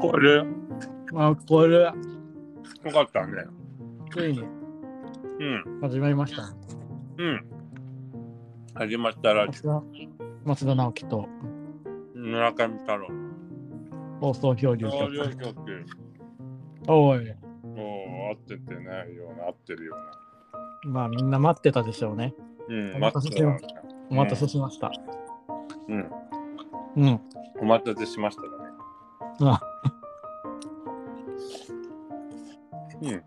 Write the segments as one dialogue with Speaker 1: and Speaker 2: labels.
Speaker 1: これ、
Speaker 2: あ、これ、
Speaker 1: よかったね。
Speaker 2: ついに
Speaker 1: うん、
Speaker 2: 始まりました。
Speaker 1: うん。始まったら、
Speaker 2: 松田松田直樹と
Speaker 1: 村上太郎。
Speaker 2: 放送漂流
Speaker 1: 漂流
Speaker 2: 局。
Speaker 1: 曲。
Speaker 2: おい、
Speaker 1: もう合っててないような、合ってるよ
Speaker 2: まあみんな待ってたでしょうね。
Speaker 1: うな。う
Speaker 2: お
Speaker 1: ん、
Speaker 2: 待たせしま
Speaker 1: 待ってた
Speaker 2: お待たせしました。
Speaker 1: うん、
Speaker 2: うん。
Speaker 1: お待たせしましたね。
Speaker 2: あ、
Speaker 1: うん。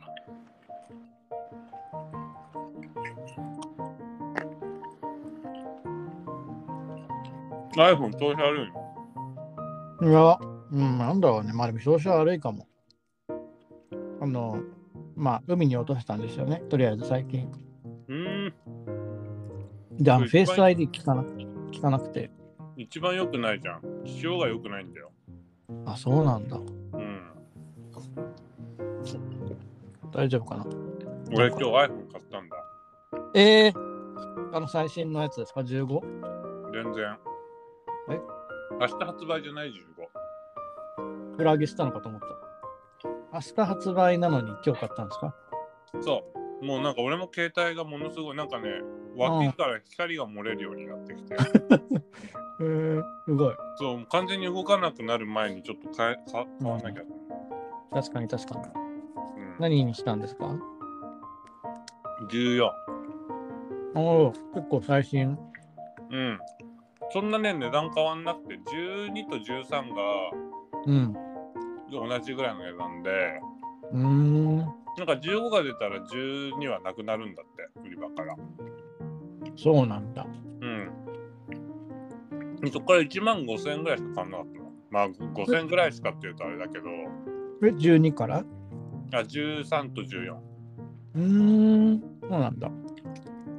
Speaker 1: iPhone 調子悪いの
Speaker 2: いや、うん、なんだろうね。まあでも表紙は悪いかも。あの、まあ海に落としたんですよね。とりあえず最近。
Speaker 1: うーん、
Speaker 2: で、あの
Speaker 1: いっ
Speaker 2: フ
Speaker 1: ぱ
Speaker 2: ェ
Speaker 1: い
Speaker 2: イス ID 聞かな聞かなくて。
Speaker 1: 一番良くないじゃん。塩が良くないんだよ。
Speaker 2: あ、そうなんだ。
Speaker 1: うん。
Speaker 2: 大丈夫かな。
Speaker 1: 俺今日 iPhone 買ったんだ。
Speaker 2: ええあの最新のやつですか ?15?
Speaker 1: 全然。
Speaker 2: え
Speaker 1: 明日発売じゃない15。
Speaker 2: 裏上げしたのかと思った。明日発売なのに今日買ったんですか
Speaker 1: そう。もうなんか俺も携帯がものすごいなんかね、脇から光が漏れるようになってきて、
Speaker 2: えー、すごい。
Speaker 1: そう、もう完全に動かなくなる前にちょっと変えか買わなきゃ。
Speaker 2: 確かに確かに。
Speaker 1: うん、
Speaker 2: 何にしたんですか
Speaker 1: 14。
Speaker 2: おお、結構最新。
Speaker 1: うん。そんなね、値段変わんなくて、12と13が
Speaker 2: うん。
Speaker 1: 同じぐらいの値段で、
Speaker 2: うーん、
Speaker 1: なんか15が出たら12はなくなるんだって、売り場から。
Speaker 2: そうなんだ。
Speaker 1: うん。そこから1万5000円ぐらいしか買わなかったの。まあ5000円ぐらいしかっていうとあれだけど、
Speaker 2: え、12からう
Speaker 1: あ13と14。
Speaker 2: ーん、そうなんだ。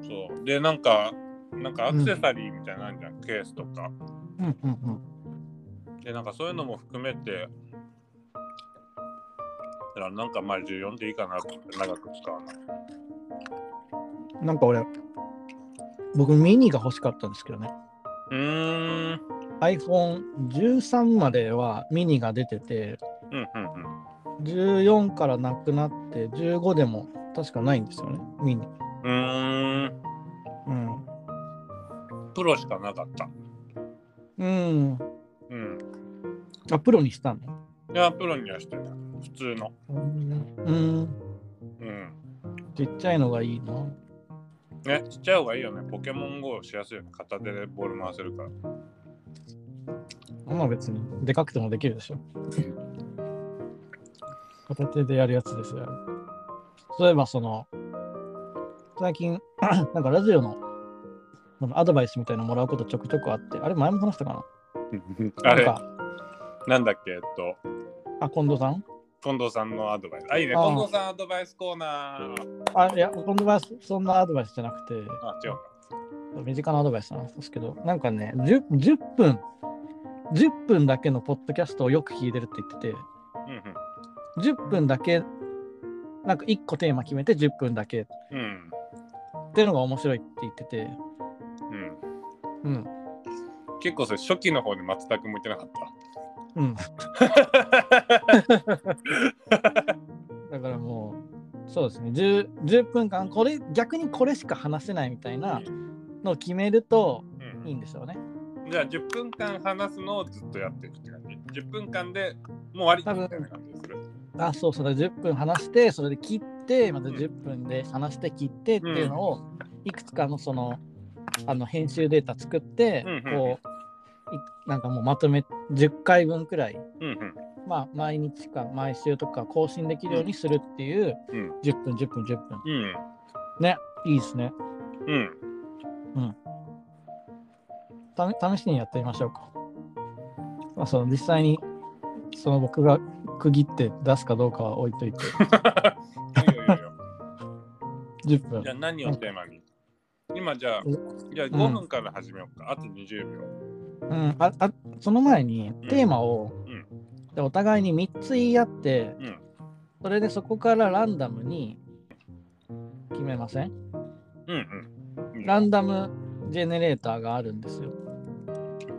Speaker 1: そう。で、なんか、なんかアクセサリーみたいなのあんじゃん、ケースとか。
Speaker 2: うんうんうん。
Speaker 1: で、なんかそういうのも含めて、だからなんかまあ14でいいかなと思って長く使わない。
Speaker 2: なんか俺、僕ミニが欲しかったんですけどね。
Speaker 1: うーん。
Speaker 2: iPhone13 まではミニが出てて、
Speaker 1: うんうんうん
Speaker 2: 14からなくなって、15でも確かないんですよね、ミニ。。
Speaker 1: うーん。
Speaker 2: うん。
Speaker 1: プロしかなかった。
Speaker 2: うん。
Speaker 1: うん。
Speaker 2: あ、プロにしたの
Speaker 1: いや、プロにはしてない。普通の。
Speaker 2: うん。
Speaker 1: うん。
Speaker 2: ちっちゃいのがいいな。
Speaker 1: ね、ちっちゃい方がいいよね。ポケモン GO しやすいよね。片手でボール回せるから。
Speaker 2: まあ別に、でかくてもできるでしょ。片手でやるやつですよ。そういえば、その、最近、 なんかラジオのなんかアドバイスみたいなのもらうことちょくちょくあって、あれ前も話したかな
Speaker 1: あれ
Speaker 2: な
Speaker 1: な、
Speaker 2: んか、
Speaker 1: んだっけ、えっと、
Speaker 2: あ、近藤さん
Speaker 1: 近藤さんのアドバイス。あ、いいね。
Speaker 2: あー
Speaker 1: 近藤さんアドバイスコーナー。
Speaker 2: あ、いや、近藤はそんなアドバイスじゃなくて、
Speaker 1: あ、違うか。
Speaker 2: 身近なアドバイスなんですけど、なんかね、10, 10分、10分だけのポッドキャストをよく聞いてるって言ってて、
Speaker 1: う
Speaker 2: 10分だけ、なんか1個テーマ決めて10分だけっ
Speaker 1: んうん。
Speaker 2: ていうのが面白いって言ってて、
Speaker 1: うん。
Speaker 2: うん、
Speaker 1: うん。結構それ、初期の方で松田君も言ってなかっ
Speaker 2: うん。
Speaker 1: た。
Speaker 2: だからもう、そうですね、10, 10分間、これ、逆にこれしか話せないみたいなのを決めると
Speaker 1: うん
Speaker 2: いいんでしょうね。
Speaker 1: じゃあ、10分間話すのをずっとやっていくって感じ。10分間でもう終わりみたいな感じにする。
Speaker 2: あ、そうそうだ、10分話して、それで切って、また10分で話して切ってっていうのを、いくつかのその、あの編集データ作って
Speaker 1: うんうん、
Speaker 2: こう、いなんかもうまとめ、10回分くらい、
Speaker 1: うんうん。
Speaker 2: まあ、毎日か毎週とか更新できるようにするっていう、
Speaker 1: うん
Speaker 2: 10分、10分、10分。
Speaker 1: うん。
Speaker 2: ね、いいですね。
Speaker 1: うん。
Speaker 2: た試しにやってみましょうか。まあ、その実際に、その僕が区切って出すかどうかは置い といて、
Speaker 1: いやいやいや
Speaker 2: 10分
Speaker 1: じゃ。あ何をテーマに今じゃあ、じゃあ5分から始めようか。あと20秒。
Speaker 2: うん、ああその前に
Speaker 1: ん
Speaker 2: テーマを、
Speaker 1: うん
Speaker 2: でお互いに3つ言い合って、
Speaker 1: うん
Speaker 2: それでそこからランダムに決めませ
Speaker 1: う
Speaker 2: ん
Speaker 1: んうんうん。
Speaker 2: ランダムジェネレーターがあるんですよ。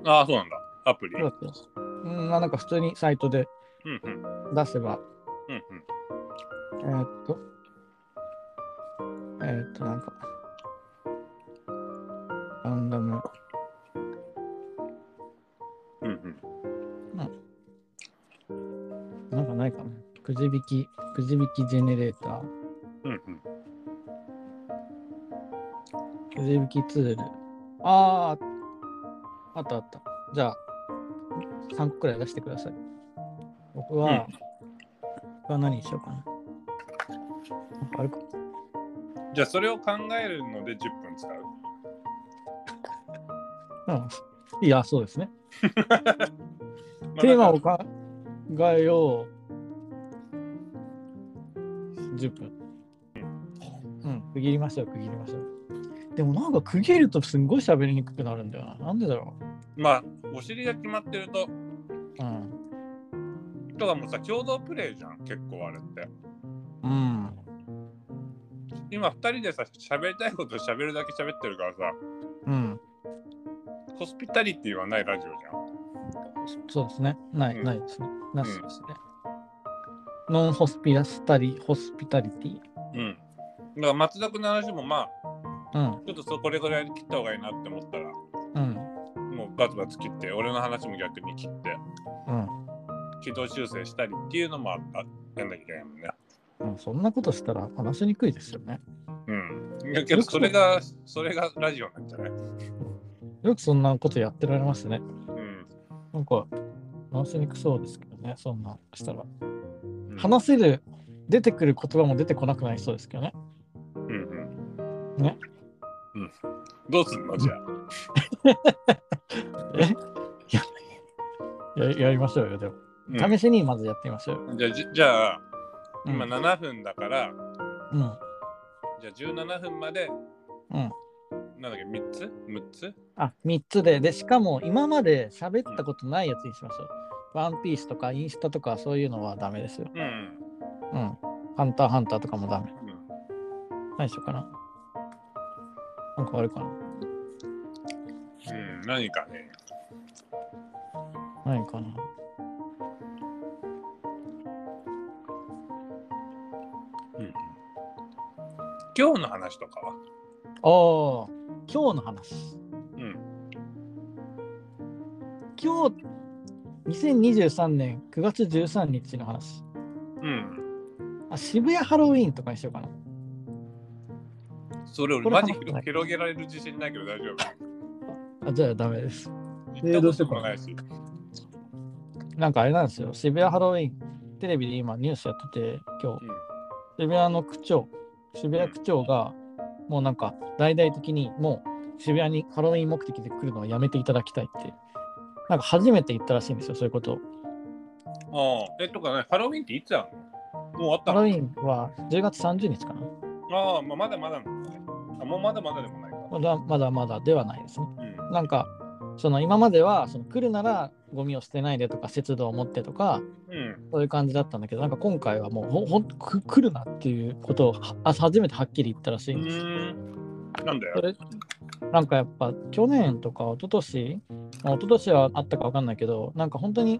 Speaker 1: ああ、そうなんだ。アプリ。
Speaker 2: どうやってうん、まあなんか普通にサイトで
Speaker 1: うんうん
Speaker 2: 出せば、
Speaker 1: うんうん
Speaker 2: えーっと、えーっと、なんか、ランダム、
Speaker 1: うんうん
Speaker 2: なんかないかな。くじ引き、くじ引きジェネレーター、
Speaker 1: うんうん
Speaker 2: くじ引きツール。ああ、あったあった。じゃあ、3個くらい出してください。僕は、僕は何にしようかな。なんかあるか
Speaker 1: じゃあそれを考えるので10分使う。
Speaker 2: うん。いや、そうですね。テーマを
Speaker 1: ま
Speaker 2: 考えよう。10分。うん、区切りましょう、区切りましょう。でもなんか区切るとすんごい喋りにくくなるんだよな。なんでだろ
Speaker 1: あなんかまあ、お尻が決まってると、
Speaker 2: う。うん。
Speaker 1: とかもうさ、共同プレイじゃん、結構あれって。
Speaker 2: うん。
Speaker 1: 今2人でさ、喋りたいこと喋るだけ喋ってるからさ、
Speaker 2: うん。
Speaker 1: ホスピタリティはないラジオじ
Speaker 2: そうですね。ない、
Speaker 1: うん
Speaker 2: ないですね。なしですね。ノンホスピラスタリ、ホスピタリティ。
Speaker 1: ゃん。うん。だから松田君の話もまあ、
Speaker 2: うん。
Speaker 1: ちょっとそこでぐらいで切った方がいいなって思ったら、
Speaker 2: うん。
Speaker 1: もうバツバツ切って、俺の話も逆に切って、
Speaker 2: うん。
Speaker 1: 軌道修正したりっていうのもあった。やんなきゃいけないもんね。
Speaker 2: うんそんなことしたら話しにくいですよね。
Speaker 1: うん。いやけど、それが、それがラジオなんじゃない
Speaker 2: よくそんなことやってられますね。
Speaker 1: うん。
Speaker 2: なんか、話しにくそうですけどね、そんなんしたら。
Speaker 1: うん
Speaker 2: 話せる、出てくる言葉も出てこなくなりそうですけどね。
Speaker 1: うんうん。
Speaker 2: ね。
Speaker 1: うん。どうすんのじゃあ。
Speaker 2: え やややりましょうよ、でも。
Speaker 1: うん
Speaker 2: 試しにまずやってみましょうよ。
Speaker 1: じゃあ、じじゃあ
Speaker 2: うん
Speaker 1: 今7分だから、
Speaker 2: うん。
Speaker 1: じゃあ17分まで、
Speaker 2: うん。
Speaker 1: なんだっけ、3つ ?6 つ
Speaker 2: あ、3つで。で、しかも今まで喋ったことないやつにしましょう。ワンピースとかインスタとかそういうのはダメですよ。
Speaker 1: うん。
Speaker 2: うん。ハンターハンターとかもダメ。
Speaker 1: うん
Speaker 2: 何しようかな。なんかあるかな。
Speaker 1: うん、何かね。
Speaker 2: 何かな。
Speaker 1: うん。今日の話とかは
Speaker 2: ああ、今日の話。
Speaker 1: うん。
Speaker 2: 今日、2023年9月13日の話。
Speaker 1: うん。
Speaker 2: あ、渋谷ハロウィーンとかにしようかな。
Speaker 1: それ俺
Speaker 2: これ
Speaker 1: マジ
Speaker 2: 話してない
Speaker 1: 広げられる自信ないけど大丈夫。
Speaker 2: あ、じゃあダメです。
Speaker 1: 行ったこともないし。
Speaker 2: なんかあれなんですよ。渋谷ハロウィーン、テレビで今ニュースやってて、今日、
Speaker 1: うん
Speaker 2: 渋谷の区長、渋谷区長が、もうなんか大々的にもう渋谷にハロウィーン目的で来るのはやめていただきたいって、なんか初めて言ったらしいんですよ、そういうことを。
Speaker 1: ああ。え、とかね、ハロウィンっていつあるのもうあった
Speaker 2: ハ
Speaker 1: の
Speaker 2: ロウィーンは10月30日かな。
Speaker 1: ああ、まあ、まだまだなんだね。あ、もうまだまだでもないか。
Speaker 2: まだまだまだではないですね。
Speaker 1: うん。
Speaker 2: なんか、その今まではその来るならゴミを捨てないでとか節度を持ってとか
Speaker 1: うん。
Speaker 2: そういう感じだったんだけどなんか今回はもうほほんく来るなっていうことをはあ初めてはっきり言ったらし
Speaker 1: う
Speaker 2: いんですよ。
Speaker 1: ーん。なんだよ
Speaker 2: そ。れなんかやっぱ去年とか一昨年まあ一昨年はあったか分かんないけどなんか本当に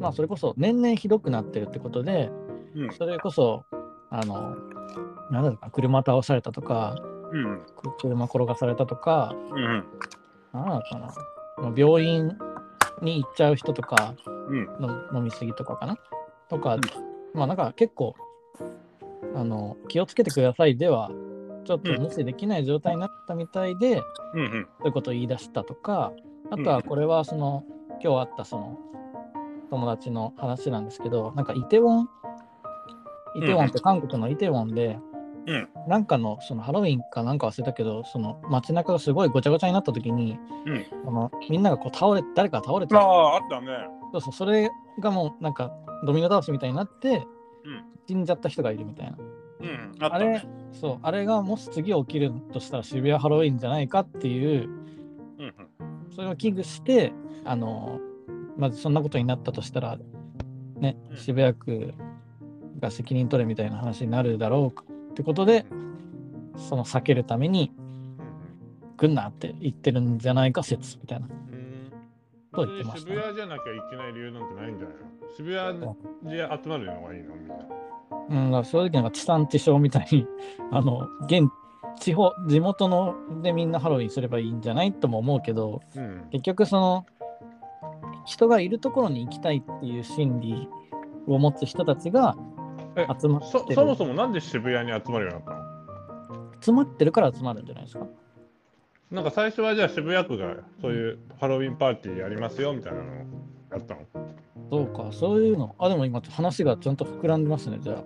Speaker 2: まあそれこそ年々ひどくなってるってことで
Speaker 1: うん
Speaker 2: それこそあのなんだろうか車倒されたとか
Speaker 1: うん。
Speaker 2: く車転がされたとか
Speaker 1: うん。
Speaker 2: なんだったかな、まあ病院に行っちゃう人とか
Speaker 1: うん。
Speaker 2: の飲みすぎとかかなとか、
Speaker 1: うん
Speaker 2: まあなんか結構あの気をつけてくださいではちょっと無視できない状態になったみたいで、
Speaker 1: うんうん。
Speaker 2: そういうことを言い出したとかあと
Speaker 1: う
Speaker 2: は
Speaker 1: ん
Speaker 2: これはその今日あったその友達の話なんですけどなんかイテウォンイテウォンって韓国のイテウォンで、
Speaker 1: うん
Speaker 2: なんかのそのハロウィンかなんか忘れたけどその街中がすごいごちゃごちゃになった時に、
Speaker 1: うん
Speaker 2: あのみんながこう倒れ誰かが倒れて
Speaker 1: ああ、あったね。
Speaker 2: そうそうそれがもうなんかドミノ倒しみたいになって
Speaker 1: うん
Speaker 2: 死んじゃった人がいるみたいな。
Speaker 1: うん。あった
Speaker 2: あれ
Speaker 1: ね。
Speaker 2: そうあれがもし次起きるとしたら渋谷ハロウィンじゃないかっていう
Speaker 1: うんうん。
Speaker 2: それを危惧して、あのまずそんなことになったとしたら、ね
Speaker 1: う、ん
Speaker 2: 渋谷区が責任取れみたいな話になるだろうかってことで、その避けるために、
Speaker 1: うん
Speaker 2: 来んなって言ってるんじゃないか説みたいな。
Speaker 1: うん。
Speaker 2: とは言ってました
Speaker 1: 渋
Speaker 2: ね。
Speaker 1: 谷じゃなきゃいけない理由なんてないんじゃないの渋谷で集まるのがいいのみんな。
Speaker 2: うん、だから正直なんか地産地消みたいに、 あの、現、地方、地元のでみんなハロウィンすればいいんじゃないとも思うけど、
Speaker 1: うん。
Speaker 2: 結局その人がいるところに行きたいっていう心理を持つ人たちが
Speaker 1: え
Speaker 2: 集まって
Speaker 1: そ
Speaker 2: る
Speaker 1: そもそもなんで渋谷に集まるようになったの
Speaker 2: 集まってるから集まるんじゃないですか
Speaker 1: なんか最初はじゃあ渋谷区がそういうハロウィンパーティーやりますよみたいなのやったの
Speaker 2: どうかそういうのあでも今話がちゃんと膨らんでますねじゃ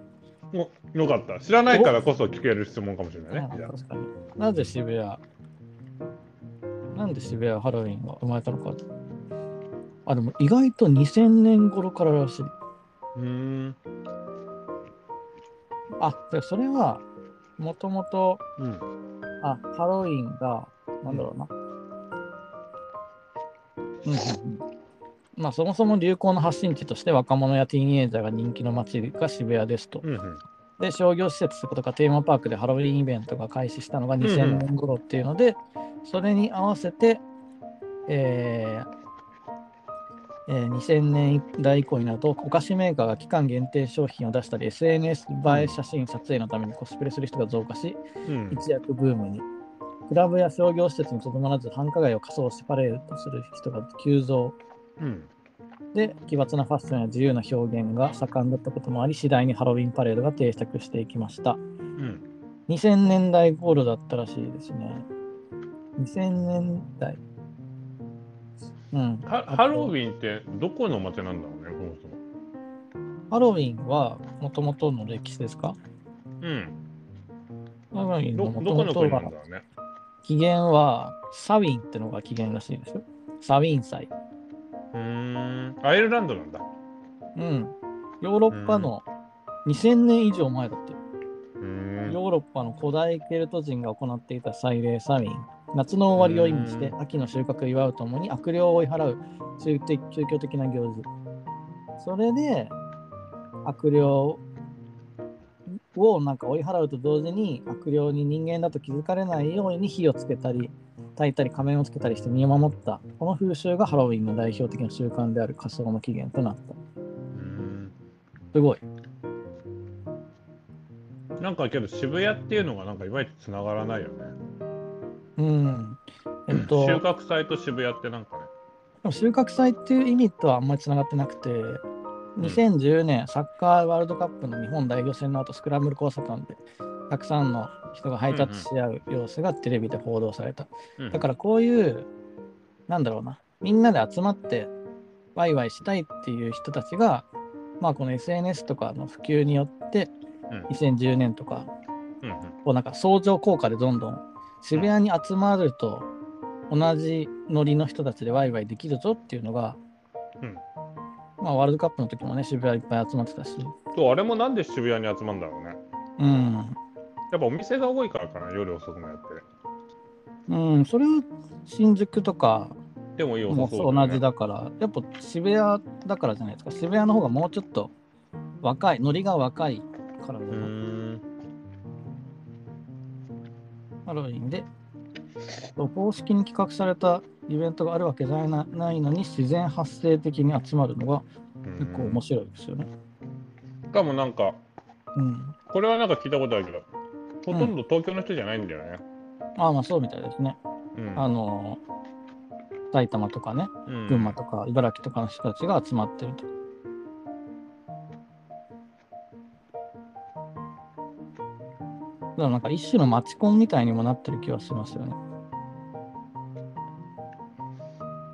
Speaker 1: もよかった。知らないからこそ聞ける質問かもしれ
Speaker 2: あ、
Speaker 1: ないね
Speaker 2: あ。
Speaker 1: じゃあ
Speaker 2: 確かになぜ渋谷なんで渋谷ハロウィンが生まれたのかあでも意外と2000年頃かららしいう
Speaker 1: ーん。
Speaker 2: あでそれはもともと
Speaker 1: うん。
Speaker 2: あ、ハロウィンが、なんだろうな。うんうんうん。まあ、そもそも流行の発信地として若者やティーンエイジャーが人気の街が渋谷ですと。
Speaker 1: うんうん。
Speaker 2: で、商業施設とかテーマパークでハロウィンイベントが開始したのが2000年頃っていうので、それに合わせて、えーえー2000年代以降になるとお菓子メーカーが期間限定商品を出したり SNS 映え写真撮影のためにコスプレする人が増加し
Speaker 1: うん
Speaker 2: 一躍ブームに。クラブや商業施設にとどまらず繁華街を仮装しパレードする人が急増
Speaker 1: うん。
Speaker 2: で奇抜なファッションや自由な表現が盛んだったこともあり次第にハロウィンパレードが定着していきました
Speaker 1: うん。
Speaker 2: 2000年代頃だったらしいですね2000年代うん
Speaker 1: ハハロウィンってどこの街なんだろうね、そもそも。
Speaker 2: ハロウィンはもともとの歴史ですか
Speaker 1: うん。
Speaker 2: ハロウィンの
Speaker 1: ど
Speaker 2: も
Speaker 1: ど
Speaker 2: と
Speaker 1: こ
Speaker 2: も
Speaker 1: の
Speaker 2: と
Speaker 1: 国なんだ
Speaker 2: は
Speaker 1: ろうね。
Speaker 2: 起源はサウィンってのが起源らしいですよサウィン祭
Speaker 1: うーん。アイルランドなんだ。
Speaker 2: うん。ヨーロッパの2000年以上前だって。
Speaker 1: うーん。
Speaker 2: ヨーロッパの古代ケルト人が行っていた祭礼サミン。夏の終わりを意味して
Speaker 1: う
Speaker 2: 秋の収穫を祝うとともに悪霊を追い払う宗的宗教的な行事。それで悪霊をなんか追い払うと同時に悪霊に人間だと気づかれないように火をつけたり焚いたり仮面をつけたりして身を守ったこの風習がハロウィンの代表的な習慣である仮装の起源となった
Speaker 1: うん
Speaker 2: すごい
Speaker 1: なんかけど渋谷っていうのがなんかいまいちつながらないよね。
Speaker 2: うん。えっと、
Speaker 1: 収
Speaker 2: で
Speaker 1: 穫祭と渋谷ってなんかね。
Speaker 2: も収穫祭っていう意味とはあんまりつながってなくて、2010年サッカーワールドカップの日本代表戦の後、スクランブル交差点で、たくさんの人がハイタッチし合う様子がテレビで報道された。
Speaker 1: うん
Speaker 2: だからこういう、なんだろうな、みんなで集まって、ワイワイしたいっていう人たちが、まあこの SNS とかの普及によって
Speaker 1: うん、
Speaker 2: 2010年とか
Speaker 1: うんうん
Speaker 2: こうなんか相乗効果でどんどん渋谷に集まると同じノリの人たちでワイワイできるぞっていうのが、
Speaker 1: うん
Speaker 2: まあ、ワールドカップの時もね渋谷いっぱい集まってたし、
Speaker 1: そうあれもなんで渋谷に集まるんだろうね。
Speaker 2: うん
Speaker 1: やっぱお店が多いからかな、夜遅くもやって。
Speaker 2: うん、それは新宿とか
Speaker 1: でも良
Speaker 2: も
Speaker 1: さそうだ
Speaker 2: 同
Speaker 1: よね、
Speaker 2: じだからやっぱ渋谷だからじゃないですか渋谷の方がもうちょっと若いノリが若いからだ
Speaker 1: う
Speaker 2: な
Speaker 1: ーん。
Speaker 2: ハロウィンで、公式に企画されたイベントがあるわけじゃなないのに、自然発生的に集まるのが結構面白いですよね。
Speaker 1: しかもなんか、
Speaker 2: うん。
Speaker 1: これはなんか聞いたことあるけど、ほとんど東京の人じゃないんだよね。
Speaker 2: ああ、まあそうみたいですね。
Speaker 1: うん。
Speaker 2: あのー、埼玉とかね、
Speaker 1: うん
Speaker 2: 群馬とか茨城とかの人たちが集まってると。だからなんか一種のマチコンみたいにもなってる気はしますよね。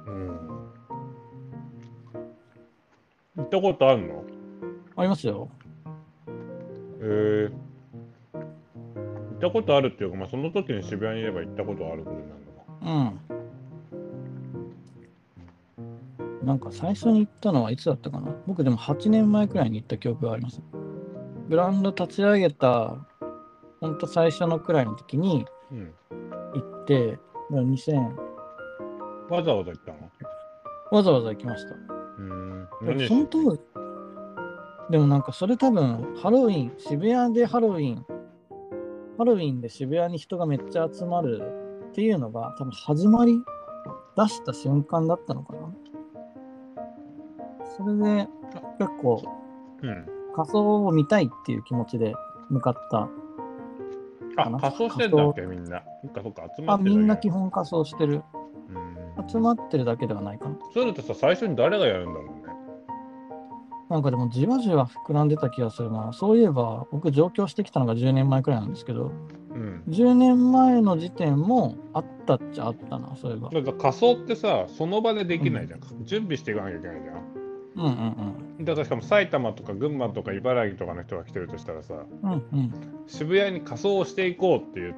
Speaker 1: うん。行ったことあるの
Speaker 2: ありますよ。
Speaker 1: へえ行ったことあるっていうか、まあ、その時に渋谷にいれば行ったことあることになるのか。
Speaker 2: うん。なんか最初に行ったのはいつだったかな僕でも8年前くらいに行った記憶があります。ブランド立ち上げた、ほんと最初のくらいの時に
Speaker 1: うん。
Speaker 2: 行って、だから2000、
Speaker 1: わざわざ行ったの
Speaker 2: わざわざ行きました。
Speaker 1: うん。
Speaker 2: でも
Speaker 1: 何
Speaker 2: その当時、でもなんかそれ多分、ハロウィン、渋谷でハロウィン、ハロウィンで渋谷に人がめっちゃ集まるっていうのが、多分始まり出した瞬間だったのかな。それで結構
Speaker 1: うん。
Speaker 2: 仮想を見たいっていう気持ちで向かった。か
Speaker 1: あ、
Speaker 2: な
Speaker 1: 仮装してんだっけ、みんな。そっかそっか、集ま
Speaker 2: あ
Speaker 1: ってるだけ
Speaker 2: みんな基本仮装してる。
Speaker 1: うん
Speaker 2: 集まってるだけではないかな。
Speaker 1: それだとさ、最初に誰がやるんだろうね。
Speaker 2: なんかでもじわじわ膨らんでた気がするな。そういえば僕上京してきたのが10年前くらいなんですけど、
Speaker 1: うん。
Speaker 2: 10年前の時点もあったっちゃあったな、そういえば。
Speaker 1: だから仮装ってさ、その場でできないじゃん。準備していかなきゃいけないじゃん。
Speaker 2: うんうん
Speaker 1: だからしかも埼玉とか群馬とか茨城とかの人が来てるとしたらさ、
Speaker 2: うん。うんうん。
Speaker 1: 渋谷に仮装をしていこうっていう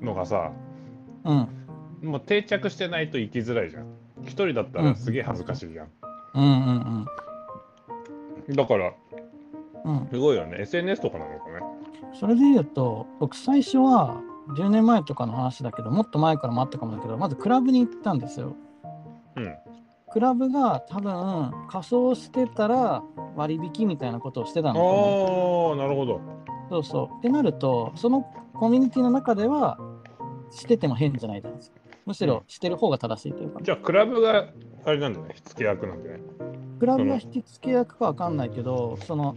Speaker 1: のがさ、
Speaker 2: うん
Speaker 1: もう定着してないと行きづらいじゃん。一人だったらすげえ恥ずかしいじゃん。
Speaker 2: うんうんうん。
Speaker 1: だから、
Speaker 2: うん、
Speaker 1: すごいよね。SNS とかなのかね。
Speaker 2: それで言うと僕最初は10年前とかの話だけどもっと前からもあったかもだけどまずクラブに行ったんですよ
Speaker 1: うん。
Speaker 2: クラブが多分仮装してたら割引みたいなことをしてた
Speaker 1: ああ
Speaker 2: のと思う
Speaker 1: ー、なるほど。
Speaker 2: そうそうってなるとそのコミュニティの中ではしてても変じゃないじゃないですかむしろしてる方が正しいというか
Speaker 1: じゃあ、クラブがあれなんだね。火付け役なんだね。
Speaker 2: クラブが引き付け役かわかんないけどその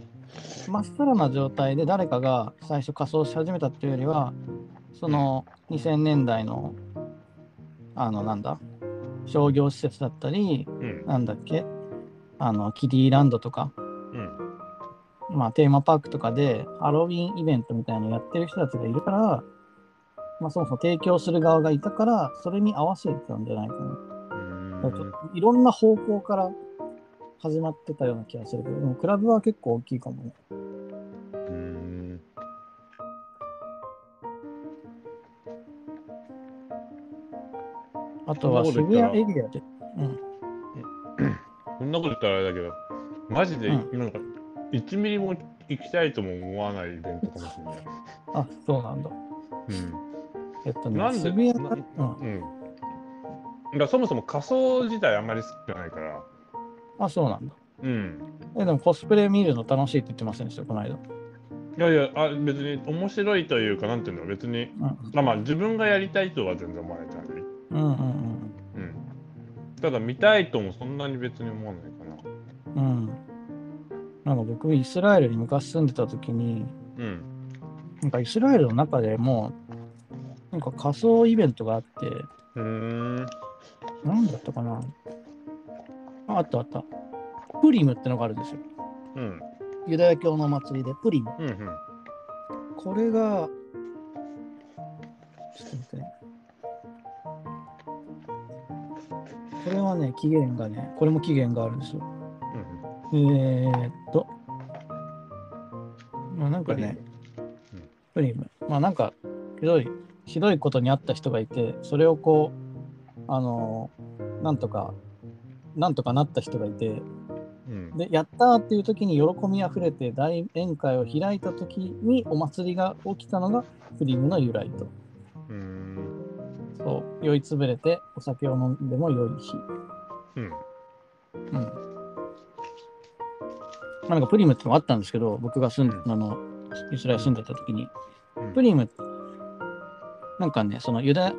Speaker 2: まっさらな状態で誰かが最初仮装し始めたっていうよりはその2000年代のあのなんだ商業施設だったり
Speaker 1: うん。
Speaker 2: なんだっけあのキディランドとか、
Speaker 1: うん。
Speaker 2: まあ、テーマパークとかでハロウィンイベントみたいなのやってる人たちがいるから、まあ、そもそも提供する側がいたからそれに合わせてたんじゃないかな
Speaker 1: う
Speaker 2: なんか
Speaker 1: ーん
Speaker 2: いろんな方向から始まってたような気がするけど、でもクラブは結構大きいかもね。
Speaker 1: うーん
Speaker 2: あとは
Speaker 1: そんなこと
Speaker 2: 渋
Speaker 1: 言ったら
Speaker 2: 谷エリアで。うん、
Speaker 1: そんなこと言ったらあれだけど、マジで、
Speaker 2: う
Speaker 1: なんか、1ミリも行きたいとも思わないイベントかもしれない。
Speaker 2: あ、そうなんだ。えっと
Speaker 1: な
Speaker 2: ね、
Speaker 1: んで
Speaker 2: 渋谷
Speaker 1: な
Speaker 2: か、うん。
Speaker 1: うん。うん。だからそもそも仮装自体あんまり好きじゃないから、
Speaker 2: あ、そうなんだ。
Speaker 1: うん。
Speaker 2: え、でもコスプレ見るの楽しいって言ってませんでした、この間。
Speaker 1: いやいや、あ別に面白いというか、なんていうの、別に、
Speaker 2: うん
Speaker 1: まあまあ、自分がやりたいとは全然思わない感じ。
Speaker 2: うんうん
Speaker 1: うん。ただ、見たいともそんなに別に思わないかな。
Speaker 2: うん。うん。なんか僕、イスラエルに昔住んでた時に、
Speaker 1: うん。
Speaker 2: なんかイスラエルの中でも、なんか仮装イベントがあって、
Speaker 1: うーん。
Speaker 2: なんだったかなああったあった。プリムってのがあるんですよ。
Speaker 1: うん。
Speaker 2: ユダヤ教の祭りでプリム。
Speaker 1: うん。うん。
Speaker 2: これが、ちょっと待ってね。これはね、期限がね、これも期限があるんですよ。
Speaker 1: うん
Speaker 2: えー、っと、まあなんかね、プリム。まあなんか、ひどい、ひどいことにあった人がいて、それをこう、あのーなんとか、なんとかなった人がいて、
Speaker 1: うん。
Speaker 2: で、やったーっていう時に喜びあふれて大宴会を開いた時にお祭りが起きたのがプリムの由来と。
Speaker 1: うん。
Speaker 2: そう、酔いつぶれてお酒を飲んでも良い日。
Speaker 1: うん。
Speaker 2: うん。まあなんかプリムってのもあったんですけど、僕が住んで、あの、イスラエル住んでた時に、プリム、なんかね、そのユダヤ、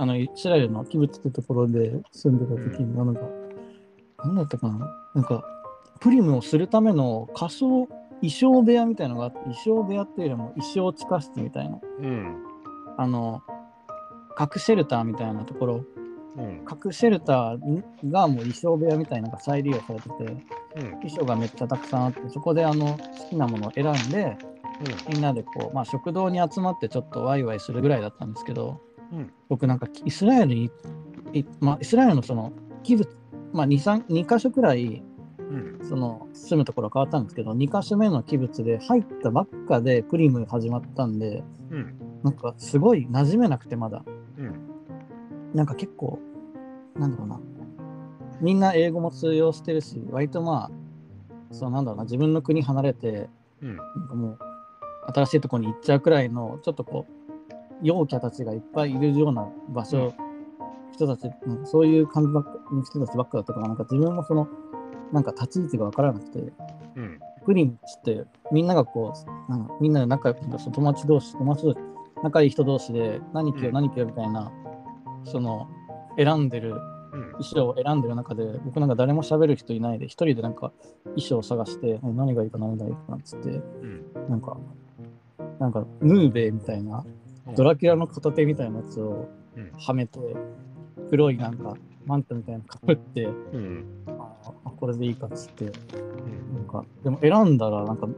Speaker 2: あの、イスラエルのキブツってところで住んでた時に、なんか、なんだったかな、なんか、プリムをするための仮装、衣装部屋みたいなのがあって、衣装部屋っていうよりも衣装地下室みたいな、
Speaker 1: うん。
Speaker 2: あの、核シェルターみたいなところ、
Speaker 1: うん。
Speaker 2: 核シェルターがもう衣装部屋みたいなのが再利用されてて、
Speaker 1: うん。
Speaker 2: 衣装がめっちゃたくさんあって、そこであの、好きなものを選んで、みんなでこう、まあ、食堂に集まってちょっとワイワイするぐらいだったんですけど、
Speaker 1: うん
Speaker 2: 僕なんかイスラエルに、いまあ、イスラエルのそのギブ、まあ、2, 三二箇所くらい
Speaker 1: うん。
Speaker 2: その住むところ変わったんですけど2箇所目のキブツで入ったばっかでプリム始まったんで
Speaker 1: うん。
Speaker 2: なんかすごい馴染めなくてまだ
Speaker 1: うん。
Speaker 2: なんか結構なんだろうなみんな英語も通用してるし割とまあそうなんだろうな自分の国離れて
Speaker 1: うん。
Speaker 2: なんかもう新しいとこに行っちゃうくらいのちょっとこう陽キャたちがいっぱいいるような場所、人たちなんかそういう感じばっかの人たちばっかだったからなんか自分もそのなんか立ち位置が分からなくて
Speaker 1: うん。
Speaker 2: グリーンっつってみんながこうなんかみんなで仲良くなんかその友達同士友達同士仲いい人同士で何着よ
Speaker 1: う
Speaker 2: うん何着ようみたいな、その選んでる
Speaker 1: ううん
Speaker 2: 衣装を選んでる中で、僕なんか誰も喋る人いないで、一人でなんか衣装を探して、うん何がいいか何がいいかなっつって、
Speaker 1: うん
Speaker 2: なんか、なんかヌーベイみたいな、ドラキュラの片手みたいなやつを
Speaker 1: うん
Speaker 2: はめて、黒いなんかマントみたいなのかぶって、
Speaker 1: うん
Speaker 2: ああこれでいいかっつって、
Speaker 1: うん
Speaker 2: なんか、でも選んだら、なんか、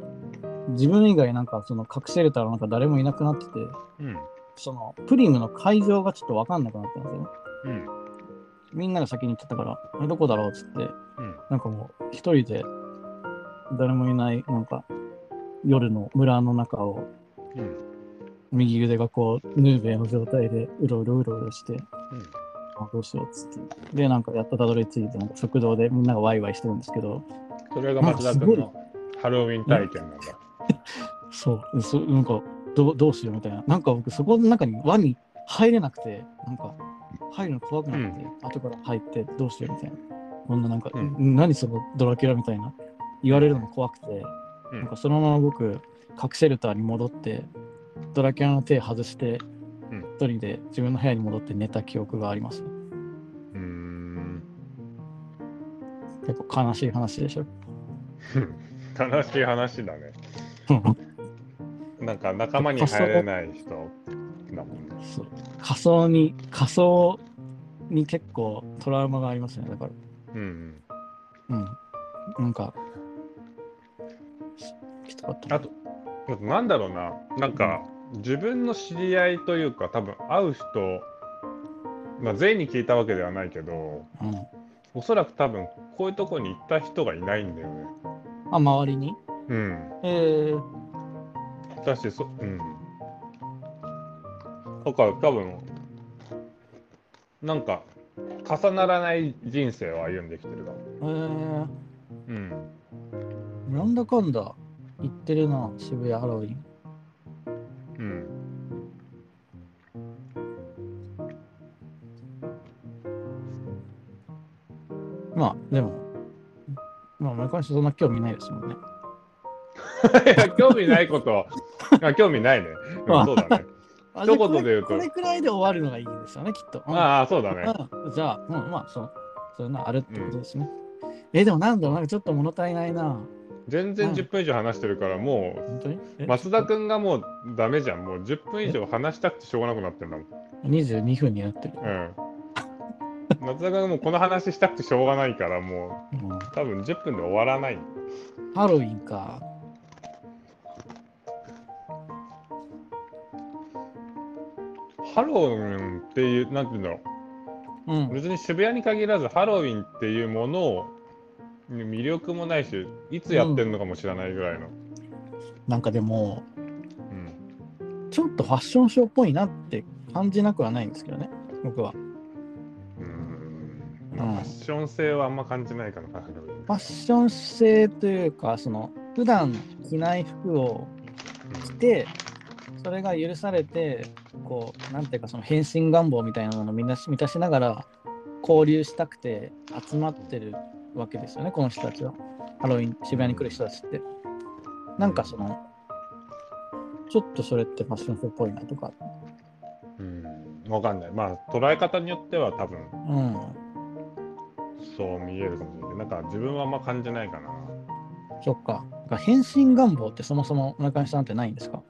Speaker 2: 自分以外なんかその隠せれたらなんか誰もいなくなってて、
Speaker 1: うん
Speaker 2: そのプリムの会場がちょっとわかんなくなったんですよね。
Speaker 1: うん
Speaker 2: みんなが先に行っちゃったから、えどこだろうっつって、
Speaker 1: うん
Speaker 2: なんかもう一人で誰もいない、なんか夜の村の中を
Speaker 1: うん
Speaker 2: 右腕がこうヌーベイの状態でうろうろうろうろして、
Speaker 1: うん
Speaker 2: あどうしようっつって。で、なんかやっとたどり着いて、なんか食堂でみんながワイワイしてるんですけど、
Speaker 1: それが松田君のハロウィン体験なんだ。
Speaker 2: そう、そなんかどうどうしようみたいな。なんか僕そこの中に輪に入れなくて、なんか入るの怖くなって、後から入ってどうしようみたいな。こんななんか、
Speaker 1: うん
Speaker 2: ん何そのドラキュラみたいな言われるのも怖くて、
Speaker 1: うん
Speaker 2: なんかそのまま僕、核シェルターに戻って、ドラキュラの手外して、
Speaker 1: うん
Speaker 2: 一人で自分の部屋に戻って寝た記憶があります。
Speaker 1: うーん。
Speaker 2: 結構悲しい話で しょ。
Speaker 1: 悲しい話だね。なんか仲間に入れない人だもんね。
Speaker 2: そう仮想に仮想に結構トラウマがありますねだか
Speaker 1: うん
Speaker 2: らうんなんかきつかった
Speaker 1: あと、あとなんだろうな、なんか自分の知り合いというか、多分会う人、まあ、全員に聞いたわけではないけど、
Speaker 2: うん、
Speaker 1: おそらく多分こういうとこに行った人がいないんだよね。
Speaker 2: あ周りに
Speaker 1: うん。
Speaker 2: えー、
Speaker 1: だし、そうん。だから多分、なんか、重ならない人生を歩んできてるかも。
Speaker 2: えー、
Speaker 1: うん。
Speaker 2: なんだかんだ行ってるな渋谷ハロウィン
Speaker 1: うん。
Speaker 2: まあでもまあ毎回そんな興味ないですもんね
Speaker 1: いや興味ないこと、 あ興味ないね。うん、そうだね。
Speaker 2: あ
Speaker 1: 一言で言うと
Speaker 2: これこれくらいで終わるのがいいですよねきっと、うん
Speaker 1: ああ、そうだね。
Speaker 2: うんじゃあ、うん、まあそうそういうのあるってことですね、えでもなんだろうなんかちょっと物足りないな
Speaker 1: 全然10分以上話してるから、も
Speaker 2: 本当に
Speaker 1: う、
Speaker 2: え
Speaker 1: 松田君がもうダメじゃん。もう10分以上話したくてしょうがなくなってるんだもん。
Speaker 2: 22分になってる。
Speaker 1: うん。松田君がもうこの話したくてしょうがないから、も
Speaker 2: うん
Speaker 1: う多分10分で終わらない。
Speaker 2: ハロウィンか。
Speaker 1: ハロウィンっていう、なんていうんだろう。
Speaker 2: うん。
Speaker 1: 別に渋谷に限らずハロウィンっていうものをに魅力もないしいつやってるのかも知らないぐらいの、
Speaker 2: なんかでも、
Speaker 1: うん
Speaker 2: ちょっとファッションショーっぽいなって感じなくはないんですけどね、僕は。
Speaker 1: うーんまあ
Speaker 2: うん
Speaker 1: ファッション性はあんま感じないかなハロウィン
Speaker 2: ファッション性というか、その、普段着ない服を着て、それが許されて、こう、なんていうか、その変身願望みたいなものをみんな満たしながら、交流したくて集まってるわけですよね、この人たちは。ハロウィン、渋谷に来る人たちって。なんかその、ちょっとそれってファッションショーっぽいなとか、
Speaker 1: うん、うん、わかんないまあ捉え方によっては多分
Speaker 2: うん、
Speaker 1: そう見えるかもしれないなんか自分はあんま感じないかな
Speaker 2: そっか。なんか変身願望ってそもそも中西さんってないんですか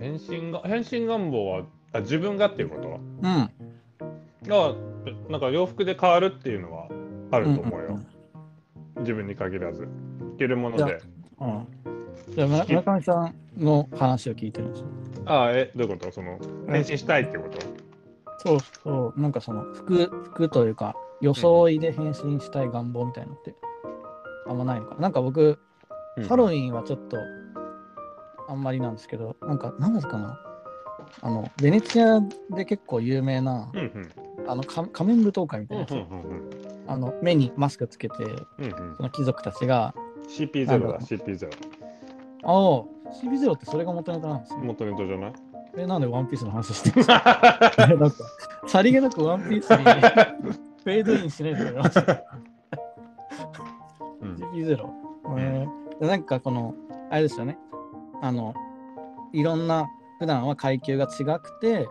Speaker 1: 変身が変身願望はあ自分がっていうこと
Speaker 2: うん。
Speaker 1: がなんか洋服で変わるっていうのはあ
Speaker 2: あ
Speaker 1: ると思うよ、自分に限らず着るもので
Speaker 2: うん。じゃあ、村村上さんの話を聞いてるんですよ。
Speaker 1: ああえどういうことその変身したいってこと
Speaker 2: そうそう、なんかその服、服というか、装いで変身したい願望みたいなのって、あんまないのかな。なんか僕、ハロウ
Speaker 1: ン
Speaker 2: ィンはちょっと、あんまりなんですけど、なんか、なんですかな。あの、ベネチアで結構有名な、
Speaker 1: うんうん
Speaker 2: あの、か仮面舞踏会みた
Speaker 1: う
Speaker 2: い
Speaker 1: ん
Speaker 2: な
Speaker 1: う
Speaker 2: やつ、
Speaker 1: ん
Speaker 2: あの、目にマスクつけて、
Speaker 1: うんうん
Speaker 2: その貴族たちが、
Speaker 1: CP0
Speaker 2: なん
Speaker 1: だ
Speaker 2: か
Speaker 1: CP0
Speaker 2: ああ、CB0 ってそれが元ネタなんですね。
Speaker 1: 元ネタじゃない
Speaker 2: え、なんでワンピースの 話してるなんか、さりげなくワンピースにフェードインしないでくれます。
Speaker 1: うん、
Speaker 2: CB0。えー、なんかこの、あれですよね。あの、いろんな、普段は階級が違くて、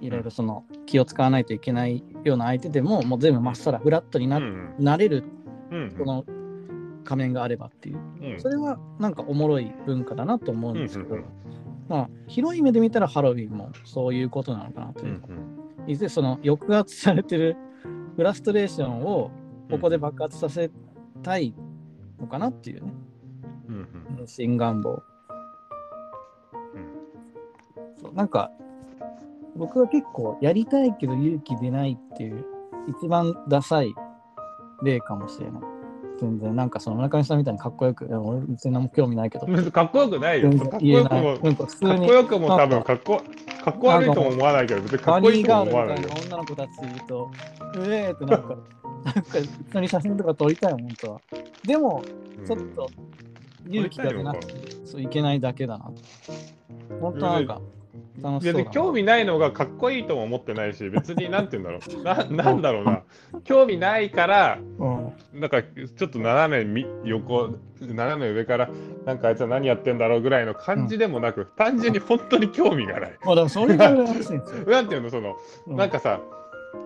Speaker 2: いろいろその気を使わないといけないような相手でももう全部まっさらフラットにな,、
Speaker 1: うん
Speaker 2: なれる
Speaker 1: うんうん
Speaker 2: この仮面があればっていう
Speaker 1: うん
Speaker 2: それはなんかおもろい文化だなと思うんですけど、
Speaker 1: うんうんうん
Speaker 2: まあ広い目で見たらハロウィンもそういうことなのかなと
Speaker 1: う
Speaker 2: い
Speaker 1: ん
Speaker 2: う、いずれその抑圧されてるフラストレーションをここで爆発させたいのかなっていうね
Speaker 1: うんうん
Speaker 2: 新願望、そうなんか僕は結構やりたいけど勇気出ないっていう一番ダサい例かもしれない全然なんかその村上さんみたいにかっこよくいや俺別に何も興味ないけど
Speaker 1: 別にかっこよくないよ。
Speaker 2: 全
Speaker 1: か
Speaker 2: 然
Speaker 1: っこ
Speaker 2: 言え
Speaker 1: よく
Speaker 2: ない
Speaker 1: も、
Speaker 2: なんか普通
Speaker 1: かっ
Speaker 2: に
Speaker 1: こよくも多
Speaker 2: な
Speaker 1: 分
Speaker 2: ん
Speaker 1: かっこ、かっこ悪いとも思わないけど、別にか
Speaker 2: バ
Speaker 1: っ
Speaker 2: ニ
Speaker 1: こいい
Speaker 2: ー
Speaker 1: とも
Speaker 2: ガ
Speaker 1: 思
Speaker 2: ー
Speaker 1: わ
Speaker 2: ル
Speaker 1: ない
Speaker 2: みたい
Speaker 1: よ
Speaker 2: な。女の子たちいると、うえーってなんか、なんか一緒に写真とか撮りたい、本当は。でも、ちょっと勇気が出なくて、そういけないだけだな。本当はなんか、楽しそ
Speaker 1: 別
Speaker 2: うだ
Speaker 1: に
Speaker 2: な。
Speaker 1: 興味ないのがかっこいいとも思ってないし、別になんて言うんだろう。ななんだろうな。興味ないから、
Speaker 2: うん、
Speaker 1: なんかちょっと斜めみ横、斜め上から、なんかあいつは何やってんだろうぐらいの感じでもなく、単純に本当に興味がない。
Speaker 2: まあでもそれが羨ましいんですよ。
Speaker 1: なんていうの、その、
Speaker 2: う
Speaker 1: なん、かさ、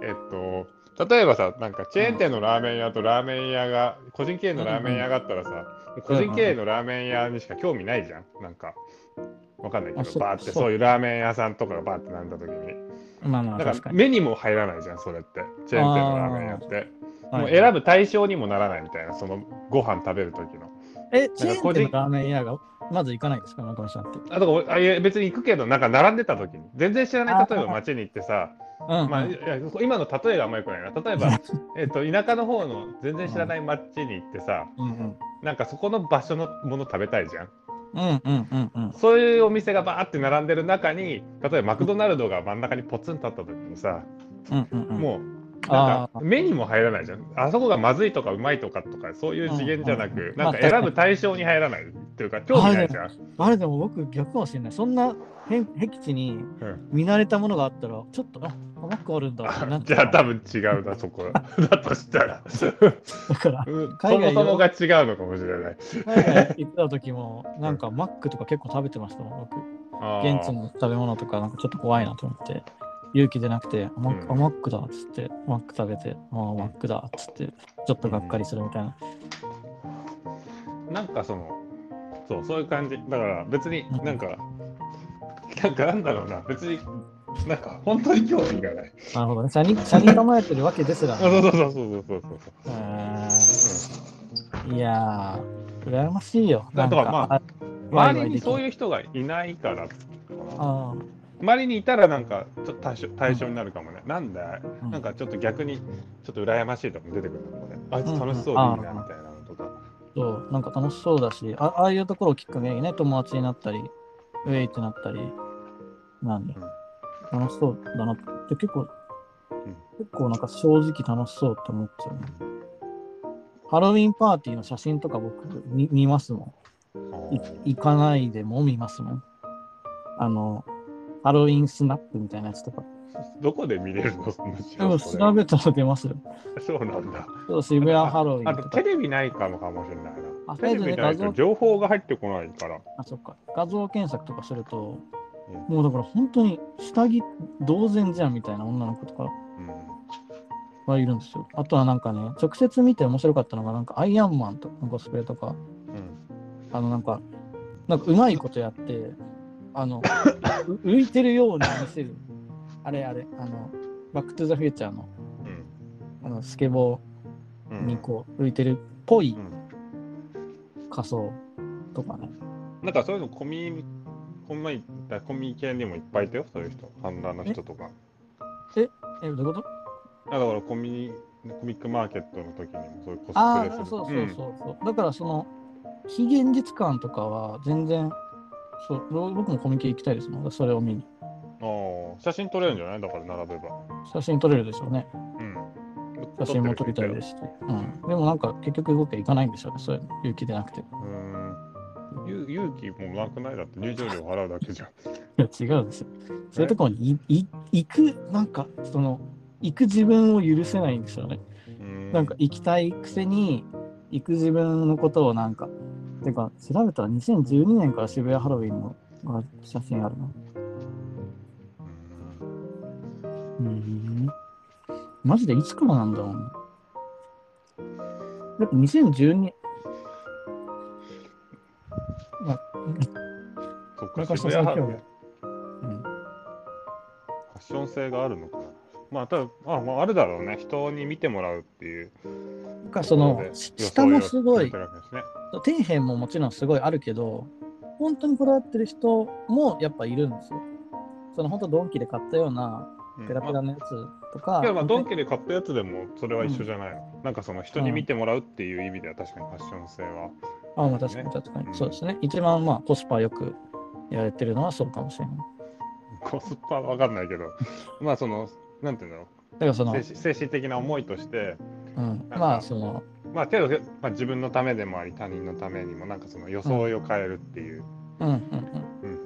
Speaker 1: えっと、例えばさ、なんかチェーン店のラーメン屋とラーメン屋が、個人経営のラーメン屋があったらさ、個人経営のラーメン屋にしか興味ないじゃん。なんか、わかんないけ
Speaker 2: あそ
Speaker 1: ど、
Speaker 2: う
Speaker 1: バーって
Speaker 2: そう
Speaker 1: そういうラーメン屋さんとかがバーって並んだ時に、
Speaker 2: まあま
Speaker 1: な
Speaker 2: あ
Speaker 1: ん
Speaker 2: 確か
Speaker 1: か
Speaker 2: に。
Speaker 1: 目にも入らないじゃん、それって。チェーン店のラーメン屋って。もう
Speaker 2: は
Speaker 1: 選
Speaker 2: い
Speaker 1: ぶ対象にもならないみたいな、そのご飯食べる時の。
Speaker 2: え、チェーン
Speaker 1: 個
Speaker 2: 店
Speaker 1: 人
Speaker 2: のラーメン屋がまず行かないですか、中村さんって。
Speaker 1: あとあいや別に行くけど、なんか並んでた時に、全然知らな
Speaker 2: あ
Speaker 1: い、例えば街に行ってさ、
Speaker 2: うん、
Speaker 1: まあ、
Speaker 2: う
Speaker 1: い
Speaker 2: ん
Speaker 1: や今の例えがあんまよくないな例えば、えっと田舎の方の全然知らない町に行ってさ
Speaker 2: うん
Speaker 1: なんかそこの場所のもの食べたいじゃん
Speaker 2: うんうんうんうん。
Speaker 1: そういうお店がバーって並んでる中に例えばマクドナルドが真ん中にポツンとあった時にさ
Speaker 2: うんうんうん
Speaker 1: もうな
Speaker 2: あ
Speaker 1: んか目にも入らないじゃんあそこがまずいとかうまいとかとかそういう次元じゃな
Speaker 2: うんうんう
Speaker 1: く
Speaker 2: ん
Speaker 1: なんか
Speaker 2: まあ
Speaker 1: 選ぶ対象に入らないっていうか興味ないじゃん
Speaker 2: あれでも僕逆かもしれない。そんな偏僻地に
Speaker 1: ん
Speaker 2: 見慣れたものがあったら、ちょっと、あ、マックあるんだってなっち
Speaker 1: じゃ
Speaker 2: ゃ
Speaker 1: あ
Speaker 2: う。
Speaker 1: 多分違うなそ こはだとしたら
Speaker 2: だから、
Speaker 1: うんそ
Speaker 2: 海
Speaker 1: も
Speaker 2: 外
Speaker 1: そもが違うのかもしれない
Speaker 2: 海外行った時も、なんかマックとか結構食べてましたもん、僕。
Speaker 1: あー
Speaker 2: 現地の食べ物とか、なんかちょっと怖いなと思って、勇気出なくて、マック、
Speaker 1: うん
Speaker 2: あマックだっつって、マック食べて、あーマックだっつって、ちょっとがっかりするみたいな。
Speaker 1: なんかそのそうそういう感じだから別に
Speaker 2: うん
Speaker 1: なんか、なんかなんだろうな別になんか本当に興味がない
Speaker 2: なるほどね。車に、車に構えてるわけですら
Speaker 1: あ
Speaker 2: ね、
Speaker 1: そうそうそうそうそうそうそう
Speaker 2: うーんいやー、羨ましいよ。
Speaker 1: だからまあ
Speaker 2: あ、
Speaker 1: 周りにそう
Speaker 2: う。
Speaker 1: いう人がいないから
Speaker 2: あー
Speaker 1: 周りにいたらなんかちょっと対象対象になるかもねなんで
Speaker 2: うん
Speaker 1: なんかちょっと逆にちょっと羨ましいとかも出てくるかもねあいつ楽しそう
Speaker 2: うん
Speaker 1: で
Speaker 2: う
Speaker 1: い
Speaker 2: ん
Speaker 1: いなみたいなのとか
Speaker 2: そう、なんか楽しそうだし、あああいうところをきっかけにね、友達になったり、ウェイってなったり、なんで、楽しそうだなって、結構、
Speaker 1: ん
Speaker 2: 結構なんか正直楽しそうって思っちゃうね。ハロウィンパーティーの写真とか僕見見ますもん。い行かないでも見ますもん。あの、ハロウィンスナップみたいなやつとか。
Speaker 1: どこで見れるのそんな仕
Speaker 2: でも
Speaker 1: 事
Speaker 2: 調べたら出ますよ。
Speaker 1: そうなんだ
Speaker 2: そう、渋谷ハロウィ
Speaker 1: あ
Speaker 2: ン
Speaker 1: と
Speaker 2: とか
Speaker 1: テ。レビないかもかもしれない
Speaker 2: あ
Speaker 1: なテレビない
Speaker 2: テレビで画像
Speaker 1: と情報が入ってこないから
Speaker 2: あ、そっか。画像検索とかすると、
Speaker 1: う
Speaker 2: もうだから本当に下着同然じゃんみたいな女の子とか
Speaker 1: うん
Speaker 2: がいるんですよ。あとはなんかね、直接見て面白かったのが、なんかアイアンマンとかのコスプレとか、
Speaker 1: うん
Speaker 2: あのなんか、なんかうまいことやって、あの、う浮いてるように見せる。あれあれ、あの、バックトゥザフューチャーの
Speaker 1: うん
Speaker 2: あのスケボ
Speaker 1: う
Speaker 2: ー
Speaker 1: ん
Speaker 2: にこう浮いてるっぽいう仮装とかね。
Speaker 1: んなんかそういうのコミコミコミ系にもいっぱいいたよそういう人ハンダの人とか
Speaker 2: え、どういうこと
Speaker 1: あだからコミコミックマーケットの時にもそういうコス
Speaker 2: あ
Speaker 1: プレす
Speaker 2: あ、
Speaker 1: る
Speaker 2: そうそうそうそう、だからその非現実感とかは全然そうぼ僕もコミケ行きたいですもんそれを見に
Speaker 1: うんあー写真撮れるんじゃないだから並べば
Speaker 2: 写真撮れるでしょうね
Speaker 1: うん
Speaker 2: 写真も撮りたいですすし、うん、でもなんか結局僕は行かないんですよねそういう勇気でなくていう
Speaker 1: ーんゆ勇気もなくないだって入場料払うだけじゃん
Speaker 2: や違うんですよそういうところにいい行くなんかその行く自分を許せないんですよね
Speaker 1: うん
Speaker 2: なんか行きたいくせに行く自分のことをなんかてか調べたら2012年から渋谷ハロウィンのあ写真あるな
Speaker 1: うん
Speaker 2: うん。マジでいつからなんだろうね。やっぱ2012、
Speaker 1: そっ
Speaker 2: これ
Speaker 1: か、
Speaker 2: から
Speaker 1: 渋谷
Speaker 2: 先
Speaker 1: 発フ
Speaker 2: は
Speaker 1: ァッション性があるのかな。まあ、ただ、あまあ、あるだろうね。人に見てもらうっていう
Speaker 2: なんか
Speaker 1: と
Speaker 2: そ
Speaker 1: ころ
Speaker 2: の
Speaker 1: で。、
Speaker 2: 下もすご
Speaker 1: 予
Speaker 2: い
Speaker 1: 想を、やってるわけですね
Speaker 2: 底辺ももちろんすごいあるけど、本当にこだわってる人もやっぱいるんですよ。その本当ドンキで買ったような
Speaker 1: うん
Speaker 2: ペラペラのやつとか。
Speaker 1: いやまあドン
Speaker 2: 本
Speaker 1: キで買ったやつでもそれは一緒じゃないの、なんかその人に見てもらうっていう意味では確かにファッション性は、
Speaker 2: 当にあ、まあ確かに確かに。
Speaker 1: うん
Speaker 2: そうですね。一番まあコスパよくやれてるのはそうかもしれない。
Speaker 1: コスパは分かんないけ どまあそのなんていうの
Speaker 2: だからその、
Speaker 1: 精神精神的な思いとして
Speaker 2: うん、まあその、
Speaker 1: まあけど、まあ、自分のためでもあり他人のためにもなんかその装いを変えるっていう、
Speaker 2: うんうんうん。
Speaker 1: うん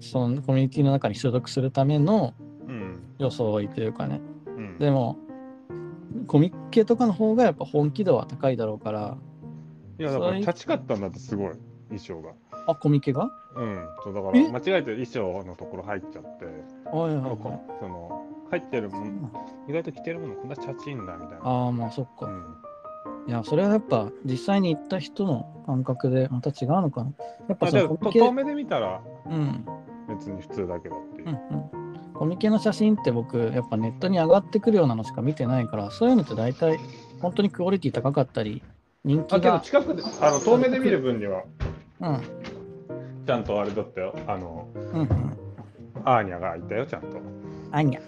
Speaker 2: そのコミュニティの中に所属するための
Speaker 1: うんうん
Speaker 2: 装いというかね
Speaker 1: うん
Speaker 2: でもコミッケとかの方がやっぱ本気度は高いだろうから
Speaker 1: いやだか
Speaker 2: そ
Speaker 1: ら
Speaker 2: れ
Speaker 1: 立ちかったんだってすごい衣装が
Speaker 2: あコミケが
Speaker 1: うんそうだか
Speaker 2: え
Speaker 1: ら間違えて衣装のところ入っちゃって
Speaker 2: はいはい
Speaker 1: なんか
Speaker 2: はい
Speaker 1: こその入ってるもの意外と着てるものこんなチャチいんだみたいな
Speaker 2: ああまあそっ
Speaker 1: う
Speaker 2: か
Speaker 1: ん
Speaker 2: いやそれはやっぱ実際に行った人の感覚でまた違うのかなやっ
Speaker 1: ま
Speaker 2: ぱ
Speaker 1: あ、
Speaker 2: そ
Speaker 1: で
Speaker 2: の
Speaker 1: も
Speaker 2: コミ
Speaker 1: と
Speaker 2: ケ
Speaker 1: 遠目で見たら
Speaker 2: うん
Speaker 1: 別に普通だけどっていうう。
Speaker 2: んうんコミケの写真って僕やっぱネットに上がってくるようなのしか見てないからそういうのって大体本当にクオリティ高かったり人
Speaker 1: あ
Speaker 2: 気
Speaker 1: けど
Speaker 2: が、
Speaker 1: 近くであの遠目で見る分には
Speaker 2: うん
Speaker 1: ちゃんとあれだったよあの
Speaker 2: うんうん、
Speaker 1: アーニャがいたよちゃんと
Speaker 2: あんや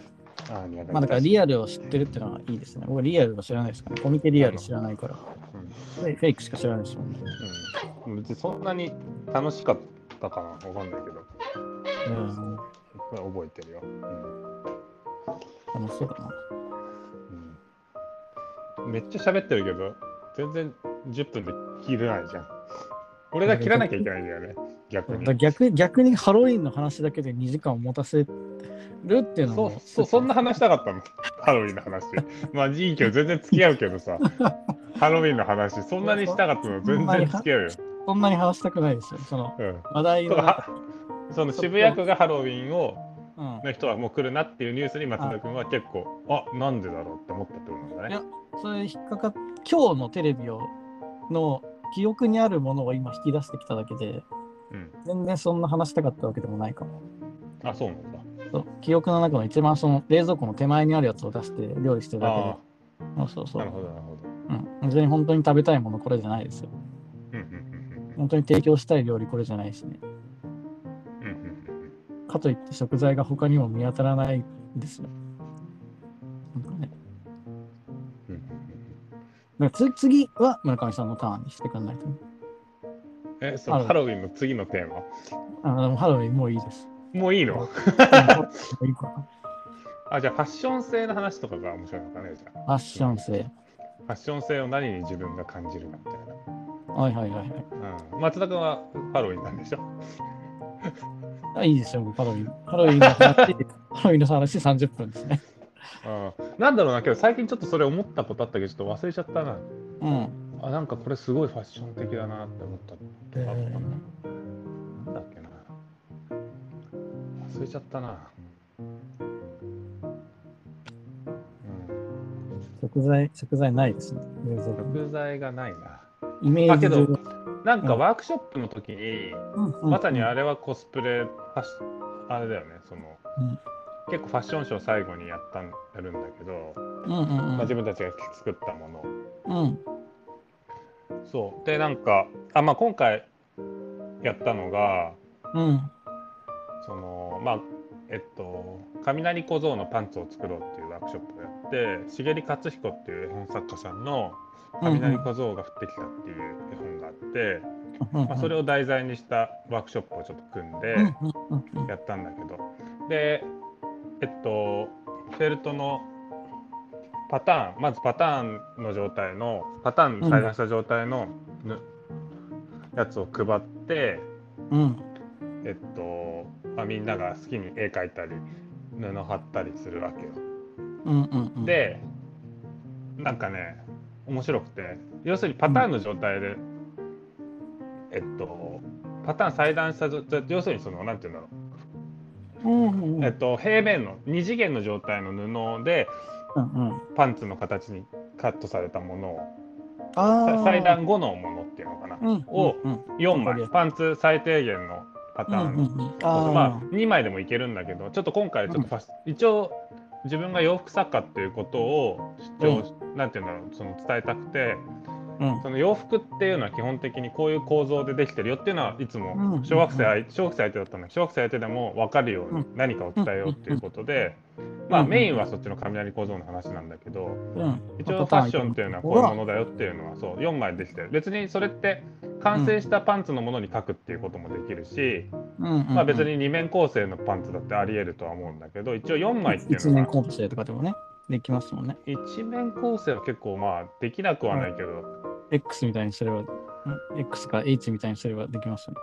Speaker 1: アーニャがいたし
Speaker 2: まあだからリアルを知ってるってのはいいですね。僕リアルは知らないですからね。コミケリアル知らないから。フェイフェイクしか知らないですもんね。
Speaker 1: うんうん別にそんなに楽しかったかなわかんないけど
Speaker 2: うん。
Speaker 1: 覚えてるよ、うん
Speaker 2: 楽しそうだな。
Speaker 1: うんめっちゃ喋ってるけど全然10分で切れないじゃん俺が切らなきゃいけないんだよね逆
Speaker 2: だ
Speaker 1: に
Speaker 2: から逆逆にハロウィンの話だけで2時間を持たせるっていうの
Speaker 1: そ
Speaker 2: も
Speaker 1: うそうそんな話したかったの、 ハロウィンの話。まあ、いいけど、全然付き合うけど さ、ハロウィンの話、そんなにしたかったの、全然付き合うよ。
Speaker 2: そんなに話したくないですよ。その
Speaker 1: うん、
Speaker 2: 話題
Speaker 1: と
Speaker 2: の
Speaker 1: か
Speaker 2: 中、
Speaker 1: は その渋谷区がハロウィンを
Speaker 2: うん、
Speaker 1: の人はもう来るなっていうニュースに松田君は結構、あなんでだろうって思ったってことなんだ
Speaker 2: い
Speaker 1: ね
Speaker 2: や。それ引っかかっ今日のテレビをの記憶にあるものを今引き出してきただけで、
Speaker 1: うん、
Speaker 2: 全然そんな話したかったわけでもないかも。
Speaker 1: あ、そうなんだ。
Speaker 2: そう記憶の中の一番その冷蔵庫の手前にあるやつを出して料理してるだけで
Speaker 1: あ。
Speaker 2: そう
Speaker 1: あ、
Speaker 2: そうそ
Speaker 1: なる
Speaker 2: う。
Speaker 1: ほど、なるほど。
Speaker 2: うん。別に本当に食べたいものこれじゃないですよ。
Speaker 1: うんうん
Speaker 2: 本当に提供したい料理これじゃないしね。
Speaker 1: うんうんうんうん
Speaker 2: かといって食材が他にも見当たらないんですよ。なんかね。
Speaker 1: うんうん
Speaker 2: だからつ次は村上さんのターンにしてくんないとね。
Speaker 1: え、そのハロウィンの次のテーマ、
Speaker 2: あの、でもハロウィンもういい です。
Speaker 1: もういいの
Speaker 2: うんいいかな
Speaker 1: あ、じゃあファッション性の話とかが面白いのかね、じゃあ。
Speaker 2: ファッション性。
Speaker 1: ファッション性を何に自分が感じるかみたい
Speaker 2: はいはいはいはい。
Speaker 1: な。うん、松田君はハロウィンなんでしょ
Speaker 2: あいいですよ、僕ハロウィン。ハロウィン の話、ハロウィンの話30分ですね。
Speaker 1: うんなんだろうな、けど最近ちょっとそれ思ったことあったけど、ちょっと忘れちゃったな。
Speaker 2: うん。
Speaker 1: あ、なんかこれすごいファッション的だなって思ったことがあったな。なんだっけな。忘れちゃったな。うん
Speaker 2: 食材、食材ないですね。冷蔵庫
Speaker 1: 食材がないな。
Speaker 2: イメー
Speaker 1: あ
Speaker 2: ジ
Speaker 1: けど
Speaker 2: 上
Speaker 1: なんかワークショップの時に、まさにあれはコスプレファッシあれだよねその、
Speaker 2: うん
Speaker 1: 結構ファッションショー最後にやったんやるんだけど、
Speaker 2: うんうんうん
Speaker 1: まあ、自分たちが作ったもの
Speaker 2: うん
Speaker 1: そうでなんかあ、まあ、今回やったのが
Speaker 2: うん
Speaker 1: そのまあえっと雷小僧のパンツを作ろうっていうワークショップをやって重利勝彦っていう絵本作家さんの「雷小僧が降ってきた」っていう絵本があって、まあ、それ
Speaker 2: を
Speaker 1: を題材にしたワークショップをちょっと組んで。やったんだけどでえっとフェルトのパターンまずパターンの状態のパターン裁断した状態のぬ、やつを配って
Speaker 2: うん
Speaker 1: えっと、まあ、みんなが好きに絵描いたり布貼ったりするわけよ。
Speaker 2: うんうんうん、
Speaker 1: でなんかね面白くて要するにパターンの状態で、えっとパターン裁断した状態要するにそのなんていうんだろう
Speaker 2: うんうんうん
Speaker 1: えっと、平面の2次元の状態の布で
Speaker 2: うんうん
Speaker 1: パンツの形にカットされたものをさ
Speaker 2: あー
Speaker 1: 裁断後のものっていうのかな、
Speaker 2: うんうん
Speaker 1: を
Speaker 2: うん
Speaker 1: 4
Speaker 2: わかるよ
Speaker 1: 枚パンツ最低限のパタ
Speaker 2: うん
Speaker 1: ーン、
Speaker 2: うんうんあー
Speaker 1: まあ2枚でもいけるんだけどちょっと今回ちょっとファス、一応自分が洋服作家っていうことを主張し、なんていうんだろうその伝えたくて
Speaker 2: うん
Speaker 1: その洋服っていうのは基本的にこういう構造でできてるよっていうのはいつ
Speaker 2: うん
Speaker 1: も小学生相小学生相手だったんだけど小学生相手でも分かるよう
Speaker 2: う
Speaker 1: に何かを伝えようっていうことで、
Speaker 2: ん
Speaker 1: まあ
Speaker 2: うん
Speaker 1: メインはそっちの雷構造の話なんだけど。
Speaker 2: うん
Speaker 1: 一応ファッションっていうのはこういうものだよっていうのはそう4枚できてる別にそれって完成したパンツのものに書くっていうこともできるし、
Speaker 2: うんうんうん
Speaker 1: まあ、別に2面構成のパンツだってありえるとは思うんだけど一応4枚ってい
Speaker 2: 一
Speaker 1: うの
Speaker 2: 年
Speaker 1: が
Speaker 2: コン生とかでもねできますもんね
Speaker 1: 一面構成は結構まあできなくはないけど
Speaker 2: X みたいにすればん X か H みたいにすればできますよね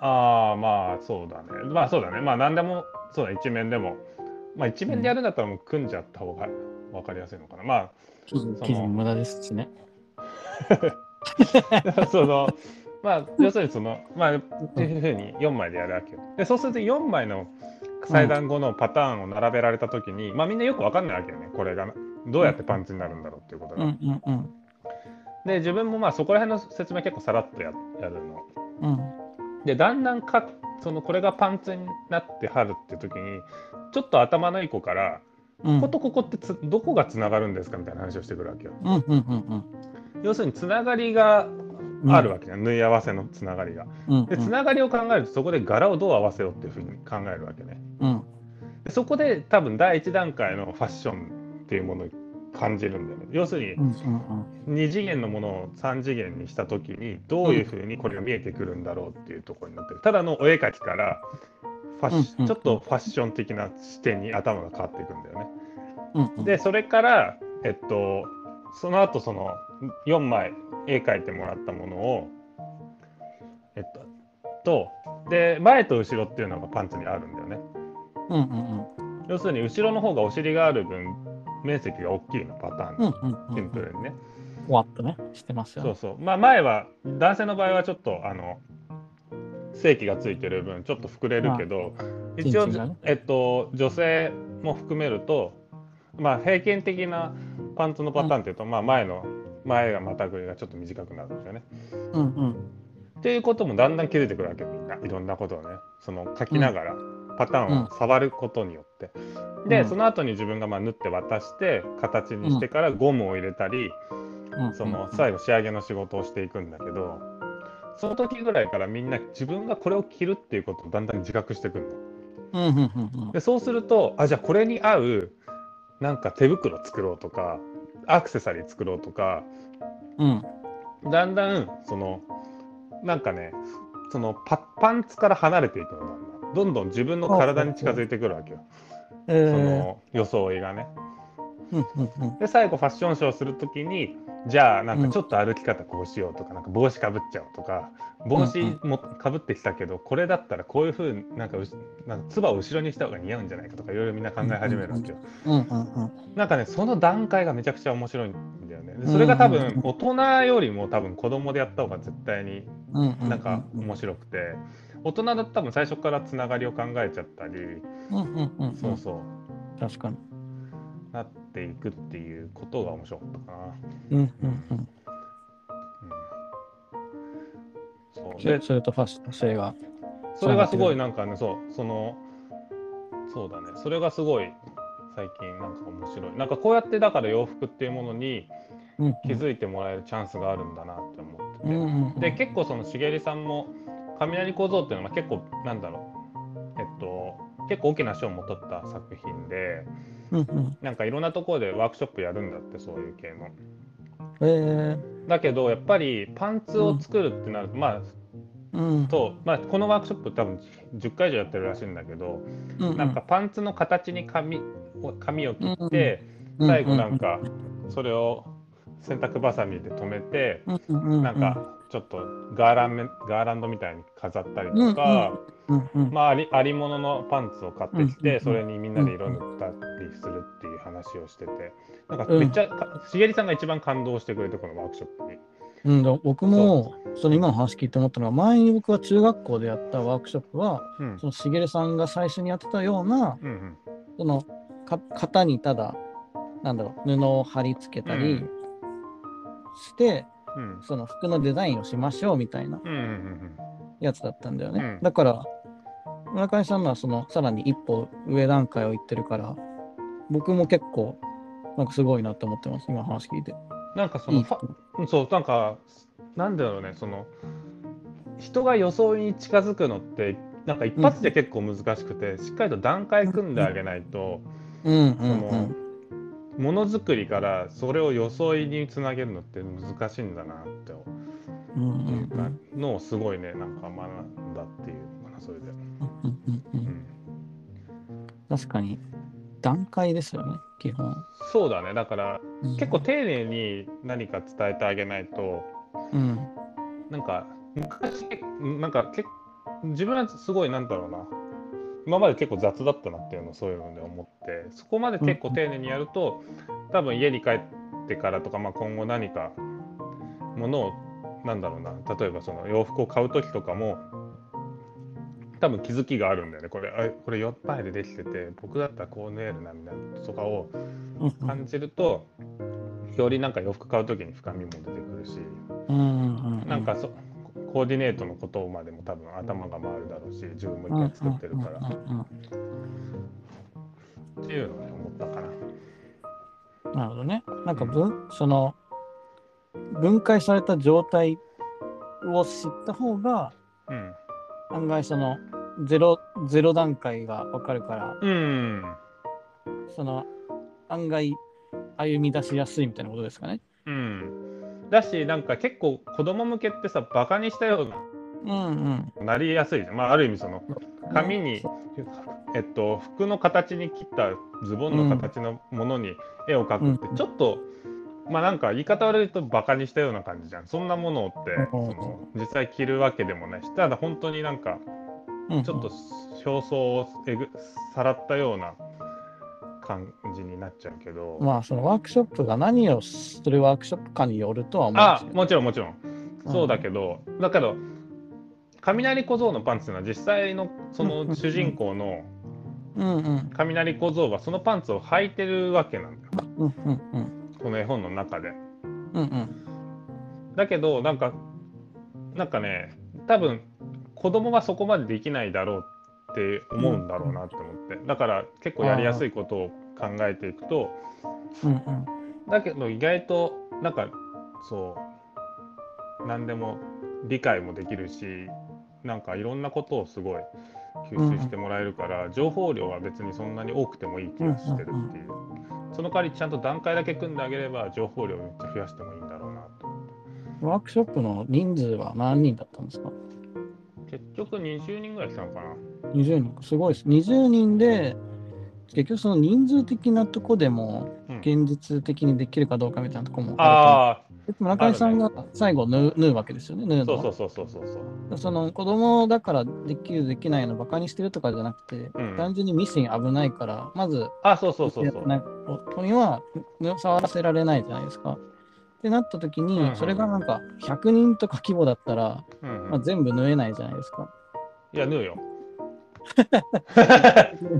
Speaker 1: ああまあそうだねまあそうだねまあ何でもそうだ一面でもまあ一面でやるんだったらもう組んじゃった方が分かりやすいのかなまあ
Speaker 2: 記事記事も無駄ですしね
Speaker 1: そのまあ要するにそのまあっていうふうに4枚でやるわけよ。でそうすると4枚の裁断後のパターンを並べられた時に、まあみんなよくわかんないわけよねこれがどうやってパンツになるんだろうっていうこと
Speaker 2: う
Speaker 1: が。
Speaker 2: んうんうん
Speaker 1: で自分もまあそこら辺の説明結構さらっとややるの。
Speaker 2: うん
Speaker 1: でだんだんかそのこれがパンツになってはるって時にちょっと頭のいい子から、
Speaker 2: うん
Speaker 1: こことここってつどこがつながるんですかみたいな話をしてくるわけよ。
Speaker 2: うんうんうん
Speaker 1: 要するにつながりが
Speaker 2: うん
Speaker 1: あるわけじゃん、縫い合わせのつながりが。
Speaker 2: うん
Speaker 1: で
Speaker 2: う
Speaker 1: つ
Speaker 2: ん
Speaker 1: ながりを考えるとそこで柄をどう合わせようっていうふうに考えるわけね。
Speaker 2: うん
Speaker 1: でそこで多分第一段階のファッションっていうものを感じるんだよね。要する
Speaker 2: う
Speaker 1: に
Speaker 2: んうん
Speaker 1: 2次元のものを3次元にした時にどういうふうにこれが見えてくるんだろうっていうところになってる。ただのお絵描きからファッシ
Speaker 2: うんうん
Speaker 1: ちょっとファッション的な視点に頭が変わっていくんだよね。
Speaker 2: うんうん
Speaker 1: でそれからえっとその後その4枚絵描いてもらったものをえっととで前と後ろっていうのがパンツにあるんだよね
Speaker 2: うんうん
Speaker 1: 要するに後ろの方がお尻がある分面積が大きいのパターン、
Speaker 2: うんうんうん
Speaker 1: シンプルにね、
Speaker 2: ふわっとねしてますよ
Speaker 1: そ
Speaker 2: ね
Speaker 1: うそうまあ前は男性の場合はちょっとあの正規がついてる分ちょっと膨れるけど、一応、
Speaker 2: チンチンがね
Speaker 1: えっと女性も含めるとまあ平均的なパンツのパターンっていうと、まあ前の前がまたぐりがちょっと短くなるんですよね。
Speaker 2: うんうん
Speaker 1: っていうこともだんだん気づいてくるわけみんないろんなことをねその書きながらパターンを触ることによって、
Speaker 2: うん
Speaker 1: で
Speaker 2: うん
Speaker 1: その後に自分がまあ縫って渡して形にしてからゴムを入れたり、
Speaker 2: うん
Speaker 1: その最後仕上げの仕事をしていくんだけどその時ぐらいからみんな自分がこれを着るっていうことをだんだん自覚してくるの。
Speaker 2: うんうんうん
Speaker 1: でそうするとあじゃあこれに合うなんか手袋作ろうとかアクセサリー作ろうとか
Speaker 2: うんうん
Speaker 1: だんだんそのなんかねそのパパンツから離れていくのだんだんどんどん自分の体に近づいてくるわけよ、
Speaker 2: え
Speaker 1: そ
Speaker 2: ー
Speaker 1: の装いがね。
Speaker 2: うんうんうん
Speaker 1: で最後ファッションショーするときにじゃあなんかちょっと歩き方こうしようとか,、なんか帽子かぶっちゃおうとか帽子もかぶってきたけど、これだったらこういうふうになんかうしなんかつばを後ろにした方が似合うんじゃないかとかいろいろみんな考え始めるわけよ。
Speaker 2: うんうん
Speaker 1: なんかねその段階がめちゃくちゃ面白いんだよね。でそれが多分大人よりも多分子供でやった方が絶対に
Speaker 2: うんうん
Speaker 1: なんか面白くて大人だと多分最初からつながりを考えちゃったり
Speaker 2: うんうんうんうん
Speaker 1: そうそう
Speaker 2: 確かに
Speaker 1: なっていくっていうことが面白かったかな。
Speaker 2: うんうんうん
Speaker 1: うんそう
Speaker 2: それ
Speaker 1: で
Speaker 2: それとファッション性が
Speaker 1: それがすごいなんかねそうそのそうだねそれがすごい最近なんか面白いなんかこうやってだから洋服っていうものに
Speaker 2: うん
Speaker 1: 気づいてもらえるチャンスがあるんだなって思ってて、
Speaker 2: うんうんうん
Speaker 1: で結構その茂さんも雷小僧っていうのは結構なんだろうえっと結構大きな賞も取った作品で
Speaker 2: うんうん
Speaker 1: なんかいろんなところでワークショップやるんだってそういう系の。
Speaker 2: えー
Speaker 1: だけどやっぱりパンツを作るってなると、ま
Speaker 2: うん
Speaker 1: あと、まあ、このワークショップ多分10回以上やってるらしいんだけど、
Speaker 2: うう
Speaker 1: なんかパンツの形に紙を紙を切って、
Speaker 2: うん
Speaker 1: 最後なんかそれを洗濯バサミで留めて、
Speaker 2: うんうんうん
Speaker 1: なんかちょっとガーランメガーランドみたいに飾ったりとか、
Speaker 2: うんうん
Speaker 1: まあ、ありありもののパンツを買ってきて、
Speaker 2: うんうん
Speaker 1: それにみんなで色塗ったりするっていう話をしててなんかめっちゃ、かしげりさんが一番感動してくれてこのワークショップに。
Speaker 2: うん、だから僕もその今の話聞いて思ったのが前に僕は中学校でやったワークショップは
Speaker 1: うん
Speaker 2: そのしげるさんが最初にやってたような
Speaker 1: うんうん
Speaker 2: そのか型にただなんだろう布を貼り付けた
Speaker 1: う
Speaker 2: り
Speaker 1: ん
Speaker 2: して、
Speaker 1: うん
Speaker 2: その服のデザインをしましょうみたいな
Speaker 1: うんうん
Speaker 2: やつだったんだよね、
Speaker 1: うん
Speaker 2: だから村上さんのはそのさらに一歩上段階を行ってるから僕も結構なんかすごいなって思ってます今の話聞いて
Speaker 1: なんかそ
Speaker 2: い
Speaker 1: の
Speaker 2: い
Speaker 1: ファうんそうなんかなんだろうねその人が予想に近づくのってなんか一発じゃ結構難しくて、しっかりと段階組んであげないと、
Speaker 2: うんう
Speaker 1: そ
Speaker 2: んう
Speaker 1: の
Speaker 2: ん
Speaker 1: ものづくりからそれを装いにつなげるのって難しいんだなって
Speaker 2: うんうん
Speaker 1: 思
Speaker 2: うん
Speaker 1: うのをすごいねなんか学んだっていうかなそれで、
Speaker 2: うんうんう
Speaker 1: うんん
Speaker 2: 確かに段階ですよね基本、
Speaker 1: そうだねだから
Speaker 2: うん
Speaker 1: 結構丁寧に何か伝えてあげないと
Speaker 2: うん
Speaker 1: なんか昔なんかけ自分はすごいなんだろうな今まで結構雑だったなっていうのをそういうので思ってそこまで結構丁寧にやると多分家に帰ってからとか、まあ、今後何かものをなんだろうな例えばその洋服を買う時とかも多分気づきがあるんだよねこれあこれ4パイでできてて僕だったらこう縫えるなみたいなとかを
Speaker 2: うんうん
Speaker 1: 感じるとよりなんか洋服買う時に深みも出てくるし。
Speaker 2: うんうんうん
Speaker 1: なんかそコーディネートのことまでも多分頭が回るだろうし自分も一回作ってるから
Speaker 2: うんうんうん
Speaker 1: っていうのをね思ったかな。
Speaker 2: うんなるほどねなんか分、その分解された状態を知った方が
Speaker 1: うん
Speaker 2: 案外そのゼロゼロ段階が分かるから
Speaker 1: うん
Speaker 2: その案外歩み出しやすいみたいなことですかね
Speaker 1: うん、だしなんか結構子供向けってさバカにしたよう
Speaker 2: うんうん
Speaker 1: になりやすいじゃん、まあ、ある意味その、紙に
Speaker 2: うんそ
Speaker 1: えっと、服の形に切ったズボンの形のものに絵を描くっ
Speaker 2: うん
Speaker 1: てちょっと、まあなんか言い方悪いとバカにしたような感じじゃんそんなものってそ
Speaker 2: うん
Speaker 1: の実際着るわけでもないしただ本当になんか
Speaker 2: うん うん
Speaker 1: ちょっと表層をえぐさらったような感じになっちゃうけど、
Speaker 2: まあそのワークショップが何をするワークショップかによるとは思
Speaker 1: あ
Speaker 2: うんです
Speaker 1: もちろんもちろん
Speaker 2: うん
Speaker 1: そうだけど、だけど雷小僧のパンツっていうのは実際のそ
Speaker 2: うんうんう
Speaker 1: の
Speaker 2: ん
Speaker 1: 主人公の
Speaker 2: けどうんうん
Speaker 1: 雷小僧はそのパンツを履いてるわけなんだよ
Speaker 2: うんうんうん
Speaker 1: この絵本の中で。
Speaker 2: うんうん
Speaker 1: だけどなんかなんかね多分子供がそこまでできないだろうって思うんだろうなって思ってだから結構やりやすいことを考えていくと。
Speaker 2: うんうん
Speaker 1: だけど意外となんかそう何でも理解もできるしなんかいろんなことをすごい吸収してもらえるから、情報量は別にそんなに多くてもいい気がしてるっていう、その代わりちゃんと段階だけ組んであげれば情報量めっちゃ増やしてもいいんだろうなと
Speaker 2: ワークショップの人数は何人だったんですか
Speaker 1: 結局20人ぐらい来たのかな
Speaker 2: ?20 人すごいです20人で結局その人数的なとこでも
Speaker 1: うん
Speaker 2: 現実的にできるかどうかみたいなとこもあ
Speaker 1: あ
Speaker 2: ると思う、村上さん
Speaker 1: あ
Speaker 2: が
Speaker 1: る
Speaker 2: 最後縫う縫うわけですよね縫う
Speaker 1: あ
Speaker 2: の
Speaker 1: そう
Speaker 2: は
Speaker 1: そうそうそうそうそう
Speaker 2: その子供だからできるできないのバカにしてるとかじゃなくて、
Speaker 1: うん
Speaker 2: 単純にミシン危ないからまず
Speaker 1: あそうそうそう
Speaker 2: やっ
Speaker 1: そ
Speaker 2: て
Speaker 1: う
Speaker 2: ないことにはぬ触らせられないじゃないですか。ってなった時
Speaker 1: うんうんう
Speaker 2: に
Speaker 1: ん
Speaker 2: それがなんか100人とか規模だったら、
Speaker 1: うん
Speaker 2: ま
Speaker 1: う
Speaker 2: あ、
Speaker 1: ん、
Speaker 2: 全部縫えないじゃないで すか。
Speaker 1: いや縫 うよ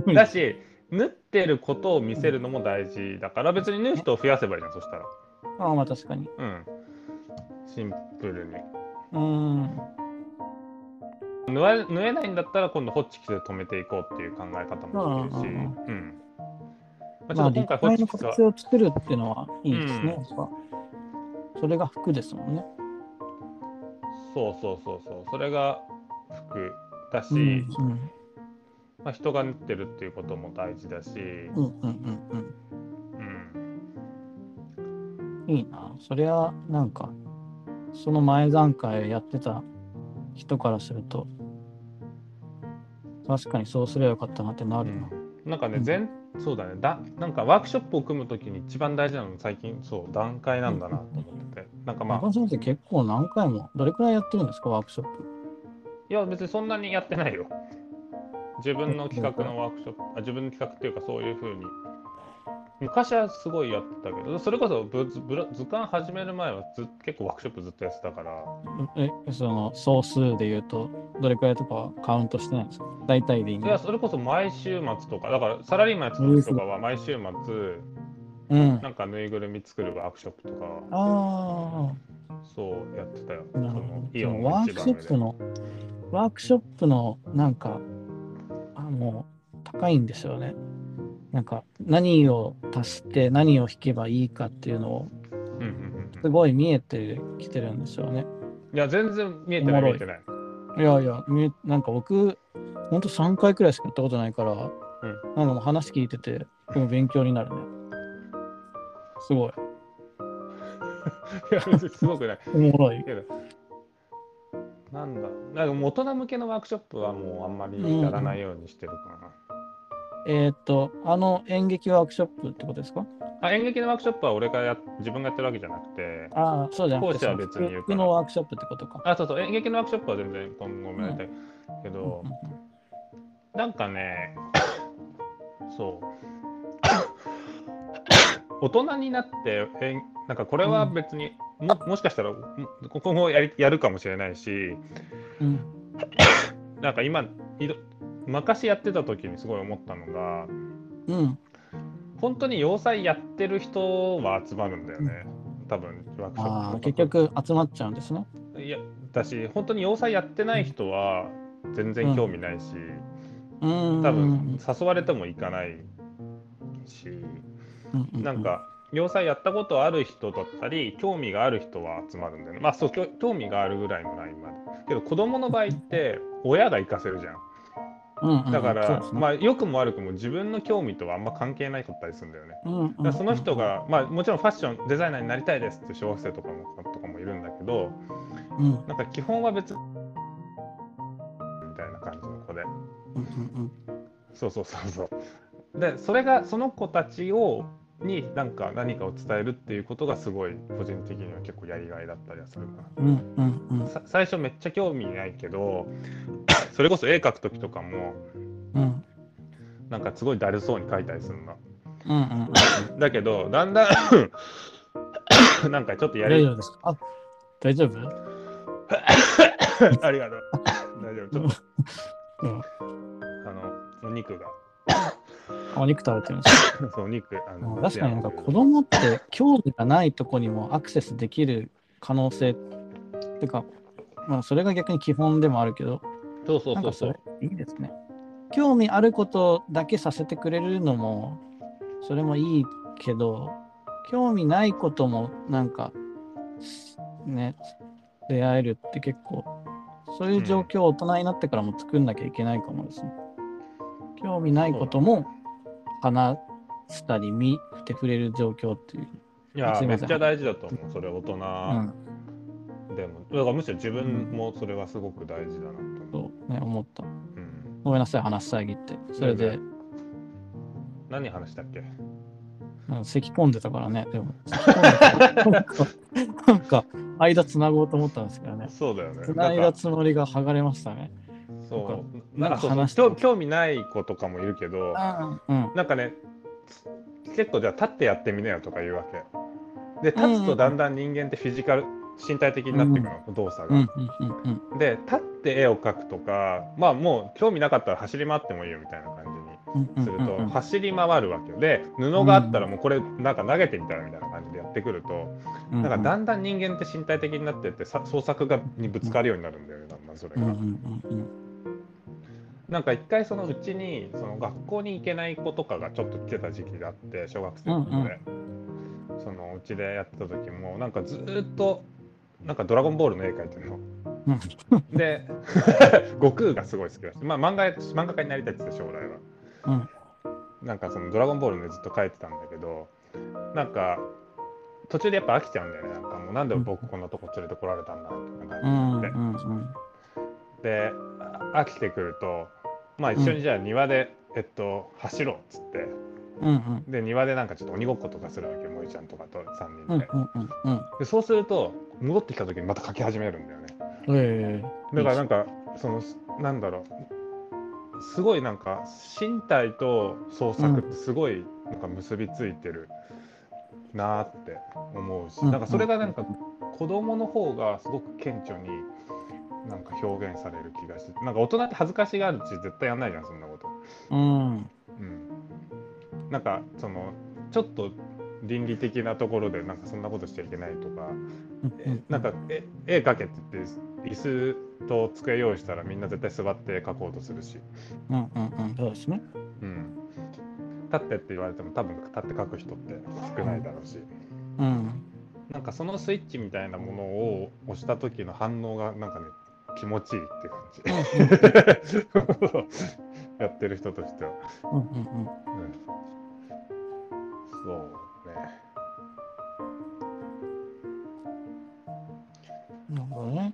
Speaker 2: うん
Speaker 1: だし縫ってることを見せるのも大事だから別に縫う人を増やせばいいじゃんそしたら
Speaker 2: ああまあ確かに。
Speaker 1: うんシンプルに
Speaker 2: うーん。
Speaker 1: 縫われ縫えないんだったら今度ホッチキスで止めていこうっていう考え方もできるし
Speaker 2: うんうん
Speaker 1: うんまあち
Speaker 2: ま
Speaker 1: ょ
Speaker 2: あ
Speaker 1: っと今
Speaker 2: 立
Speaker 1: 回ホッ
Speaker 2: 体
Speaker 1: チ
Speaker 2: の
Speaker 1: キスは
Speaker 2: 形を作るっていうのはいいですね。
Speaker 1: うん
Speaker 2: やっぱそれが服ですもんね。
Speaker 1: そうそうそうそうそれが服だし、
Speaker 2: うん
Speaker 1: まあ、人が縫ってるっていうことも大事だし、
Speaker 2: うんうんうんうん
Speaker 1: うん、
Speaker 2: うん。いいな。そりゃなんかその前段階やってた人からすると確かにそうすればよかったなってなるな。
Speaker 1: なんかね
Speaker 2: うん
Speaker 1: 全そうだねだなんかワークショップを組むときに一番大事なの最近そう段階なんだなと思っててなんかまあ
Speaker 2: 中野先生結構何回もどれくらいやってるんですかワークショップ
Speaker 1: いや別にそんなにやってないよ。自分の企画のワークショップ、あ自分の企画っていうかそういうふうに昔はすごいやってたけど、それこそぶずぶら図鑑始める前はず結構ワークショップずっとやってたから、
Speaker 2: え、その、総数で言うと、どれくらいとかはカウントしてないんですか大体でいいん
Speaker 1: い
Speaker 2: で
Speaker 1: や
Speaker 2: す。
Speaker 1: それこそ毎週末とか、だからサラリーマンやってた時とかは毎週末、
Speaker 2: うん。あ
Speaker 1: なんかぬいぐるみ作るワークショップとか、
Speaker 2: あ
Speaker 1: そうやってたよ。
Speaker 2: ー、なるほ
Speaker 1: その
Speaker 2: ど。
Speaker 1: イオン
Speaker 2: そのワ
Speaker 1: の
Speaker 2: ー
Speaker 1: 一
Speaker 2: ク
Speaker 1: 番
Speaker 2: シ
Speaker 1: 上
Speaker 2: ョ
Speaker 1: で
Speaker 2: ップの、ワークショップの、なんか、あもう、高いんですよね。なんか、何を足して、何を引けばいいかっていうのを、
Speaker 1: うんうんうんう
Speaker 2: す
Speaker 1: ん
Speaker 2: ごい見えてきてるんですよね。
Speaker 1: いや、全然見えてない、
Speaker 2: おも
Speaker 1: 見
Speaker 2: ろい
Speaker 1: えてない。
Speaker 2: いやいや、みなんか僕、ほんと3回くらいしかやったことないから、なんかもう話聞いてて、でも勉強になるね。すごい。
Speaker 1: いや別にすごくない。
Speaker 2: おもろい。
Speaker 1: けど、なんだ、なんかもう大人向けのワークショップはもうあんまりやらないようにしてるか
Speaker 2: えーっと、あの演劇ワークショップってことですか
Speaker 1: な。あ演劇のワークショップは俺がや自分がやってるわけじゃなくて、
Speaker 2: ああ、そうじゃな
Speaker 1: 講
Speaker 2: くて、
Speaker 1: 師は
Speaker 2: その
Speaker 1: 別に言うから
Speaker 2: 服のワークショップってことか。
Speaker 1: あ、そうそう、演劇のワークショップは全然今後もやりたいけど、なんかね、 そう。大人になって、えんなんかこれは別に、ももしかしたらん今後やりやるかもしれないし、
Speaker 2: うん、
Speaker 1: なんか今、いろ昔やってた時にすごい思ったのが、
Speaker 2: うん、うん、
Speaker 1: 本当に要塞やってる人は集まるんだよね、多分ワークショップと
Speaker 2: ああ、
Speaker 1: か
Speaker 2: 結局集まっちゃうんですね。
Speaker 1: いやだし本当に要塞やってない人は全然興味ないし、
Speaker 2: うーん。
Speaker 1: 多分誘われても行かないし、
Speaker 2: うん、う
Speaker 1: なん、か要塞やったことある人だったり興味がある人は集まるんだよねまあそうきょ興味があるぐらいのラインまでけど子供の場合って親が行かせるじゃん
Speaker 2: うんうんうん、
Speaker 1: だから、
Speaker 2: そうですね
Speaker 1: まあ良くも悪くも自分の興味とはあんま関係ないかったりするんだよね
Speaker 2: うんうん
Speaker 1: だからその人、が、まあ、もちろんファッションデザイナーになりたいですって小学生とかもとかもいるんだけど
Speaker 2: うんうん
Speaker 1: なんか基本は別にみたいな感じの子で
Speaker 2: うんうん
Speaker 1: そうそうそうそうでそれがその子たちをになんか何かを伝えるっていうことがすごい個人的には結構やりがいだったりはするか
Speaker 2: うんうんうんうん
Speaker 1: なさ最初めっちゃ興味ないけど それこそ絵描く時とかも
Speaker 2: うん
Speaker 1: なんかすごいだるそうに描いたりするの
Speaker 2: うんうん
Speaker 1: だけどだんだんなん かちょっとや
Speaker 2: 大
Speaker 1: り
Speaker 2: 丈夫ですかあ大丈夫
Speaker 1: ありがと う。大丈夫。ちょっと、
Speaker 2: うん
Speaker 1: あの、お肉が。
Speaker 2: お肉食べてるんですか
Speaker 1: そう、お肉。あの
Speaker 2: 確かになんか子供って興味がないとこにもアクセスできる可能性ってか、まあ、それが逆に基本でもあるけど
Speaker 1: そうそうそうそう
Speaker 2: なんか。それいいですね興味あることだけさせてくれるのもそれもいいけど興味ないこともなんかね出会えるって結構そういう状況を大人になってからも作んなきゃいけないかもですね、興味ないことも話したり見て触れる状況っていう、
Speaker 1: いや
Speaker 2: すい
Speaker 1: め
Speaker 2: ま
Speaker 1: っ
Speaker 2: せん
Speaker 1: ちゃ大事だと思う。それ、大人
Speaker 2: うん
Speaker 1: でも。だからむしろ自分もそれはすごく大事だなと思う。
Speaker 2: そうね思った
Speaker 1: うん
Speaker 2: ごめんなさい話遮ってそれで、
Speaker 1: 何話したっけ
Speaker 2: うん、咳込んでたからね、でも。咳込んでたからなんか、間つなごうと思ったんですけどね。
Speaker 1: そうだよね。
Speaker 2: つない
Speaker 1: な
Speaker 2: だ
Speaker 1: んか
Speaker 2: つもりが剥がれましたね。
Speaker 1: そう。
Speaker 2: な
Speaker 1: なんんか
Speaker 2: か
Speaker 1: そう
Speaker 2: 話し
Speaker 1: 興興味ない子とかもいるけど、
Speaker 2: うん。
Speaker 1: なんかね、結構じゃあ立ってやってみなよとか言うわけ。で、立つとだんだん人間ってフィジカル、身体的になっていくの、動作
Speaker 2: うん。う
Speaker 1: が
Speaker 2: ん。。うん。うん。
Speaker 1: で、立って絵を描くとか、まあもう興味なかったら走り回ってもいいよみたいな感じ
Speaker 2: うん。うん
Speaker 1: にする
Speaker 2: うんう
Speaker 1: と、
Speaker 2: ん
Speaker 1: 走り回るわけよ。で、布があったらもうこれなんか投げてみたらみたいな感じでやってくると、
Speaker 2: うん。
Speaker 1: なんかだんだん人間って身体的になってって、さ創作がにぶつかるようになるんだよね、だんだんそれ
Speaker 2: うん。うん
Speaker 1: が。。なんか一回そのうちにその学校に行けない子とかがちょっと来てた時期があって小学生の頃で、そのうちでやってた時もなんかずーっとなんか「ドラゴンボール」の絵描いてるの。
Speaker 2: うん
Speaker 1: で 悟空がすごい好きだし、まあ、漫画漫画家になりたいって言ってた将来は。
Speaker 2: うん。
Speaker 1: なんかその「ドラゴンボール」の絵ずっと描いてたんだけどなんか途中でやっぱ飽きちゃうんだよねなんかもうなんで僕こんなとこ連れてこられたんだとか
Speaker 2: う。
Speaker 1: なんって。
Speaker 2: うん。
Speaker 1: であ飽きてくるとまあ一緒にじゃあ庭で、えっと走ろうっつって
Speaker 2: うん。
Speaker 1: で庭でなんかちょっと鬼ごっことかするわけよもえちゃんとかと3
Speaker 2: う
Speaker 1: 人
Speaker 2: ん。
Speaker 1: で,、
Speaker 2: うん。うん。
Speaker 1: でそうすると戻ってきた時にまた書き始めるんだよね
Speaker 2: ええ。
Speaker 1: だからなんかそのなんだろうすごいなんか身体と創作ってすごいなんか結びついてるなーって思うし、
Speaker 2: うん
Speaker 1: なんかそれがなんか子供の方がすごく顕著になんか表現される気がしてなんか大人って恥ずかしがるし絶対やんないじゃんそんなこと。
Speaker 2: うん。
Speaker 1: うん、なんかそのちょっと倫理的なところでなんかそんなことしちゃいけないとか、えなんかえ絵描けって言って椅子と机用意したらみんな絶対座って描こうとするし、
Speaker 2: うんうんうん、そうですね。
Speaker 1: うん、立ってって言われても多分立って描く人って少ないだろうし、
Speaker 2: うん。
Speaker 1: なんかそのスイッチみたいなものを押した時の反応がなんかね気持ちいいって感 じやってる人としては。
Speaker 2: うん
Speaker 1: う
Speaker 2: うん
Speaker 1: んそうね。
Speaker 2: うん。なるほどね。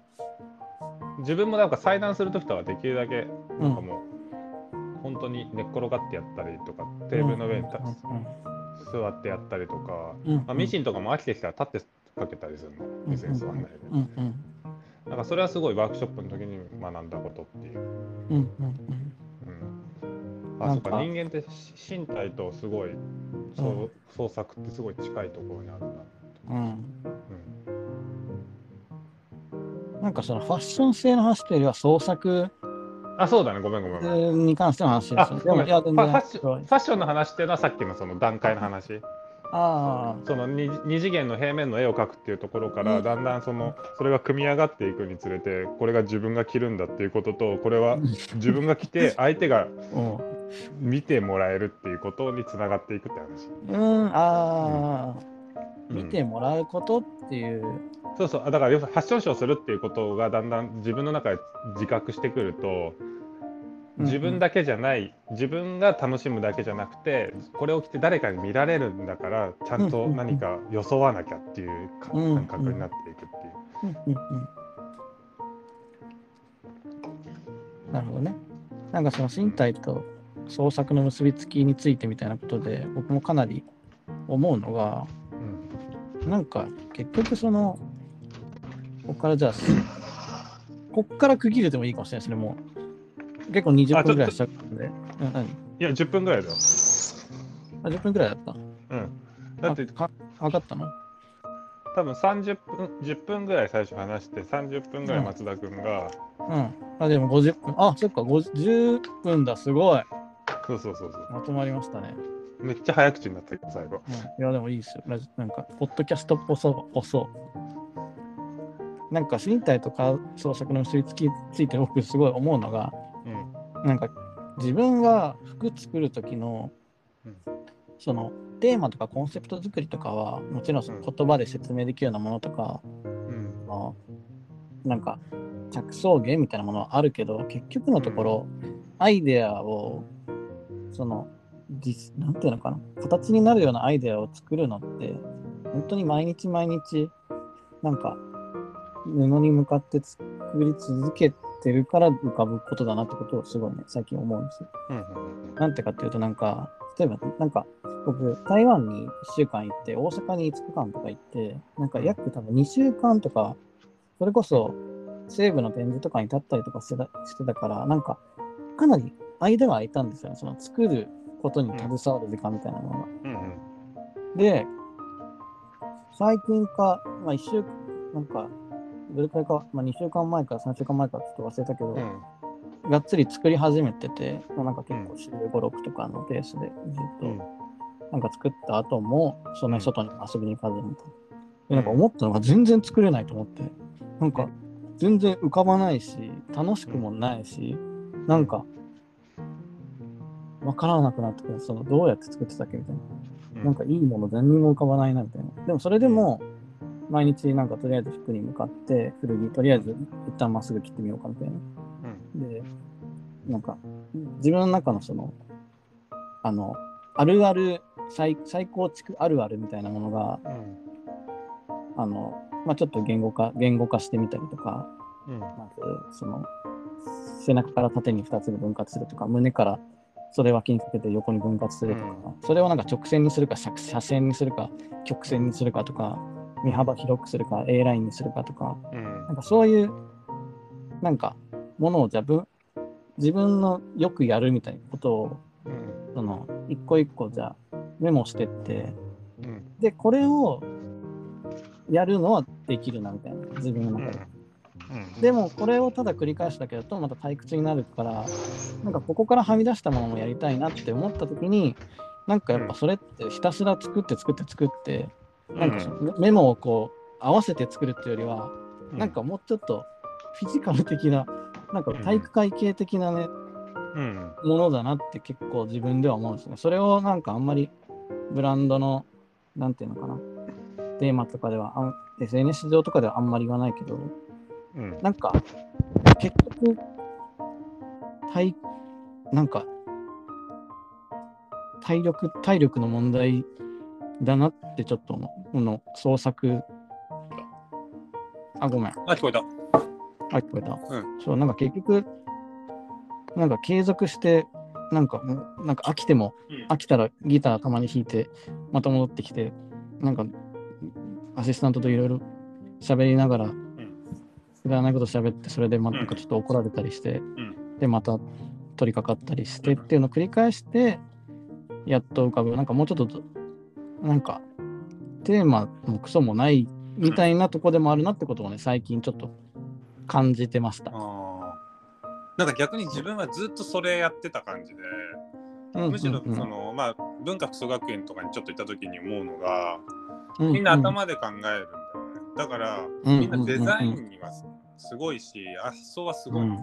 Speaker 1: 自分もなんか裁断するときとかできるだけ
Speaker 2: うん
Speaker 1: なんかもう本当に寝っ転がってやったりとかテーブルの上にた、座ってやったりとか、
Speaker 2: うん。
Speaker 1: まあ、ミシンとかも飽きてきたら立ってかけたりするの
Speaker 2: うん
Speaker 1: 別に座んないで、
Speaker 2: うんうん
Speaker 1: なんかそれはすごいワークショップの時に学んだことっていう、
Speaker 2: うんうん
Speaker 1: うん、あ
Speaker 2: な
Speaker 1: そっ
Speaker 2: んか
Speaker 1: か人間ってし身体とすごいそう、
Speaker 2: う
Speaker 1: 創作ってすごい近いところにあるな、
Speaker 2: うん。
Speaker 1: うん
Speaker 2: うん。なんかそのファッション性の話というよりは創作
Speaker 1: あそうだねごめんごめんごめん、
Speaker 2: に関しての話で
Speaker 1: あ
Speaker 2: すよね。
Speaker 1: ごめん
Speaker 2: い
Speaker 1: ファ
Speaker 2: や、
Speaker 1: フ
Speaker 2: 全
Speaker 1: ァ
Speaker 2: 然。
Speaker 1: ッションファッションの話っていうのはさっきのその段階の話、
Speaker 2: あ
Speaker 1: その二二次元の平面の絵を描くっていうところか
Speaker 2: う
Speaker 1: ら
Speaker 2: ん
Speaker 1: だんだんそのそれが組み上がっていくにつれてこれが自分が着るんだっていうこととこれは自分が着 て相手が
Speaker 2: あ。うん。
Speaker 1: 見てもらえるっていうことにつながっていくって話。
Speaker 2: うん、ああ、
Speaker 1: うん
Speaker 2: 見てもらうことっていう。
Speaker 1: そうそうあだから要するにファッションショーするっていうことがだんだん自分の中で自覚してくると自分だけじゃない自分が楽しむだけじゃなくてこれを着て誰かに見られるんだからちゃんと何か装わなきゃっていうか
Speaker 2: うん
Speaker 1: 感覚になっていくっていう。
Speaker 2: うんうんうんなるほどね。なんかその身体と創作の結びつきについてみたいなことで僕もかなり思うのが
Speaker 1: うん
Speaker 2: なんか結局そのこっからじゃあすこっから区切れてもいいかもしれないですねもう結構20分ぐらいしちゃったんでうん何
Speaker 1: いや、10分ぐらいだよ。
Speaker 2: あ10分ぐらいだった
Speaker 1: うん。だって、
Speaker 2: あ分かったの
Speaker 1: 多分30分、10分ぐらい最初話して、30分ぐらい松田君が、
Speaker 2: うんあでも50分あそっか50 10分だすごい
Speaker 1: そうそうそうそう、
Speaker 2: まとまりましたね
Speaker 1: めっちゃ早口になったけど、最後。
Speaker 2: うんいやでもいいですよ。ラジなんか、ポッドキャストっぽそう。ぽそうなんか、身体とか創作の結びつきについて僕すごい思うのが、
Speaker 1: うん。
Speaker 2: なんか、自分は服作る時の
Speaker 1: うん、
Speaker 2: その、テーマとかコンセプト作りとかは、もちろんその言葉で説明できるようなものとか、
Speaker 1: うん。
Speaker 2: あのなんか、着想源みたいなものはあるけど、結局のところ、アイデアを、その、実なんていうのかな、形になるようなアイデアを作るのって、本当に毎日毎日、なんか、布に向かって作り続けてるから浮かぶことだなってことをすごいね、最近思うんですよ。
Speaker 1: うん。うん。
Speaker 2: なんてかっていうと、なんか、例えば、なんか、僕、台湾に1週間行って、大阪に5日間とか行って、なんか約多分2週間とか、それこそ西部の展示とかに立ったりとかしてたしてたから、なんか、かなり間が空いたんですよね。その作ることに携わる時間みたいなものが。
Speaker 1: うん。うん。
Speaker 2: で、最近か、まあ1週、なんか、どれくらいか、まあ2週間前か3週間前かちょっと忘れたけど、
Speaker 1: うん。
Speaker 2: がっつり作り始めてて、もうなんか結構15、6とかのペースでずっ
Speaker 1: うん
Speaker 2: となんか作った後も、そんなに外に遊びに行かずにと。でなんか
Speaker 1: うん
Speaker 2: 思ったのが全然作れないと思って、なんか全然浮かばないし、楽しくもないし、なんか、わからなくなってくる。その、どうやって作ってたっけみたいな。なんかいいもの何にも浮かばないなみたいな。でもそれでも、毎日なんかとりあえず服に向かって、古着とりあえず一旦まっすぐ切ってみようかみたいな。
Speaker 1: うん。
Speaker 2: で、なんか、自分の中のその、あの、あるある、再再構築あるあるみたいなものが、
Speaker 1: うん。
Speaker 2: あの、まあ、ちょっと言語化、言語化してみたりとか、
Speaker 1: うん。うん。
Speaker 2: まず、その、背中から縦に2つに分割するとか、胸から袖脇にかけて横に分割するとか、それをなんか直線にするか、斜斜線にするか、曲線にするかとか、身幅広くするか、A ラインにするかとか、
Speaker 1: うん
Speaker 2: なんかそういう、なんか、ものをじゃあぶ自分のよくやるみたいなことを、
Speaker 1: うん。
Speaker 2: その、一個一個じゃあメモしてって、
Speaker 3: うん
Speaker 2: で、これをやるのはできるなみたいな、自分
Speaker 3: う
Speaker 2: の中で。
Speaker 3: んうん
Speaker 2: でも、これをただ繰り返すだけだと、また退屈になるから、なんかここからはみ出したものもやりたいなって思った時に、なんかやっぱそれってひたすら作って作って作って、なんかそのメモをこう合わせて作るっていうよりは、
Speaker 3: うん
Speaker 2: なんかもうちょっとフィジカル的な、なんか体育会系的なね、
Speaker 3: うん
Speaker 2: ものだなって結構自分では思うんですね。それをなんかあんまりブランドの、なんていうのかな、テーマとかでは、あん SNS 上とかではあんまり言わないけど、
Speaker 3: うん
Speaker 2: なんか結局、体、なんか、体力、体力の問題だなってちょっと思う。この創作、あ、ごめん。
Speaker 1: あ、聞こえた。
Speaker 2: あ、聞こえた。
Speaker 1: う
Speaker 2: そう、なんか結局、なんか継続して、なんか、んなんか飽きても、
Speaker 1: うん
Speaker 2: 飽きたらギターたまに弾いて、また戻ってきて、なんか、アシスタントといろいろ喋りながら、知らないこと喋って、それで、ま、なんかちょっと怒られたりして、
Speaker 1: ん
Speaker 2: で、また取り掛かったりしてっていうのを繰り返して、やっと浮かぶ。なんかもうちょっとど、なんか、テーマもクソもないみたいなとこでもあるなってことをね、最近ちょっと感じてました。
Speaker 1: あーなんか逆に自分はずっとそれやってた感じで、むしろその、まあ、文化基礎学園とかにちょっと行った時に思うのが、みんな頭で考えるんだよね。だから、
Speaker 2: うん
Speaker 1: みんなデザインにはすごいし、発想はすごい。
Speaker 2: うんうんうん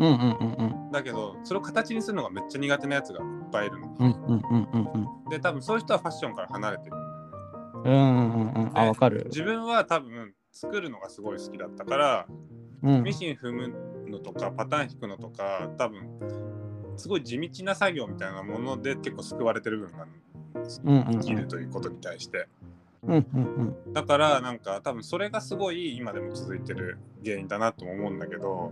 Speaker 2: うんうん
Speaker 1: だけど、それを形にするのがめっちゃ苦手なやつがいっぱいいるの。
Speaker 2: うんうんうんうんうん
Speaker 1: で、多分そういう人はファッションから離れてる。
Speaker 2: うんうんうんうんあわかる
Speaker 1: 自分は多分作るのがすごい好きだったから、
Speaker 2: うん
Speaker 1: ミシン踏むのとかパターン引くのとか多分すごい地道な作業みたいなもので結構救われてる部分が
Speaker 2: うんうんう
Speaker 1: 生
Speaker 2: ん
Speaker 1: きるということに対して
Speaker 2: うんうん
Speaker 1: だからなんか多分それがすごい今でも続いてる原因だなとも思うんだけど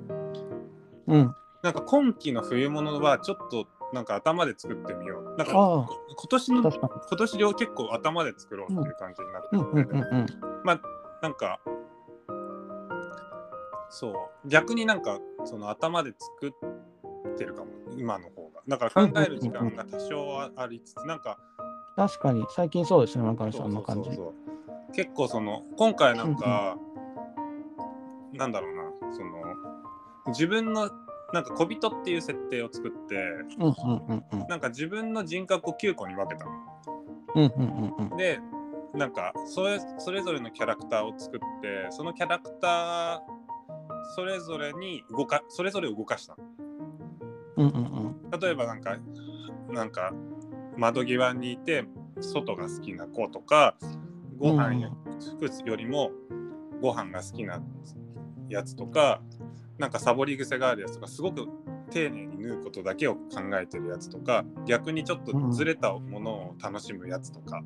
Speaker 2: うんうん
Speaker 1: なんか今期の冬物はちょっとなんか頭で作ってみようなんか
Speaker 2: ああ
Speaker 1: 今年の
Speaker 2: 確か
Speaker 1: 今年量結構頭で作ろうっていう感じになって
Speaker 2: に
Speaker 1: る
Speaker 2: うんうんうんうん
Speaker 1: なんかそう逆になんかその頭で作ってるかも今の方がだから考える時間が多少はありつつなんか
Speaker 2: 確かに最近そうですね中
Speaker 1: そうそ
Speaker 2: 野さんの
Speaker 1: うそ
Speaker 2: 感
Speaker 1: う
Speaker 2: じ
Speaker 1: そう結構その今回なんかなんだろうなその自分のなんか小人っていう設定を作って
Speaker 2: うんうんうんうん
Speaker 1: なんか自分の人格を9個に分けたの。
Speaker 2: うんうんうん
Speaker 1: でなんかそれそれぞれのキャラクターを作ってそのキャラクターそれぞれに動かそれぞれ動かした
Speaker 2: うんうんうん
Speaker 1: の例えばなんかなんか窓際にいて外が好きな子とかご飯や服よりもご飯が好きなやつとかなんかサボり癖があるやつとかすごく丁寧に縫うことだけを考えてるやつとか逆にちょっとずれたものを楽しむやつとか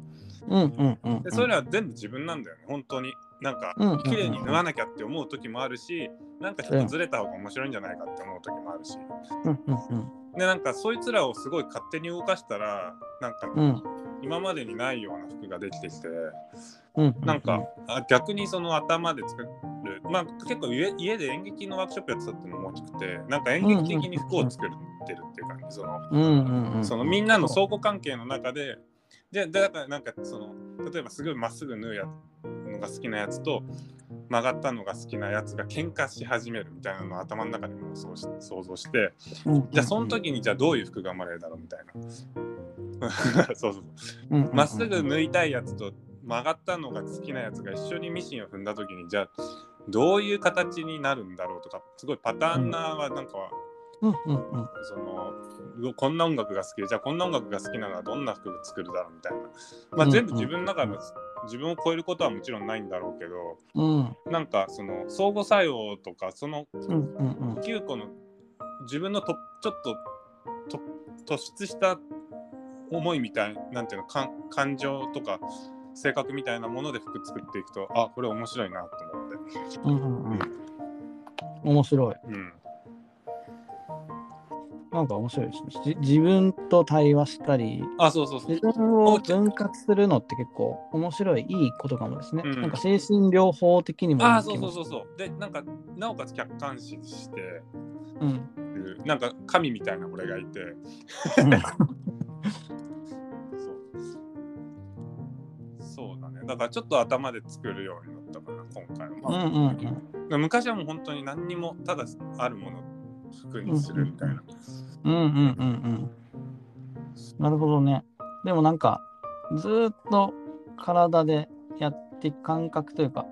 Speaker 2: うんうんうんうん
Speaker 1: でそれらは全部自分なんだよね本当になんか
Speaker 2: うんうんうん
Speaker 1: 綺麗に縫わなきゃって思う時もあるしなんかちょっとずれた方が面白いんじゃないかって思う時もあるし
Speaker 2: うんうん
Speaker 1: でなんかそいつらをすごい勝手に動かしたらなんか
Speaker 2: うんうん
Speaker 1: 今までにないような服ができてきて
Speaker 2: うん
Speaker 1: なんかあ逆にその頭で作るまあ結構家家で演劇のワークショップやってたっていうのも大きくてなんか演劇的に服を作ってるっていう感じその
Speaker 2: うんうんうん
Speaker 1: そのみんなの相互関係の中で、で、でだからなんかその、例えばすごいまっすぐ縫うやのが好きなやつと、曲がったのが好きなやつが喧嘩し始めるみたいなのを頭の中にもうそうし想像して、
Speaker 2: うん
Speaker 1: じゃあその時にじゃあどういう服が生まれるだろうみたいな。 そうそうそ
Speaker 2: うんうんうん
Speaker 1: う。まっすぐ縫いたいやつと曲がったのが好きなやつが一緒にミシンを踏んだ時に、じゃあどういう形になるんだろうとか、すごいパターンなはなんか
Speaker 2: うんうんうん
Speaker 1: そのうこんな音楽が好きでじゃあこんな音楽が好きならどんな服作るだろうみたいな、ま
Speaker 2: う
Speaker 1: あ、
Speaker 2: ん
Speaker 1: 全部自分の中の自分を超えることはもちろんないんだろうけど
Speaker 2: うん
Speaker 1: なんかその相互作用とかその
Speaker 2: うんうんうん
Speaker 1: 9個の自分のとちょっとと突出した思いみたいなんていうのかん感情とか性格みたいなもので服作っていくとあこれ面白いなと思って。
Speaker 2: うんうんうん面白い。
Speaker 1: うん
Speaker 2: なんか面白いですね。じ自分と対話したり、
Speaker 1: あそうそうそう
Speaker 2: 自分を分割するのって結構面白い、いいことかもですね。
Speaker 1: うん
Speaker 2: なんか精神療法的にもいい
Speaker 1: あそうそう
Speaker 2: う。
Speaker 1: そうそうでなんかなおかつ客観視して
Speaker 2: うん。
Speaker 1: いう なんか神みたいな俺がいてそうだからちょっと頭で作るようになったかな今回
Speaker 2: うん
Speaker 1: は、
Speaker 2: うんうん
Speaker 1: 昔はもう本当に何にもただあるものを服にするみたいな、
Speaker 2: うんうんうんうんなるほどねでもなんかずーっと体でやって感覚というか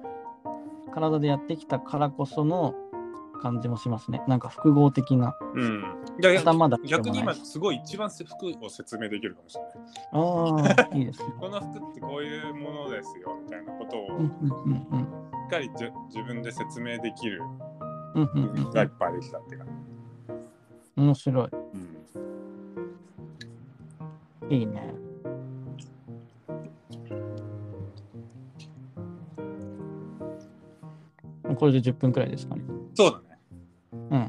Speaker 2: 体でやってきたからこその感じもしますねなんか複合的な
Speaker 1: うんいやいや
Speaker 2: 頭だけでも
Speaker 1: 逆に
Speaker 2: な
Speaker 1: 今
Speaker 2: いし
Speaker 1: すごい一番服を説明できるかもしれない
Speaker 2: あ あいいですね
Speaker 1: この服ってこういうものですよみたいなこと
Speaker 2: う
Speaker 1: を
Speaker 2: んうんうんうん
Speaker 1: しっかりじゅ自分で説明できる
Speaker 2: うんうんうん
Speaker 1: がいっぱいできたっていうか、
Speaker 2: 面白い。
Speaker 1: うん、
Speaker 2: いいね。これで10分くらいですかね。
Speaker 1: そうだね
Speaker 2: うん。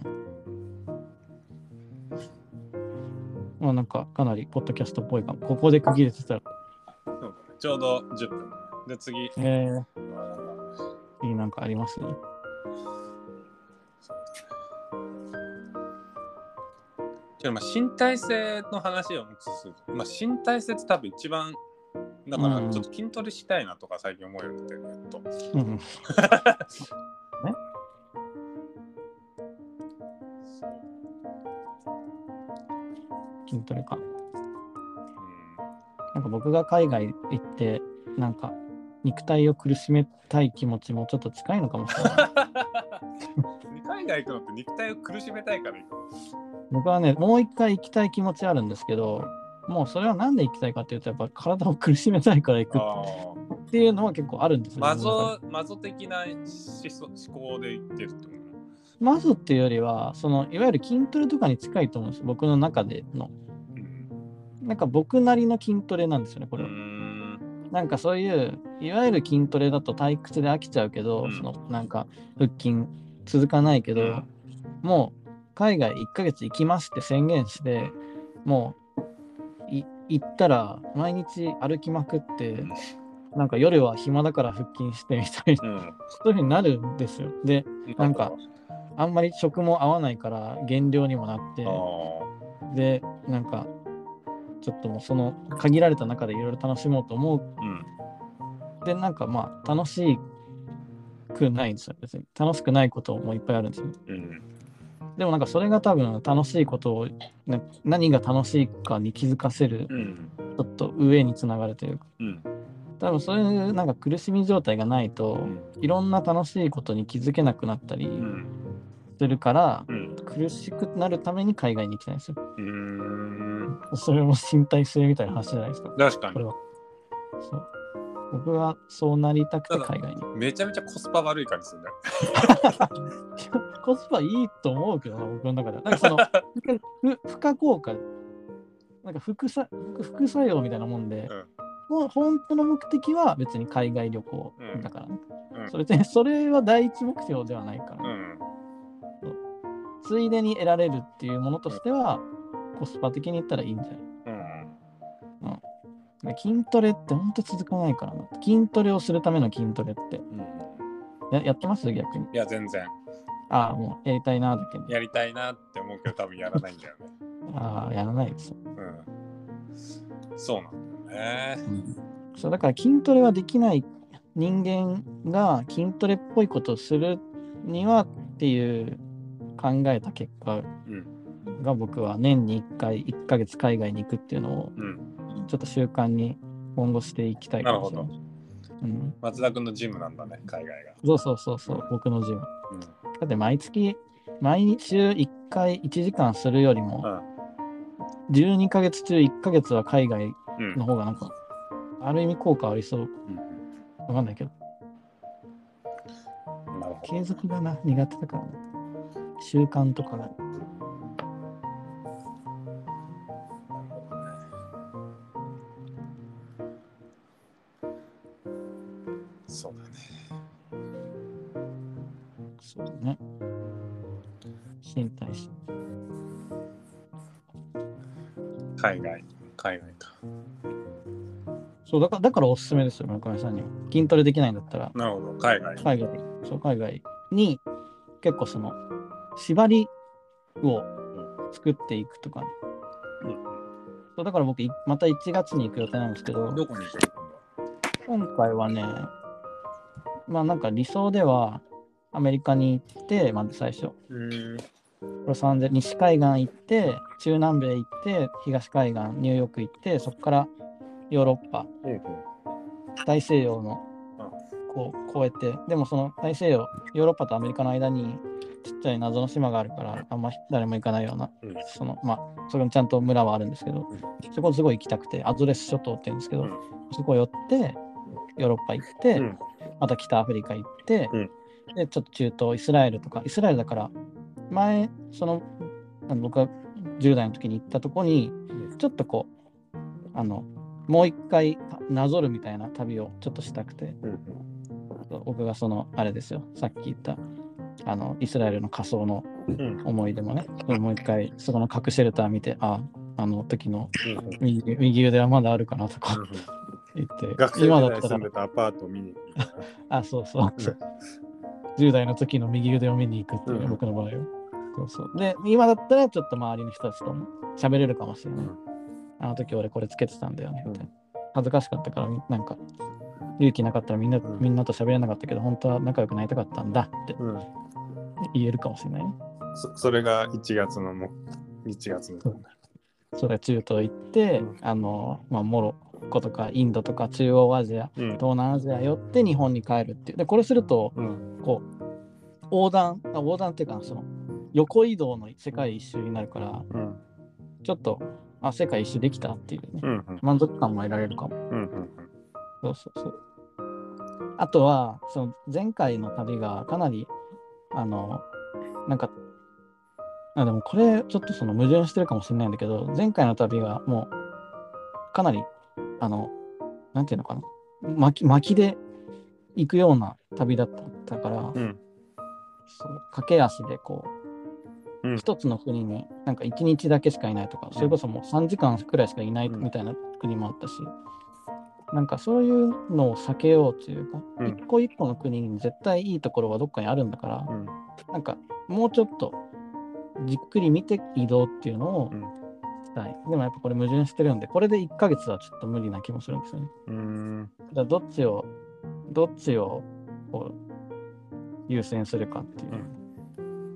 Speaker 2: まあなんかかなりポッドキャストっぽいかも。ここで区切れてたら。
Speaker 1: そうだねちょうど10分で次
Speaker 2: えー、次なんかあります
Speaker 1: けどまあ身体性の話をもう一つすると、まあ、身体性って多分一番だから
Speaker 2: うん
Speaker 1: ちょっと筋トレしたいなとか最近思うようになってるねやっと
Speaker 2: うんうん。筋トレか。なんか僕が海外行って、なんか肉体を苦しめたい気持ちもちょっと近いのかもしれない。
Speaker 1: うん海外行くのって肉体を苦しめたいから行く
Speaker 2: 僕はね、もう一回行きたい気持ちあるんですけど、もうそれはなんで行きたいかっていうと、やっぱ体を苦しめたいから行く
Speaker 1: あ
Speaker 2: っていうのは結構あるんですよ。
Speaker 1: マ
Speaker 2: 自分の中
Speaker 1: ゾマゾ的な思想思考で言ってるってことね
Speaker 2: でマゾっていうよりは、そのいわゆる筋トレとかに近いと思うんですよ僕の中での。なんか僕なりの筋トレなんですよね、こ
Speaker 1: う
Speaker 2: れは。
Speaker 1: ん
Speaker 2: なんかそういう、いわゆる筋トレだと退屈で飽きちゃうけど、
Speaker 1: うん
Speaker 2: そのなんか腹筋続かないけど、
Speaker 1: うん
Speaker 2: もう海外1ヶ月行きますって宣言して、もうい行ったら毎日歩きまくって、
Speaker 1: ん
Speaker 2: なんか夜は暇だから腹筋してみたいな、
Speaker 1: うん
Speaker 2: そういうふうになるんですよ。で、なんかあんまり食も合わないから減量にもなって
Speaker 1: あ、ー
Speaker 2: で、なんかちょっともうその限られた中でいろいろ楽しもうと思う
Speaker 1: うん
Speaker 2: でなんかまあ楽しくないんですよ別に楽しくないこともいっぱいあるんですよ
Speaker 1: うん
Speaker 2: でもなんかそれが多分楽しいことをな何が楽しいかに気づかせる
Speaker 1: うん
Speaker 2: ちょっと上につながるというか
Speaker 1: うん
Speaker 2: 多分そういうなんか苦しみ状態がないといろんな楽しいことに気づけなくなった
Speaker 1: う
Speaker 2: り
Speaker 1: ん
Speaker 2: するから
Speaker 1: うん
Speaker 2: 苦しくなるために海外に行きたいんですよ
Speaker 1: うん
Speaker 2: それも身体性みたいな話じゃないですか
Speaker 1: 確か
Speaker 2: これ
Speaker 1: に
Speaker 2: はそう僕はそうなりたくて海外に
Speaker 1: めちゃめちゃコスパ悪い感じするね
Speaker 2: コスパいいと思うけどな、僕の中では。なんかその、ふ不可効果、なんか副作副副作用みたいなもんで、ほん本当の目的は別に海外旅行だから
Speaker 1: う
Speaker 2: ね。
Speaker 1: んうん
Speaker 2: それで、 それは第一目標ではないから、
Speaker 1: うん
Speaker 2: ついでに得られるっていうものとしては、コスパ的に言ったらいいんじゃない
Speaker 1: うん
Speaker 2: で筋トレって本当続かないからな。筋トレをするための筋トレって。
Speaker 1: うん
Speaker 2: ややってます逆に。
Speaker 1: いや全然
Speaker 2: ああ、もうやりたいな、だけど。
Speaker 1: やりたいなって思うけど多分やらないんだよね
Speaker 2: ああ、やらないです。
Speaker 1: うんそうなんだよね
Speaker 2: そうだから筋トレはできない人間が筋トレっぽいことをするにはっていう考えた結果
Speaker 1: うん
Speaker 2: が僕は年に1回1ヶ月海外に行くっていうのを
Speaker 1: うん
Speaker 2: ちょっと習慣に今後していきたいかもしれない
Speaker 1: な
Speaker 2: うん、
Speaker 1: 松田君のジムなんだね海外が
Speaker 2: そうそうそうそう僕のジムだって毎月毎週1回1時間するより
Speaker 1: う
Speaker 2: も
Speaker 1: ん
Speaker 2: 12ヶ月中1ヶ月は海外
Speaker 1: うん
Speaker 2: の方がなんかある意味効果ありそう
Speaker 1: うん
Speaker 2: わかんないけど
Speaker 1: うんなるほ
Speaker 2: 継続がな苦手だからな習慣とかが
Speaker 1: どそうだね
Speaker 2: そうだね身体し
Speaker 1: 海外海外か
Speaker 2: そうだからだからおすすめですよ村上さんには筋トレできないんだったら
Speaker 1: なるほど海外
Speaker 2: 海外そう海外に結構その縛りを作っていくとかね、
Speaker 1: うん
Speaker 2: そうだから僕いまた1月に行く予定なんですけど
Speaker 1: どこに行くの
Speaker 2: 今回はね、まあなんか理想では、アメリカに行って、まず最初、
Speaker 4: うん
Speaker 2: ロサンゼル西海岸行って、中南米行って、東海岸、ニューヨーク行って、そこからヨーロッパ、
Speaker 1: うんうん
Speaker 2: 大西洋のこう越えて、でもその大西洋、ヨーロッパとアメリカの間にちっちゃい謎の島があるから、あんま誰も行かないような
Speaker 1: うん、
Speaker 2: そのまあ、それもちゃんと村はあるんですけど
Speaker 1: うん、
Speaker 2: そこすごい行きたくて、アドレス諸島って言うんですけ
Speaker 4: う
Speaker 2: ど
Speaker 4: ん、
Speaker 2: そこ寄って、ヨーロッパ行って
Speaker 1: うん、
Speaker 2: また北アフリカ行って
Speaker 1: うん、
Speaker 2: で、ちょっと中東、イスラエルとか、イスラエルだから、前、その、あの僕が10代の時に行ったとこに、ちょっとこう、あの、もう一回なぞるみたいな旅をちょっとしたくて、
Speaker 1: うん
Speaker 2: 僕がその、あれですよ、さっき言った、あの、イスラエルの仮想の
Speaker 1: うん
Speaker 2: 思い出もね、もう一回、そこの核シェルター見て、あ、あの時の
Speaker 1: うんうん
Speaker 2: 右右腕はまだあるかなとか言って、
Speaker 4: 学生時
Speaker 2: 今だ
Speaker 4: 代
Speaker 2: った
Speaker 4: 住
Speaker 2: ら
Speaker 4: ん、でたアパートを見に行くみたいな
Speaker 2: あ、そうそう、10代の時の右腕を見に行くっていう、
Speaker 1: うん
Speaker 2: 僕の場合は。そうそう。で、今だったら、ちょっと周りの人たちとも喋れるかもしれない。
Speaker 1: うん
Speaker 2: あの時俺これつけてたんだよね、みたいな。恥ずかしかったから、みなんか、勇気なかったらみんな、
Speaker 1: うん
Speaker 2: みんなと喋れなかったけど、本当は仲良くなりたかったんだって
Speaker 1: うん
Speaker 2: 言えるかもしれないね。
Speaker 4: そそれが1月のも1月の
Speaker 2: それが中東行って、
Speaker 1: うん
Speaker 2: あの、まあ、モロッコとかインドとか中央アジア、
Speaker 1: うん
Speaker 2: 東南アジア寄って日本に帰るっていう。で、これすると、
Speaker 1: うん
Speaker 2: こう、横断、あ横断っていうか、その、横移動の世界一周になるから、
Speaker 1: うん
Speaker 2: ちょっと、あ、世界一周できたっていうね、
Speaker 1: うんうん
Speaker 2: 満足感も得られるかも。
Speaker 1: うんうん
Speaker 2: そうそうそう。あとは、その、前回の旅がかなり、あの、なんか、あでもこれ、ちょっとその矛盾してるかもしれないんだけど、前回の旅がもう、かなり、あの、なんていうのかな、巻き巻きで行くような旅だったから、
Speaker 1: うん
Speaker 2: そう駆け足でこう、
Speaker 1: うん
Speaker 2: 一つの国になんか1日だけしかいないとか、それこそもう3時間くらいしかいない
Speaker 1: うん
Speaker 2: みたいな国もあったし、なんかそういうのを避けようというか、
Speaker 1: うん
Speaker 2: 一個一個の国に絶対いいところはどっかにあるんだから、
Speaker 1: うん
Speaker 2: なんかもうちょっとじっくり見て移動っていうのを
Speaker 1: うん
Speaker 2: したい、でもやっぱこれ矛盾してるんでこれで1ヶ月はちょっと無理な気もするんですよね
Speaker 1: うん
Speaker 2: だからどっちをどっちをこう優先するかっていう、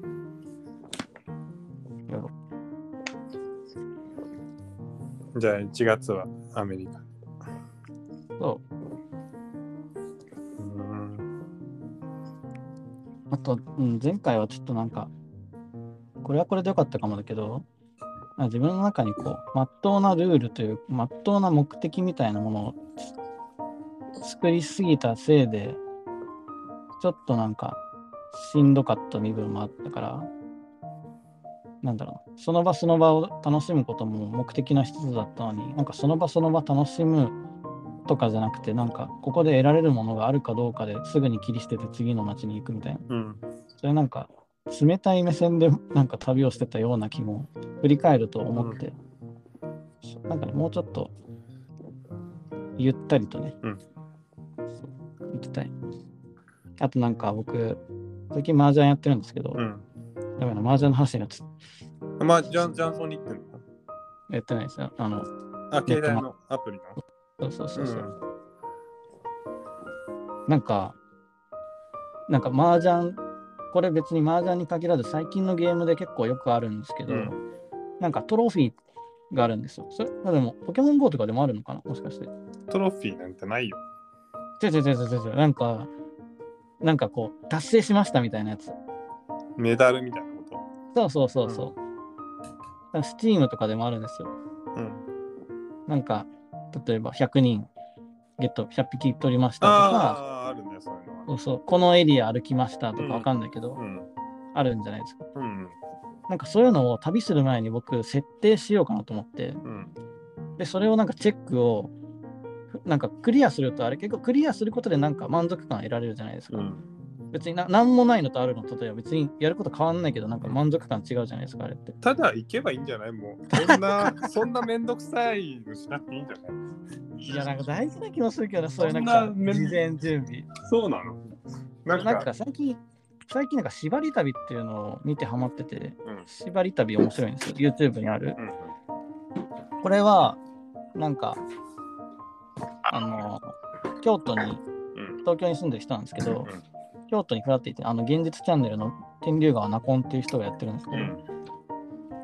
Speaker 4: じゃあ1月はアメリカ
Speaker 2: と
Speaker 4: うん
Speaker 2: あと、うん、前回はちょっとなんかこれはこれでよかったかもだけどあ自分の中にこう真っ当なルールという真っ当な目的みたいなものをつ作りすぎたせいでちょっとなんかしんどかった身分もあったからなんだろうなその場その場を楽しむことも目的の一つだったのになんかその場その場楽しむとかじゃなくてなんかここで得られるものがあるかどうかですぐに切り捨てて次の街に行くみたいな
Speaker 1: うん
Speaker 2: それなんか冷たい目線でなんか旅をしてたような気も振り返ると思って、なんかねもうちょっとゆったりとね、
Speaker 1: うん
Speaker 2: そう行きたいあとなんか僕最近麻雀やってるんですけど、
Speaker 1: うん
Speaker 2: だから麻雀の話になっちゃっ
Speaker 4: まあジャンジャンソンに行ってんの
Speaker 2: てやってないですよあの
Speaker 4: あ携帯のアプリの
Speaker 2: そうそうそうそう、
Speaker 4: うん
Speaker 2: なんか、なんか麻雀、これ別に麻雀に限らず最近のゲームで結構よくあるんですけど、
Speaker 1: うん
Speaker 2: なんかトロフィーがあるんですよ。それあでも、ポケモン GO とかでもあるのかなもしかして。
Speaker 4: トロフィーなんてないよ
Speaker 2: 違う違う違う違う違う。なんか、なんかこう、達成しましたみたいなやつ。
Speaker 4: メダルみたいなこ
Speaker 2: そうそうそうそう。だからスチームとかでもあるんですよ。
Speaker 4: とうん
Speaker 2: なんか、例えば100人ゲット、100匹取りましたとか、
Speaker 4: ああーあるねそういうのは
Speaker 2: そうそうこのエリア歩きましたとかわかんないけど、
Speaker 4: うん
Speaker 2: あるんじゃないですか。
Speaker 4: うん
Speaker 2: なんかそういうのを旅する前に僕設定しようかなと思って
Speaker 4: うん
Speaker 2: でそれをなんかチェックをなんかクリアするとあれ結構クリアすることでなんか満足感得られるじゃないですか、
Speaker 1: うん
Speaker 2: 別にな何もないのとあるのとでは別にやること変わんないけどなんか満足感違うじゃないですかあれって
Speaker 4: ただ行けばいいんじゃないもうそんなそんなめんどくさいのしなくていいんじゃない
Speaker 2: いやなんか大事な気もするけどなそういうなん
Speaker 4: そん
Speaker 2: か
Speaker 4: なめん
Speaker 2: 事前準備
Speaker 4: そうなのなんか
Speaker 2: なんか最近最近なんか縛り旅っていうのを見てハマってて
Speaker 4: うん
Speaker 2: 縛り旅面白いんですよ YouTube にある
Speaker 4: うん
Speaker 2: これはなんかあの京都に
Speaker 4: うん
Speaker 2: 東京に住んでる人なんですけど、
Speaker 4: うん
Speaker 2: 京都にフラっていてあの現実チャンネルの天竜川ナコンっていう人がやってるんですけ
Speaker 4: う
Speaker 2: ど、
Speaker 4: ん
Speaker 2: こ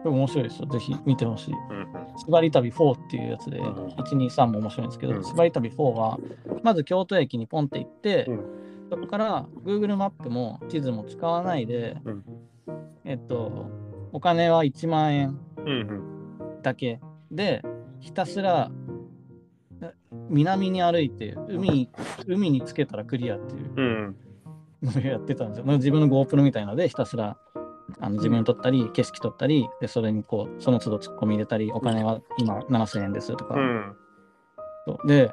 Speaker 2: れ面白いですよぜひ見てほしい
Speaker 4: うん
Speaker 2: 縛り旅4っていうやつで、
Speaker 1: うん
Speaker 2: 123も面白いんですけ
Speaker 1: う
Speaker 2: ど、
Speaker 1: ん
Speaker 2: 縛り旅4は、まず京都駅にポンって行って、
Speaker 1: う
Speaker 2: そこから Google マップも地図も使わないで、
Speaker 1: うん
Speaker 2: えっと、お金は1万円
Speaker 1: うん
Speaker 2: だけで、ひたすらえ南に歩いて海に、海につけたらクリアっていう
Speaker 1: うんうん
Speaker 2: のを やってたんですよ。自分の GoPro みたいなので、ひたすら。あの自分撮ったり、景色撮ったり、でそれにこう、その都度ツッコミ入れたり、お金は今7000円ですとか、
Speaker 1: うん
Speaker 2: そうで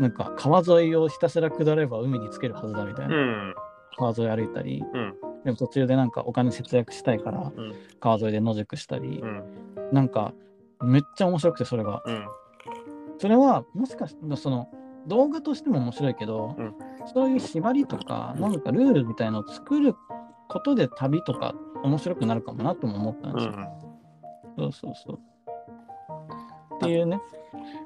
Speaker 2: なんか川沿いをひたすら下れば海につけるはずだみたいな、
Speaker 1: うん
Speaker 2: 川沿い歩いたり
Speaker 1: うん
Speaker 2: でも途中でなんかお金節約したいから、
Speaker 1: うん
Speaker 2: 川沿いで野宿したり、
Speaker 1: うん
Speaker 2: なんかめっちゃ面白くてそれが
Speaker 1: うん
Speaker 2: それはもしかしてその動画としても面白いけど、
Speaker 1: うん
Speaker 2: そういう縛りとかなんかルールみたいのを作ることで旅とか面白くなるかもなとも思ったんですよ、そうそうそうっていうね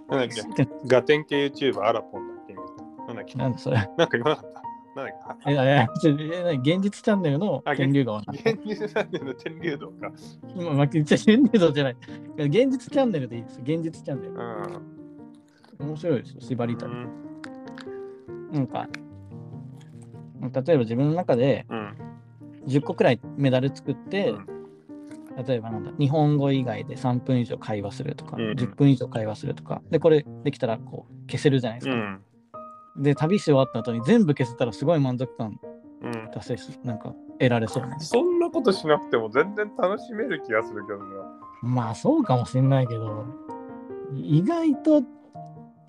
Speaker 1: なんだっけガテン系 YouTuber アラポンだっけなんだっけ
Speaker 2: なんでそれ
Speaker 1: なんか言わなかったなんだっ
Speaker 2: いやいや、ちょえ何現実チャンネルの
Speaker 1: あ現
Speaker 2: 天竜川なの
Speaker 1: け現実チャンネルの天竜道か。
Speaker 2: 今、まあ、天竜道じゃない。現実チャンネルでいいです。現実チャンネル。
Speaker 1: うん。
Speaker 2: 面白いですよ、縛りたり。
Speaker 1: うん。
Speaker 2: なんか、例えば自分の中で
Speaker 1: うん。
Speaker 2: 10個くらいメダル作って、
Speaker 1: うん
Speaker 2: 例えばなんだ、日本語以外で3分以上会話するとか、
Speaker 1: うん
Speaker 2: 10分以上会話するとか、で、これできたらこう消せるじゃないです
Speaker 1: う
Speaker 2: か。
Speaker 1: ん。
Speaker 2: で、旅し終わった後に全部消せたらすごい満足感
Speaker 1: うん。
Speaker 2: 達成し、なんか得られそうね。
Speaker 1: そんなことしなくても全然楽しめる気がするけどな。
Speaker 2: まあそうかもしれないけど、意外と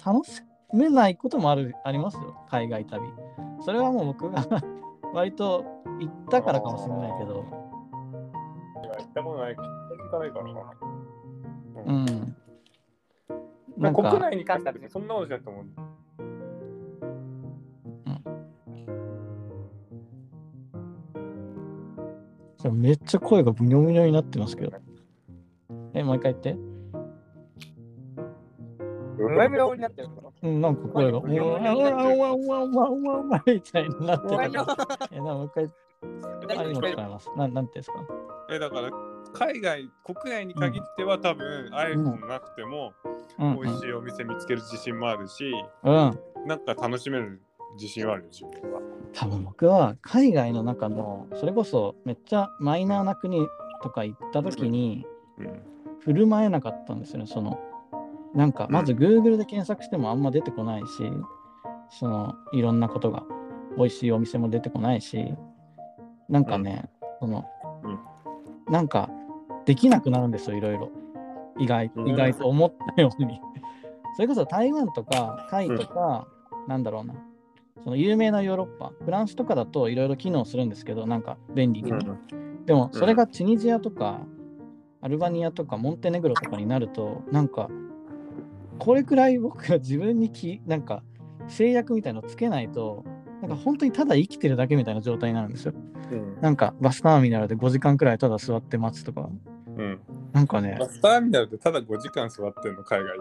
Speaker 2: 楽しめないこともあるありますよ、海外旅。それはもう僕が 割と行ったからかもしれないけど、
Speaker 1: 行ったことない、行かないからな。
Speaker 2: うん。な
Speaker 1: なんんか国
Speaker 2: か、
Speaker 1: 内に関しては別にそんなことしなくても。
Speaker 2: それめっちゃ声がブニョブニョになってますけど。え、もう一回言って。
Speaker 5: ブラブラになってるの
Speaker 2: うん、なんか声が、う
Speaker 1: ブニョ
Speaker 2: わ
Speaker 1: ブニョ
Speaker 2: う
Speaker 1: になっ
Speaker 2: わ
Speaker 1: て
Speaker 2: うわうわうわうわうわみたいになって
Speaker 5: ブラブ
Speaker 2: たけ
Speaker 5: ラ
Speaker 2: ど。え、なんかもう一回、あ今聞こえます。なんなんていうんですか
Speaker 4: えだから海外国内に限っては多分 iPhone なくても
Speaker 2: うん、う
Speaker 4: 美味
Speaker 2: ん
Speaker 4: しいお店見つける自信もあるし、
Speaker 2: うん。
Speaker 4: なんか楽しめる自信はあるよ自分は。
Speaker 2: 多分僕は海外の中のそれこそめっちゃマイナーな国とか行った時に
Speaker 4: うん
Speaker 2: 振る舞えなかったんですよねそのなんかまず Google で検索してもあんま出てこないしそのいろんなことが美味しいお店も出てこないしなんかね、その、なんかできなくなるんですよいろいろ意外
Speaker 1: うん
Speaker 2: 意外と思ったように それこそ台湾とかタイとか、なんだろうなその有名なヨーロッパフランスとかだといろいろ機能するんですけどなんか便利に、でもそれがチュニジアとか、アルバニアとかモンテネグロとかになるとなんかこれくらい僕が自分にきなんか制約みたいのつけないとなんか本当にただ生きてるだけみたいな状態になるんですよ
Speaker 1: うん。
Speaker 2: なんかバスターミナルで5時間くらいただ座って待つとか
Speaker 1: うん。
Speaker 2: なんかね
Speaker 4: バスターミナルでただ5時間座ってんの海外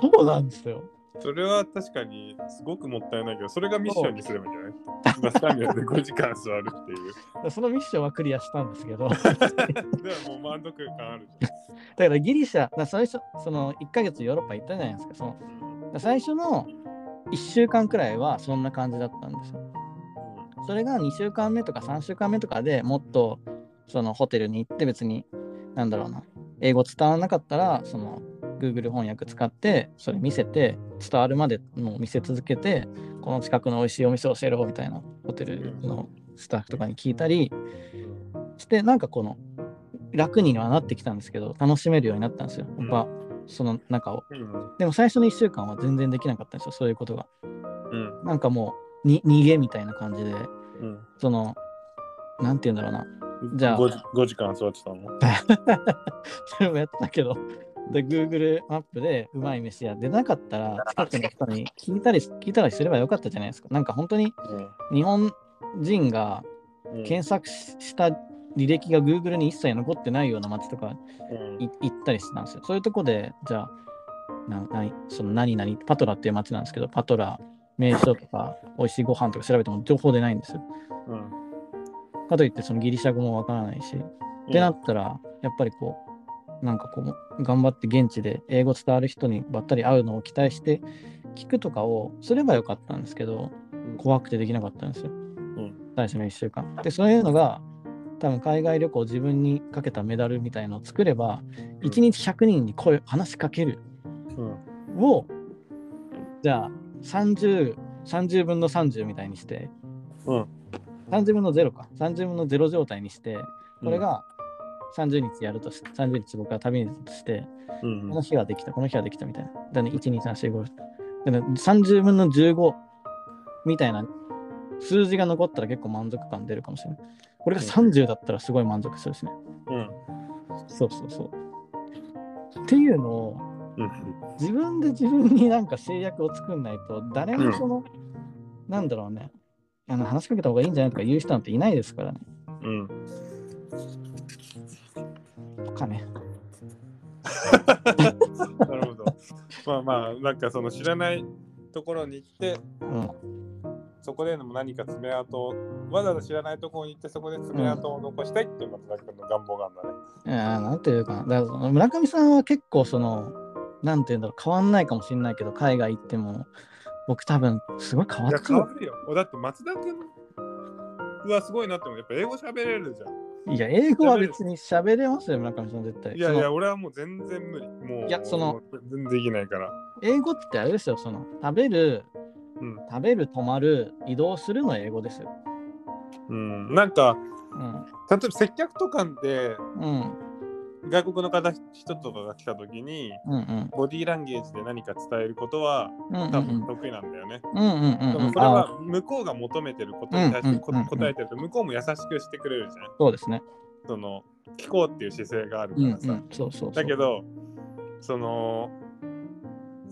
Speaker 4: 行っ
Speaker 2: そうなんですよ
Speaker 4: て。それは確かにすごくもったいないけどそれがミッションにすればいいんじゃ ないバスターミナルで5時間座るっていう。
Speaker 2: そのミッションはクリアしたんですけど だ
Speaker 4: でももう満足感あるじ
Speaker 2: からギリシャだから最初その1ヶ月ヨーロッパ行ったじゃないですかそ
Speaker 4: ゃ
Speaker 2: の
Speaker 4: ん。
Speaker 2: だから最初の1週間くらいはそんな感じだったんですよそれが2週間目とか3週間目とかでもっとそのホテルに行って別になんだろうな英語伝わらなかったらその Google 翻訳使ってそれ見せて伝わるまでもう見せ続けてこの近くの美味しいお店教えろみたいなホテルのスタッフとかに聞いたりしてなんかこの楽にはなってきたんですけど楽しめるようになったんですよやっぱその中を
Speaker 1: うん。
Speaker 2: でも最初の1週間は全然できなかったんですよそういうことが
Speaker 1: うん。
Speaker 2: なんかもうに逃げみたいな感じで
Speaker 1: うん。
Speaker 2: その、なんて言うんだろうな。 じゃあ
Speaker 1: 5時5時間座ってたの
Speaker 2: それもやってたけど、 で、Google マップでうまい飯屋出なかっ たら、近くの人に聞いたりし聞いたりすればよかったじゃないですか。なんか本当に日本人が
Speaker 1: うん。うん。
Speaker 2: 検索しした履歴が Google に一切残ってないような街とかい行ったりしたんですよ。そういうとこで、じゃあ、ななその何々、パトラっていう街なんですけど、パトラ名所とか、美味しいご飯とか調べても情報出ないんですよ。
Speaker 1: うん
Speaker 2: かといって、そのギリシャ語もわからないし。ってなったら、やっぱりこう、なんかこう、頑張って現地で英語伝わる人にばったり会うのを期待して、聞くとかをすればよかったんですけど、怖くてできなかったんですよ。最初の1週間。で、そういうのが、多分海外旅行自分にかけたメダルみたいのを作れば、1日100人に声、話しかける
Speaker 1: うん
Speaker 2: を、じゃあ、30、30分の30みたいにして、
Speaker 1: うん
Speaker 2: 30分の0か、30分の0状態にして、これが30日やるとし、30日僕は旅に出たとして、
Speaker 1: うん
Speaker 2: この日はできた、この日はできたみたいな。だね、1、2、3、4、5。だね、30分の15みたいな数字が残ったら結構満足感出るかもしれない。これが30だったらすごい満足するしね。
Speaker 1: うん
Speaker 2: そうそうそう。っていうのを
Speaker 1: うん
Speaker 2: 自分で自分になんか制約を作んないと誰もその、なんだろうねあの話しかけた方がいいんじゃないとか言う人なんていないですからね。
Speaker 1: うん
Speaker 2: とかね。
Speaker 1: なるほど。まあまあ、なんかその知らないところに行って、
Speaker 2: うん。
Speaker 1: そこでの何か爪痕を、わざわざ知らないところに行って、そこで爪痕を残したいっていうのが、君の願望があるんだね。
Speaker 2: えーなんていうかなだからその村上さんは結構そのなんていうんだろう変わんないかもしれないけど海外行っても僕多分すごい変わ
Speaker 1: いや
Speaker 2: っ、ち
Speaker 1: 変
Speaker 2: ゃ
Speaker 1: わるよ。だって松田君はすごいなっても、やっぱ英語喋れるじゃん。
Speaker 2: ういや英語は別に喋れますよ村上さん絶対
Speaker 1: いやい
Speaker 2: その
Speaker 1: や、俺はもう全然無理。もう、
Speaker 2: いやその、
Speaker 1: 全然できないから。
Speaker 2: 英語ってあれですよその食べる、
Speaker 1: うん
Speaker 2: 食べる泊まる移動するの英語ですよ
Speaker 1: うん。なんか、
Speaker 2: うん
Speaker 1: 例えば接客とかで、
Speaker 2: うん
Speaker 1: 外国の方、人とかが来た時に、
Speaker 2: うんうん
Speaker 1: ボディーランゲージで何か伝えることは、
Speaker 2: うんうんう
Speaker 1: 多
Speaker 2: ん
Speaker 1: 分得意なんだよね。
Speaker 2: うんうんうん
Speaker 1: で
Speaker 2: う
Speaker 1: も
Speaker 2: ん
Speaker 1: それは向こうが求めてることに対してこ
Speaker 2: うんうんうんうん
Speaker 1: 答えてると向こうも優しくしてくれるじゃん。
Speaker 2: そうですね。
Speaker 1: その聞こうっていう姿勢があるか
Speaker 2: うんう
Speaker 1: らさ。
Speaker 2: ん、そうそうそう。
Speaker 1: だけ、どその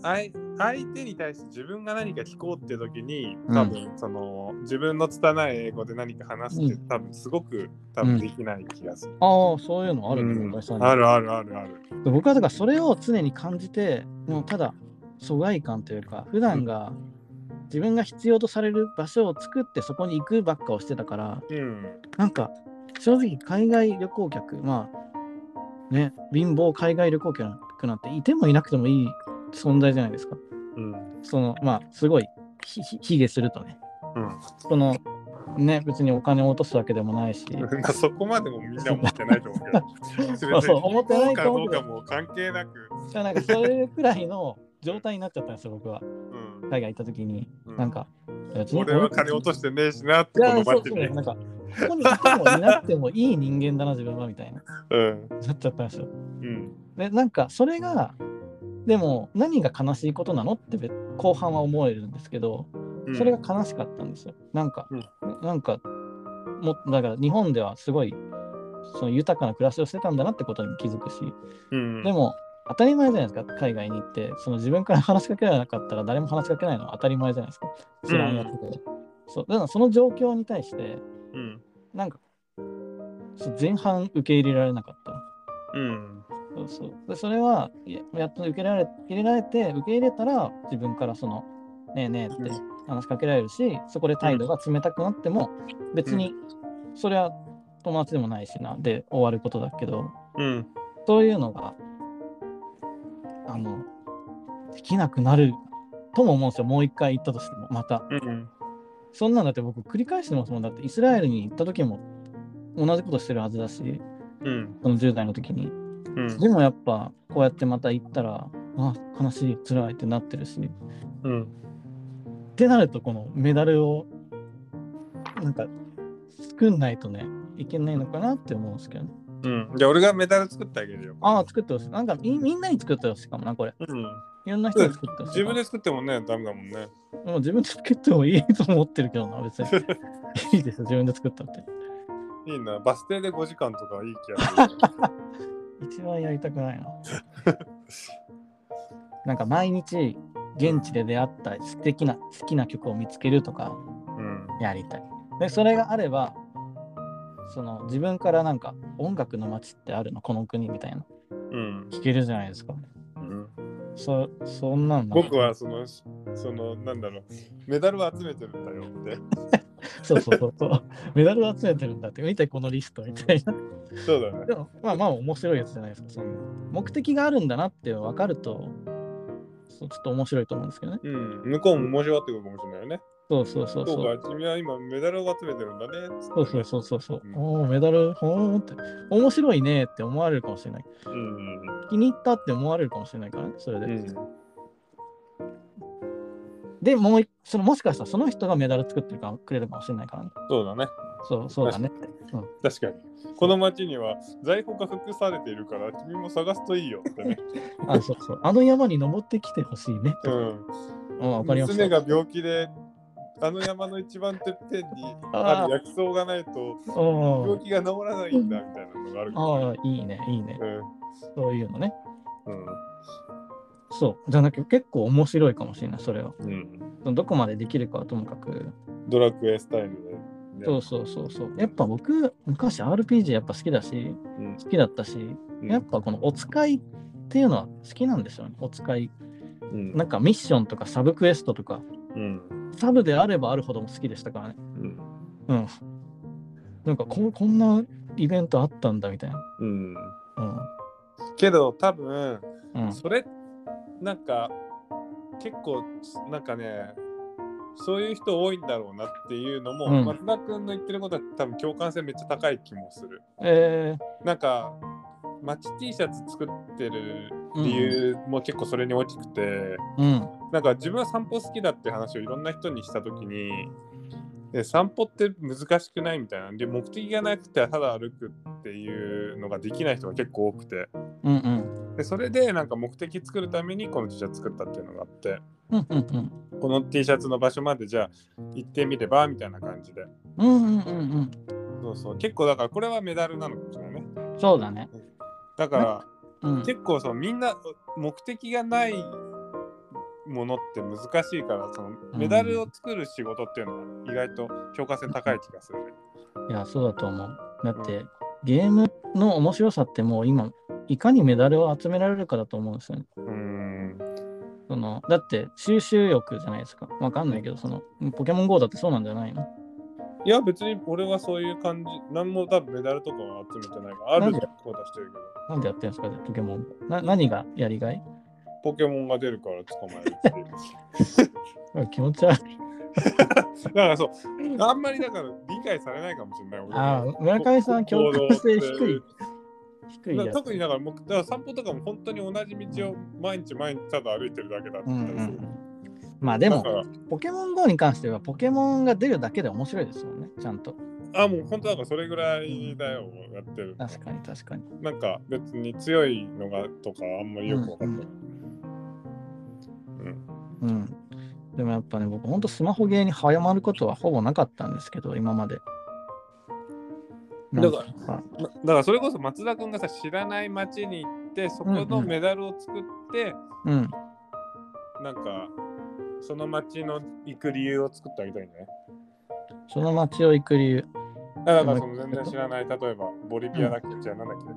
Speaker 1: あい相手に対して自分が何か聞こうって時に
Speaker 2: うん
Speaker 1: 多分その、自分の拙い英語で何か話すって多分すごく多分できない気がする。
Speaker 2: ああ、そういうのある
Speaker 1: うん
Speaker 2: ね、村上さんに
Speaker 1: あるあるあるある。
Speaker 2: で僕はだからそれを常に感じてもうただ疎外感というか普段が自分が必要とされる場所を作ってそこに行くばっかをしてたから
Speaker 1: うん。
Speaker 2: なんか正直海外旅行客まあね貧乏海外旅行客なんていてもいなくてもいい存在じゃないですか
Speaker 1: うん。
Speaker 2: そのまあすごいひひ卑下するとね
Speaker 1: うん、
Speaker 2: そのね別にお金を落とすわけでも ないし
Speaker 1: まあそこまでもみんな思ってないと思うけ ど。別に
Speaker 2: そうそう思ってないと思う
Speaker 1: どう
Speaker 2: け
Speaker 1: かど
Speaker 2: ど
Speaker 1: うかもう関係なく。
Speaker 2: じゃあなんかそれくらいの状態になっちゃったんですよ僕は
Speaker 1: うん
Speaker 2: 海外行った時に
Speaker 1: うん
Speaker 2: なんか別に
Speaker 1: 俺は金落としてねえしなって
Speaker 2: い
Speaker 1: こ
Speaker 2: や、
Speaker 1: の
Speaker 2: そ
Speaker 1: バッ
Speaker 2: うそ
Speaker 1: テ
Speaker 2: う、
Speaker 1: リー
Speaker 2: なんか、ここにいてもいなくてもいい人間だな、自分は、みたいな、
Speaker 1: うん
Speaker 2: なっちゃったんですよ。
Speaker 1: うん
Speaker 2: で、なんか、それが、でも、何が悲しいことなのってべ、後半は思えるんですけど、
Speaker 1: うん
Speaker 2: それが悲しかったんですよ。なんか、
Speaker 1: うん
Speaker 2: なんか、もだから、日本ではすごい、その豊かな暮らしをしてたんだなってことに気づくし、
Speaker 1: うん
Speaker 2: でも、当たり前じゃないですか、海外に行って、その自分から話しかけられなかったら、誰も話しかけないのは当たり前じゃないですか、知らんやつで。そうだからその状況に対して、
Speaker 1: うん
Speaker 2: なんか、そう前半受け入れられなかった。
Speaker 1: うん
Speaker 2: そうそうでそれはいややっと受けられ入れられて、受け入れたら自分からその、ねえねえって
Speaker 1: う
Speaker 2: 話しかけられるし、そこで態度が冷たくなっても、別に、それは友達でもないしな、で終わることだけど、
Speaker 1: うん
Speaker 2: そういうのが、あの、できなくなるとも思うんですよ、もう一回行ったとしても、また。
Speaker 1: うん
Speaker 2: そんなんだって僕繰り返してますもんだってイスラエルに行った時も同じことしてるはずだし
Speaker 1: うん
Speaker 2: その10代の時に
Speaker 1: うん
Speaker 2: でもやっぱこうやってまた行ったらあ悲しい辛いってなってるしっ
Speaker 1: うん
Speaker 2: てなるとこのメダルをなんか作んないとねいけないのかなって思うんですけどね
Speaker 1: うんじゃあ俺がメダル作ってあげるよ
Speaker 2: ああ作ってほしいなんかみみんなに作ってほしいかもなこれ
Speaker 1: うん
Speaker 2: いろんな人に作ってほし
Speaker 1: 自
Speaker 2: いかも
Speaker 1: 分で作ってもねダメだもんね
Speaker 2: もう自分で作ってもいいと思ってるけど な別にいいですよ自分で作ったって
Speaker 1: いいなバス停で5時間とかいい気がする
Speaker 2: 一番やりたくないな。なんか毎日現地で出会った素敵な好きな曲を見つけるとか
Speaker 1: うん
Speaker 2: やりたい。でそれがあればその自分からなんか音楽の街ってあるのこの国みたいな
Speaker 1: うん
Speaker 2: 聞けるじゃないですか。
Speaker 1: うん
Speaker 2: そそんなんなんか
Speaker 1: 僕はそのそのなんだろうメダルを集めてるんだよって
Speaker 2: そうそうそうそう。 メダルを集めてるんだって、見てこのリストみたいな。
Speaker 1: そうだね
Speaker 2: でも、まあまあ面白いやつじゃないですか。その目的があるんだなって分かると、そうちょっと面白いと思うんですけどね。
Speaker 1: うん向こうも面白がってくるかもしれないよね
Speaker 2: そうそうそう
Speaker 1: そ
Speaker 2: そうう。
Speaker 1: か君は今メダルを集めてるんだねつって
Speaker 2: そうそうそうそうそう
Speaker 1: うん。
Speaker 2: おお、メダル、ほーって。面白いねって思われるかもしれない。
Speaker 1: うんうん
Speaker 2: 気に入ったって思われるかもしれないからね、それで。
Speaker 1: うん
Speaker 2: で、もういその、もしかしたらその人がメダル作ってるかくれるかもしれないからね。
Speaker 1: そうだね
Speaker 2: そうそうだね。うん
Speaker 1: 確かにこの町には在庫が隠されているから君も探すといいよってね、
Speaker 2: あ、そうそう。あの山に登ってきてほしいね。
Speaker 1: うん、
Speaker 2: うん、わかりました
Speaker 1: 娘。が病気であの山の一番てっぺんにあ
Speaker 2: あー
Speaker 1: る薬草がないと
Speaker 2: お
Speaker 1: 病
Speaker 2: ー
Speaker 1: 気が治らないんだみたいなのがある
Speaker 2: ああ、いいね、いいね。そういうのね。
Speaker 1: うん
Speaker 2: そう。じゃなく結構面白いかもしれない、それは。
Speaker 1: うんうん
Speaker 2: どこまでできるかはともかく。
Speaker 1: ドラクエスタイルで、
Speaker 2: そう
Speaker 1: ね
Speaker 2: そうそうそう。やっぱ僕、昔 RPG やっぱ好きだし、
Speaker 1: うん
Speaker 2: 好きだったし、
Speaker 1: うん
Speaker 2: やっぱこのお使いっていうのは好きなんですよね。お使い。
Speaker 1: うん
Speaker 2: なんかミッションとかサブクエストとか、
Speaker 1: うん
Speaker 2: サブであればあるほども好きでしたからね。
Speaker 1: うん
Speaker 2: うん。なんかこうこんなイベントあったんだみたいな。
Speaker 1: うん
Speaker 2: うん。
Speaker 1: けど多分
Speaker 2: うん、
Speaker 1: それなんか結構なんかねそういう人多いんだろうなっていうのも、
Speaker 2: うん
Speaker 1: 松田君の言ってることは多分共感性めっちゃ高い気もする。
Speaker 2: え
Speaker 1: なんかマッチ T シャツ作ってる
Speaker 2: ー、
Speaker 1: 理由も結構それに大きくて、
Speaker 2: うん。
Speaker 1: なんか自分は散歩好きだって話をいろんな人にした時にえ散歩って難しくないみたいなんで目的がなくてただ歩くっていうのができない人が結構多くて
Speaker 2: うんうん。
Speaker 1: でそれでなんか目的作るためにこの T シャツ作ったっていうのがあって
Speaker 2: うんうんうん。
Speaker 1: この T シャツの場所までじゃあ行ってみればみたいな感じで
Speaker 2: うんうんうん
Speaker 1: そうそう結構だからこれはメダルなのかもしれないね
Speaker 2: うん。そうだね。
Speaker 1: だから、
Speaker 2: うん。
Speaker 1: 結構そのみんな目的がないものって難しいからそのメダルを作る仕事っていうのは意外と強化性高い気がするね。
Speaker 2: いや、そうだと思う。だって、ゲームの面白さってもう今、いかにメダルを集められるかだと思うんですよね。
Speaker 1: うーん
Speaker 2: そのだって、収集欲じゃないですか。わかんないけど、その、ポケモン GO だってそうなんじゃないの
Speaker 1: いや別に俺はそういう感じ何も多分メダルとかは集めてないからあ
Speaker 2: なん
Speaker 1: る
Speaker 2: で
Speaker 1: こう出してるけど
Speaker 2: なんでやってるんですか、じゃあポケモン。な何がやりがい
Speaker 1: ポケモンが出るから捕まえるっていう
Speaker 2: あ気持ち悪い。
Speaker 1: だからそうあんまりだから理解されないかもしれない俺
Speaker 2: ああ、村上さん、
Speaker 1: 行
Speaker 2: 共
Speaker 1: 動
Speaker 2: 感性低い。低い
Speaker 1: な
Speaker 2: やつ。
Speaker 1: 特にだから僕だから散歩とかも本当に同じ道を毎日毎日ただ歩いてるだけだった
Speaker 2: うんう
Speaker 1: り
Speaker 2: ん
Speaker 1: する
Speaker 2: うん。まあで
Speaker 1: だ
Speaker 2: も
Speaker 1: か、ら
Speaker 2: ポケモン GO に関しては、ポケモンが出るだけで面白いですもんね、ちゃんと。
Speaker 1: あ、もう本当なんかそれぐらいだよ、やってる。
Speaker 2: 確かに確かに。
Speaker 1: なんか別に強いのがとかあんまりよくわかんない。
Speaker 2: うん。でもやっぱね、僕、ほんとスマホゲーに早まることはほぼなかったんですけど、今まで。
Speaker 1: だから
Speaker 2: なんか
Speaker 1: なだからそれこそ松田君がさ、知らない町に行って、そこのメダルを作って、
Speaker 2: うん。
Speaker 1: なんかその町の行く理由を作ってあげたいね。
Speaker 2: その街を行く理由。
Speaker 1: あだからその全然知らない、例えばボリビアだっけ、じゃあなんだっけ。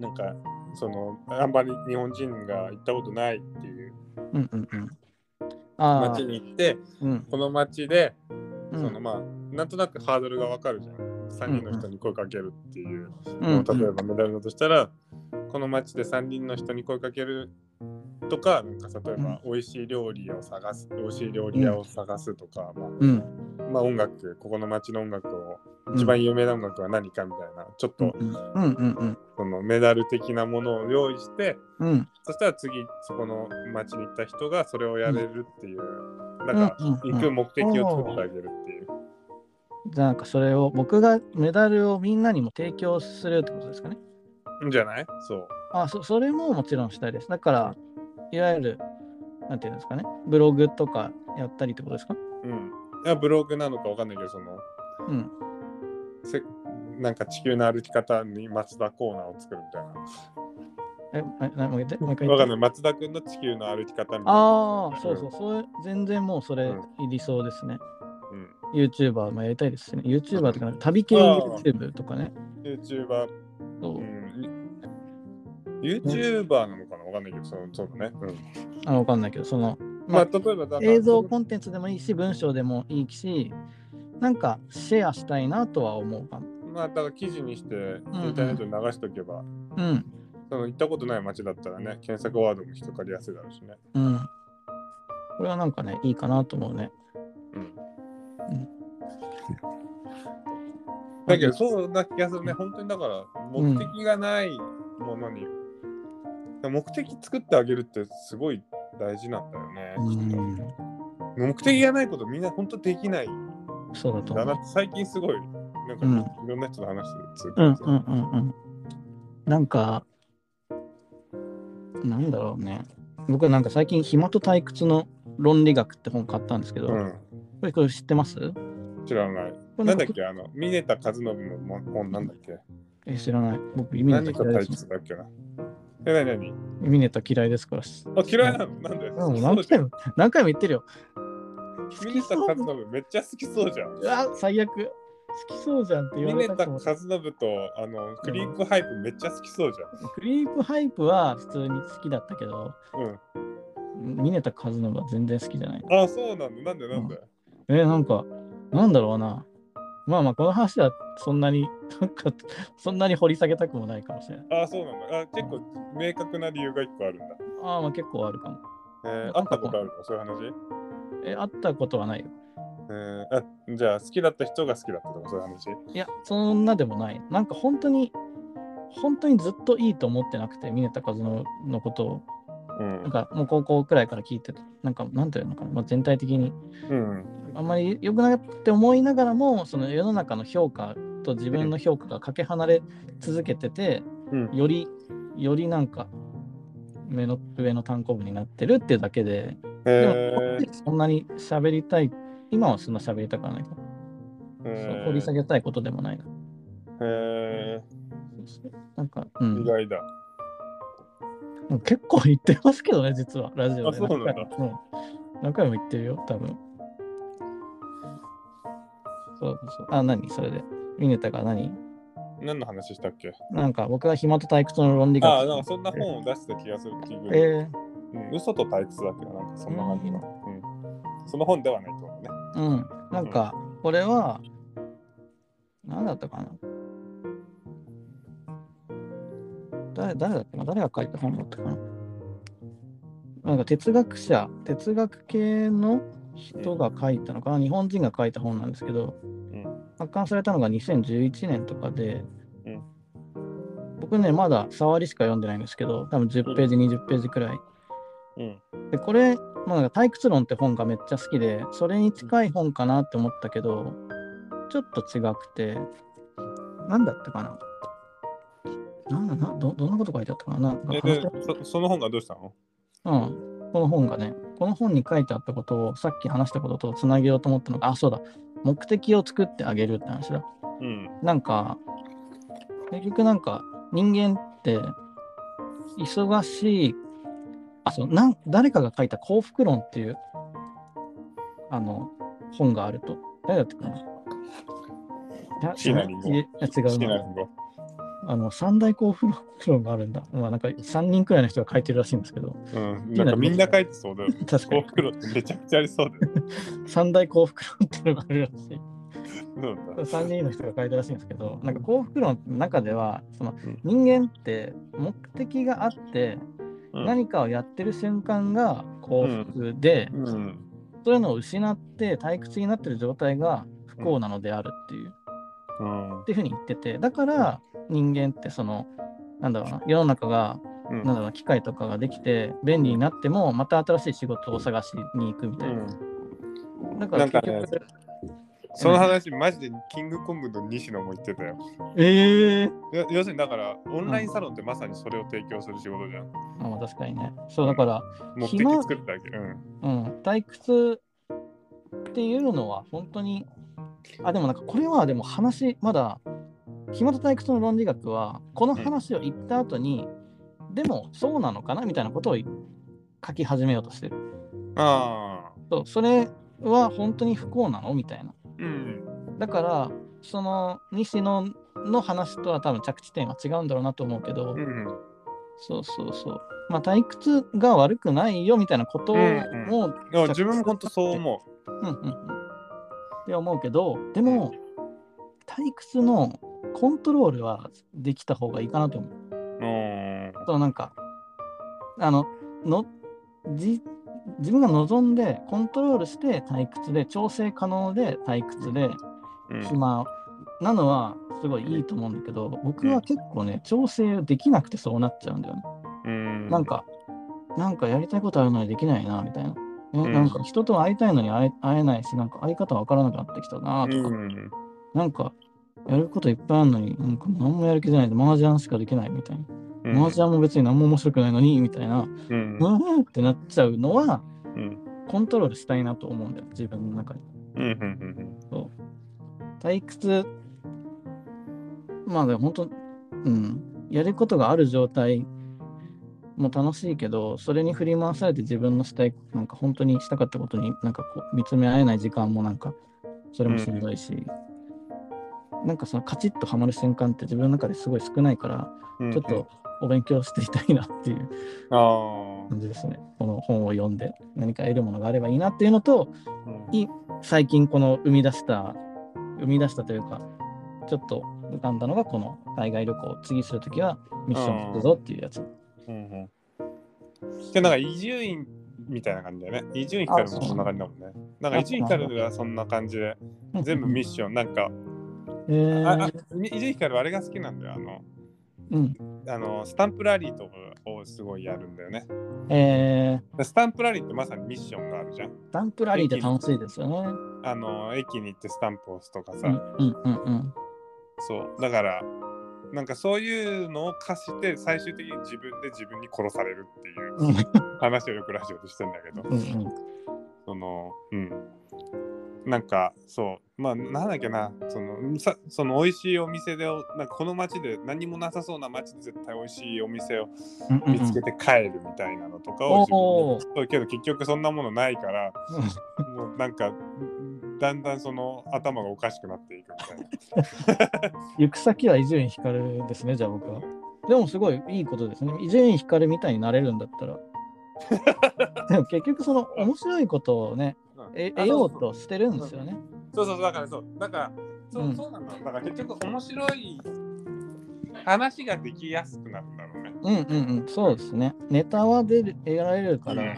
Speaker 1: なんかそのあんまり日本人が行ったことないっていう
Speaker 2: うんうんうん。ああ
Speaker 1: 町、に行って、
Speaker 2: うん。
Speaker 1: この町で
Speaker 2: う
Speaker 1: その
Speaker 2: ん
Speaker 1: まあなんとなくハードルがわかるじゃん。3人の人に声かけるっていう、
Speaker 2: うん
Speaker 1: 例えばメダルだとしたら、この町で3人の人に声かけるとか、なんか例えば美味しい料理を探す、美味しい料理屋を探すとか、ま
Speaker 2: うん。
Speaker 1: あ、まあ音楽、ここの町の音楽を、
Speaker 2: うん
Speaker 1: 一番有名な音楽は何かみたいな、ちょっ
Speaker 2: うん
Speaker 1: と
Speaker 2: うんうんうん。
Speaker 1: そのメダル的なものを用意して、
Speaker 2: うん
Speaker 1: そしたら次、そこの町に行った人がそれをやれるっていう、
Speaker 2: う
Speaker 1: なんか
Speaker 2: ん
Speaker 1: 行
Speaker 2: う
Speaker 1: く
Speaker 2: ん。
Speaker 1: 目的を作ってあげるっていう。
Speaker 2: じゃあなんかそれを僕がメダルをみんなにも提供するってことですかね。
Speaker 1: んじゃないそう。
Speaker 2: あそそれももちろんしたいです。だから、いわゆる、なんていうんですかね、ブログとかやったりってことですか
Speaker 1: うん。いやブログなのかわかんないけど、その、
Speaker 2: うん。
Speaker 1: せなんか地球の歩き方に松田コーナーを作るみたいな。
Speaker 2: え、ななもう一回言って。
Speaker 1: わかんない。松田君の地球の歩き方みたいな。
Speaker 2: ああ、そうそう、それ、全然もうそれ
Speaker 1: うん、
Speaker 2: 理想ですね。
Speaker 1: うん、
Speaker 2: YouTuber もやりたいですしね。YouTuber とか、旅系
Speaker 1: ああ
Speaker 2: YouTube とかね。
Speaker 1: YouTuber、
Speaker 2: そう
Speaker 1: ん、
Speaker 2: う。
Speaker 1: YouTuber なのかなわかんないけど、そのそうだね。
Speaker 2: あわかんないけど、その、
Speaker 1: まあ、
Speaker 2: ま
Speaker 1: 例えばだから
Speaker 2: 映像コンテンツでもいいし、文章でもいいし、なんかシェアしたいなとは思うかも。
Speaker 1: まあ、だから記事にしてインターネットに流しておけば、
Speaker 2: うん、
Speaker 1: その行ったことない街だったらね、検索ワードも引っかかりやすいだろうしね。
Speaker 2: うん。これはなんかね、いいかなと思うね。
Speaker 1: だけど、そうな気がするね。本当にだから、目的がないものに、目的作ってあげるってすごい大事なんだよね。
Speaker 2: う
Speaker 1: きっと
Speaker 2: ん、
Speaker 1: 目的がないことみんな本当できないん
Speaker 2: そうだと思
Speaker 1: だな
Speaker 2: う
Speaker 1: って、最近すごい、なんか
Speaker 2: うん
Speaker 1: いろんな人と話してる通
Speaker 2: うん
Speaker 1: 勤
Speaker 2: うんうんうん。なんか、なんだろうね。僕はなんか最近、暇と退屈の論理学って本買ったんですけど、これこれ知ってますこ
Speaker 1: うん、知らない。な
Speaker 2: れなんん
Speaker 1: だ
Speaker 2: か
Speaker 1: っけあの、峰田和信の本なんだっけ
Speaker 2: え知らない。僕、ミネタ
Speaker 1: 何か
Speaker 2: 嫌いで
Speaker 1: 対決
Speaker 2: す。
Speaker 1: だっけなえ、なになに
Speaker 2: ミネタ嫌いですから。
Speaker 1: あ、嫌いなのなんで
Speaker 2: うん、何回も、何回も言ってるよ。好
Speaker 1: ミ
Speaker 2: き
Speaker 1: ネタ
Speaker 2: そ
Speaker 1: 和
Speaker 2: う。
Speaker 1: 信めっちゃ好きそうじゃん
Speaker 2: う。わ、最悪。好きそうじゃんって言
Speaker 1: ミ
Speaker 2: わ
Speaker 1: ネ
Speaker 2: れ
Speaker 1: タ
Speaker 2: た
Speaker 1: 和
Speaker 2: も。
Speaker 1: 信とあのクリープハイプめっちゃ好きそうじ
Speaker 2: クリープハイプは普通に好きだったけど、
Speaker 1: ゃん。うん。
Speaker 2: ミネタカズノは全然好きじゃない。
Speaker 1: あ、そうなんだ。なんでなんで、
Speaker 2: えーなんか、なんだろうな。まあまあ、この話はそんなに、 なんかそんなに掘り下げたくもないかもしれない。
Speaker 1: あ、そうなんだ。あ、結構明確な理由が一個あるんだ。
Speaker 2: ああ、まあ結構あるかも。
Speaker 1: えー、会ったことあるのそういう話
Speaker 2: えー、会ったことはないよ。
Speaker 1: えー、あ、じゃあ好きだった人が好きだったとかそういう話
Speaker 2: いや、そんなでもない。なんか本当に、本当にずっといいと思ってなくて、ミネタカズノのことを、
Speaker 1: うん
Speaker 2: なんかもう高校くらいから聞いてた、なんか、なんていうのかな、まあ、全体的に
Speaker 1: うん。
Speaker 2: あんまり良くないって思いながらもその世の中の評価と自分の評価がかけ離れ続けてて、
Speaker 1: うん
Speaker 2: よりよりなんか目の上の単行部になってるっていうだけで、
Speaker 1: え
Speaker 2: でもそんなに喋りたい今はそんな喋りたくはないから、
Speaker 1: ー、
Speaker 2: そう掘り下げたいことでもないな
Speaker 1: え
Speaker 2: なんか、う
Speaker 1: ー、
Speaker 2: ん
Speaker 1: 意、外だ。
Speaker 2: なんか結構言ってますけどね実はラジオで
Speaker 1: あそうなんだ
Speaker 2: 何回もうん何回も言ってるよ多分そうそうあ何それでミネタが何
Speaker 1: 何の話したっけ
Speaker 2: なんか僕は暇と退屈の論理学。
Speaker 1: あなんかそんな本を出した気がする気分、
Speaker 2: え
Speaker 1: うん嘘と退屈だけど、なんかそんな感じの、うんその本ではないと思うね。
Speaker 2: ーうん。なんか、これは、何だったかな誰誰だったかな誰が書いた本だったかななんか哲学者、哲学系の人が書いたのかな日本人が書いた本なんですけど、
Speaker 1: ん
Speaker 2: 発刊されたのが2011年とかで、
Speaker 1: うん
Speaker 2: 僕ね、まだ触りしか読んでないんですけど、多分10ページ、20ページくらい
Speaker 1: うん。
Speaker 2: でこれ、まあ、なんか退屈論って本がめっちゃ好きでそれに近い本かなって思ったけどちょっと違くて何だったかななんだなどどんなこと書いてあったかななんか
Speaker 1: え
Speaker 2: 話
Speaker 1: で
Speaker 2: し
Speaker 1: そ、その本がどうしたの
Speaker 2: うん、この本がねこの本に書いてあったことをさっき話したこととつなげようと思ったのがあそうだ目的を作ってあげるって話だ
Speaker 1: うん。
Speaker 2: なんか結局なんか人間って忙しいあそうなん誰かが書いた幸福論っていうあの本があると誰だったかな
Speaker 1: 椎名林檎
Speaker 2: いやいや違
Speaker 1: 好きな
Speaker 2: うな
Speaker 1: 本が。
Speaker 2: あの三大幸福論があるんだ、まあ、なんか3人くらいの人が書いてるらしいんですけど
Speaker 1: うん。なんかみんな書いてそうだよね。
Speaker 2: 確か
Speaker 1: 幸
Speaker 2: に
Speaker 1: 福論ってめちゃくちゃありそうだよね。
Speaker 2: 三大幸福論っていうのがあるらしい
Speaker 1: そうなんだ。
Speaker 2: 3人の人が書いたらしいんですけどなんか幸福論の中ではその
Speaker 1: うん
Speaker 2: 人間って目的があって
Speaker 1: うん
Speaker 2: 何かをやってる瞬間が幸福で、
Speaker 1: うん。
Speaker 2: そういうのを失って退屈になってる状態が不幸なのであるっていう,、
Speaker 1: うん
Speaker 2: っていうふうに言っててだから人間ってそのなんだろうな世の中が
Speaker 1: うん
Speaker 2: なんだろう機械とかができて便利になってもまた新しい仕事を探しに行くみたいな、だから結
Speaker 1: なん
Speaker 2: 局、
Speaker 1: かその話、マジでキングコングの西野も言ってたよ。
Speaker 2: ええー、
Speaker 1: よ要するにだから、オンラインサロンってまさにそれを提供する仕事じゃん。
Speaker 2: あまあ確かにねそうだから、
Speaker 1: 目的作ったわけ。うん。
Speaker 2: うん、退屈っていうのは本当にあでもなんかこれはでも話まだ暇と退屈の論理学はこの話を言った後に、でもそうなのかなみたいなことを書き始めようとしてる
Speaker 1: ああ。
Speaker 2: そうそれは本当に不幸なのみたいな
Speaker 1: うん。
Speaker 2: だからその西野の話とは多分着地点は違うんだろうなと思うけど、
Speaker 1: うん。
Speaker 2: そうそうそうまあ、退屈が悪くないよみたいなことを、
Speaker 1: うんでも
Speaker 2: も
Speaker 1: 自分も本当そう思
Speaker 2: うんうんうんって思うけどでも、退屈のコントロールはできた方がいいかなと思う。
Speaker 1: う。うん。
Speaker 2: そのなんかあののじ自分が望んでコントロールして退屈で調整可能で退屈で
Speaker 1: うん
Speaker 2: 暇なのはすごいいいと思うんだけど僕は結構ね調整できなくてそうなっちゃうんだよね。
Speaker 1: うん。
Speaker 2: なんか、なんかやりたいことあるのにできないな、みたいな。え
Speaker 1: うん
Speaker 2: なんか人と会いたいのに会え会えないし、なんか会い方わからなくなってきたな
Speaker 1: う
Speaker 2: とか、
Speaker 1: ん。
Speaker 2: なんかやることいっぱいあるのに、なんか何もやる気じゃないで、麻雀しかできないみたいな。
Speaker 1: うん
Speaker 2: 麻雀も別に何も面白くないのに、みたいな、
Speaker 1: うん
Speaker 2: う。ーんってなっちゃうのは、
Speaker 1: うん。
Speaker 2: コントロールしたいなと思うんだよ、自分の中に。
Speaker 1: うん。うん。
Speaker 2: 退屈、まあでも本当、うん、やることがある状態も楽しいけど、それに振り回されて自分のしたい、なんか本当にしたかったことに、なんかこう、見つめ合えない時間もなんか、それもしんどいし、なんかそのカチッとハマる瞬間って自分の中ですごい少ないから、
Speaker 1: うん
Speaker 2: ちょっと。お勉強していたいなっていう
Speaker 1: あ
Speaker 2: 感じですね。この本を読んで、何か得るものがあればいいなっていうのと、
Speaker 1: あ。うん
Speaker 2: 最近この生み出した生み出したというかちょっと浮かんだのがこの海外旅行を次するときはミッションをするぞっていうやつ。
Speaker 1: うんうんでなんか伊集院みたいな感じだよね。伊集院光もそんな感じだもんね。なんか伊集院光はそんな感じで、全部ミッション、なんか、
Speaker 2: え
Speaker 1: ああ
Speaker 2: ー、
Speaker 1: 伊集院光はあれが好きなんだよ。あの、
Speaker 2: うん。
Speaker 1: あのスタンプラリーとかをすごいやるんだよね。
Speaker 2: えー、
Speaker 1: でスタンプラリーってまさにミッションがあるじゃん。
Speaker 2: ダンプラリーって楽しいですよね。
Speaker 1: あの、駅に行ってスタンプを押すとかさ。
Speaker 2: うんうんうんうん。
Speaker 1: そう。だから、なんかそういうのを貸して、最終的に自分で自分に殺されるっていう
Speaker 2: うん
Speaker 1: 話をよくラジオでしてんだけど。
Speaker 2: うんうん
Speaker 1: そのうんなんかそうまあなんだっけなそのさその美味しいお店でおなんかこの町で何もなさそうな町で絶対美味しいお店を
Speaker 2: うんうん
Speaker 1: 見つけて帰るみたいなのとか
Speaker 2: お
Speaker 1: を
Speaker 2: お
Speaker 1: 自分でそうけど結局そんなものないからもうなんかだんだんその頭がおかしくなっていくみたいな。
Speaker 2: 行く先は伊集院光ですねじゃあ僕は。でもすごいいいことですね。伊集院光みたいになれるんだっ たら。でも結局その面白いことをね え得ようとしてるんですよね。
Speaker 1: そうそうそうだからそうだからそう,、
Speaker 2: うん
Speaker 1: そうなんだよだから結局面白い話ができやすくなるんだろうね。
Speaker 2: うんうんうん、そうですね。ネタは出る得られるから。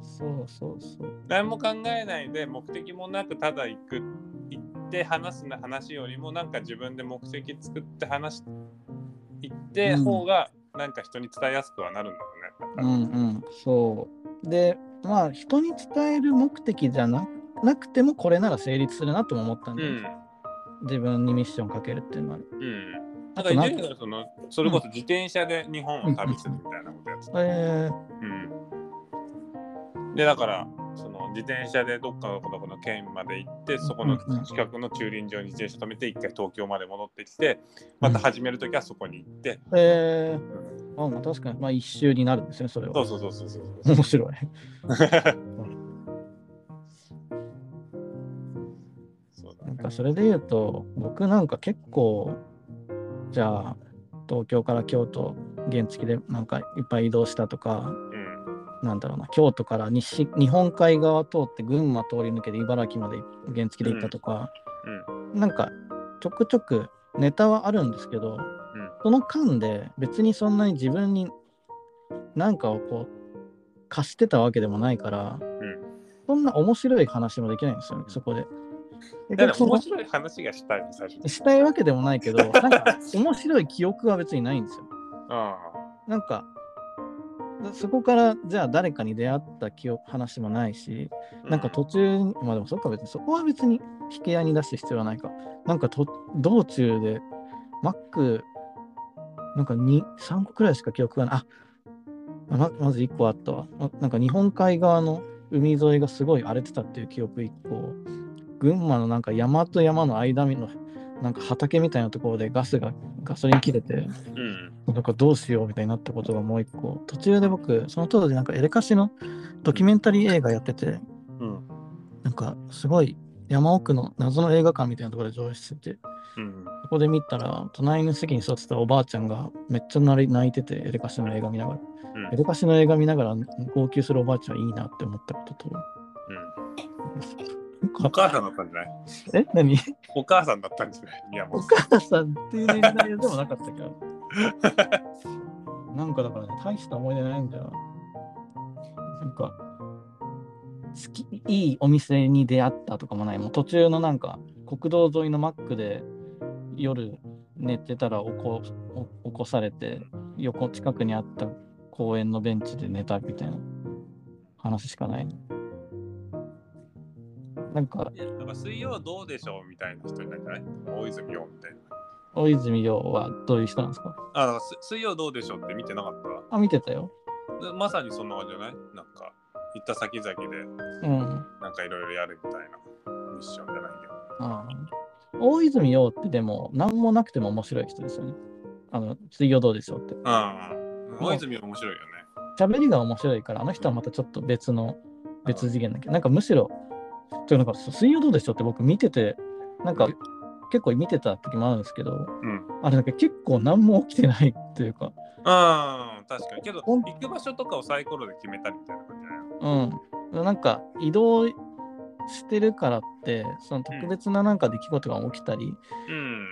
Speaker 2: そうそうそう。
Speaker 1: 何も考えないで目的もなくただ行く行って話す話よりもなんか自分で目的作って話し行って
Speaker 2: うん
Speaker 1: 方がなんか人に伝えやすくはなるんだ
Speaker 2: う
Speaker 1: ろうね。
Speaker 2: んうん、そう。で、まあ、人に伝える目的じゃななくても、これなら成立するなとも思ったん
Speaker 1: う
Speaker 2: で、
Speaker 1: ん
Speaker 2: 自分にミッションかけるっていうのはある。
Speaker 1: うん。な
Speaker 2: あ
Speaker 1: んか
Speaker 2: と
Speaker 1: 伊
Speaker 2: な
Speaker 1: 集
Speaker 2: ん
Speaker 1: 院
Speaker 2: か、
Speaker 1: はそのそれこそ自転車で日本を旅するみたいなことやってた。
Speaker 2: えー
Speaker 1: うんでだからその自転車でどっかのこの県まで行ってそこの近くの駐輪場に自転車止めて一回東京まで戻ってきてまた始めるときはそこに行って
Speaker 2: えー、あまあ確かに、まあ一周になるんですね、それ
Speaker 1: そう
Speaker 2: は。
Speaker 1: そうそうそうそうそう
Speaker 2: 面白い。
Speaker 1: そうだ
Speaker 2: なん
Speaker 1: ね
Speaker 2: かそれで言うと、僕なんか結構、じゃあ、東京から京都、原付でなんかいっぱい移動したとか、
Speaker 1: うん
Speaker 2: なんだろうな、京都から西日本海側通って群馬通り抜けて茨城まで原付で行ったとか、なんかちょくちょくネタはあるんですけど、その間で別にそんなに自分に何かをこう貸してたわけでもないから、
Speaker 1: ん
Speaker 2: そんな面白い話もできないんですよね、そこで。
Speaker 1: うん。だから
Speaker 2: 結局
Speaker 1: 面
Speaker 2: そ
Speaker 1: 白い話がしたいの最初に
Speaker 2: の。したいわけでもな いけど、なんか面白い記憶は別にないんですよ。
Speaker 1: あ
Speaker 2: なんか、そこからじゃあ誰かに出会った記憶話もないし、
Speaker 1: あ
Speaker 2: なんか途中に、まあでもそっか別にそこは別に引き合いに出す必要はないか。なんかと道中でマックなんか2、3個くらいしか記憶がない。あままず1個あったわ。まなんか日本海側の海沿いがすごい荒れてたっていう記憶1個。群馬のなんか山と山の間のなんか畑みたいなところでガスがガソリン切れて。
Speaker 1: うん
Speaker 2: なんかどうしようみたいになったことがもう一個。途中で僕、その当時なんかエレカシのドキュメンタリー映画やってて、
Speaker 1: うん
Speaker 2: なんかすごい山奥の謎の映画館みたいなところで上映してて、
Speaker 1: うん。
Speaker 2: そこで見たら、隣の席に座ってたおばあちゃんがめっちゃ泣い泣いてて、エレカシの映画見ながら。
Speaker 1: うん
Speaker 2: エレカシの映画見ながら号泣するおばあちゃんいいなって思ったことと。
Speaker 1: お母さんだったんじゃない
Speaker 2: え何
Speaker 1: お母さんだったんじゃない宮
Speaker 2: お
Speaker 1: 本さ
Speaker 2: 母さんっていう年代でもなかったけど。 なんかだからね、大した思い出ないんだよ。なんか、好き、いいお店に出会ったとかもない。もう途中のなんか、国道沿いのマックで夜寝てたら起こお起こされて、横近くにあった公園のベンチで寝たみたいな話しかない。なんか、
Speaker 1: ん。なんか水曜どうでしょうみたいな人になるんじゃない大泉洋みたいな。
Speaker 2: 大泉洋はどういう人なんですか
Speaker 1: あ、だからす水曜どうでしょうって見てなかっ
Speaker 2: あ、見てたよ。
Speaker 1: たまさにそんな感じじゃないなんか、行った先々で、
Speaker 2: うん。
Speaker 1: なんかいろいろやるみたいなミッションじゃないけど。
Speaker 2: うん大泉洋ってでも何もなくても面白い人ですよね。あの水曜どうでしょうって。
Speaker 1: うんうん。大泉洋面白いよね。
Speaker 2: 喋りが面白いから、あの人はまたちょっと別の、別次元だけど、なんかむしろ、ちょなんか水曜どうでしょうって僕見てて、なんか結構見てた時もあるんですけど、
Speaker 1: ん
Speaker 2: あれなんか結構何も起きてないっていうか、
Speaker 1: うん、確かに。けど、
Speaker 2: ほん
Speaker 1: 行く場所とかをサイコロで決めたりみたいな感じじゃない
Speaker 2: うん。なんか移動してるからって、その特別ななんか出来事が起きたり、
Speaker 1: うん。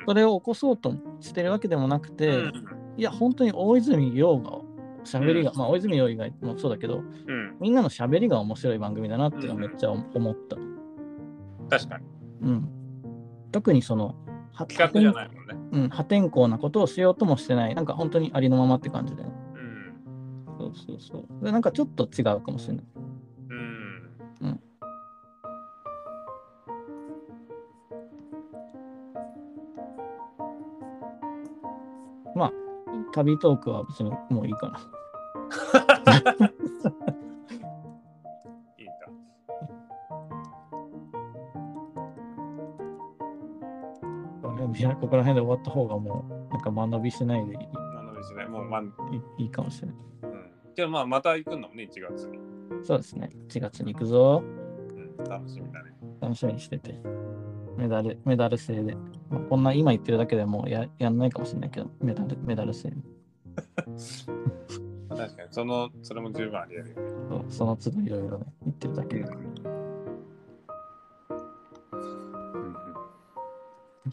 Speaker 2: それを起こそうとしてるわけでもなくて、
Speaker 1: うん
Speaker 2: いや、本当に大泉洋が、喋りが、
Speaker 1: う
Speaker 2: まあ、大泉洋以外もそうだけど、
Speaker 1: うん、
Speaker 2: みんなの喋りが面白い番組だなっていうのはめっちゃ思った。
Speaker 1: 確かに。
Speaker 2: うん。特にその、は
Speaker 1: 企画じゃないもんね。
Speaker 2: うん、破天荒なことをしようともしてない、なんか本当にありのままって感じで。
Speaker 1: うん。
Speaker 2: そうそうそう。で、なんかちょっと違うかもしれない。
Speaker 1: うん。
Speaker 2: 旅トークは別にもういいかな。
Speaker 1: いいんだ。
Speaker 2: いやここら辺で終わった方がもう、なんか間延びしないでい
Speaker 1: なのですね、もう、まん、
Speaker 2: いいいかもしれない。
Speaker 1: うん。けど、まあ、また行くんだもんね、1月に。
Speaker 2: そうですね。4月に行くぞ。
Speaker 1: うん、楽しみだね。
Speaker 2: 楽しみにしてて。メダル、メダル制で。まあ、こんな今言ってるだけでもうややんないかもしれないけど、メダル、メダル制。
Speaker 1: まあ確かに、その、それも十分あり得るよね。
Speaker 2: そうその都度いろいろね、言ってるだけだから。
Speaker 1: うん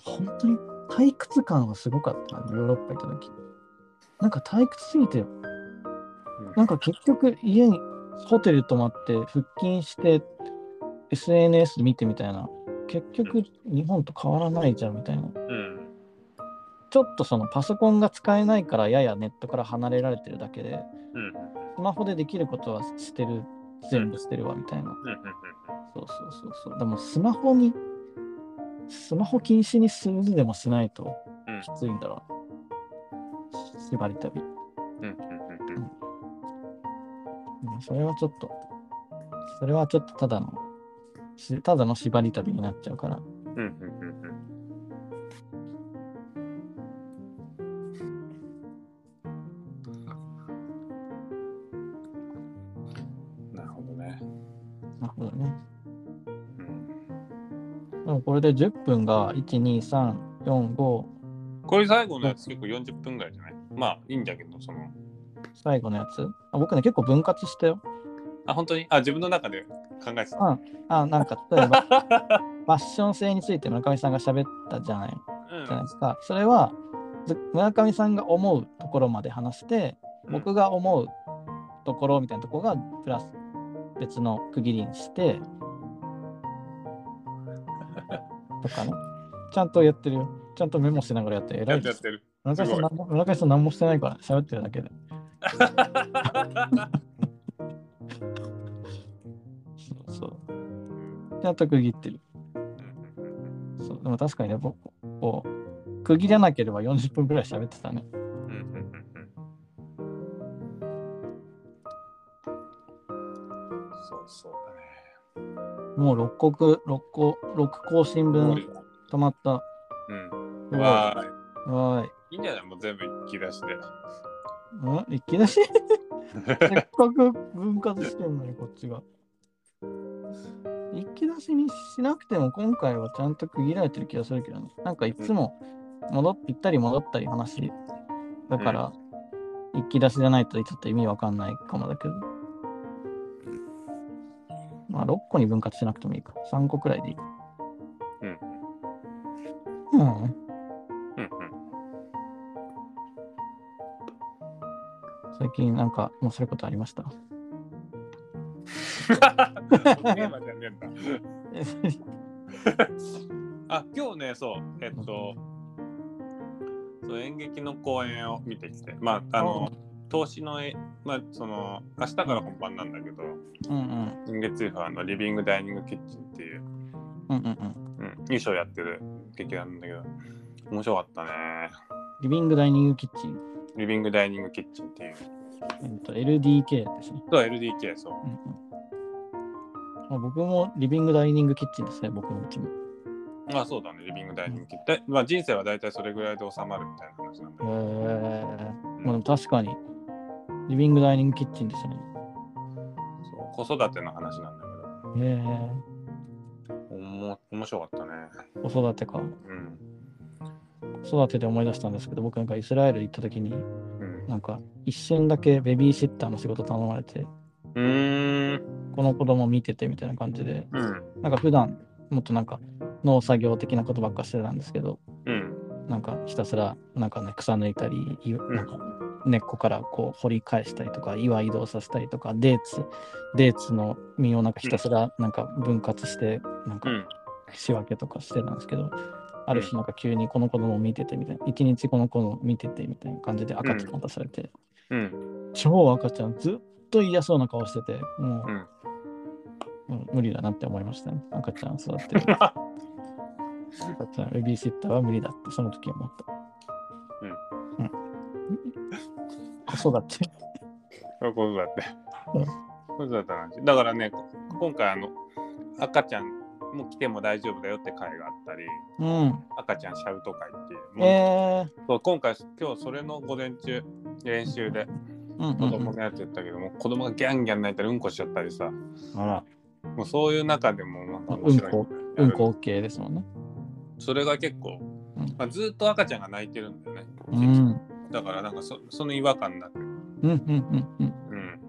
Speaker 2: 本当に退屈感はすごかったな、ヨーロッパ行った時。なんか退屈すぎて、なんか結局家に、ホテル泊まって、腹筋して、SNS 見てみたいな。結局日本と変わらないじゃんみたいな。
Speaker 1: うん。
Speaker 2: ちょっとそのパソコンが使えないからややネットから離れられてるだけで、
Speaker 1: うん。うん。
Speaker 2: スマホでできることはしてる、全部してるわみたいな。
Speaker 1: うん。うん。
Speaker 2: そうそうそうそう。でもスマホに、スマホ禁止にするでもしないと
Speaker 1: うん
Speaker 2: きついんだろうな。縛り旅。
Speaker 1: うん。うん。うん。
Speaker 2: うんそれはちょっと、それはちょっとただの、しただの縛り旅になっちゃうから。
Speaker 1: うんうんうんうんなるほどね。
Speaker 2: なるほどね。
Speaker 1: うん、
Speaker 2: でもこれで10分が1、2、3、4、5、
Speaker 1: これ最後のやつ結構40分ぐらいじゃないまあいいんだけど、その。
Speaker 2: 最後のやつ。あ僕ね、結構分割したよ。
Speaker 1: あ、本当にあ、自分の中で考えてた。
Speaker 2: あ、なんか、例 えば、ファッション性について村上さんが喋ったじゃない。
Speaker 1: うん
Speaker 2: じゃないですか。それはず村上さんが思うところまで話して、僕が思うところみたいなところがプラス別の区切りにしてとかね。ちゃんとやってるよ。ちゃんとメモしながらやってる。
Speaker 1: や
Speaker 2: 偉
Speaker 1: っ
Speaker 2: い
Speaker 1: てやっ
Speaker 2: です
Speaker 1: てる。
Speaker 2: 村上さん何も村上さん何もしてないから喋ってるだけで。そうそう。ちゃんと区切ってる。そうでも確かにね、僕こう区切らなければ40分くらい喋ってたね。
Speaker 1: うんうんうんうんそうそうだね。
Speaker 2: もう6国、6個、6更新
Speaker 1: う
Speaker 2: 分止まった。
Speaker 1: ん。
Speaker 2: う
Speaker 1: わ
Speaker 2: わ
Speaker 1: ーい。
Speaker 2: い。わーい。
Speaker 1: いいんじゃないもう全部引き出して。
Speaker 2: ん いきなりせっかく分割してんのに、こっちが。一気出しにしなくても今回はちゃんと区切られてる気がするけどね。なんかいつも戻っ行ったり戻ったり話だから、一気出しじゃないとちょっと意味わかんないかもだけど。まあ6個に分割しなくてもいいか。3個くらいでいいか。
Speaker 1: うん
Speaker 2: うん。
Speaker 1: うん
Speaker 2: 最近なんか面白いことありました。
Speaker 1: うん。テーマじゃねえんだ。あ今日ねそうえっとそう演劇の公演を見てきてまああの投資のえまあその明日から本番なんだけど
Speaker 2: うんうん。
Speaker 1: 今月はあのリビングダイニングキッチンっていう、
Speaker 2: うんうんう
Speaker 1: う
Speaker 2: ん。
Speaker 1: ん、衣装やってる劇団なんだけど面白かったね
Speaker 2: リビングダイニングキッチン。
Speaker 1: リビングダイニングキッチンっていう
Speaker 2: えっと、LDK ですね。
Speaker 1: そう LDK そう
Speaker 2: うんうんまあ、僕もリビングダイニングキッチンですね、僕のうちも。
Speaker 1: あそうだねリビングダイニングキッチン、だまあ、人生は大体それぐらいで収まるみたいな話なんだけ
Speaker 2: え
Speaker 1: ど、
Speaker 2: ー、
Speaker 1: うん
Speaker 2: まあでも確かに、リビングダイニングキッチンですね。
Speaker 1: そう子育ての話なんだ
Speaker 2: え
Speaker 1: けどおも面白かったね
Speaker 2: ー、子育てか。
Speaker 1: うん
Speaker 2: 子育てで思い出したんですけど、僕なんかイスラエル行った時に、
Speaker 1: うん
Speaker 2: なんか一瞬だけベビーシッターの仕事頼まれて、
Speaker 1: うーん。
Speaker 2: この子供見ててみたいな感じで、
Speaker 1: うん。
Speaker 2: なんか普段もっとなんか農作業的なことばっかしてたんですけど、
Speaker 1: うん。
Speaker 2: なんかひたすらなんかね草抜いたりいなんか根っこからこう掘り返したりとか岩移動させたりとかデーツデーツの実をなんかひたすらなんか分割してなんか
Speaker 1: うん。
Speaker 2: 仕分けとかしてたんですけど、ある日なんか急にこの子供を見ててみたいな一日この子の見ててみたいな感じで赤ちゃん渡されて、
Speaker 1: うん。
Speaker 2: 超赤ちゃんずっと嫌そうな顔しててもう、
Speaker 1: うん
Speaker 2: うん無理だなって思いましたね赤ちゃん育て る赤ちゃんベビーシッターは無理だってその時思ったうん、子育て
Speaker 1: そういうことだって。
Speaker 2: うん
Speaker 1: そういうことだった話。だからね、こ今回、あの、赤ちゃんも来ても大丈夫だよって会があったり、
Speaker 2: うん
Speaker 1: 赤ちゃんシャウト会っていう。もう
Speaker 2: えー、
Speaker 1: そう今回、今日それの午前中、練習で
Speaker 2: うんうん
Speaker 1: 子供のやつやったけども、子供がギャンギャン泣いたりうんこしちゃったりさ、
Speaker 2: あら
Speaker 1: もうそういう中でも、なんか
Speaker 2: うんこ
Speaker 1: や
Speaker 2: う
Speaker 1: る
Speaker 2: んこ OK ですもんね
Speaker 1: それが結構、
Speaker 2: うん
Speaker 1: まあ、ずっと赤ちゃんが泣いてるんだよね。
Speaker 2: うんうん
Speaker 1: だから、なんかそ、その違和感なく。
Speaker 2: うんうんうん
Speaker 1: うん。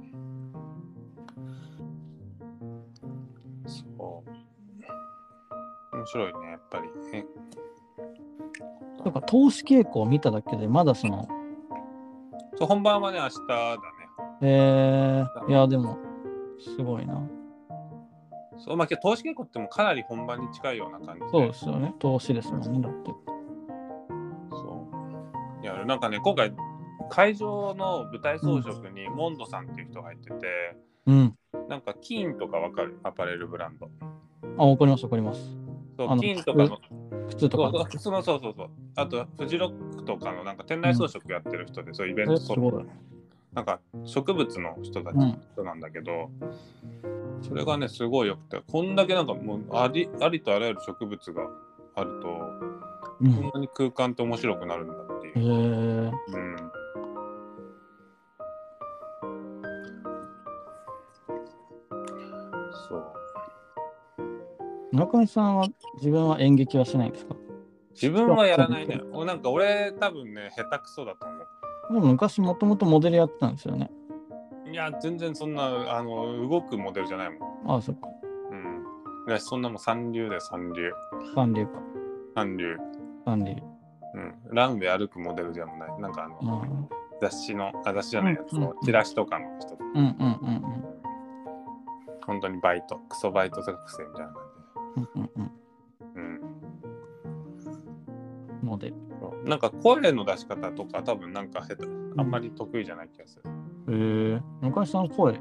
Speaker 1: そう。面白いね、やっぱり。え
Speaker 2: とか投資傾向を見ただけでまだその
Speaker 1: そう本番はね、明日だね。
Speaker 2: えー、いやでもすごいな
Speaker 1: そう、まあ、今日投資傾向ってもかなり本番に近いような感じで。
Speaker 2: そうですよね投資ですもんねだって
Speaker 1: そう。やる。なんかね、今回、会場の舞台装飾にモンドさんっていう人が入ってて、
Speaker 2: うん
Speaker 1: なんか金とかわかるアパレルブランド。
Speaker 2: あ、わかります、わかります。
Speaker 1: そ
Speaker 2: あ
Speaker 1: う、
Speaker 2: の
Speaker 1: 金とかの。
Speaker 2: 靴と
Speaker 1: そうそ
Speaker 2: か。
Speaker 1: うそうそうそうそう。あと、フジロックとかのなんか店内装飾やってる人で、 そうイベン
Speaker 2: え
Speaker 1: ト
Speaker 2: すごい。
Speaker 1: なんか植物の人たち
Speaker 2: う
Speaker 1: の
Speaker 2: ん
Speaker 1: 人なんだけど、それがねすごいよくてこんだけなんかもうありありとあらゆる植物があると
Speaker 2: う
Speaker 1: こんなに空間って面白くなるんだっていう、
Speaker 2: ん。へえ。
Speaker 1: うん、そう
Speaker 2: 中井さんは自分は演劇はしないんですか
Speaker 1: 自分はやらないねおなんか俺多分ね下手くそだと思
Speaker 2: でも昔もともとモデルやってたんですよね。
Speaker 1: ういや全然そんなあの動くモデルじゃないもん、
Speaker 2: ああ、そっか。
Speaker 1: うん、だしそんなもん三流だよ三流
Speaker 2: 三流か。
Speaker 1: 三流
Speaker 2: 三流。
Speaker 1: うん、ランウェイ歩くモデルでもない、なんかあの、
Speaker 2: うん
Speaker 1: 雑誌の、あ、雑誌じゃないやつ
Speaker 2: うんう
Speaker 1: の
Speaker 2: ん、
Speaker 1: チラシとかの人、
Speaker 2: うんうんうん
Speaker 1: 本当にバイト、クソバイト学生みたいな感
Speaker 2: うんうんうん
Speaker 1: じで。うん
Speaker 2: うん。モデル。
Speaker 1: そう。なんか声の出し方とか、多分なんか下手、あんまり得意じゃない気がする。
Speaker 2: へえ。中井さん声、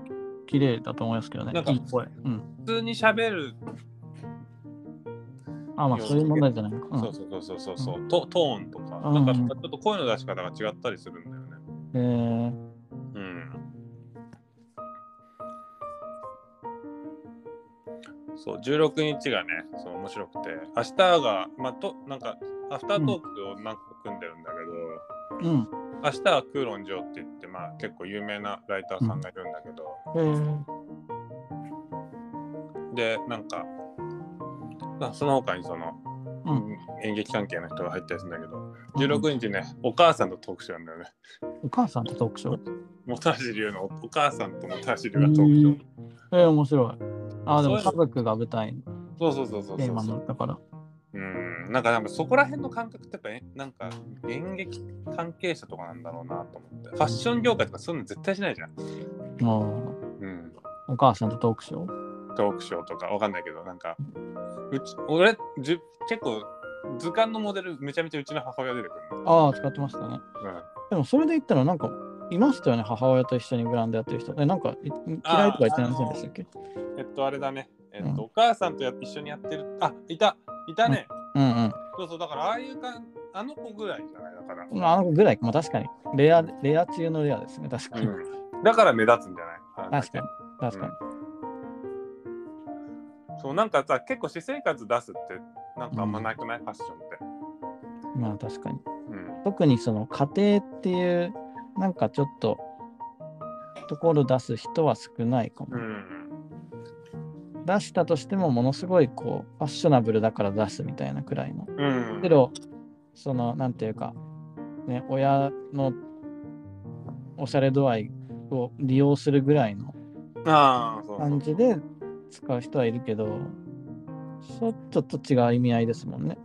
Speaker 2: 綺麗だと思いますけどね。
Speaker 1: なんか
Speaker 2: いい声。うん。
Speaker 1: 普通に喋る、
Speaker 2: あ、まあそういう問題じゃないのか。
Speaker 1: そうそうそうそうそう、トトーンとか、
Speaker 2: うん
Speaker 1: なんかちょっと声の出し方が違ったりするんだよね。
Speaker 2: うん。へえ。
Speaker 1: うん。そう16日がね、そう面白くて、明日が、まあ、となんか、アフタートークを何個組んでるんだけど、
Speaker 2: うん。
Speaker 1: 明日はクーロン・ジョーって言って、まあ、結構有名なライターさんがいるんだけど、
Speaker 2: へえ。
Speaker 1: でなんか、まあ、その他にその、
Speaker 2: うん
Speaker 1: 演劇関係の人が入ったりするんだけど16日ね、お母さんのトークショーなんだよね
Speaker 2: お母さんとトークショー。
Speaker 1: 本橋龍のおお母さんと本橋龍がトークショー、
Speaker 2: えー、面白い。ああ、でも
Speaker 1: そう
Speaker 2: 家族が舞台の
Speaker 1: そうそうそうそう
Speaker 2: テ
Speaker 1: そ
Speaker 2: ーマ
Speaker 1: う
Speaker 2: のだから。
Speaker 1: うんなんかなんかそこら辺の感覚ってやっぱえなんか演劇関係者とかなんだろうなと思ってファッション業界とかそういうの絶対しないじゃん、
Speaker 2: も
Speaker 1: うん、
Speaker 2: うお母さんとトークショー。
Speaker 1: トークショーとかわかんないけどなんかうち俺じゅ結構図鑑のモデルめちゃめちゃうちの母親出てくるの、
Speaker 2: ああ、使ってました
Speaker 1: う
Speaker 2: ね。
Speaker 1: ん、
Speaker 2: でもそれで言ったらなんか、いましたよね、母親と一緒にブランドやってる人。え、なんか、い嫌いとか言ってませんでしたっけ
Speaker 1: えっと、あれだね。えっと、
Speaker 2: うん
Speaker 1: お母さんとや一緒にやってる。あ、いた、いたね。
Speaker 2: うん
Speaker 1: そうそう、だから、ああいうかん、あの子ぐらいじゃない、だから。
Speaker 2: うん。まああの子ぐらい、まあ確かに。レア、レア中のレアですね、確かに。
Speaker 1: うんだから目立つんじゃない
Speaker 2: 確かに。確かに。
Speaker 1: そう、なんかさ、結構私生活出すって、なんかあんまなくない、ファッションって。
Speaker 2: まあ確かに。
Speaker 1: うん。
Speaker 2: 特にその家庭っていう、なんかちょっと、ところ出す人は少ないかも。
Speaker 1: うん。
Speaker 2: 出したとしてもものすごいこうファッショナブルだから出すみたいなくらいの。
Speaker 1: うん。
Speaker 2: けどそのなんていうか、ね、親のおしゃれ度合いを利用するぐらいの
Speaker 1: ああ、そうそう
Speaker 2: 感じで使う人はいるけどちょっとちょっと違う意味合いですもんね。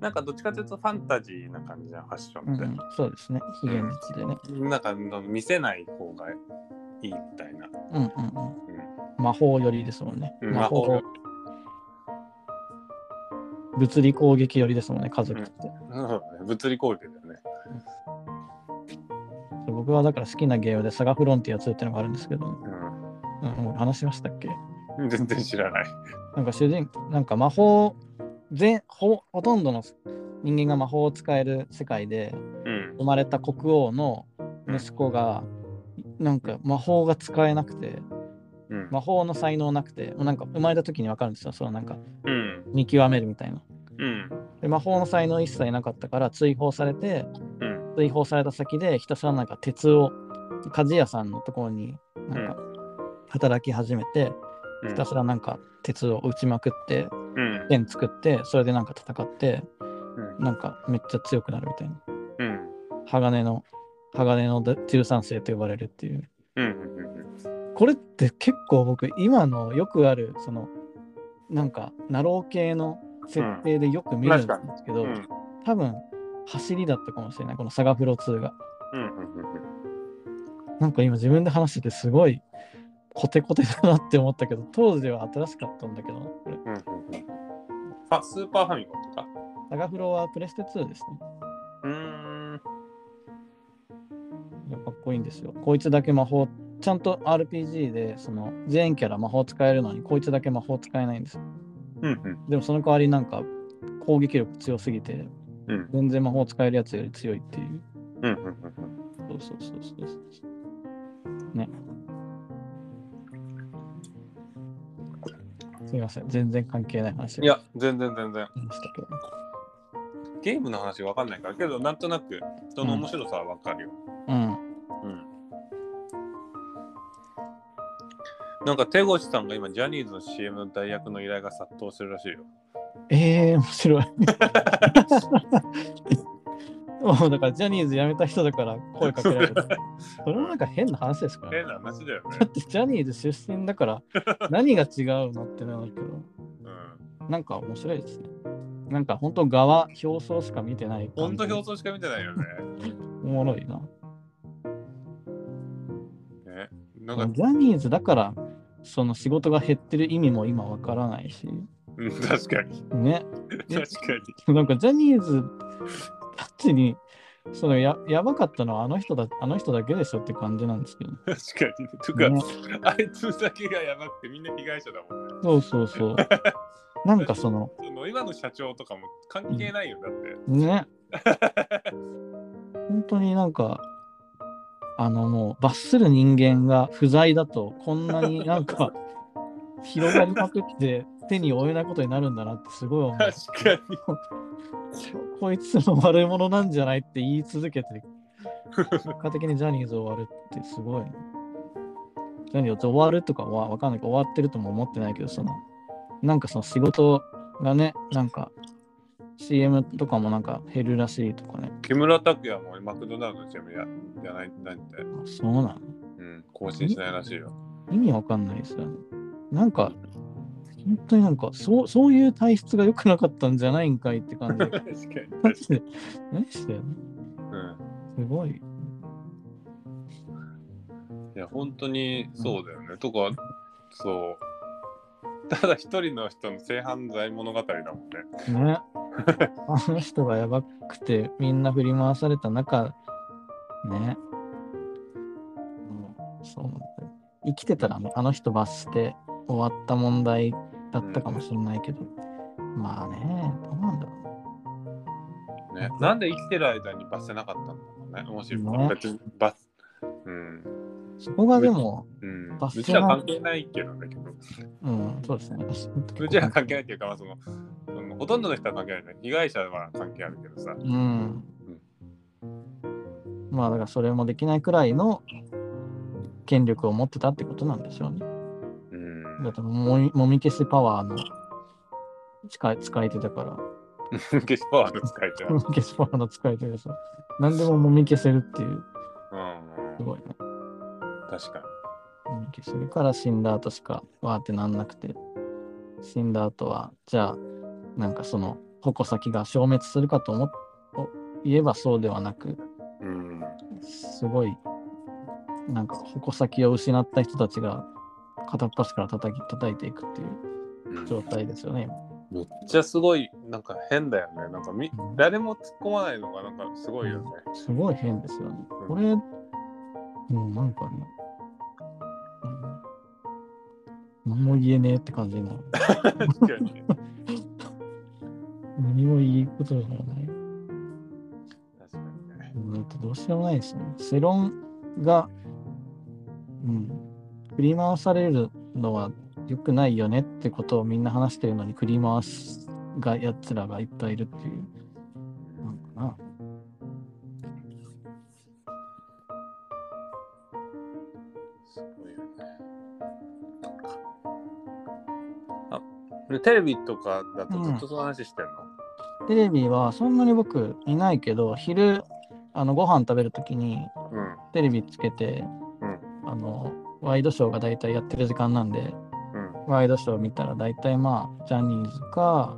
Speaker 1: なんかどっちかというとファンタジーな感じじゃん、ファッショ
Speaker 2: う
Speaker 1: ンって。
Speaker 2: ん、そうですね非現実でね。
Speaker 1: なんか見せない方がいいみたいな。
Speaker 2: うんうんうん、魔法寄りですもんね。
Speaker 1: うん
Speaker 2: 魔法物理攻撃寄りですもんね家族って。
Speaker 1: うん、物理攻撃だよね。
Speaker 2: 僕はだから好きなゲームでサガフロンティア2ってのがあるんですけど、うん、もう話しましたっけ
Speaker 1: うん。全然知らない。
Speaker 2: なんか主人なんか魔法全ほほとんどの人間が魔法を使える世界で
Speaker 1: うん。
Speaker 2: 生まれた国王の息子が、なんか魔法が使えなくて
Speaker 1: うん。
Speaker 2: 魔法の才能なくてもうなんか生まれた時に分かるんですよそのなんか
Speaker 1: うん。
Speaker 2: 見極めるみたいな
Speaker 1: うん。
Speaker 2: で魔法の才能一切なかったから追放されて
Speaker 1: うん。
Speaker 2: 追放された先でひたすらなんか鉄を鍛冶屋さんのところになんか働き始めて、ひたすらなんか鉄を打ちまくって
Speaker 1: うん。
Speaker 2: 剣作ってそれでなんか戦って
Speaker 1: う。
Speaker 2: なんかめっちゃ強くなるみたいなん鋼の鋼の13世と呼ばれるっていう
Speaker 1: うん。
Speaker 2: これって結構僕今のよくあるそのなんかナロー系の設定でよく見るんですけど、
Speaker 1: うん。
Speaker 2: 多分走りだったかもしれないこのサガフロ2が
Speaker 1: うん。
Speaker 2: なんか今自分で話しててすごいコテコテだなって思ったけど当時は新しかったんだけどなこれ
Speaker 1: あ、スーパーファミコンとか。
Speaker 2: サガフロはプレステ2ですね
Speaker 1: うん。
Speaker 2: いやかっこいいんですよ。こいつだけ魔法、ちゃんと RPG で、その、全キャラ魔法使えるのに、こいつだけ魔法使えないんですよ。
Speaker 1: うん。
Speaker 2: でもその代わりなんか、攻撃力強すぎて、
Speaker 1: うん。
Speaker 2: 全然魔法使えるやつより強いっていう。
Speaker 1: うん。
Speaker 2: そうそうそうそうそう。ね。すいません、全然関係ない話
Speaker 1: いや、全然全然。
Speaker 2: でしたけど。
Speaker 1: ゲームの話わかんないから、けど、なんとなく、その面白さはわかるよ。
Speaker 2: うん。
Speaker 1: うん。なんか手越さんが今ジャニーズの CM の代役の依頼が殺到するらしいよ。
Speaker 2: ええー、面白 い。 もうだからジャニーズ辞めた人だから声かけられる。それもなんか変な話ですからね
Speaker 1: 変な話だよね
Speaker 2: だ。ってジャニーズ出身だから何が違うのってなるけど
Speaker 1: うん。
Speaker 2: なんか面白いですねなんか本当側表層しか見てない
Speaker 1: ほんと表
Speaker 2: 層
Speaker 1: 層しか見てないよね。
Speaker 2: おもろいな
Speaker 1: ね。なんか、
Speaker 2: ジャニーズだからその仕事が減ってる意味も今わからないし
Speaker 1: うん確かに。
Speaker 2: ね
Speaker 1: 確かに。
Speaker 2: なんかジャニーズたちにそのややばかったのはあの人だあの人だけでしょって感じなんですけど、ね、
Speaker 1: 確かに。とか、あいつだけがやばくてみんな被害者だもんね。
Speaker 2: そうそうそうなんかその
Speaker 1: その今の社長とかも関係ないよ、だって。
Speaker 2: ね。本当になんか、あのもう、罰する人間が不在だと、こんなになんか、広がりまくって手に負えないことになるんだなってすごい思う。
Speaker 1: 確かに。
Speaker 2: こいつの悪者なんじゃないって言い続けて、結果的にジャニーズを終わるってすごい。そういうのよって終わるとかは分かんないけど、終わってるとも思ってないけど、その、なんかその仕事がね、なんか、CM とかもなんか減るらしいとかね。
Speaker 1: 木村拓哉もマクドナルドの CM ややないなんて、
Speaker 2: あそうなの
Speaker 1: うん、更新しないらしいよ。
Speaker 2: 意味わかんないですよね。なんか、本当になんか、そうそういう体質が良くなかったんじゃないんかいって感じ。
Speaker 1: 確かに。
Speaker 2: マジで何してんの
Speaker 1: う
Speaker 2: すごい。
Speaker 1: ん。いや、本当にそうだよね。とか、そう。ただ一人の人の性犯罪物語だもんね。
Speaker 2: ね。あの人がやばくて、みんな振り回された中、ね。うんそうなんだよ生きてたらね、あの人罰して終わった問題だったかもしれないけど、まあね、どうなんだろうね。
Speaker 1: ね、なんで生きてる間に罰せなかったんだろうね。もし
Speaker 2: ね
Speaker 1: 別に罰、うん、
Speaker 2: そこがでも、
Speaker 1: うん。
Speaker 2: 罰せ
Speaker 1: う
Speaker 2: な
Speaker 1: ちは関係ないけどだけど、
Speaker 2: うん、そうですね。
Speaker 1: うちは関係ないっていうか、まあその、そのほとんどの人は関係ないね。被害者は関係あるけどさ。
Speaker 2: うん。まあだからそれもできないくらいの権力を持ってたってことなんでしょうね。
Speaker 1: うん。
Speaker 2: だってもみもみ消しパワーの使い使い手だから、
Speaker 1: 消しパワーの使い手だ。
Speaker 2: もみ消しパワーの使い手でさ、何でももみ消せるっていう、
Speaker 1: うん
Speaker 2: す。ごいね。
Speaker 1: 確か
Speaker 2: もみ消せるから死んだ後しかわーってなんなくて、死んだ後は、じゃあ、なんかその矛先が消滅するかと思っお言えばそうではなく、
Speaker 1: に。うん。
Speaker 2: すごい、なんか矛先を失った人たちが片っ端から叩き叩いていくっていう
Speaker 1: うん
Speaker 2: 状態ですよね。
Speaker 1: めっちゃすごい、なんか変だよね。なんかみ誰も突っ込まないのが、なんかすごいよね。
Speaker 2: すごい変ですよね。これ、うん、なんかね、うん、何も言えねえって感じの、
Speaker 1: 確かに。
Speaker 2: 何もいいことがない。
Speaker 1: 確かにね。
Speaker 2: うん、どうしようもないですよね。世論が、うん、振り回されるのは良くないよねってことをみんな話してるのに、振り回すがやつらがいっぱいいるっていう。なんかな。
Speaker 1: すごいよね。あ、でテレビとかだとずっとその話してんの、
Speaker 2: テレビはそんなに僕いないけど、昼、あのご飯食べるときに
Speaker 1: うん、
Speaker 2: テレビつけて、
Speaker 1: うん
Speaker 2: あの、ワイドショーが大体やってる時間なんで、
Speaker 1: うん、
Speaker 2: ワイドショー見たら大体まあ、ジャニーズか、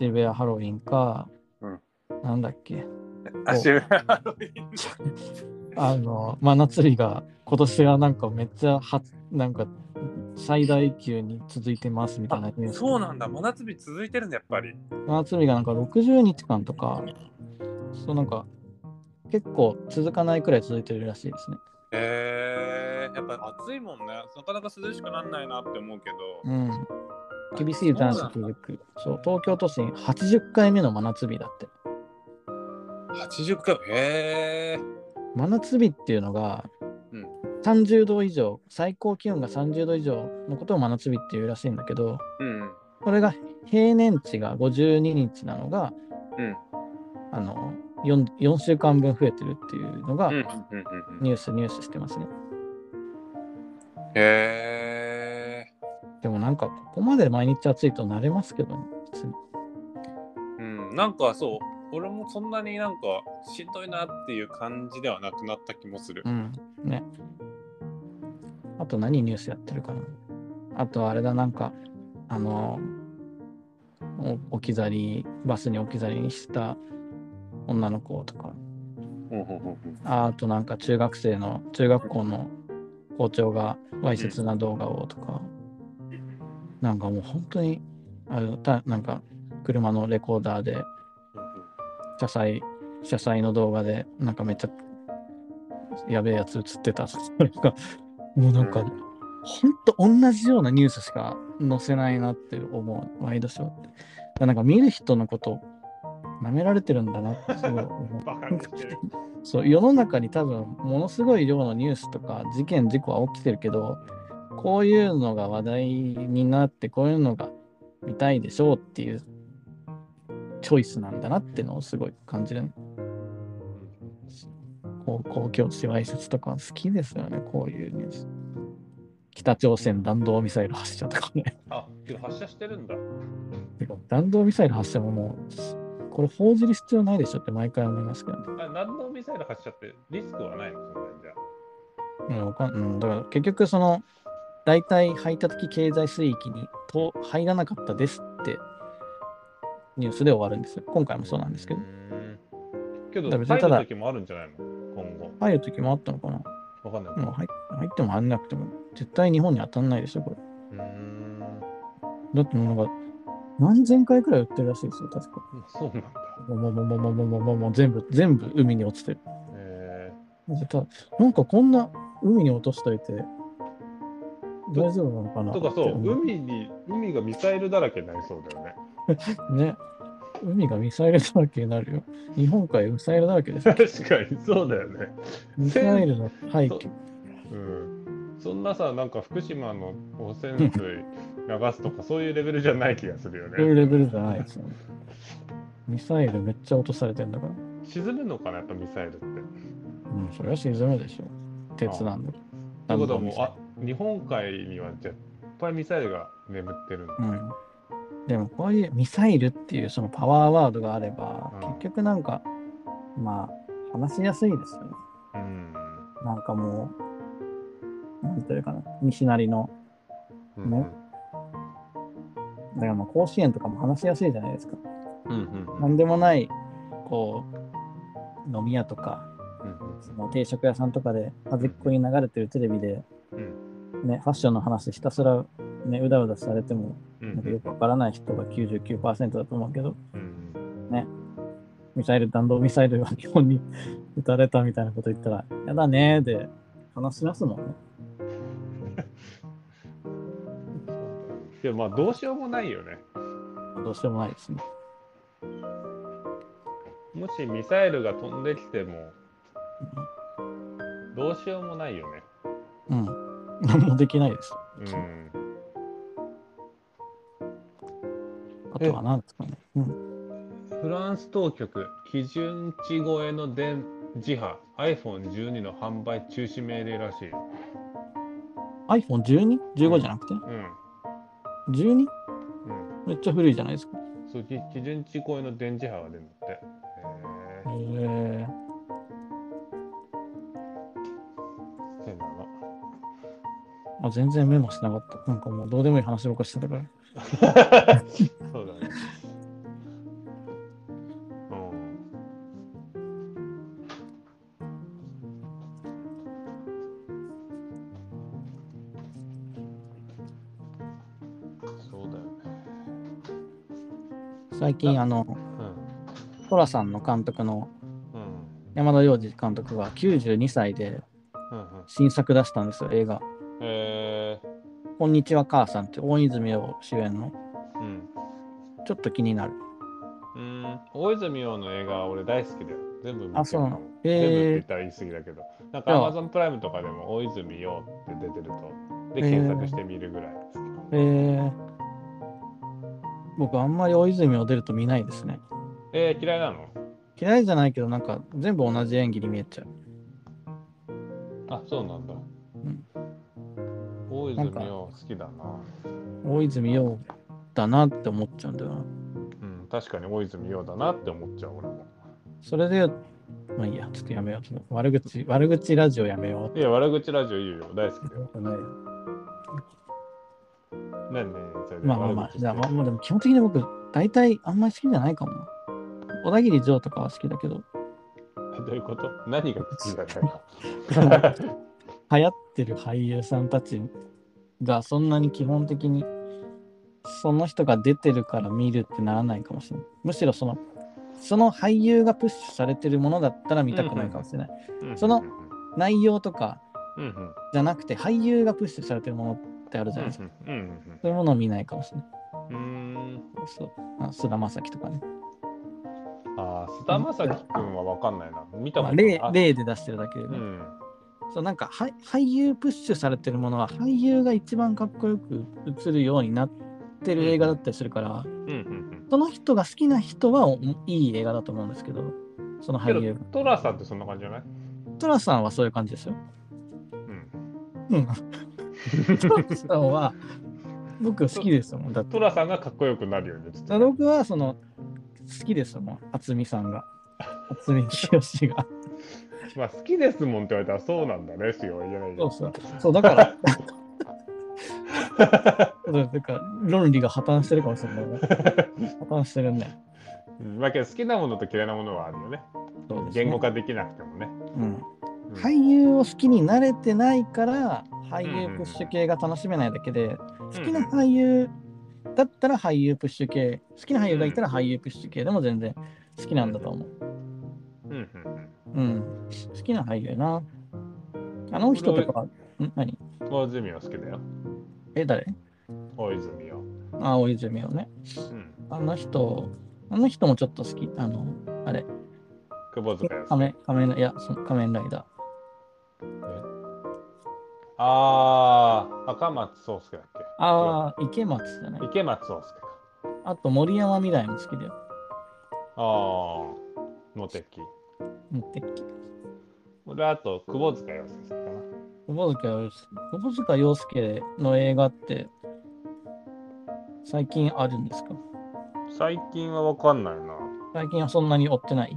Speaker 2: 渋谷ハロウィンか、
Speaker 1: うん
Speaker 2: なんだっけ、
Speaker 1: うん。あ、渋谷ハロウィン。
Speaker 2: あの、真夏日が今年はなんかめっちゃは、なんか最大級に続いてますみたいなニュース
Speaker 1: そうなんだ。真夏日続いてるんだ、やっぱり。
Speaker 2: 真夏日がなんか60日間とか、そうなんか結構続かないくらい続いてるらしいですね。
Speaker 1: えー、やっぱ暑いもんね。なかなか涼しくならないなって思うけど。
Speaker 2: うん。厳しい残暑続く。そう、東京都心80回目の真夏日だって。
Speaker 1: 80回。へえー。
Speaker 2: 真夏日っていうのが、
Speaker 1: うん
Speaker 2: 30度以上、最高気温が30度以上のことを真夏日っていうらしいんだけど、
Speaker 1: うん。
Speaker 2: これが平年値が52日なのが、
Speaker 1: うん
Speaker 2: あの 4, 4週間分増えてるっていうのが
Speaker 1: うん。うん。うん。
Speaker 2: ニュース、ニュースしてますね。
Speaker 1: へえ
Speaker 2: でもなんかここまで毎日暑いと慣れますけどね。普通に
Speaker 1: うん、なんかそう、俺もそんなになんかしんどいなっていう感じではなくなった気もする。
Speaker 2: うん。ね。あと何ニュースやってるかな。あとあれだ、なんか、あの、お置き去り、バスに置き去りにした女の子とか、
Speaker 1: うんうんうん
Speaker 2: ああとなんか中学生の、中学校の校長がわいせつな動画をとか、なんかもう本当に、あれたなんか車のレコーダーで車載、車載の動画で、なんかめっちゃ、やべえやつ映ってたと か、なんかもうなんか、
Speaker 1: うん
Speaker 2: ほんと同じようなニュースしか載せないなって思う、ワイドショーって。だからなんか見る人のこと、舐められてるんだなってすごい思。う
Speaker 6: バカにしてる。
Speaker 2: そう世の中に多分ものすごい量のニュースとか事件事故は起きてるけどこういうのが話題になってこういうのが見たいでしょうっていうチョイスなんだなってのをすごい感じるねこう公共地わいせつとか好きですよねこういうニュース北朝鮮弾道ミサイル発射とかね。
Speaker 1: あ、けど発射してるんだ。
Speaker 2: てか弾道ミサイル発射ももう、これ報じる必要ないでしょって毎回思いますけどね。
Speaker 1: あれ、何のミサイル発射ってリスクはないのそんなにじゃあ
Speaker 2: うん、わかんうん、だから結局その、大体排他的経済水域にと入らなかったですってニュースで終わるんですよ。今回もそうなんですけど。
Speaker 1: けど、
Speaker 2: だから
Speaker 1: 入
Speaker 2: 別に
Speaker 1: る
Speaker 2: ただ
Speaker 1: 時もあるんじゃないの今後。
Speaker 2: 入る時もあったのかな
Speaker 1: わかんないけ
Speaker 2: も
Speaker 1: ど。
Speaker 2: う入入っても入んなくても、絶対日本に当たんないでしょ、これ。
Speaker 1: うーん。
Speaker 2: だってもうなんか、何千回くらい売ってるらしいですよ、確か。
Speaker 1: そうなんだ。
Speaker 2: もうもうもうもうもうもうもうもう全部、全部海に落ちてる。
Speaker 1: え
Speaker 2: でたなんかこんな海に落としといて、大丈夫なのかな
Speaker 1: ー、とかそ
Speaker 2: って
Speaker 1: う、
Speaker 2: 思
Speaker 1: 海に、海がミサイルだらけになりそうだよね。
Speaker 2: ね。海がミサイルだらけになるよ。日本海ミサイルだらけで しょ。
Speaker 1: 確かに、そうだよね。
Speaker 2: ミサイルの廃墟。
Speaker 1: うん。そんなさ、なんか福島の汚染水流すとか、そういうレベルじゃない気がするよ
Speaker 2: そういう
Speaker 1: ね。
Speaker 2: レベルじゃないですよね。ミサイルめっちゃ落とされてんだから。
Speaker 1: 沈むのかな、やっぱミサイルって。っ
Speaker 2: うん、それは沈むでしょ。鉄なんだ。
Speaker 1: てことは
Speaker 2: 弾道
Speaker 1: も
Speaker 2: ミ
Speaker 1: う、
Speaker 2: サイ
Speaker 1: あ日本海にはじゃいっぱいミサイルが眠ってるんだ。
Speaker 2: ルうん。でもこういうミサイルっていうそのパワーワードがあれば、
Speaker 1: うん
Speaker 2: 結局なんか、まあ、話しやすいですよね。
Speaker 1: うん。
Speaker 2: なんかもう、なんていうかな、西成の、
Speaker 1: うん
Speaker 2: ねだからもう甲子園とかも話しやすいじゃないですか。
Speaker 1: うんうんうん
Speaker 2: なんでもない、こう、飲み屋とか、
Speaker 1: うん
Speaker 2: その定食屋さんとかで、端っこに流れてるテレビで、ね、ファッションの話ひたすら、ね、うだうだされても、
Speaker 1: う
Speaker 2: なん
Speaker 1: ん
Speaker 2: かよくわからない人が99%だと思うけど、
Speaker 1: うん
Speaker 2: ミサイル、弾道ミサイルが日本に 撃たれたみたいなこと言ったら、やだねーで話しますもんね。
Speaker 1: いやまあどうしようもないよね。
Speaker 2: どうしようもないですね。
Speaker 1: もしミサイルが飛んできてもどうしようもないよね。
Speaker 2: うん。何もできないです。
Speaker 1: うん。
Speaker 2: あとは何ですかね。うん。
Speaker 1: フランス当局基準値超えの電磁波 iPhone12 の販売中止命令らしいよ。
Speaker 2: iPhone12?15 じゃなくて
Speaker 1: うん。
Speaker 2: 12?
Speaker 1: うん。
Speaker 2: めっちゃ古いじゃないですか。
Speaker 1: そうき基準値超えの電磁波が出るんだって。へ
Speaker 2: へ
Speaker 1: え
Speaker 2: え。
Speaker 1: そうなの。
Speaker 2: あ、全然メモしなかった。なんかもうどうでもいい話ばっかりしてたから。
Speaker 1: そうだね。うん。そうだよね。
Speaker 2: 最近、あの、トラさんの監督の
Speaker 1: うん。うん。
Speaker 2: 山田洋次監督が92歳で
Speaker 1: うん。うん。
Speaker 2: 新作出したんですよ、映画。
Speaker 1: え
Speaker 2: こんにちは母さんって大泉洋主演の
Speaker 1: ー、うん。
Speaker 2: ちょっと気になる。
Speaker 1: うん、大泉洋の映画は俺大好きだよ。全部見てるかも
Speaker 2: あそうなのへ
Speaker 1: 全
Speaker 2: ー
Speaker 1: 部って言ったら言い過ぎだけど。なんか
Speaker 2: じゃ
Speaker 1: Amazon
Speaker 2: あ
Speaker 1: プライムとかでも大泉洋って出てると。で、
Speaker 2: へー
Speaker 1: 検索してみるぐらい好きかも。
Speaker 2: えー、僕あんまり大泉洋出ると見ないですね。
Speaker 1: えー、嫌いなの
Speaker 2: 嫌いじゃないけどなんか全部同じ演技に見えちゃう。
Speaker 1: あ、そうなんだ。
Speaker 2: ん
Speaker 1: 大
Speaker 2: なんか
Speaker 1: 泉洋好きだな。
Speaker 2: 大泉洋だなって思っちゃうんだよな。
Speaker 1: うん、確かに大泉洋だなって思っちゃう俺も。
Speaker 2: それで言う、まあいいや、ちょっとやめよう。ちょっと悪口、悪口ラジオやめよ
Speaker 1: いや、悪口ラジオいいよ、大好きだよ。
Speaker 2: う。ない
Speaker 1: 何ね、それで
Speaker 2: まあまあま
Speaker 1: 悪
Speaker 2: あ、
Speaker 1: 口
Speaker 2: じゃあ、まあ、まあでも基本的に僕、大体あんまり好きじゃないかも。小田切城とかは好きだけ ど、
Speaker 1: どういうこと何が口だか
Speaker 2: その流行ってる俳優さんたちがそんなに基本的にその人が出てるから見るってならないかもしれない。むしろそのその俳優がプッシュされてるものだったら見たくないかもしれない。その内容とか
Speaker 1: うんうん
Speaker 2: じゃなくて俳優がプッシュされてるものってあるじゃないですか。
Speaker 1: うんうん
Speaker 2: そういうものを見ないかもしれない。
Speaker 1: うんうん。う
Speaker 2: そうあ菅田将暉とかね。
Speaker 1: ーんああ、菅田将暉君は分かんないな。見た
Speaker 2: ま
Speaker 1: こ
Speaker 2: あ、
Speaker 1: とない。
Speaker 2: 例例で出してるだけで、
Speaker 1: う
Speaker 2: ね
Speaker 1: ん。
Speaker 2: そうなんかはい俳優プッシュされてるものは俳優が一番かっこよく映るようになってる映画だったりするから、
Speaker 1: うんうんうん。
Speaker 2: その人が好きな人はおいい映画だと思うんですけど、その
Speaker 1: け
Speaker 2: 俳優
Speaker 1: ど。、トラさんってそんな感じじゃない
Speaker 2: トラさんはそういう感じですよ。
Speaker 1: うん。
Speaker 2: うん。 トラさんは、僕好きですもん。だって
Speaker 1: トラさんがかっこよくなるよね。ちょっと
Speaker 2: 僕はその好きですもん、渥美さん が。渥美清が。
Speaker 1: まあ好きですもんって言われたらそうなんだねしよう言えないけ
Speaker 2: そ
Speaker 1: ど
Speaker 2: うそう。そう だから、そうだから論理が破綻してるかもしれないね。破綻してるね。
Speaker 1: うんまあけど好きなものと嫌いなものはあるよね。
Speaker 2: そうですね
Speaker 1: 言語化できなくてもね。
Speaker 2: うん
Speaker 1: うん
Speaker 2: 俳優を好きになれてないから、俳優プッシュ系が楽しめないだけで、好きな俳優だったら俳優プッシュ系、好きな俳優がいたら俳優プッシュ系でも全然好きなんだと思う。
Speaker 1: うんうんうん
Speaker 2: うん、好きな俳優な。あの人とか、ん何
Speaker 1: 大泉は好きだよ。
Speaker 2: え、誰
Speaker 1: 大泉を。
Speaker 2: あ、大泉をね。
Speaker 1: うん。
Speaker 2: あの人、あの人もちょっと好き。あの、あれ、
Speaker 1: 窪塚洋介
Speaker 2: 仮面、仮面ライ、いや、その仮面ライダ
Speaker 1: ああ、赤松壮介だっけ。
Speaker 2: ー。ああ、池松じゃない。
Speaker 1: 池松壮介か。
Speaker 2: あと森山未来も好きだよ。
Speaker 1: ああ、モテキ。
Speaker 2: 持ってきて。
Speaker 1: 俺あと窪塚洋介好きかな。
Speaker 2: 窪塚洋介窪塚洋介の映画って、最近あるんですか
Speaker 1: 最近はわかんないな。
Speaker 2: 最近はそんなに追ってない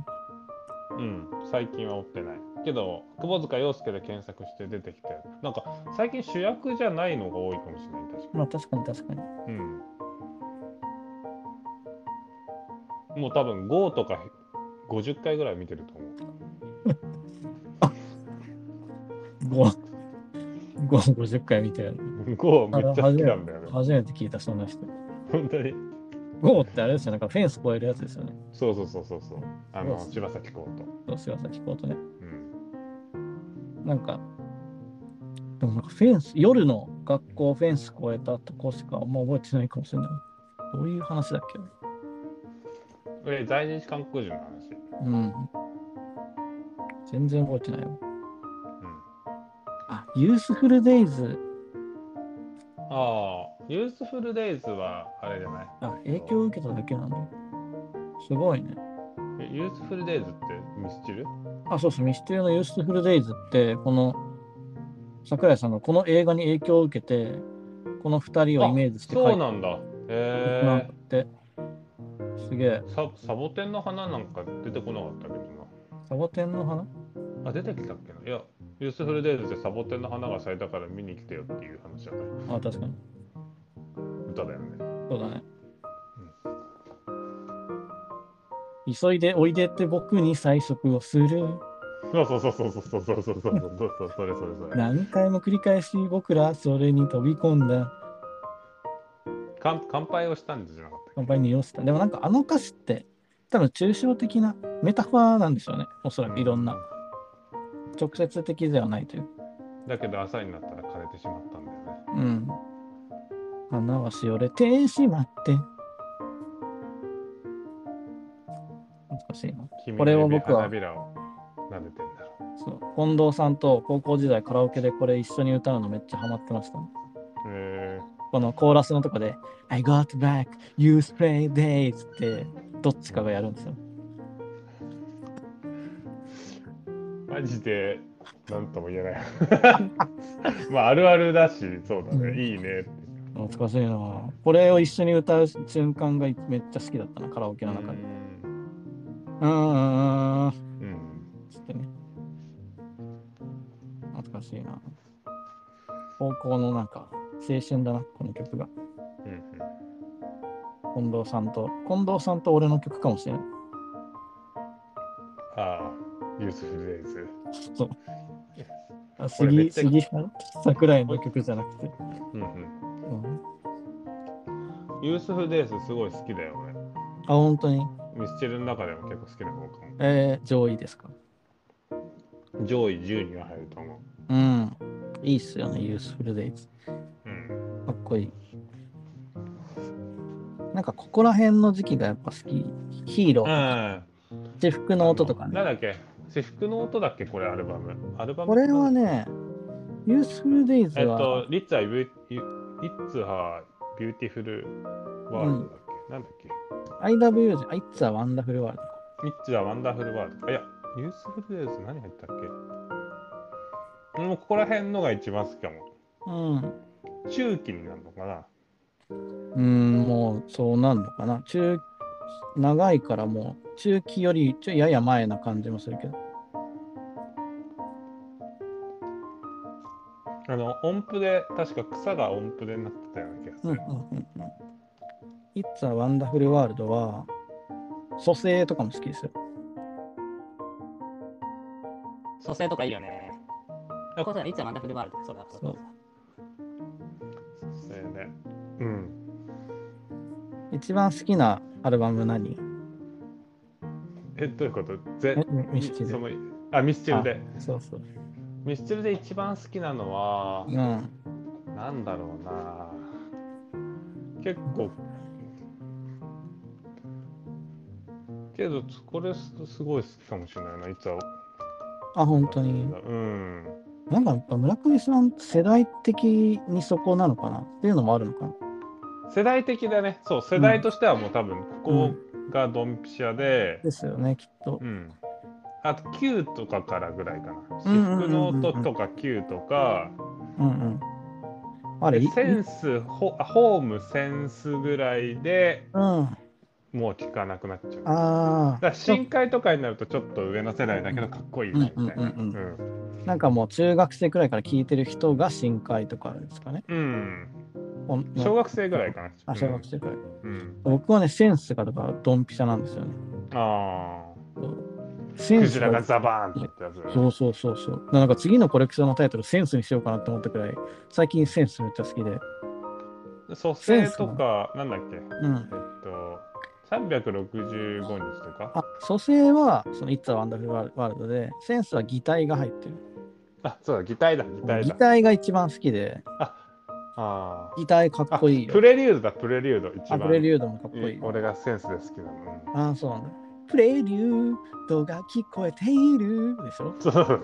Speaker 1: うん、最近は追ってない。けど、窪塚洋介で検索して出てきて、なんか最近主役じゃないのが多いかもしれない、確か
Speaker 2: まあ確かに確かに。
Speaker 1: に。うん。もう多分5とか50回ぐらい見てると思う。
Speaker 2: 5、5、50回見てる。
Speaker 1: ゴーめっちゃ好きなんだよね。
Speaker 2: 初めて聞いた、そんな人。
Speaker 1: 本当に。
Speaker 2: ゴーってあれですよね、なんかフェンス越えるやつですよね。
Speaker 1: そうそうそうそうそう。あの
Speaker 2: そう
Speaker 1: 柴咲コウと。
Speaker 2: そう、すいません、聞こうとね。
Speaker 1: うん。
Speaker 2: なんか、でもなんかフェンス、夜の学校フェンス越えたとこしかあんま覚えてないかもしれない。どういう話だっけ
Speaker 1: え、在日韓国人の話。
Speaker 2: うん。全然覚えてないよ。
Speaker 1: うん。
Speaker 2: あ、ユースフルデイズ。
Speaker 1: ああ、ユースフルデイズはあれじゃない。
Speaker 2: あ、影響を受けただけなんだ。すごいね。
Speaker 1: えユースフルデイズってミスチル
Speaker 2: あ、そうそう、ミステリのユースフルデイズって、この、桜井さんがこの映画に影響を受けて、この二人をイメージして書
Speaker 1: そう
Speaker 2: いて
Speaker 1: なんだ。
Speaker 2: なん
Speaker 1: え
Speaker 2: かって。すげえ。
Speaker 1: ー、ササボテンの花なんか出てこなかったけど
Speaker 2: サボテンの花
Speaker 1: な。あ、出てきたっけないや、ユースフルデイズでサボテンの花が咲いたから見に来てよっていう話じゃない。
Speaker 2: あ、確かに。
Speaker 1: 歌だよね。
Speaker 2: そうだね。急いでおいでって僕に催促をする。
Speaker 1: そうそうそうそうそうそうそうそうそうそうそうそれそれそれ。
Speaker 2: 何回も繰り返し僕らそれに飛び込んだ。
Speaker 1: 乾乾杯をしたんじゃなかったっけ
Speaker 2: 乾杯に寄せた。でもなんかあの歌詞って多分抽象的なメタファーなんでしょうね。おそらくいろんな。直接的ではないという。
Speaker 1: だけど朝になったら枯れてしまったんだよね。
Speaker 2: うん。花はしおれてしまって。難しいな。
Speaker 1: 君
Speaker 2: これを
Speaker 1: の指
Speaker 2: 僕は
Speaker 1: 花びらを撫でてんだろ
Speaker 2: そう近藤さんと高校時代カラオケでこれ一緒に歌うのめっちゃハマってました、
Speaker 1: う。へえ
Speaker 2: このコーラスのとこで「I got back, you spray days」ってどっちかがやるんですよ。
Speaker 1: ー、マジで何とも言えない。まああるあるだし、そうだ
Speaker 2: うん
Speaker 1: ね。いいねって。
Speaker 2: 懐かしいなぁこれを一緒に歌う瞬間がめっちゃ好きだったなカラオケ
Speaker 1: う
Speaker 2: の中
Speaker 1: ん
Speaker 2: で。うーん
Speaker 1: うん。
Speaker 2: つってね。懐かしいな高校のなんか青春だなこの曲が
Speaker 1: うん
Speaker 2: 近藤さんと近藤さんと俺の曲かもしれない。
Speaker 1: ああ、ユースフルデイズ。
Speaker 2: そう。あ
Speaker 1: これめっ
Speaker 2: 杉
Speaker 1: ちゃ
Speaker 2: 杉桜井の曲じゃなくて。
Speaker 1: うんうん
Speaker 2: うん、
Speaker 1: ユースフルデイズすごい好きだよ、俺。
Speaker 2: あ、本当に。
Speaker 1: ミスチルの中でも結構好きな方か
Speaker 2: えー、上位ですか。
Speaker 1: も。上位10には入ると思
Speaker 2: うん。いいっすよね、ユースフルデイズ。
Speaker 1: う。うん。
Speaker 2: かっこいい。なんかここら辺の時期がやっぱ好き。ヒーロ
Speaker 1: う
Speaker 2: ー、
Speaker 1: ん。
Speaker 2: 私服の音とか
Speaker 1: なん
Speaker 2: ね。
Speaker 1: だっけ私服の音だっけこれアルバム。アルバム
Speaker 2: これは。ね、ユースフルデイズ
Speaker 1: えっ
Speaker 2: は、
Speaker 1: と、リッツァビューティ、リッツァビューティフルワールドだっけ、なんだっけ
Speaker 2: IW じゃ、It's a Wonderful World。
Speaker 1: リッツァワンダフルワールド。あいや、ユースフルデイズ何入ったっけもうここら辺のが一番好きかも。
Speaker 2: うん。
Speaker 1: 中期になるのかな
Speaker 2: うん、もうそうなんのかな。中、長いからもう、中期よりちょいやや前な感じもするけど。
Speaker 1: あの音符で確か草が音符でなってたような気がす
Speaker 2: うん
Speaker 1: る
Speaker 2: うん、うんうん。It's a Wonderful World は、蘇生とかも好きですよ。
Speaker 7: 蘇生とかいいよね。こうすればいつはマンダフルワールド。そうだ。そうだ
Speaker 1: そうねうん
Speaker 2: 一番好きなアルバム何
Speaker 1: えどういうことぜ
Speaker 2: えミスチル
Speaker 1: そ。のあミスチルで
Speaker 2: そうそう。
Speaker 1: ミスチルで一番好きなのは
Speaker 2: うん。
Speaker 1: なんだろうな結構けどこれすすごい好きかもしれないないつは
Speaker 2: あ、本当に。
Speaker 1: うん
Speaker 2: なんかやっぱ村上さん、世代的にそこなのかなっていうのもあるのかな。
Speaker 1: 世代的だねそう世代としてはもう多分ここがドンピシャで
Speaker 2: ですよね、きっと
Speaker 1: う。んあと9とかからぐらいかな私
Speaker 2: うんうんうんうん
Speaker 1: 服の音とか9とか
Speaker 2: うんうん。あれ、いい
Speaker 1: センスホあホームセンスぐらいで
Speaker 2: うん。あ
Speaker 1: もう聞かなくなっちゃう
Speaker 2: あ
Speaker 1: だから深海とかになるとちょっと上の世代だけどかっこいいなみたいな。
Speaker 2: う
Speaker 1: うん
Speaker 2: うんうん
Speaker 1: ん
Speaker 2: ー、なんかもう中学生くらいから聴いてる人が深海とかですかね。
Speaker 1: うん
Speaker 2: お
Speaker 1: 小学生ぐらいかな。
Speaker 2: あ小学生くらい。
Speaker 1: うん。
Speaker 2: 僕はね、センスがとかドンピシャなんですよね。
Speaker 1: ああ。
Speaker 2: セン
Speaker 1: ク
Speaker 2: ス
Speaker 1: ジ
Speaker 2: が
Speaker 1: ラがザバーンって言ったやつ。
Speaker 2: そうそうそうそう。なんか次のコレクションのタイトル、センスにしようかなって思ったくらい、最近センスめっちゃ好きで。
Speaker 1: 蘇生とか、なんだっけ、
Speaker 2: うん。
Speaker 1: えっと、365日とか。
Speaker 2: あ、蘇生は、その It's a Wonderful World で、センスは擬態が入ってる。
Speaker 1: あ、そうだ、擬態だ、擬態
Speaker 2: 擬
Speaker 1: だ。
Speaker 2: 態が一番好きで、
Speaker 1: あー
Speaker 2: 擬態かっ
Speaker 1: あ。
Speaker 2: こいいよ
Speaker 1: プ。レリュードだ、プレリュード。一
Speaker 2: あ、
Speaker 1: 番。
Speaker 2: プレリュードもかっこいい。
Speaker 1: 俺がセンスで好きなの。うん
Speaker 2: ああ、そうなんだ。プレリュードが聞こえているでしょ
Speaker 1: そうそうそう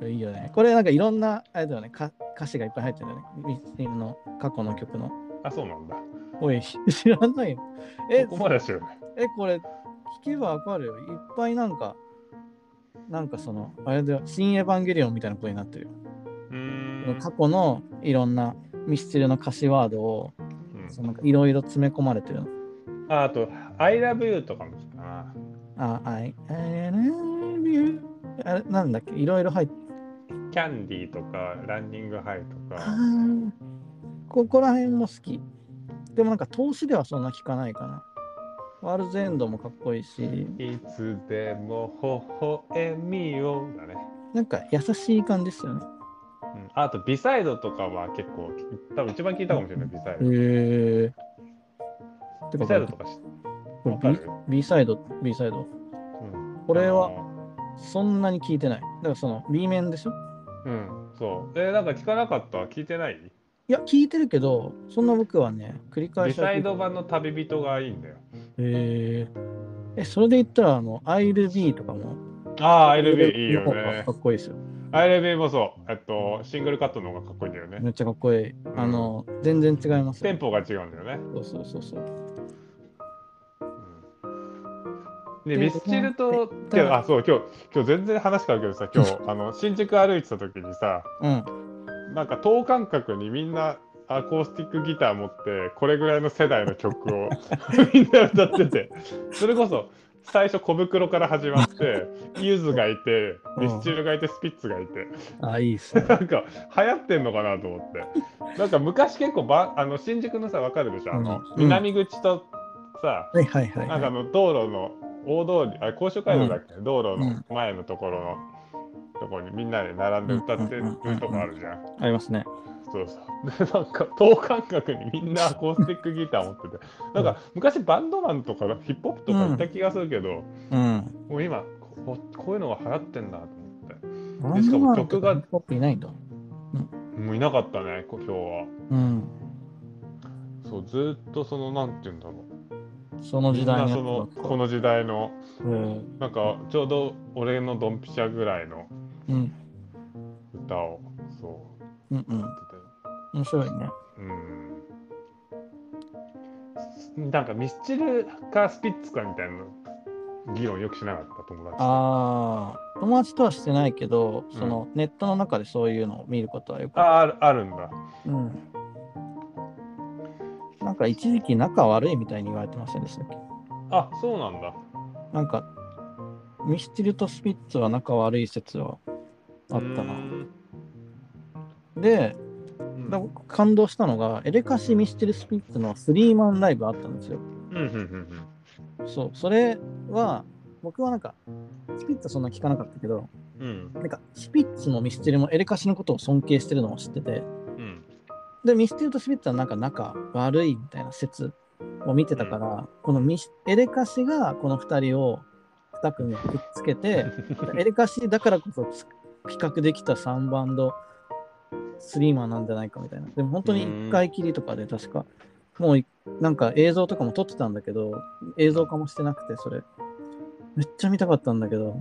Speaker 1: そう。
Speaker 2: いいよね。これなんかいろんな、あれだよね、か歌詞がいっぱい入ってるよね。ミスティンの過去の曲の。
Speaker 1: あ、そうなんだ。
Speaker 2: おい、知らないのえ、
Speaker 1: ここまでは知らない。
Speaker 2: え、これ、聞けばわかるよ。いっぱいなんか、なんかその、あれだよ、新エヴァンゲリオンみたいなことになってるよ。
Speaker 1: うーん。
Speaker 2: 過去のいろんなミスチルの歌詞ワードを、
Speaker 1: うん
Speaker 2: そのいろいろ詰め込まれてるの。
Speaker 1: ああと、I love you とかもかな。
Speaker 2: あ、I, I love you. あれ、なんだっけ、いろいろ入って
Speaker 1: キャンディーとか、ランニングハイと
Speaker 2: あ
Speaker 1: か。
Speaker 2: ーここら辺も好き。でもなんか投資ではそんな聞かないかな。ワールズエンドもかっこいいし、
Speaker 1: いつでも微笑みをだね。
Speaker 2: なんか優しい感じですよね。
Speaker 1: うん、あと、ビサイドとかは結構、多分一番聞いたかもしれない、ビサイ
Speaker 2: へ
Speaker 1: ド。
Speaker 2: え
Speaker 1: ビ
Speaker 2: てか
Speaker 1: サイドとか知っ
Speaker 2: これ
Speaker 1: わかる
Speaker 2: B, B サイド、B サイド。
Speaker 1: うん
Speaker 2: これは
Speaker 1: あの
Speaker 2: そんなに聞いてない。だからその B 面でしょ
Speaker 1: うん、そう。えー、なんか聞かなかった聞いてない
Speaker 2: いや、聞いてるけど、そんな僕はね、繰り返
Speaker 1: ビ
Speaker 2: しは
Speaker 1: サ
Speaker 2: 聞
Speaker 1: イ
Speaker 2: いて
Speaker 1: ド版の旅人がいいんだよ。
Speaker 2: へええ、それで言ったら、あの、ILB とかも。
Speaker 1: ああ、ILB いいよ
Speaker 2: の方が
Speaker 1: ね
Speaker 2: か。っこいいですよ。
Speaker 1: ILB もそう。えっと、シングルカットの方がかっこいいんだよね。
Speaker 2: めっちゃかっこいい。あの、全然違いますよ。
Speaker 1: テンポが違うんだよね。
Speaker 2: そうそうそうそう。
Speaker 1: で、
Speaker 2: で
Speaker 1: ミスチルと、
Speaker 2: 対
Speaker 1: けどあ、そう、今日、今日全然話変わるけどさ、 今日、あの、新宿歩いてた時にさ、
Speaker 2: うん。
Speaker 1: なんか等間隔にみんなアコースティックギター持って、これぐらいの世代の曲 をみんな歌ってて、それこそ、最初小袋から始まって、ユズがいて、ミスチルがいて、スピッツがいて、
Speaker 2: あ、いいっすね。
Speaker 1: なんか流行ってんのかなと思って。なんか昔結構ば、あの、新宿のさ、わかるでしょあの、
Speaker 2: うん
Speaker 1: 南口とさ、
Speaker 2: はいはいは い
Speaker 1: なんか
Speaker 2: は
Speaker 1: あ
Speaker 2: い。
Speaker 1: の道路の大通り、あ、甲州街道だっけ、道路の前のところの、ところにみんなで並んで歌ってるとこあるじゃん。
Speaker 2: ありますね。
Speaker 1: そうそう。で、なんか、等間隔にみんなアコースティックギター持ってて、なんか昔バンドマンとかヒップホップとかいた気がするけど、
Speaker 2: うん。
Speaker 1: もう今こ、こういうのが流行ってんだと思っ
Speaker 2: バ
Speaker 1: で
Speaker 2: ン
Speaker 1: し
Speaker 2: ド
Speaker 1: か
Speaker 2: マ
Speaker 1: も
Speaker 2: ンと
Speaker 1: 曲が
Speaker 2: かヒップホップいないんだ。
Speaker 1: て、もういなかったね、こ今日は。
Speaker 2: うん。
Speaker 1: そう、ずーっとその、なんて言うんだろう。
Speaker 2: その
Speaker 1: み
Speaker 2: 時
Speaker 1: ん
Speaker 2: 代
Speaker 1: な
Speaker 2: のや
Speaker 1: そ
Speaker 2: つば
Speaker 1: の、
Speaker 2: っか
Speaker 1: この時代の、
Speaker 2: うん
Speaker 1: なんか、ちょうど俺のドンピシャぐらいの
Speaker 2: うん。
Speaker 1: 歌を、そう。
Speaker 2: うんうん。面白いね。
Speaker 1: うんなんかミスチルかスピッツかみたいな議論よくしなかった友達と
Speaker 2: ああ。友達とはしてないけど、そのネットの中でそういうのを見ることはよく
Speaker 1: あ
Speaker 2: あ
Speaker 1: あるあるんだ。
Speaker 2: る。うん。なんか一時期仲悪いみたいに言われてませんでしたっけ
Speaker 1: あそうなんだ。
Speaker 2: なんか、ミスチルとスピッツは仲悪い説はあった
Speaker 1: う
Speaker 2: な。
Speaker 1: ん
Speaker 2: で、
Speaker 1: うん
Speaker 2: だ僕感動したのが、エレカシ・ミスチル・スピッツのスリーマンライブあったんですよ。
Speaker 1: うんうんうん
Speaker 2: そう、それは、僕はなんか、スピッツはそんな聞かなかったけど、
Speaker 1: うんうん
Speaker 2: なんか、スピッツもミスチルもエレカシのことを尊敬してるのを知ってて、
Speaker 1: うん
Speaker 2: で、ミスチルとスピッツはなんか仲悪いみたいな説を見てたから、このミスエレカシがこの2人を2組をくっつ けて、エレカシだからこそつ比較できた3バンドスリーマンなんじゃないかみたいな。でも本当に1回きりとかで確か、もういなんか映像とかも撮ってたんだけど、映像化もしてなくて、それ。めっちゃ見たかったんだけど、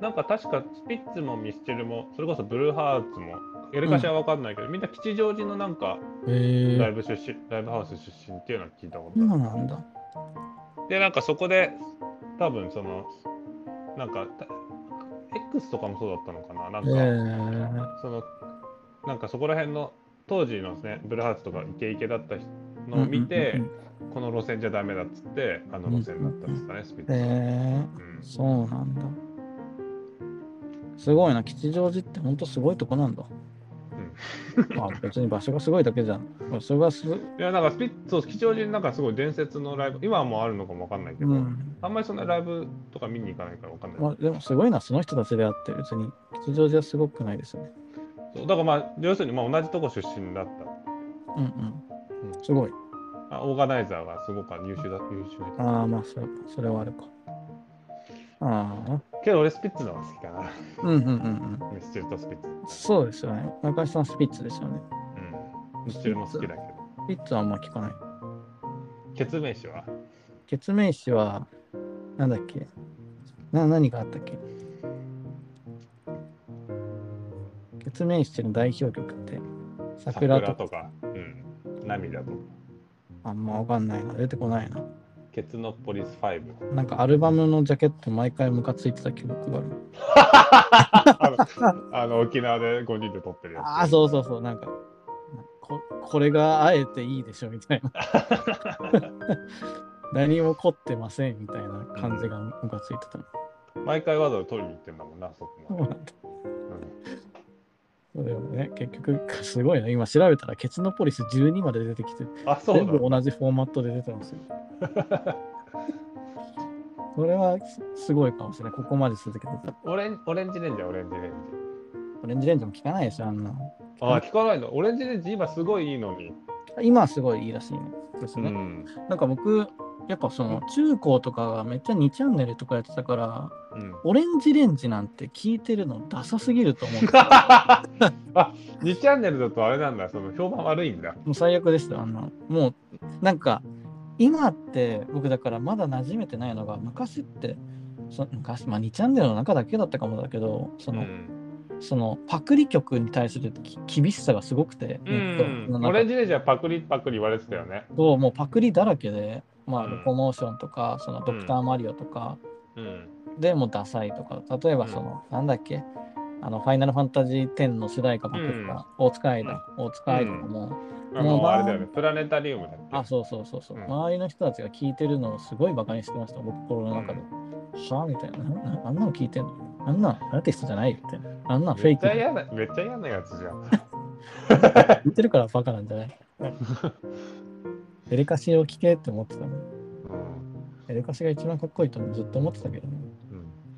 Speaker 1: なんか確かスピッツもミスチルもそれこそブルーハーツもやりかしは分かんないけど、みんな吉祥寺のなんか
Speaker 2: へ
Speaker 1: ライ
Speaker 2: ぇ。
Speaker 1: ブ出身、ライブハウス出身っていうのは聞いたこと
Speaker 2: そう
Speaker 1: ある。
Speaker 2: なんだ。
Speaker 1: でなんかそこで多分そのなんかた X とかもそうだったのかななん
Speaker 2: へ
Speaker 1: か、
Speaker 2: ぇ。
Speaker 1: そのなんかそこら辺の当時のねブルーハーツとかイケイケだった人のを見て、
Speaker 2: うんうん
Speaker 1: この路線じゃダメだっつってあの路線だったんですかね、スピッツ
Speaker 2: へ
Speaker 1: は、
Speaker 2: ぇ。
Speaker 1: うん
Speaker 2: そうなんだ。すごいな、吉祥寺って本当すごいとこなんだ。まあ別に場所がすごいだけじゃん。それがす、う
Speaker 1: いやなんかスピッツそう吉祥寺になんかすごい伝説のライブ今はもうあるのかもわかんないけど、
Speaker 2: ん。
Speaker 1: あんまりそんなライブとか見に行かないからわかんない、
Speaker 2: まあでもすごいな、その人たちであって、別に吉祥寺はすごくないですよね。
Speaker 1: そうだからまあ要するにまあ同じとこ出身だった
Speaker 2: うん
Speaker 1: う
Speaker 2: うん。すごい。
Speaker 1: あオーガナイザーがすごく優秀だ優秀だ
Speaker 2: ああ、まあそれそれはあるか。ああ。
Speaker 1: けど俺スピッツの方が好きかな
Speaker 2: うんうんうんうん。
Speaker 1: ミスチルとスピッツ、
Speaker 2: そうですよね。中井さんスピッツですよね。
Speaker 1: うん、ミスチルも好きだけど
Speaker 2: スピッツはあんま聞かない。
Speaker 1: 決明詞は
Speaker 2: 決命詞は、なんだっけな何があったっけ決命詞の代表曲って、桜
Speaker 1: 桜
Speaker 2: と
Speaker 1: とか、うん、涙とか、
Speaker 2: あんまわかんないな、出てこないな。
Speaker 1: ケツノポリス5。
Speaker 2: なんかアルバムのジャケット毎回ムカついてた記憶がある。
Speaker 1: あの あの沖縄で5人で撮ってるやつ。
Speaker 2: ああ、そうそうそう、なんか、ここれがあえていいでしょみたいな。何も凝ってませんみたいな感じがムカついてた。
Speaker 1: 毎回わざわざ撮りに行ってんだもんな、そこ
Speaker 2: そう
Speaker 1: まで。
Speaker 2: なんだそうだよね、結局、すごいな。今調べたら、ケツノポリス12まで出てきて、
Speaker 1: うんあ、そう
Speaker 2: 全
Speaker 1: だ
Speaker 2: 部。同じフォーマットで出てますよ。それはすすごいかもしれない。ここまで続けてたら。
Speaker 1: オレンオレンジレンジャー、オレンジレンジ。
Speaker 2: オレンジレンジも聞かないでしょ、あんなの。
Speaker 1: あ、聞かないの。オレンジレンジ今すごいいいのに。
Speaker 2: 今はすごいいいらしいねです
Speaker 1: う
Speaker 2: ね。
Speaker 1: ん。
Speaker 2: なんか僕、やっぱその中高とかがめっちゃ2チャンネルとかやってたから、
Speaker 1: うん、
Speaker 2: オレンジレンジなんて聞いてるのダサすぎると思う。
Speaker 1: あ、2チャンネルだとあれなんだ、その評判悪いんだ。
Speaker 2: もう最悪でしたよ、あんな。もう、なんか、今って、僕だからまだ馴染めてないのが、昔って、そ昔、まあ2チャンネルの中だけだったかもだけど、そうの、
Speaker 1: ん。
Speaker 2: そのパクリ曲に対するき厳しさがすごくて、
Speaker 1: う
Speaker 2: ネットの
Speaker 1: ん、オ
Speaker 2: 中
Speaker 1: レンジレンジャーパクリパクリ言われてたよね。
Speaker 2: ともうパクリだらけで、まあ、
Speaker 1: うん
Speaker 2: ロコモーションとか、そのドクターマリオとか、
Speaker 1: うん。
Speaker 2: でもダサいとか、例えばその、なんだっけ、あの、ファイナルファンタジー10の主題歌パクリか、大塚愛だ、大塚愛とかも、
Speaker 1: あの、あれだよね、プラネタリウムだっけ。
Speaker 2: あ、そうそうそうそう、
Speaker 1: うん
Speaker 2: 周りの人たちが聞いてるのをすごいバカにしてました、僕、心の中で。はあみたいななな。あんなの聞いてんのあんなのアーティストじゃないよって。あんなのフェ
Speaker 1: め
Speaker 2: イ
Speaker 1: っ
Speaker 2: ク
Speaker 1: ちゃ
Speaker 2: だよ。
Speaker 1: 嫌な、めっちゃ嫌なやつじゃん。
Speaker 2: 言ってるからバカなんじゃないエレカシを聞けって思ってたの。
Speaker 1: うん
Speaker 2: エレカシが一番かっこいいとずっと思ってたけどね。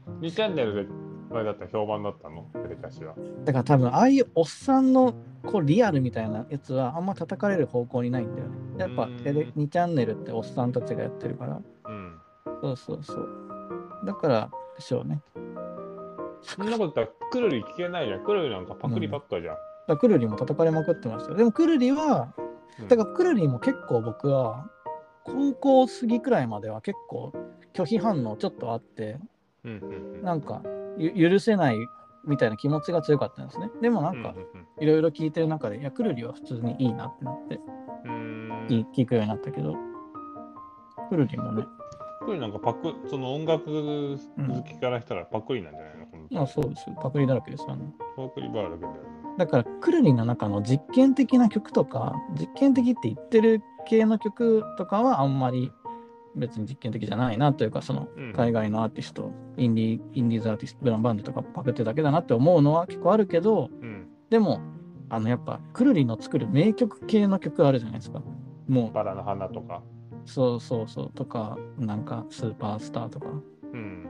Speaker 1: うん、2チャンネルであれだった評判だったのテレカシは。
Speaker 2: だから多分、ああいうおっさんのこうリアルみたいなやつはあんま叩かれる方向にないんだよね。やっぱ
Speaker 1: うん
Speaker 2: テレ2チャンネルっておっさんたちがやってるから。
Speaker 1: うん。
Speaker 2: そうそうそう。だからでしょうね。
Speaker 1: そんなこと言ったらくるり聞けないじゃん。くるりなんかパクリばっかじゃん。
Speaker 2: だからくるりも叩かれまくってましたよ。でもくるりは、
Speaker 1: うん
Speaker 2: だからくるりも結構僕は、高校過ぎくらいまでは結構拒否反応ちょっとあって、
Speaker 1: うんうんうん
Speaker 2: なんかゆ許せないみたいな気持ちが強かったんですね。でもなんか
Speaker 1: ううん
Speaker 2: いろいろ聞いてる中で、いや、くるりは普通にいいなってなって、
Speaker 1: うんうーん
Speaker 2: いい聞くようになったけど、くるりもね、
Speaker 1: くりなんかパク、その音楽好きからしたらパクリなんじゃないの、
Speaker 2: まあそうですよ。パクリだらけですよね。
Speaker 1: パクリバーだけだよね。
Speaker 2: だからクルリの中の実験的な曲とか実験的って言ってる系の曲とかはあんまり別に実験的じゃないなというかその
Speaker 1: うん
Speaker 2: 海外のアーティスト、インディーインディーズアーティストブランバンドとかパクってだけだなって思うのは結構あるけど
Speaker 1: うん。
Speaker 2: でもあのやっぱクルリの作る名曲系の曲あるじゃないですかも
Speaker 1: バラの花とか。
Speaker 2: うそうそうそうとかなんかスーパースターとか
Speaker 1: うん。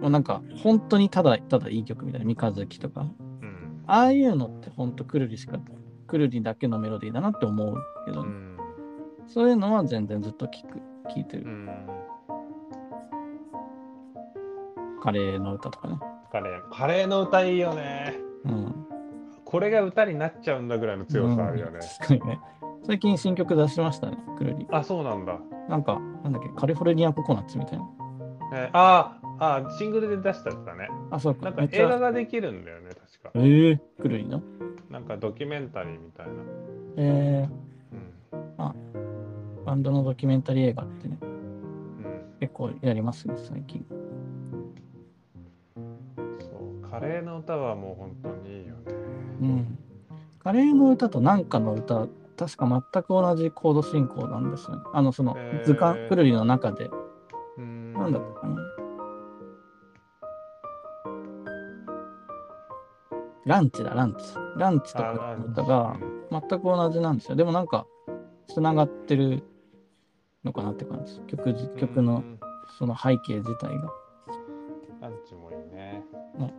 Speaker 2: もうなんか本当にただただいい曲みたいな三日月とか
Speaker 1: うん。
Speaker 2: ああいうのってほんとくるりしかくるりだけのメロディーだなって思うけど、
Speaker 1: うん。
Speaker 2: そういうのは全然ずっと聞く聞いてる、
Speaker 1: うん。
Speaker 2: カレーの歌とかね、
Speaker 1: カレー。カレーの歌いいよね。
Speaker 2: うん、
Speaker 1: これが歌になっちゃうんだぐらいの強さあるよね。
Speaker 2: うん確かにね最近新曲出しましたねくるり
Speaker 1: あ、そうなんだ。
Speaker 2: なんかなんだっけカリフォルニアココナッツみたいな
Speaker 1: えーあーあー、シングルで出したやつだね。
Speaker 2: あそう
Speaker 1: な
Speaker 2: か
Speaker 1: ん
Speaker 2: め
Speaker 1: か
Speaker 2: っち
Speaker 1: 映画
Speaker 2: ゃ
Speaker 1: ができるんだよね、確
Speaker 2: え
Speaker 1: か。
Speaker 2: ー、くるりの
Speaker 1: なんかドキュメンタリーみたいな。
Speaker 2: え
Speaker 1: う
Speaker 2: ー、バンドのドキュメンタリー映画ってね
Speaker 1: ん。うん。
Speaker 2: 結構やりますね最近
Speaker 1: そう。カレーの歌はもう本当にいいよね。
Speaker 2: うんカレーの歌となんかの歌確か全く同じコード進行なんですよねあのその
Speaker 1: へー
Speaker 2: 図鑑くるりの中で
Speaker 1: うん。
Speaker 2: なんだったかな。ランチだ、ランチ。ランチと
Speaker 1: あ
Speaker 2: かの
Speaker 1: ー
Speaker 2: 歌が
Speaker 1: うん
Speaker 2: 全く同じなんですよ。でもなんか、つながってるのかなって感じです。曲じ、曲
Speaker 1: う
Speaker 2: の
Speaker 1: ん
Speaker 2: その背景自体が。
Speaker 1: ランチもいいね。
Speaker 2: ね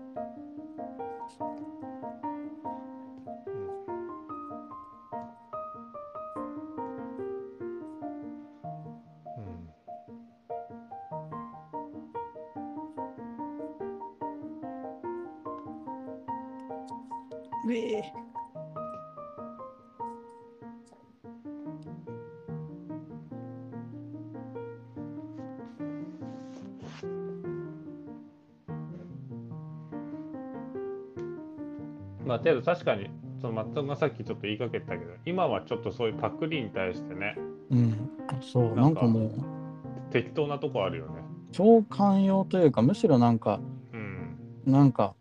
Speaker 1: うん。まあ、けど確かに、そのマットンがさっきちょっと言いかけてたけど、今はちょっとそういうパクリに対してね、
Speaker 2: うん。そう、な
Speaker 1: なんん
Speaker 2: か
Speaker 1: か
Speaker 2: もう、
Speaker 1: 適当なとこあるよね。
Speaker 2: 超寛容というか、むしろなんか、
Speaker 1: うん。
Speaker 2: なんか、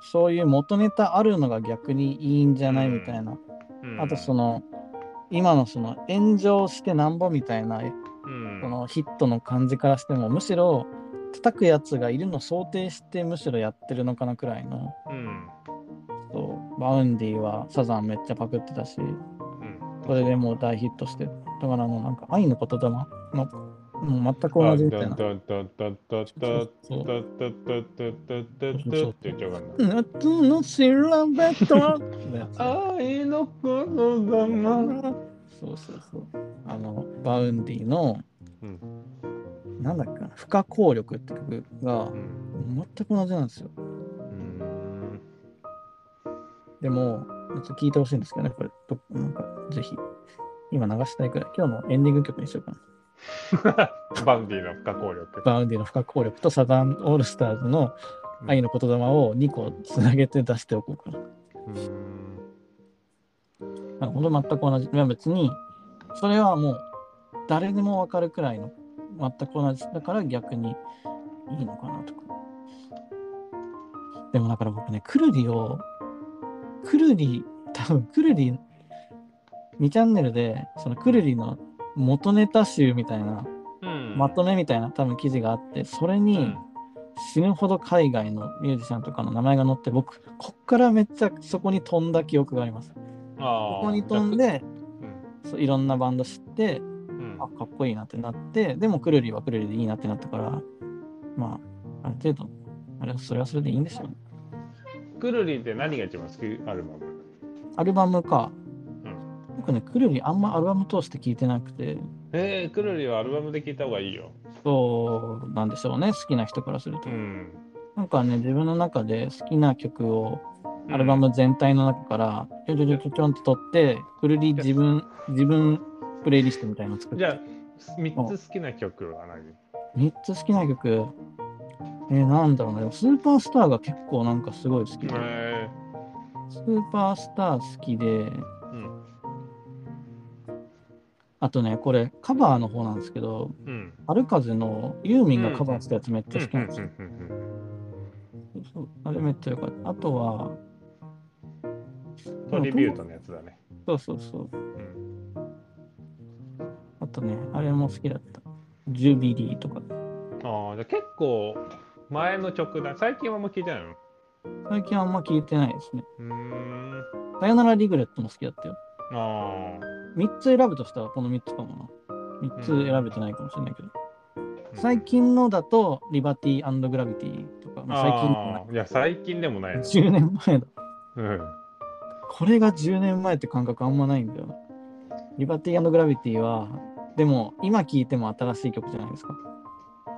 Speaker 2: そういう元ネタあるのが逆にいいんじゃないみたいな。
Speaker 1: うん
Speaker 2: あとそ、の、今のその炎上してなんぼみたいな
Speaker 1: うん、
Speaker 2: このヒットの感じからしてもむしろ叩くやつがいるの想定してむしろやってるのかなくらいの
Speaker 1: うん、
Speaker 2: そうバウンディはサザンめっちゃパクってたし
Speaker 1: うん。
Speaker 2: これでもう大ヒットしてだからもうなんか愛の言霊のもう全く同じみたいな。
Speaker 1: って言っちゃうか
Speaker 2: 夏の調べ と
Speaker 1: な。愛の言霊。
Speaker 2: そうそうそう。あの、バウンディの、
Speaker 1: うん
Speaker 2: なんだっけな、不可抗力って曲が
Speaker 1: うん。
Speaker 2: 全く同じなんですよ。
Speaker 1: うん。
Speaker 2: でも、ちょっと聞いてほしいんですけどね、これ、どなんか、ぜひ、今流したいくらい、今日のエンディング曲にしようかな。
Speaker 1: バンディの不可抗力。
Speaker 2: バウンディの不可抗力とサザンオールスターズの愛の言霊を2個つなげて出しておこうかな。
Speaker 1: うん。
Speaker 2: なんかほんと全く同じ。いや別に、それはもう、誰でもわかるくらいの、全く同じ。だから逆にいいのかなとか。でもだから僕ね、クルリを、クルリ、多分クルリ、2チャンネルで、そのクルリの元ネタ集みたいな、
Speaker 1: うん
Speaker 2: まとめみたいな多分記事があって、それに死ぬほど海外のミュージシャンとかの名前が載って、僕、こっからめっちゃそこに飛んだ記憶があります。こ
Speaker 1: こ
Speaker 2: こに飛ん。で、
Speaker 1: うん。
Speaker 2: そういろんなバンド知ってあかっこいいなってなってでもクルリはクルリでいいなってなったからまあある程度あれそれはそれでいいんですよ
Speaker 1: くるりって何が一番好きアルバム
Speaker 2: アルバムか、
Speaker 1: うん
Speaker 2: 僕ねクルリあんまアルバム通して聴いてなくて
Speaker 1: えー、くるりはアルバムで聴いた方がいいよ。
Speaker 2: そうなんでしょうね好きな人からすると、
Speaker 1: うん。
Speaker 2: なんかね自分の中で好きな曲をアルバム全体の中からちょちょちょちょちょんと取ってクルリ自分自分プレイリストみたいなの作っ
Speaker 1: じ
Speaker 2: て
Speaker 1: ゃあ、3つ好きな曲は何
Speaker 2: 3つ好きな曲、えー、なんだろうな、でもスーパースターが結構なんかすごい好きで、
Speaker 1: え
Speaker 2: スーパースター好きで、
Speaker 1: うん
Speaker 2: あとね、これ、カバーの方なんですけど、
Speaker 1: うん。
Speaker 2: 春風のユーミンがカバーしたやつめっちゃ好き
Speaker 1: うん
Speaker 2: なんですよ。
Speaker 1: うんうんうん
Speaker 2: そうあれめっちゃよかった。あとは、
Speaker 1: うんトリビュートのやつだね。
Speaker 2: そうそうそう。
Speaker 1: うん
Speaker 2: あとね、あれも好きだった。ジュビリーとか。
Speaker 1: ああ、じゃあ結構前の曲だ。最近はあんま聞いてないの
Speaker 2: 最近あんま聞いてないですね。
Speaker 1: うーん。
Speaker 2: さよならリグレットも好きだったよ。
Speaker 1: あ
Speaker 2: 3つ選ぶとしたらこの3つかもな。3つ選べてないかもしれないけど。
Speaker 1: あ。
Speaker 2: 最近のだと、リバティグラビティとか、
Speaker 1: うん
Speaker 2: まあ
Speaker 1: あーいや、最近でもない
Speaker 2: 最
Speaker 1: な。
Speaker 2: 近10年前だ。
Speaker 1: うん。
Speaker 2: これが10年前って感覚あんまないんだよな。リバティグラビティは、でも今聴いても新しい曲じゃないですか。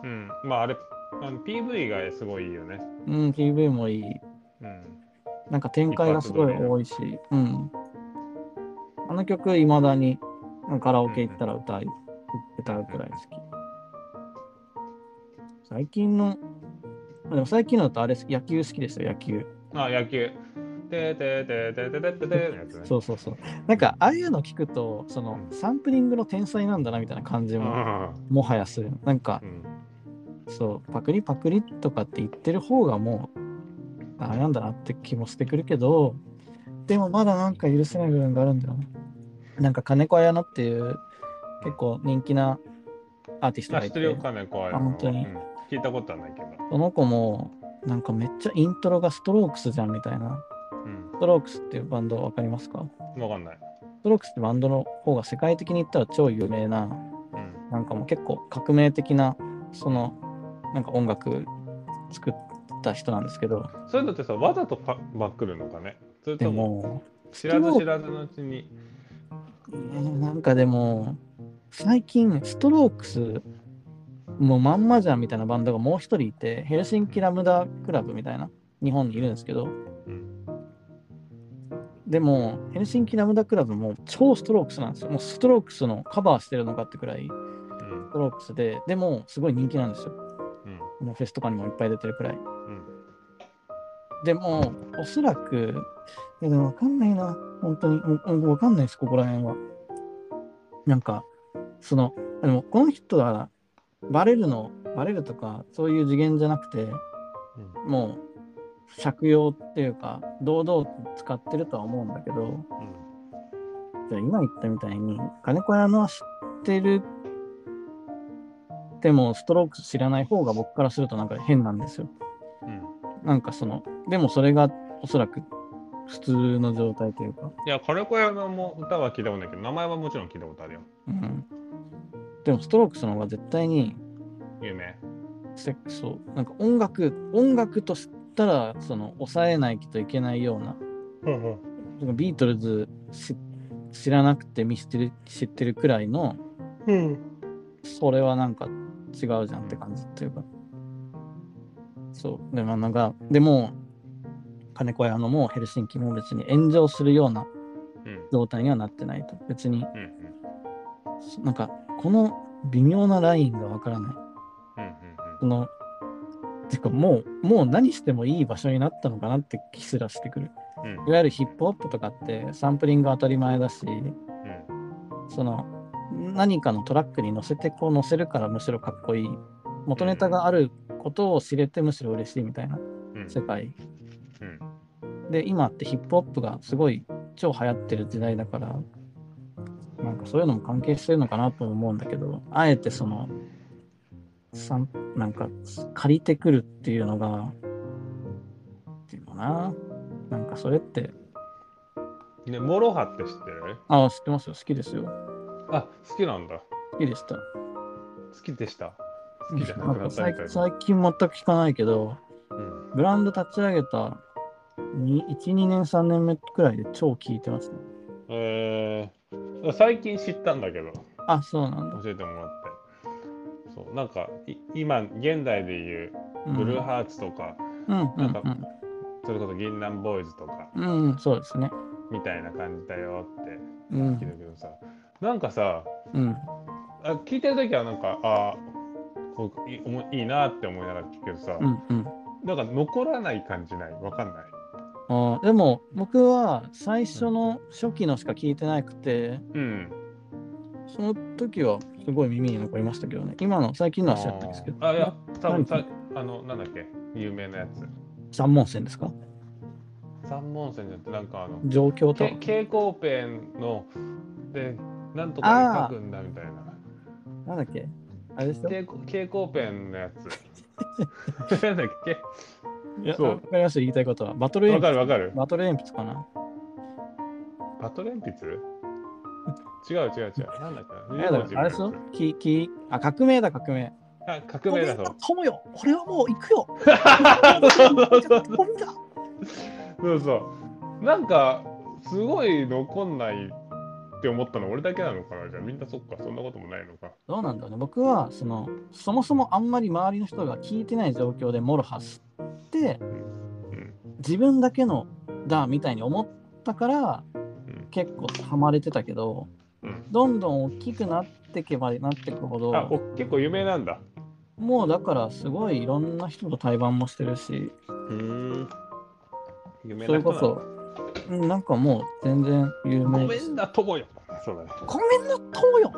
Speaker 1: うん。まあ、あれ、あの PV がすごいいいよね。
Speaker 2: うん、PV もいい。
Speaker 1: うん。
Speaker 2: なんか展開がすごい多いし、うん。あの曲、いまだにカラオケ行ったら歌い、歌うくらい好き。最近の、あでも最近のだとあれ好き、野球好きですよ、野球。
Speaker 1: あ、野球。ててててててててのやつね。
Speaker 2: そうそうそう。なんか、ああいうの聞くと、その、
Speaker 1: うん
Speaker 2: サンプリングの天才なんだなみたいな感じ
Speaker 1: う
Speaker 2: も、
Speaker 1: ん。
Speaker 2: もはやする。なんか
Speaker 1: う、ん
Speaker 2: そう、パクリパクリとかって言ってる方がもう、あれなんだなって気もしてくるけど、でもまだなんか許せない部分があるんだよね。なんか金子綾菜っていう結構人気なアーティスト
Speaker 1: あ
Speaker 2: が
Speaker 1: 知っ
Speaker 2: いて
Speaker 1: て、るよ、金子あ
Speaker 2: あ本当に
Speaker 1: うん聞いたことはないけど。
Speaker 2: その子もなんかめっちゃイントロがストロークスじゃんみたいな。
Speaker 1: うん。
Speaker 2: ストロークスっていうバンドわかりますか
Speaker 1: わかんない。
Speaker 2: ストロークスってバンドの方が世界的に言ったら超有名な、
Speaker 1: うん。
Speaker 2: なんかもう結構革命的な、そのなんか音楽作った人なんですけど、
Speaker 1: そういうのってさ、わざとパバックるのかね。それ
Speaker 2: で
Speaker 1: とも、
Speaker 2: も、
Speaker 1: 知らず知らずのうちに。
Speaker 2: えーなんかでも最近ストロークスもうまんまじゃんみたいなバンドがもう一人いてヘルシンキラムダクラブみたいな日本にいるんですけど
Speaker 1: うん。
Speaker 2: でもヘルシンキラムダクラブも超ストロークスなんですよもうストロークスのカバーしてるのかってくらいス
Speaker 1: うん。
Speaker 2: トロークスででもすごい人気なんですよ
Speaker 1: うん。
Speaker 2: もうフェスとかにもいっぱい出てるくらい
Speaker 1: うん。
Speaker 2: でも、おそらく、いやでもわかんないな、本当に。もうもうわかんないです、ここら辺は。なんか、その、でも、この人は、バレるの、バレるとか、そういう次元じゃなくて、
Speaker 1: うん
Speaker 2: もう、借用っていうか、堂々と使ってるとは思うんだけど、
Speaker 1: うん
Speaker 2: じゃあ今言ったみたいに、金子屋のは知ってる、でも、ストロークス知らない方が僕からするとなんか変なんですよ。
Speaker 1: うん。
Speaker 2: なんかその、でもそれがおそらく普通の状態というか、
Speaker 1: いや、金子屋のも歌は聞いたことないけど、名前はもちろん聞いたことあるよ。
Speaker 2: うん。でもストロークスの方が絶対に
Speaker 1: 有名。
Speaker 2: セックスを、なんか音楽、音楽としたら、その、抑えないといけないような、
Speaker 1: うんうん。
Speaker 2: なんかビートルズし知らなくてミステル知ってるくらいの、
Speaker 1: うん。
Speaker 2: それはなんか違うじゃんって感じっていうか。そう。でもなんか、でも、金子屋のもヘルシンキも別に炎上するような
Speaker 1: うん。
Speaker 2: 状態にはなってないと。別に
Speaker 1: うん。うん。
Speaker 2: なんかこの微妙なラインがわからない。
Speaker 1: うん
Speaker 2: そのてかもうもう何してもいい場所になったのかなって気すらしてくる。
Speaker 1: うん。うん
Speaker 2: い。わゆるヒップホップとかってサンプリング当たり前だし
Speaker 1: うん。
Speaker 2: その何かのトラックに乗せてこう乗せるからむしろかっこいい元ネタがあることを知れてむしろ嬉しいみたいな
Speaker 1: うん。
Speaker 2: 世界
Speaker 1: うん。
Speaker 2: で今ってヒップホップがすごい超流行ってる時代だからなんかそういうのも関係してるのかなとも思うんだけどあえてそのさんなんか借りてくるっていうのがっていうのかななんかそれって
Speaker 1: ね、モロハって知ってる
Speaker 2: ああ知ってますよ好きですよ
Speaker 1: あ、好きなんだ。
Speaker 2: 好きでした
Speaker 1: 好きでした。好きじゃなく
Speaker 2: な
Speaker 1: なん
Speaker 2: か
Speaker 1: ったみ
Speaker 2: 最
Speaker 1: たいな。
Speaker 2: 最近全く聞かないけど
Speaker 1: うん。
Speaker 2: ブランド立ち上げた12年3年目くらいで超聞いてますね
Speaker 1: えー、最近知ったんだけど、
Speaker 2: あそうなんだ、
Speaker 1: 教えてもらって。そう、なんか、い今、現代でいう、
Speaker 2: うん、
Speaker 1: ブルーハーツとか、
Speaker 2: うんうん
Speaker 1: なんか
Speaker 2: うん
Speaker 1: それこそ銀杏ボーイズとか、
Speaker 2: うん、そうですね。
Speaker 1: みたいな感じだよって
Speaker 2: う
Speaker 1: 聞い
Speaker 2: ん。
Speaker 1: たけどさ、なんかさ、
Speaker 2: うん。
Speaker 1: あ聞いてる時はなんかあーこういいおもいいなって思いながら聞くけどさ、
Speaker 2: うん。うん。
Speaker 1: なんか残らない感じないわかんない
Speaker 2: あーでも、僕は最初の初期のしか聞いてなくて、
Speaker 1: うん
Speaker 2: その時はすごい耳に残りましたけどね。今の最近のは知らないですけど。
Speaker 1: あ、いや、多分さ、あの、なんだっけ、有名なやつ。
Speaker 2: 三門線ですか
Speaker 1: 三門線じゃなくて、なんかあの、
Speaker 2: 状況と
Speaker 1: け。蛍光ペンの、で、なんとかで書くんだみたいな。
Speaker 2: なんだっけあれですよ。
Speaker 1: 蛍光蛍光ペンのやつ。 なんだっけ
Speaker 2: いや
Speaker 1: そう
Speaker 2: わかりました、言いたいことは。バトル
Speaker 1: わ
Speaker 2: 鉛
Speaker 1: かる
Speaker 2: 筆。
Speaker 1: わかる。
Speaker 2: バトル鉛筆かな。
Speaker 1: バトル鉛筆違う違う違う。なんだっけ
Speaker 2: あれだよあれですよ。き、き、あ、革命だ、革命。
Speaker 1: あ革命だ
Speaker 2: ごめん
Speaker 1: と
Speaker 2: な。友よ、俺はもう行くよ。
Speaker 1: そうそうそう
Speaker 2: 俺だ
Speaker 1: そうそう。なんか、すごい残んないって思ったの俺だけなのかなじゃあみんなそっか、そんなこともないのか。
Speaker 2: どうなんだろうね。僕は、その、そもそもあんまり周りの人が聞いてない状況でモロハスって
Speaker 1: うん、
Speaker 2: 自分だけのだみたいに思ったから、
Speaker 1: うん
Speaker 2: 結構ハマれてたけど、
Speaker 1: うん
Speaker 2: どんどん大きくなってけばなってくほ
Speaker 1: あお
Speaker 2: ど、
Speaker 1: 結構有名なんだ。
Speaker 2: もうだからすごいいろんな人と対バンもしてるし、
Speaker 1: うん。有名
Speaker 2: そ
Speaker 1: な人
Speaker 2: れこ
Speaker 1: なんだ
Speaker 2: そ、うんなんかもう全然有
Speaker 1: ご
Speaker 2: 名
Speaker 1: め
Speaker 2: です
Speaker 1: ん。な、友よ。そうだね。
Speaker 2: ごめんな、友よ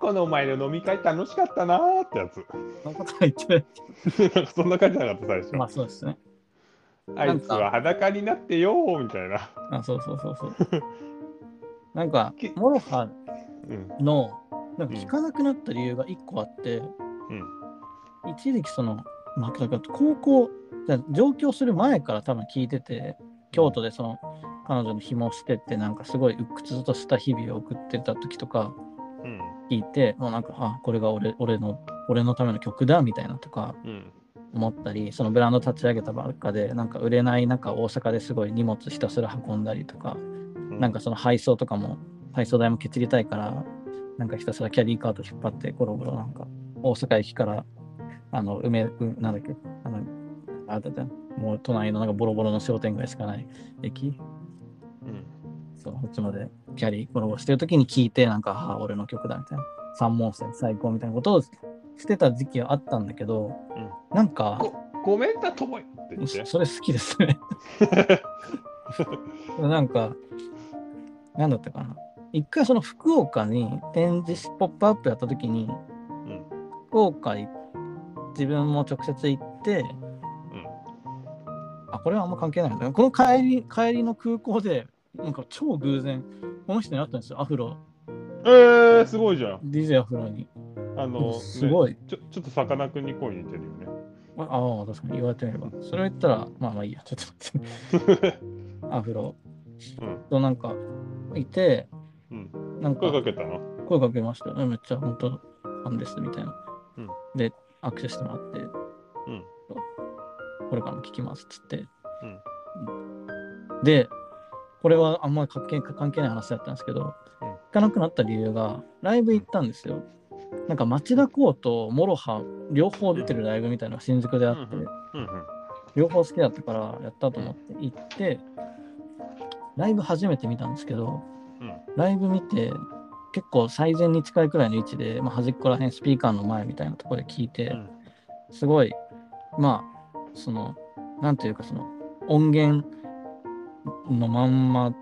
Speaker 1: この前の飲み会楽しかったなーってやつ。
Speaker 2: そんなこと言って、
Speaker 1: なんかそんな感じじゃなかった、最初。
Speaker 2: まあそうですね。
Speaker 1: あいつは裸になってよーみたいな。
Speaker 2: あそうそうそう そう。なんか
Speaker 1: き、
Speaker 2: モロハ
Speaker 1: うん。
Speaker 2: の、なんか聞かなくなった理由が一個あって、
Speaker 1: うん。
Speaker 2: 一時期その、まあ、なんか高校、じゃあ上京する前から多分聞いてて、京都でその、彼女の紐をしてって、なんかすごい鬱屈とした日々を送ってた時とか
Speaker 1: うん。
Speaker 2: 聞いて、もうなんか、あ、これが俺俺の、俺のための曲だみたいなとか、
Speaker 1: うん。
Speaker 2: 思ったりそのブランド立ち上げたばっかでなんか売れない中大阪ですごい荷物ひたすら運んだりとか、なんかその配送とかも配送代も削りたいからなんかひたすらキャリーカート引っ張ってゴロゴロなんか大阪駅からあの梅うんなんだっけあのあだってもう都内のなんかボロボロの商店街しかない駅
Speaker 1: うん。
Speaker 2: そうこっちまでキャリーゴロゴロしてる時に聞いてなんかああ俺の曲だみたいな三門線最高みたいなことをしてた時期はあったんだけど、
Speaker 1: うん
Speaker 2: なんか
Speaker 1: ごごめんな、友よって言っ
Speaker 2: そ
Speaker 1: て。
Speaker 2: それ好きですね。 なんか、なんだったかな。一回その福岡に展示し、ポップアップやった時に、
Speaker 1: うん。
Speaker 2: 福岡に自分も直接行って、
Speaker 1: うん。
Speaker 2: あ、これはあんま関係ないんだこの帰り、帰りの空港で、なんか超偶然、この人に会ったんですよ。アフロ、
Speaker 1: えー、すごいじゃん。
Speaker 2: DJ アフロに。
Speaker 1: あの、ね
Speaker 2: すごい。
Speaker 1: ちょちょっとさかなクンに声似てるよね。
Speaker 2: ああ、確かに言われてみれば。それを言ったら、まあまあいいや、ちょっと待って。アフロ
Speaker 1: うん。
Speaker 2: となんか、いて、
Speaker 1: うん。
Speaker 2: なんか
Speaker 1: 声、かけたの
Speaker 2: 声かけました。うんめっちゃ本当ファンですみたいな。
Speaker 1: うん
Speaker 2: で、握手してもらって、
Speaker 1: うん。
Speaker 2: これからも聞きますっつって。
Speaker 1: うん
Speaker 2: で、これはあんまり関係関係ない話だったんですけど、
Speaker 1: うん
Speaker 2: 聞かなくなった理由が、ライブ行ったんですよ。なんか町田港とモロハ両方出てるライブみたいなのが新宿であって、
Speaker 1: んうんうん。
Speaker 2: 両方好きだったからやったと思って行って、ライブ初めて見たんですけど、
Speaker 1: うん。
Speaker 2: ライブ見て結構最前に近いくらいの位置で、まあ、端っこら辺スピーカーの前みたいなところで聞いて、
Speaker 1: うん
Speaker 2: すごいまあそのなんていうかその音源のまんま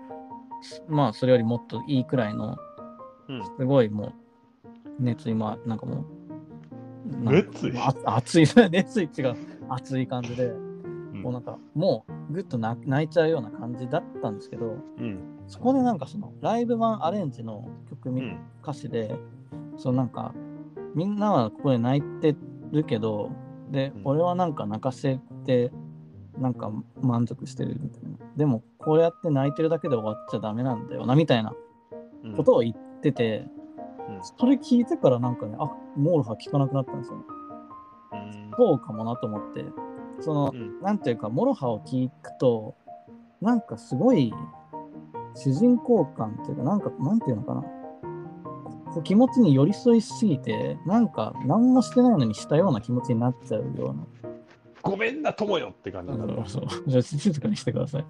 Speaker 2: まあそれよりもっといいくらいの
Speaker 1: うん
Speaker 2: すごいもう熱意まあなんかもうなん
Speaker 1: 熱意
Speaker 2: あ 熱い熱意違う熱い感じで、
Speaker 1: ん
Speaker 2: もうなんかもうぐっとな泣いちゃうような感じだったんですけど、
Speaker 1: うん。
Speaker 2: そこでなんかそのライブ版アレンジの曲
Speaker 1: う
Speaker 2: み、
Speaker 1: ん。
Speaker 2: 歌詞で、そのなんかみんなはここで泣いてるけど、で、
Speaker 1: うん
Speaker 2: 俺はなんか泣かせてなんか満足してるみたいな。でもこうやって泣いてるだけで終わっちゃダメなんだよなみたいな
Speaker 1: うん
Speaker 2: ことを言ってて、
Speaker 1: うん
Speaker 2: それ聞いてからなんかね、あモールハ聞かなくなったんですよ。
Speaker 1: うん
Speaker 2: そうかもなと思って、その、
Speaker 1: うん
Speaker 2: なんていうか、モロハを聞くと、なんかすごい、主人公感っていうか、なんか、なんていうのかな。こう気持ちに寄り添いすぎて、なんか、何もしてないのにしたような気持ちになっちゃうよう
Speaker 1: ごめんな、友よって感じ
Speaker 2: な。
Speaker 1: な
Speaker 2: なんだろ
Speaker 1: の
Speaker 2: う、そう。じゃあ静かにしてください。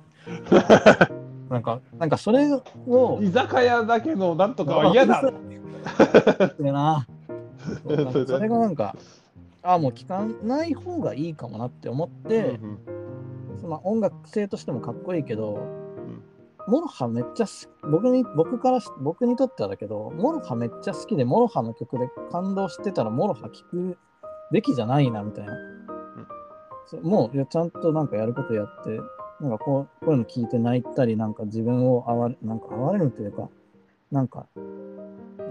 Speaker 2: なんか、なんかそれを、
Speaker 1: 居酒屋だけのなんとかは嫌だ。
Speaker 2: ってな。そうなんか
Speaker 1: それで
Speaker 2: それがなんか、ああ、もう聞かない方がいいかもなって思って、
Speaker 1: うん
Speaker 2: その音楽性としてもかっこいいけど、モロハめっちゃ好き僕に僕からし僕にとってはだけどモロハめっちゃ好きでモロハの曲で感動してたらモロハ聴くべきじゃないなみたいな、そうもういやちゃんとなんかやることやってなんかこうこういうの聞いて泣いたりなんか自分をあわれなんかあわれるというかなんか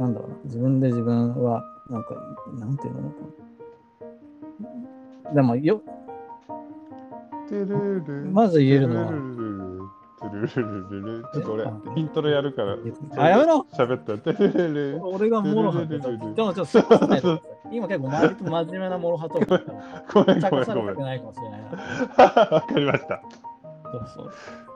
Speaker 2: なんだろうな自分で自分はなんかなんていうのかなでもよまず言えるの は
Speaker 1: ちょっと俺、イントロやるから。
Speaker 2: あやめろ
Speaker 1: 喋った。 トゥルルル
Speaker 2: 俺がモロハって言ったらでもちょっとそこじゃないです今結構周りと真面目なモロハトークだから
Speaker 1: ごめん
Speaker 2: 茶
Speaker 1: ごめ
Speaker 2: 化
Speaker 1: ん
Speaker 2: さ
Speaker 1: ごめ
Speaker 2: れた
Speaker 1: ん
Speaker 2: く。ないかもしれないな
Speaker 1: わかりました。
Speaker 2: そうそう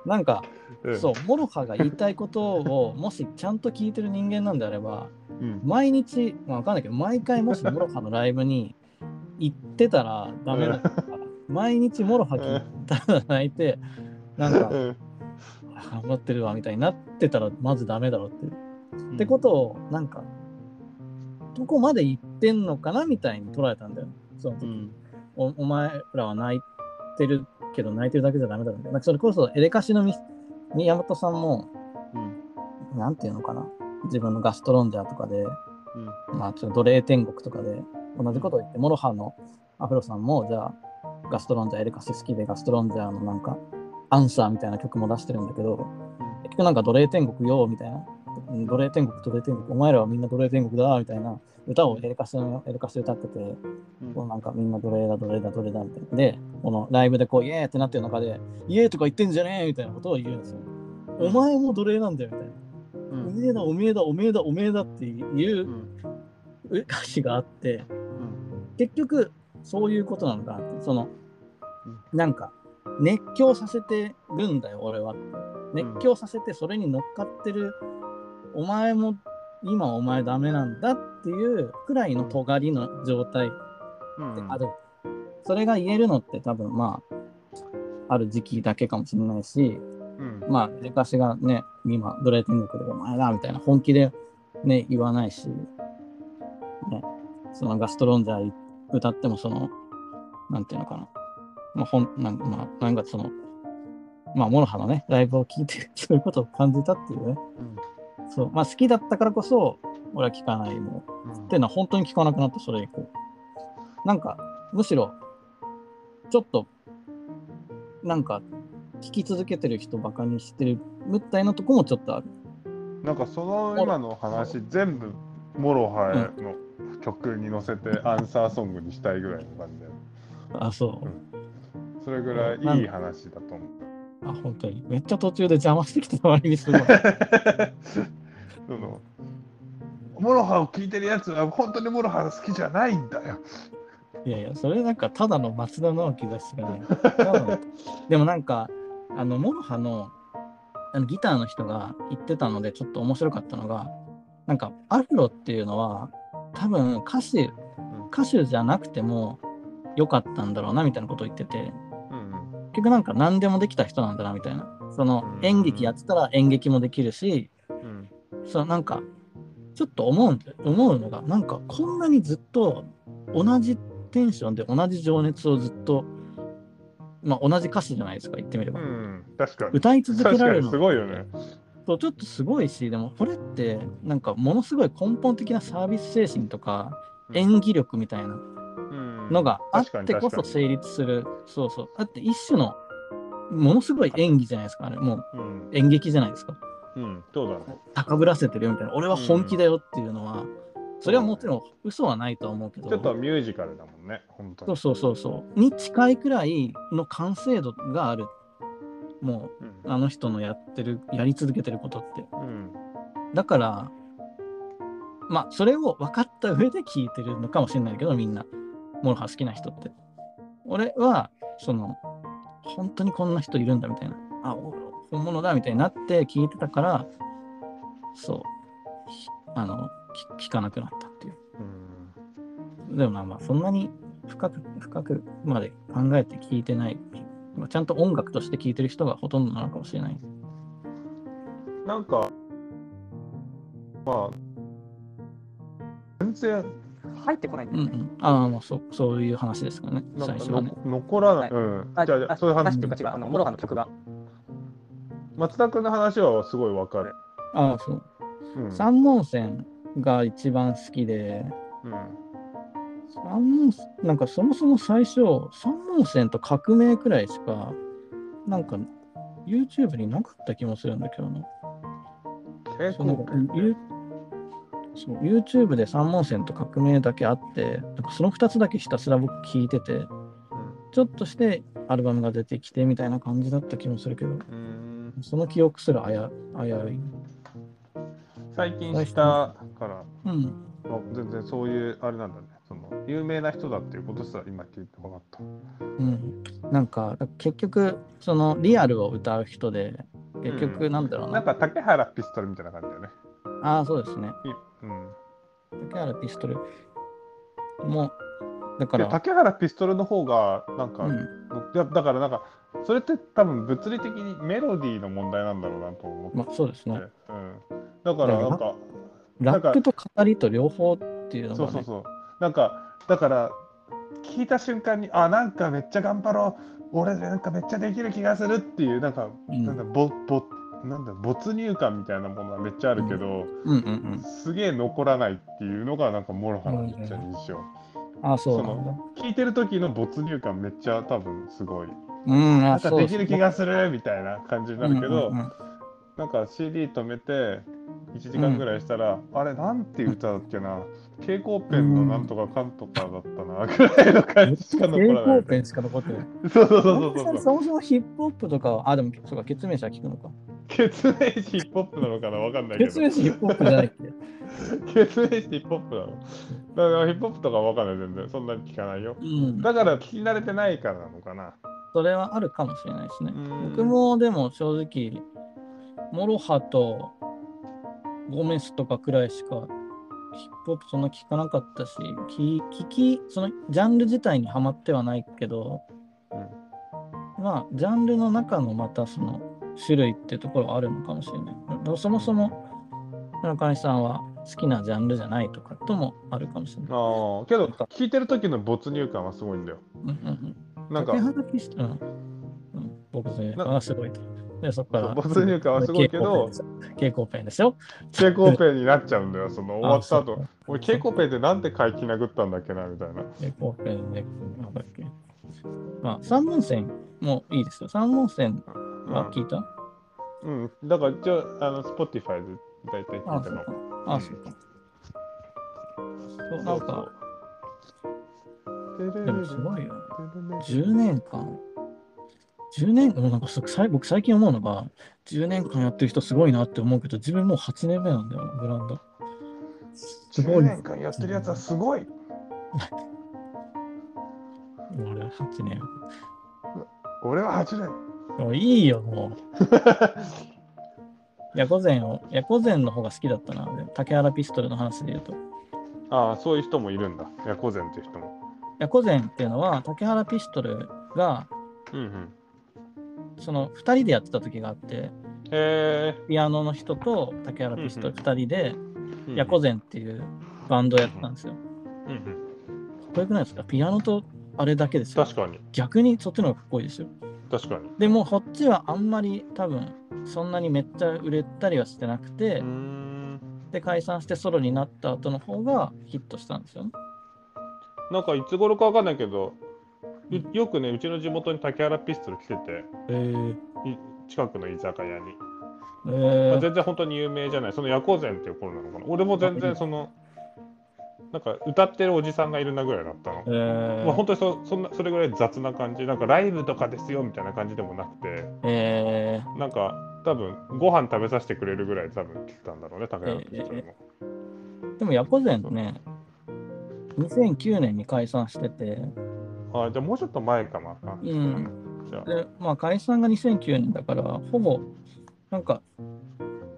Speaker 2: なんか、
Speaker 1: うん
Speaker 2: そうモロハが言いたいことをもしちゃんと聞いてる人間なんであれば
Speaker 1: うん。
Speaker 2: 毎日、まあ、わかんないけど毎回もしモロハのライブに行ってたらダメだから毎日モロハ聞いたら泣いてなんか
Speaker 1: うん
Speaker 2: 頑張ってるわみたいになってたらまずダメだろうっていうってことをなんかどこまで行ってんのかなみたいに捉えたんだよその時
Speaker 1: うん
Speaker 2: おお前らは泣いてるけど泣いてるだけじゃダメだろみたいななんかそれこそエレカシのみ宮本さんも
Speaker 1: うん
Speaker 2: なんていうのかな自分のガストロンジャーとかで、
Speaker 1: うん
Speaker 2: まあ、ちょっと奴隷天国とかで同じことを言ってモロハのアフロさんもじゃあガストロンジャーエレカシ好きでガストロンジャーのなんかアンサーみたいな曲も出してるんだけど、結局なんか奴隷天国よみたいな奴隷天国奴隷天国お前らはみんな奴隷天国だみたいな歌をエレカシのエレカシで歌ってて、こうなんかみんな奴隷だ奴隷だ奴隷だみたいなでこのライブでこうイエーってなってる中でイエーとか言ってんじゃねえみたいなことを言うんですよ、お前も奴隷なんだよみたいな、
Speaker 1: う
Speaker 2: お
Speaker 1: ん
Speaker 2: めえだおめえだおめえだおめえだっていううん歌詞があって結局そういうことなのかなってそのなんか熱狂させてるんだよ俺は熱狂させてそれに乗っかってる、お前も今お前ダメなんだっていうくらいの尖りの状態って
Speaker 1: うん
Speaker 2: ある、それが言えるのって多分まあある時期だけかもしれないし
Speaker 1: うん
Speaker 2: まあレカシがね今奴隷天国でお前だみたいな本気でね言わないし、ね、そのガストロンジャー歌ってもそのなんていうのかなまあほんなん,、まあ、なんかそのまあモロハのねライブを聴いてそういうことを感じたっていうね
Speaker 1: うん
Speaker 2: そうまあ好きだったからこそ俺は聴かないもう
Speaker 1: うん
Speaker 2: っていうのは本当に聴かなくなったそれ以降なんかむしろちょっとなんか聴き続けてる人バカにしてるみたいなとこもちょっとある
Speaker 1: なんかその今の話全部モロハの曲に乗せてアンサーソングにしたいぐらいの感じで
Speaker 2: あそう
Speaker 1: それぐらいいい話だと思う。
Speaker 2: あ本当にめっちゃ途中で邪魔してきた割にすごい
Speaker 1: そのモロハを聞いてるやつは本当にモロハが好きじゃないんだよ。
Speaker 2: いやいやそれなんかただの松田直樹だしかない ただのでもなんかあのモロハのあのギターの人が言ってたのでちょっと面白かったのがなんかアフロっていうのは多分歌手歌手じゃなくても良かったんだろうなみたいなことを言ってて
Speaker 1: うん
Speaker 2: 結局なんか何でもできた人なんだなみたいなその
Speaker 1: うん
Speaker 2: 演劇やってたら演劇もできるし
Speaker 1: うん
Speaker 2: そのなんかちょっと思うんだ思うのがなんかこんなにずっと同じテンションで同じ情熱をずっとまあ同じ歌詞じゃないですか言ってみれ
Speaker 1: う
Speaker 2: ば、
Speaker 1: ん、確かに。
Speaker 2: 歌い続け
Speaker 1: 確か
Speaker 2: られる
Speaker 1: に
Speaker 2: の
Speaker 1: すごいよね。
Speaker 2: とちょっとすごいしでもこれってなんかものすごい根本的なサービス精神とか
Speaker 1: うん
Speaker 2: 演技力みたいな
Speaker 1: うん
Speaker 2: のがあっ
Speaker 1: 確かに
Speaker 2: てこそ
Speaker 1: 確か
Speaker 2: 成立する、そうそうだって一種のものすごい演技じゃないですかあれもう
Speaker 1: にうん、
Speaker 2: 演劇じゃないですか
Speaker 1: うん、そうだね。
Speaker 2: 高ぶらせてるよみたいな俺は本気だよっていうのは、それはもちろん嘘はないとは思うけど
Speaker 1: ちょっとミュージカルだもんね、本当
Speaker 2: そう
Speaker 1: に。
Speaker 2: そうそうそうに近いくらいの完成度があるも
Speaker 1: うん
Speaker 2: うあの人のやってるやり続けてることって
Speaker 1: うん
Speaker 2: だからまあそれを分かった上で聞いてるのかもしれないけどみんなモロハ好きな人って俺はその本当にこんな人いるんだみたいなあお本物だみたいになって聞いてたからそうひあのき聞かなくなったっていう
Speaker 1: うん
Speaker 2: でもまあまあそんなに深く深くまで考えて聞いてないまあちゃんと音楽として聞いてる人がほとんどなのかもしれない
Speaker 1: なんか、まあ、全然
Speaker 5: 入ってこないん
Speaker 2: う
Speaker 5: だ
Speaker 2: んう
Speaker 5: よね。
Speaker 2: んああまあそうそういう話ですかね
Speaker 1: なん
Speaker 2: 最
Speaker 1: か
Speaker 2: 初はね
Speaker 1: 残残らない。
Speaker 5: はい
Speaker 1: うん、
Speaker 5: あ
Speaker 1: じゃあじゃあ、そういう話
Speaker 5: 話というか違う、あの、モロハの曲が。
Speaker 1: 松田君の話はすごいわかる。
Speaker 2: ああ、そう。
Speaker 1: うん。
Speaker 2: 三門線が一番好きで、
Speaker 1: うん
Speaker 2: 三門線なんかそもそも最初、三門線と革命くらいしか、なんか YouTube になかった気もするんだけどな。
Speaker 1: 結
Speaker 2: そうなん
Speaker 1: 構
Speaker 2: か、ユーそう YouTube で三門線と革命だけあって、なんかその2つだけひたすら僕聞いてて、ちょっとしてアルバムが出てきてみたいな感じだった気もするけ
Speaker 1: う
Speaker 2: ど、
Speaker 1: ん、
Speaker 2: その記憶すら危う危うい。
Speaker 1: 最近したから、
Speaker 2: うん。
Speaker 1: まあ全然そういうあれなんだね。その有名な人だっていうことさ、今聞いて分かった。
Speaker 2: うん。なんか、結局、そのリアルを歌う人で、結局なんだろう
Speaker 1: な
Speaker 2: な。
Speaker 1: んか竹原ピストルみたいな感じだよね。
Speaker 2: ああ、そうですね。
Speaker 1: いうん、
Speaker 2: 竹原ピストルも、だか
Speaker 1: で
Speaker 2: ら、
Speaker 1: 竹原ピストルの方がなんか、
Speaker 2: うん、
Speaker 1: いやだからなんかそれって多分物理的にメロディーの問題なんだろうなと思って、
Speaker 2: まあそうですね。
Speaker 1: うん、だからなんかな
Speaker 2: ラ
Speaker 1: んか
Speaker 2: ップと語りと両方っていうのが、
Speaker 1: そう
Speaker 2: ね、
Speaker 1: そうそうなんかだから聞いた瞬間にあなんかめっちゃ頑張ろう俺なんかめっちゃできる気がするっていうなんか、
Speaker 2: うん
Speaker 1: なんだぼぼなんだ没入感みたいなものがめっちゃあるけど、
Speaker 2: うんうんうん。
Speaker 1: すげえ残らないっていうのがなんかモロハのめっちゃ印象、
Speaker 2: ああ、そう
Speaker 1: そ
Speaker 2: なんだ。
Speaker 1: の聞いてる時の没入感めっちゃ多分すごい
Speaker 2: うん、
Speaker 1: な
Speaker 2: あ
Speaker 1: んか
Speaker 2: そう
Speaker 1: ですきる気がするみたいな感じになるけど、
Speaker 2: うんうんうん
Speaker 1: なんか CD 止めて1時間ぐらいしたら、あれなんていう歌だっけな蛍光ペンのなんとかかんとかだったなぐらいの感じしか残らない
Speaker 2: 蛍光。ペンしか残ってない。
Speaker 1: そうそう
Speaker 2: そ
Speaker 1: そうそうそう。
Speaker 2: そもそもヒップホップとかは、あ、でも、そうか、ケツメイシは聞くのか。
Speaker 1: 血明誌ヒップホップなのかなわかんないけ
Speaker 2: ケ
Speaker 1: ど。
Speaker 2: ツメイシヒップホップじゃないっけ。
Speaker 1: 血明誌ヒップホップなの。だからヒップホップとかわかんない全然。そんなに聞かないよ。
Speaker 2: うん、
Speaker 1: だから聞き慣れてないからなのかな。
Speaker 2: それはあるかもしれないですね。
Speaker 1: うん
Speaker 2: 僕も、でも、正直、モロハとゴメスとかくらいしか、ヒップホップそんな聞かなかったし、聞聞き、そのジャンル自体にはまってはないけど、まあ、ジャンルの中のまたその種類っていうところはあるのかもしれない。だからそもそも村上さんは好きなジャンルじゃないとかともあるかもしれない。
Speaker 1: ああ、けど聞いてる時の没入感はすごいんだよ。
Speaker 2: うんうんうん
Speaker 1: なんか
Speaker 2: 竹。原ピストルうんうん僕それはすごいと。で、そこから。
Speaker 1: 没入感はすごいけど
Speaker 2: 蛍光ペンですよ。
Speaker 1: 蛍光ペンになっちゃうんだよ、その終わった
Speaker 2: あ
Speaker 1: 後。俺、蛍光ペンでなんで回帰殴ったんだっけな、みたいな。
Speaker 2: 蛍光ペンで、なんだっけ。まあ、三門線もいいですよ。三門線は聞いた、
Speaker 1: うん、だから一応、あの、Spotify で大体聞
Speaker 2: ああ、
Speaker 1: い
Speaker 2: そ
Speaker 1: た
Speaker 2: う
Speaker 1: の
Speaker 2: か。。ああ、そうか。そう、なんか、でもすごいよ。10年間。10年間、なんかそさい僕最近思うのが、10年間やってる人すごいなって思うけど、自分もう8年目なんだよな、ブランド。す
Speaker 1: 10
Speaker 2: ごい。
Speaker 1: 年間やってるやつはすごい
Speaker 2: 俺は8年。
Speaker 1: 俺は8年。
Speaker 2: もういいよ、も う。ヤコゼンを、ヤコゼンの方が好きだったな。で竹原ピストルの話で言うと。
Speaker 1: ああ、そういう人もいるんだ。ヤコゼンっていう人も。
Speaker 2: ヤコゼンっていうのは、竹原ピストルが、
Speaker 1: うんうん。
Speaker 2: その2人でやってた時があって、
Speaker 1: へ
Speaker 2: ピアノの人と竹原ピストル2人で、
Speaker 1: え。
Speaker 2: ヤコゼンっていうバンドをやってたんですよ。
Speaker 1: ン。うんうん
Speaker 2: かっこよくないですかピアノとあれだけですよ。
Speaker 1: 確かに、
Speaker 2: 逆にそっちの方がかっこいいですよ。
Speaker 1: 確かに。
Speaker 2: でもこっちはあんまり多分そんなにめっちゃ売れたりはしてなくて、
Speaker 1: うーん。
Speaker 2: で解散してソロになった後の方がヒットしたんですよね。
Speaker 1: なんかいつ頃かわかんないけど、いよくね、うちの地元に竹原ピストル来てて、
Speaker 2: えー、
Speaker 1: い近くの居酒屋に。
Speaker 2: え
Speaker 1: まあ、
Speaker 2: ー、
Speaker 1: 全然本当に有名じゃない、その夜行膳っていう頃なのかな。俺も全然その、なんか歌ってるおじさんがいるなぐらいだったの。
Speaker 2: えー
Speaker 1: まあ、本当にそそんなそれぐらい雑な感じ、なんかライブとかですよみたいな感じでもなくて、
Speaker 2: えー
Speaker 1: なんか多分ご飯食べさせてくれるぐらい多分来てたんだろうね、高山ピストルも。
Speaker 2: でもヤコゼンね、2009年に解散してて、
Speaker 1: あじゃあもうちょっと前かな。あ
Speaker 2: うん
Speaker 1: じゃあ
Speaker 2: でまあ、解散が2009年だから、ほぼなんか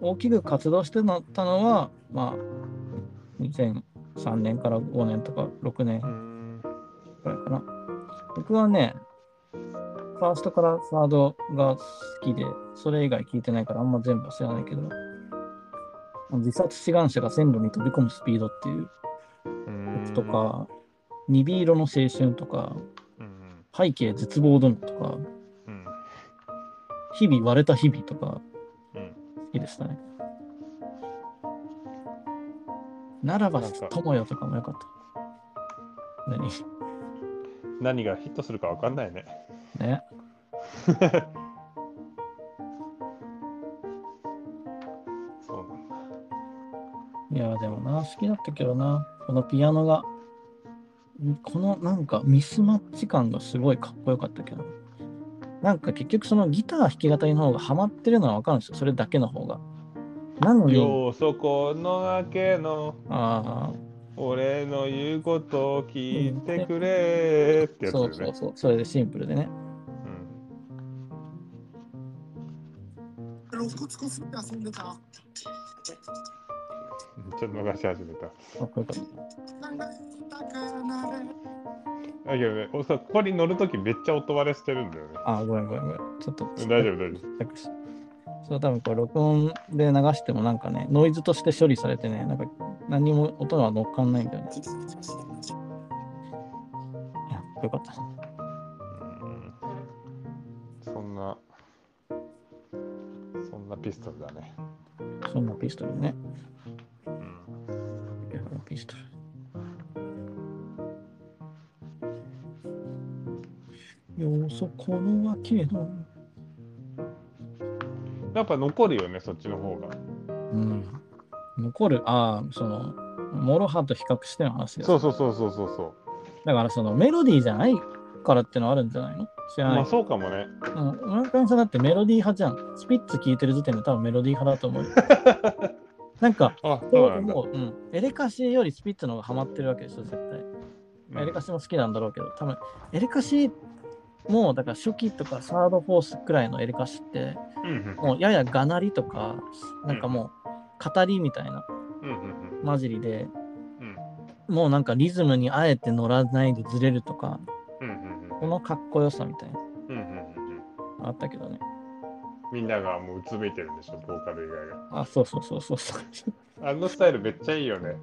Speaker 2: 大きく活動してなったのは、まあ、2003年から5年とか6年
Speaker 1: うーん
Speaker 2: くらいかな。僕はね、ファーストからサードが好きで、それ以外聞いてないからあんま全部は知らないけど、自殺志願者が線路に飛び込むスピードっていう
Speaker 1: うーん
Speaker 2: 曲とか、ニビ色の青春とか、
Speaker 1: うん
Speaker 2: 背景絶望どもとか、
Speaker 1: うん
Speaker 2: 「日々割れた日々とか、
Speaker 1: うん
Speaker 2: いいですね。ならば
Speaker 1: なんか、
Speaker 2: 友よとかもよかった。何
Speaker 1: 何 がヒットするか分かんないね。
Speaker 2: ね。
Speaker 1: そうなんだ。
Speaker 2: いや、でもな、好きだったけどな、このピアノが、んこのなんかミスマッチ感がすごいかっこよかったけど、なんか結局そのギター弾き語りの方がハマってるのはわかるんですよ、それだけの方が。なのに、
Speaker 1: ようそこのだけの
Speaker 2: あ
Speaker 1: 俺の言うことを聞いてくれって
Speaker 2: あ、
Speaker 1: やつ
Speaker 2: そう
Speaker 1: だ
Speaker 2: そ
Speaker 1: よ
Speaker 2: う
Speaker 1: ね。
Speaker 2: そう、それでシンプルでね。
Speaker 1: うん
Speaker 8: 肋骨こすって遊んでた。
Speaker 1: ちょっと逃し始めた。
Speaker 2: かっこよかった。
Speaker 1: だけどね、おさここに乗るときめっちゃ音割れしてるんだよね。
Speaker 2: ああ、ごめんごめんごめん。ちょっと、
Speaker 1: 大丈夫、大丈
Speaker 2: 全くしそう、多分これ録音で流してもなんかね、ノイズとして処理されてね、なんか何も音が乗っかんないんだよね。いやよかった。
Speaker 1: 夫。うんそんな、そんなピストルだね。
Speaker 2: そんなピストルね。
Speaker 1: うん
Speaker 2: いやピストル。要素このわけの。
Speaker 1: やっぱ残るよね、そっちの方が。
Speaker 2: うん。残る、ああ、その、モロハと比較しての話です。
Speaker 1: そうそうそうそうそうそう。
Speaker 2: だからそのメロディーじゃないからってのあるんじゃないの知らな
Speaker 1: ま
Speaker 2: い
Speaker 1: あ。そうかもね。
Speaker 2: うん、村上さんだってメロディー派じゃん。スピッツ聴いてる時点で多分メロディー派だ と思うよ。なんか、
Speaker 1: あ、そうなんだ。
Speaker 2: もう、うん、エレカシよりスピッツの方がハマってるわけでしょ、絶対。まあエレカシも好きなんだろうけど、多分エレカシも、だから初期とかサード、フォースくらいのエレカシって、
Speaker 1: うんうん
Speaker 2: もうややがなりとか、なんかもう語りみたいな
Speaker 1: うんうん
Speaker 2: 混じりで、
Speaker 1: うん
Speaker 2: もうなんかリズムにあえて乗らないでずれるとか、
Speaker 1: うんうん
Speaker 2: このかっこよさみたいな
Speaker 1: うんうんうんうん
Speaker 2: のあったけどね。
Speaker 1: みんながもううつむいてるんでしょ、ボーカル以外が。
Speaker 2: あ、そうそうそうそう そう。
Speaker 1: あのスタイルめっちゃいいよね。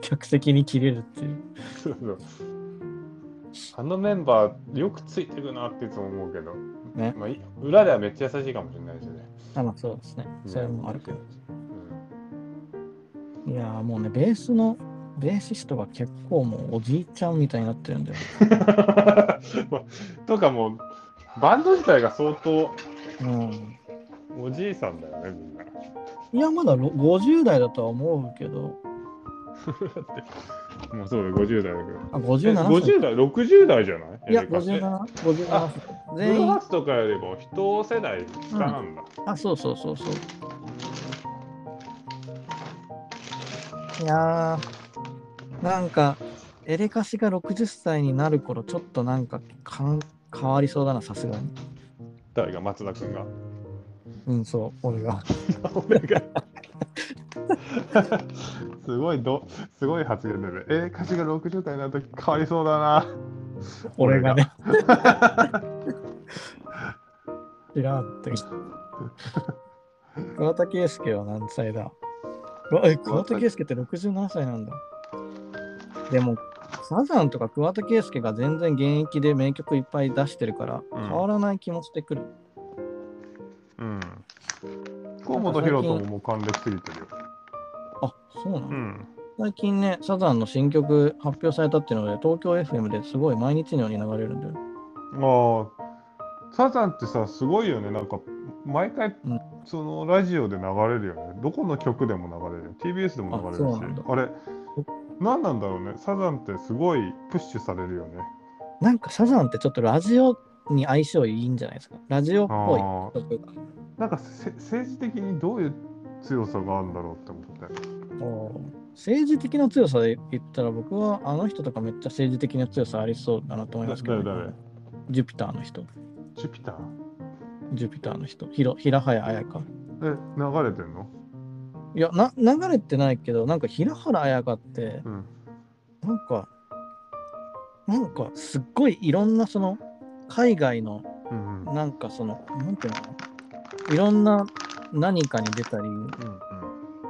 Speaker 2: 客席に切れるっていう。
Speaker 1: そうそうあのメンバーよくついてくなっていつも思うけど、
Speaker 2: ね
Speaker 1: まあ、い裏ではめっちゃ優しいかもしれないしね。
Speaker 2: あ、まあそうですね。それもあるけど。
Speaker 1: う
Speaker 2: いやーもうね、ベースの、ベーシストが結構もうおじいちゃんみたいになってるんだよ。
Speaker 1: んとかもう、バンド自体が相当
Speaker 2: うん。
Speaker 1: おじいさんだよね、みんな。
Speaker 2: いや、まだろ50代だとは思うけど、
Speaker 1: もうそうだ、50代だけど。
Speaker 2: あ、
Speaker 1: え
Speaker 2: 57歳。
Speaker 1: 50代、60代じゃない
Speaker 2: いや、
Speaker 1: エレカシ
Speaker 2: 57、
Speaker 1: あ
Speaker 2: 57歳。
Speaker 1: ブル
Speaker 2: 全
Speaker 1: ーハ
Speaker 2: 員
Speaker 1: ー、ツとかよりも一世代下なんだ。
Speaker 2: あ、そうそうそうそう。いやー、なんか、エレカシが60歳になる頃、ちょっとなんかかん変わりそうだな、さすがに。
Speaker 1: 誰が松田君が。
Speaker 2: うん、そう、俺が。
Speaker 1: 俺がすごいど、すごい発言だね。えー、歌詞が60代になると変わりそうだな。
Speaker 2: 俺がね。 知らんって。桑田佳祐は何歳だうわえ、桑田佳祐って67歳なんだ。でも、サザンとか桑田佳祐が全然現役で名曲いっぱい出してるから、
Speaker 1: うん
Speaker 2: 変わらない気もしてくる。
Speaker 1: うん。河本大翔ももう還暦すぎてるよ。
Speaker 2: あ、そうなの、
Speaker 1: うん。
Speaker 2: 最近ね、サザンの新曲発表されたっていうので、東京 FM ですごい毎日のように流れるんだよ。
Speaker 1: ああ、サザンってさ、すごいよね。なんか、毎回
Speaker 2: うん、
Speaker 1: そのラジオで流れるよね。どこの曲でも流れるよ。TBS でも流れる
Speaker 2: あそうなんだ
Speaker 1: し。あれ、何なんだろうね。サザンってすごいプッシュされるよね。
Speaker 2: なんかサザンってちょっとラジオに相性いいんじゃないですか。ラジオっぽい
Speaker 1: あー
Speaker 2: 曲が。
Speaker 1: なんかせ政治的にどういう強さがあるんだろうって思って。
Speaker 2: 政治的な強さで言ったら僕はあの人とかめっちゃ政治的な強さありそうだなと思いますけど、
Speaker 1: 誰誰
Speaker 2: ジュピターの人、
Speaker 1: ジュピター
Speaker 2: ジュピターの人、ひろ平早綾香。
Speaker 1: え、流れてんの
Speaker 2: いやな、流れてないけど、なんか平原綾香って、
Speaker 1: うん。
Speaker 2: なんか、なんかすっごいいろんなその海外の
Speaker 1: うんうん。うん
Speaker 2: なんかその、なんていうのかな、いろんな何かに出たり、
Speaker 1: うん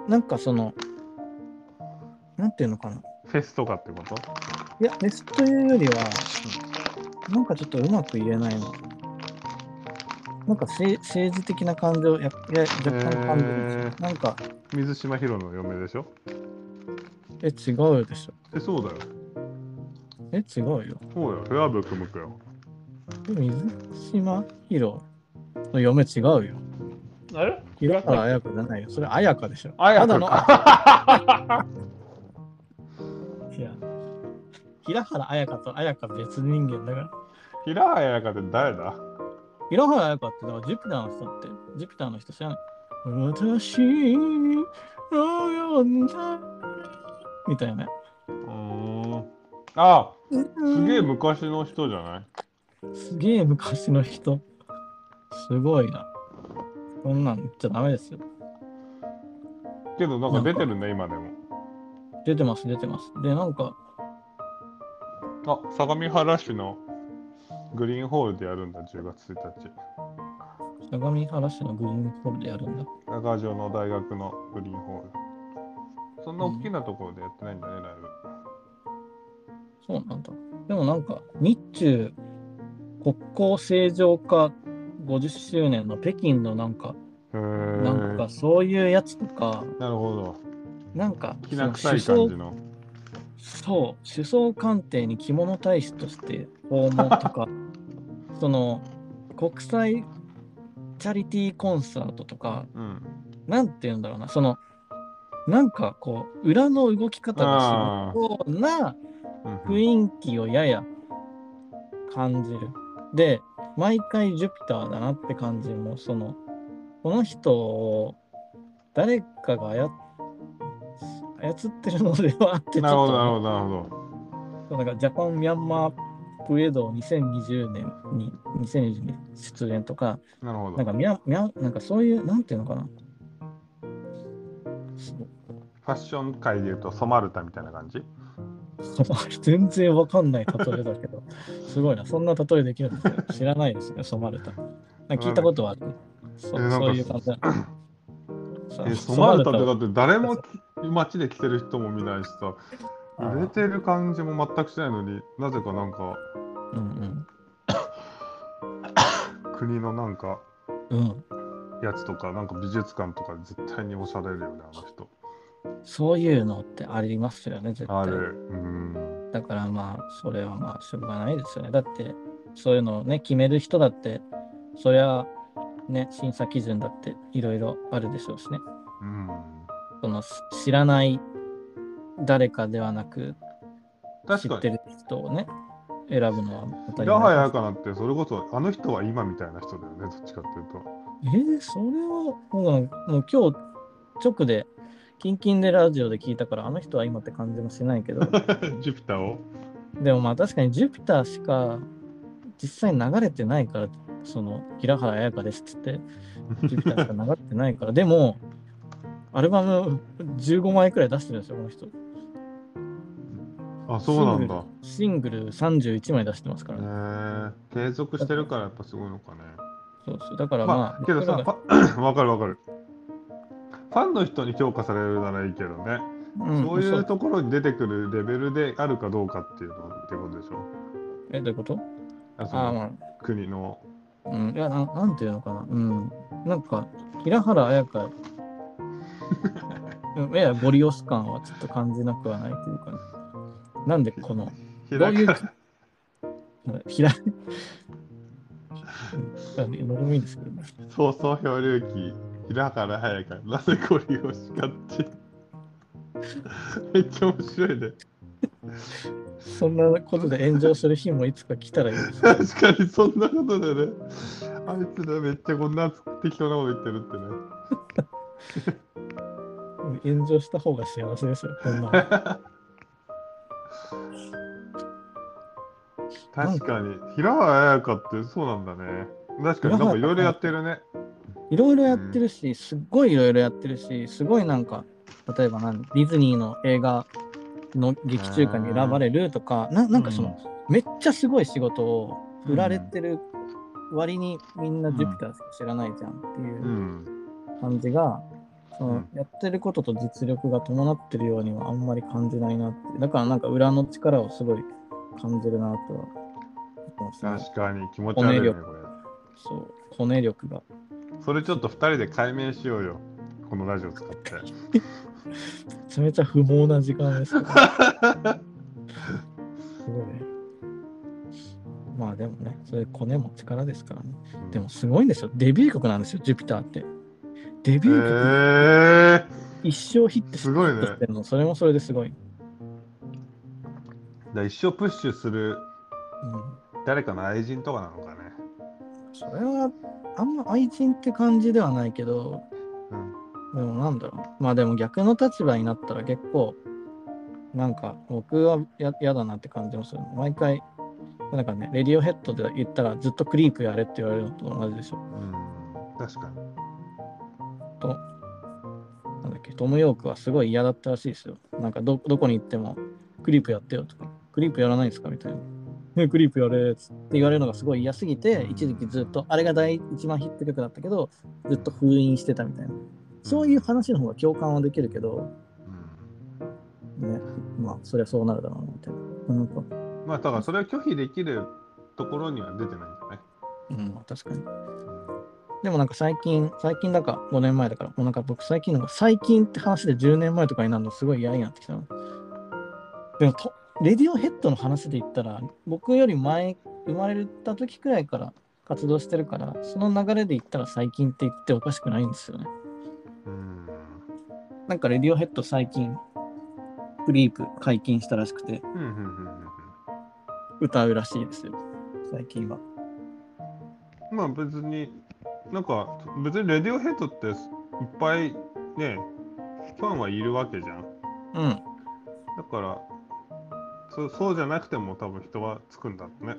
Speaker 2: なんかその、なんていうのかな、
Speaker 1: フェスとかってこと
Speaker 2: いや、フェスというよりは、なんかちょっとうまく言えないの。なんかせい政治的な感情、やいや若干感じるんですよ
Speaker 1: え。ー
Speaker 2: なんか、
Speaker 1: 水島ヒロの嫁でしょ
Speaker 2: え、違うでしょ。
Speaker 1: え、そうだよ。
Speaker 2: え、違うよ。
Speaker 1: そうよ。フェアブック向くよ。
Speaker 2: 水島ヒロの嫁違うよ。
Speaker 1: あれ
Speaker 2: 広川綾香じゃないよ。それ綾香でしょ。
Speaker 1: あや
Speaker 2: ただ
Speaker 1: か
Speaker 2: の
Speaker 1: か。
Speaker 2: いや、平原綾香と綾香別人間だから。
Speaker 1: 平原綾香って誰だ
Speaker 2: 平原綾香って、だからジュピターの人だって、ジュピターの人知らない。私を呼んだみたいな。
Speaker 1: うーん。あ、すげえ昔の人じゃない
Speaker 2: すげえ昔の人。すごいな。こんなん言っちゃダメですよ。
Speaker 1: けどなんか出てるね、今でも。
Speaker 2: 出てます、出てます。で、なんか、
Speaker 1: あ、相模原市のグリーンホールでやるんだ、10月1日。
Speaker 2: 相模原市のグリーンホールでやるんだ。
Speaker 1: 中条の大学のグリーンホール。そんな大きなところでやってないんだね、ライブ。
Speaker 2: そうなんだ。でもなんか、日中国交正常化50周年の北京のなんか、
Speaker 1: へ
Speaker 2: なん
Speaker 1: ー
Speaker 2: かそういうやつとか、
Speaker 1: なるほど。
Speaker 2: なんか、
Speaker 1: きな臭い感じの。
Speaker 2: そう、首相官邸に着物大使として訪問とか、その、国際チャリティーコンサートとか、
Speaker 1: うん。
Speaker 2: なんて言うんだろうな、その、なんかこう、裏の動き方がするような
Speaker 1: うんうん
Speaker 2: 雰囲気をやや感じる。で、毎回ジュピターだなって感じも、その、この人を誰かが操操ってるのではってちょっと
Speaker 1: なるほど、なるほど、なるほど。
Speaker 2: なんかジャパンミャンマープエド2020年に2020年出演とか、
Speaker 1: なるほど。
Speaker 2: なんかミャンミャンなんかそういうなんていうのかな。
Speaker 1: ファッション界でいうとソマルタみたいな感じ
Speaker 2: そう 全然わかんない例えだけど、すごいな、そんな例えできるんですよ。知らないですね、ソマルタ。なんか聞いたことはある、ねそ
Speaker 1: えな
Speaker 2: うん
Speaker 1: か
Speaker 2: そういう感じださ
Speaker 1: えソマルタって
Speaker 2: は
Speaker 1: だって誰も街で着てる人も見ないしさ
Speaker 2: あー
Speaker 1: 売れてる感じも全くしないのになぜかなんか
Speaker 2: うん
Speaker 1: 国のなんか
Speaker 2: うん。うん。
Speaker 1: やつとかなんか美術館とかで絶対におしゃれるよねあの人
Speaker 2: そういうのってありますよね、絶対。
Speaker 1: あるうん
Speaker 2: だからまあそれはまあしょうがないですよねだってそういうのをね決める人だってそりゃね審査基準だっていろいろあるでしょうしね
Speaker 1: うん
Speaker 2: そのし知らない誰かではなく
Speaker 1: 確
Speaker 2: 知っ
Speaker 1: か
Speaker 2: て
Speaker 1: に
Speaker 2: る人をね選ぶのは当たり
Speaker 1: 平原
Speaker 2: 前
Speaker 1: やかなってそれこそあの人は今みたいな人だよねどっちかっていうと
Speaker 2: えー、それは僕はもう今日直でキンキンでラジオで聞いたからあの人は今って感じもしないけど
Speaker 1: ジュピターを
Speaker 2: でもまあ確かにジュピターしか実際流れてないから、その平原綾香ですって言って、ジュピターしか流れてない から、でも、アルバム15枚くらい出してるんですよ、この人。
Speaker 1: あそうなんだ
Speaker 2: シングルシングル31枚出してますからね。
Speaker 1: ねえ継続してるからやっぱすごいのかね
Speaker 2: そうそう。だからま
Speaker 1: ま
Speaker 2: あ、
Speaker 1: あ、けど
Speaker 2: 僕ら
Speaker 1: さ、
Speaker 2: が
Speaker 1: ファ わかるわかる。ファンの人に評価されるならいいけどね、
Speaker 2: うん、
Speaker 1: そういう
Speaker 2: 嘘
Speaker 1: ところに出てくるレベルであるかどうかっていうのってことでしょ。
Speaker 2: え、どういうこと
Speaker 1: あそ
Speaker 2: ああ、
Speaker 1: の
Speaker 2: ま
Speaker 1: 国の。
Speaker 2: あ、うん。いやな、なんていうのかな。うん。なんか、平原 綾香、うんややゴリ押し感はちょっと感じなくはないというかね。なんでこの、
Speaker 1: 開
Speaker 2: どういう
Speaker 1: か
Speaker 2: ひら。あのどうでもいいんですけどね。
Speaker 1: そうそう漂流記、平から早から、なぜこれを叱って。 めっちゃ面白いね。
Speaker 2: そんなことで炎上する日もいつか来たらいいです。
Speaker 1: 確かにそんなことだね。あいつらめっちゃこんな適当なこと言ってるってね。
Speaker 2: 炎上した方が幸せですよ、こんなの。
Speaker 1: 確かに平原綾香ってそうなんだね確かになんかいろいろやってるね
Speaker 2: いろいろやってるし、すっごいいろいろやってるし、すごいなんか、例えばなんディズニーの映画の劇中歌に選ばれるとか、ななんかその、めっちゃすごい仕事を売られてる割にみんなジュピターしか知らないじゃんっていう。
Speaker 1: うん
Speaker 2: 感じが、その
Speaker 1: うん
Speaker 2: やってることと実力が伴ってるようにはあんまり感じないなってだからなんか裏の力をすごい感じるなとは思ってますね
Speaker 1: 確かに気持ち悪いねこ
Speaker 2: そう、コネ力が。
Speaker 1: それちょっと2人で解明しようよ。このラジオ使って。
Speaker 2: めちゃめちゃ不毛な時間 ですけどすごいね。まあでもね、それコネも力ですからね。でもすごいんですよ。デビュー曲なんですよ、ジュピターって。デビ
Speaker 1: うん、
Speaker 2: ュ
Speaker 1: え
Speaker 2: ー曲、
Speaker 1: ー、
Speaker 2: 一生ヒットし
Speaker 1: すごいね
Speaker 2: ヒットしてるの、それもそれですごい。うん
Speaker 1: だから一生プッシュする誰かの愛人とかなのかね。
Speaker 2: それはあんま愛人って感じではないけど、
Speaker 1: うん
Speaker 2: でもなんだろうまあでも逆の立場になったら結構なんか僕はや嫌だなって感じもする毎回なんかねレディオヘッドで言ったらずっとクリープやれって言われるのと同じでしょ
Speaker 1: うん、確かに。
Speaker 2: なんだっけトム・ヨークはすごい嫌だったらしいですよなんかどどこに行ってもクリープやってよとかクリープやらないんですかみたいなねクリープやれっつって言われるのがすごい嫌すぎて一時期ずっとあれが第一番ヒット曲だったけどずっと封印してたみたいなそういう話の方が共感はできるけど、ね、まあ、そりゃそうなるだろうな、みたいな。なんか、
Speaker 1: うん、まあ、だからそれを拒否できるところには出てないんじゃない
Speaker 2: うん、まあ確かに。でもなんか最近、最近だか5年前だから、もうなんか僕最近の、最近って話で10年前とかになるのすごい嫌になってきたの。でもと、レディオヘッドの話で言ったら、僕より前、生まれた時くらいから活動してるから、その流れで言ったら最近って言っておかしくないんですよね。
Speaker 1: うん。
Speaker 2: なんかレディオヘッド最近、クリープ解禁したらしくて、
Speaker 1: うんうんうんうん
Speaker 2: 歌うらしいですよ、最近は。
Speaker 1: うんまあ別に、なんか別にレディオヘッドっていっぱいね、ファンはいるわけじゃん。
Speaker 2: うん。
Speaker 1: だから、そそうじゃなくても多分人はつくんだろうね。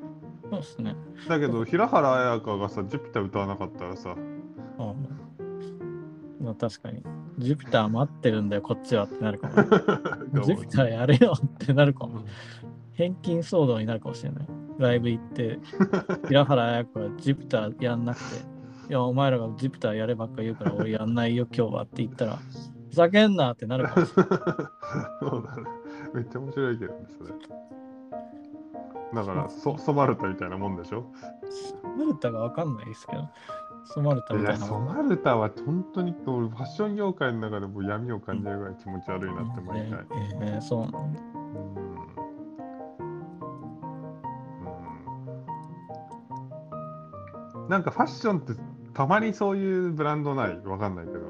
Speaker 2: そうですね。
Speaker 1: だけど、平原綾香がさ、ジュピター歌わなかったらさ、
Speaker 2: まあ確かに。ジュピター待ってるんだよ、こっちはってな るかも。 ジュピターやれよってなるかも。返金騒動になるかもしれない。ライブ 行って、平原綾子がジュピターやんなくて、いや、お前らがジュピターやればっか言うから俺やんないよ、今日はって言ったら、ふざけんなってなるか もしれ
Speaker 1: そうだね。めっちゃ面白いけどね、それ。だから、そソマルタみたいなもんでしょ
Speaker 2: ない。マルタがわかんないですけど、ソマルタ
Speaker 1: い
Speaker 2: みたい
Speaker 1: や、
Speaker 2: な
Speaker 1: ソ
Speaker 2: もん。
Speaker 1: マルタは本当に俺、ファッション業界の中でもう闇を感じるぐらい気持ち悪いなって毎回。
Speaker 2: えーえーそうなんだ
Speaker 1: うんうんなんかファッションってたまにそういうブランドないわかんないけど。
Speaker 2: う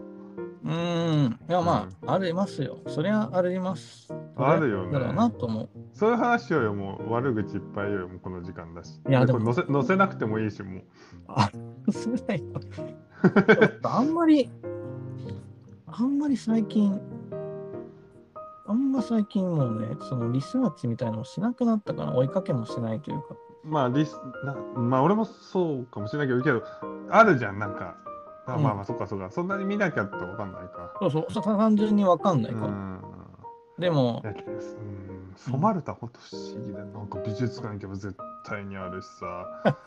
Speaker 2: ーん。いや、まあ、ありますよ。そりゃあります。
Speaker 1: あるよね
Speaker 2: だろうなと思う。
Speaker 1: そういう話よりも悪口いっぱいよりもこの時間だし。
Speaker 2: いや
Speaker 1: でこれ
Speaker 2: でも
Speaker 1: 載せ載せなくてもいいし、もう。
Speaker 2: あ、それないの。ちょっとあんまり、あんまり最近、あんま最近もうね、そのリサーチみたいなのをしなくなったから、追いかけもしないというか。
Speaker 1: まあリスな、まあ俺もそうかもしれないけど、けどあるじゃん、なんか。あまあまあ、そっかそっか。そんなに見なきゃってわかんないか。
Speaker 2: そうそう、そう単純にわかんな
Speaker 1: う
Speaker 2: いから。
Speaker 1: ん。
Speaker 2: でも
Speaker 1: い、やうん、染まれたこと不思議で、なんか美術館行けば絶対にあるし さ、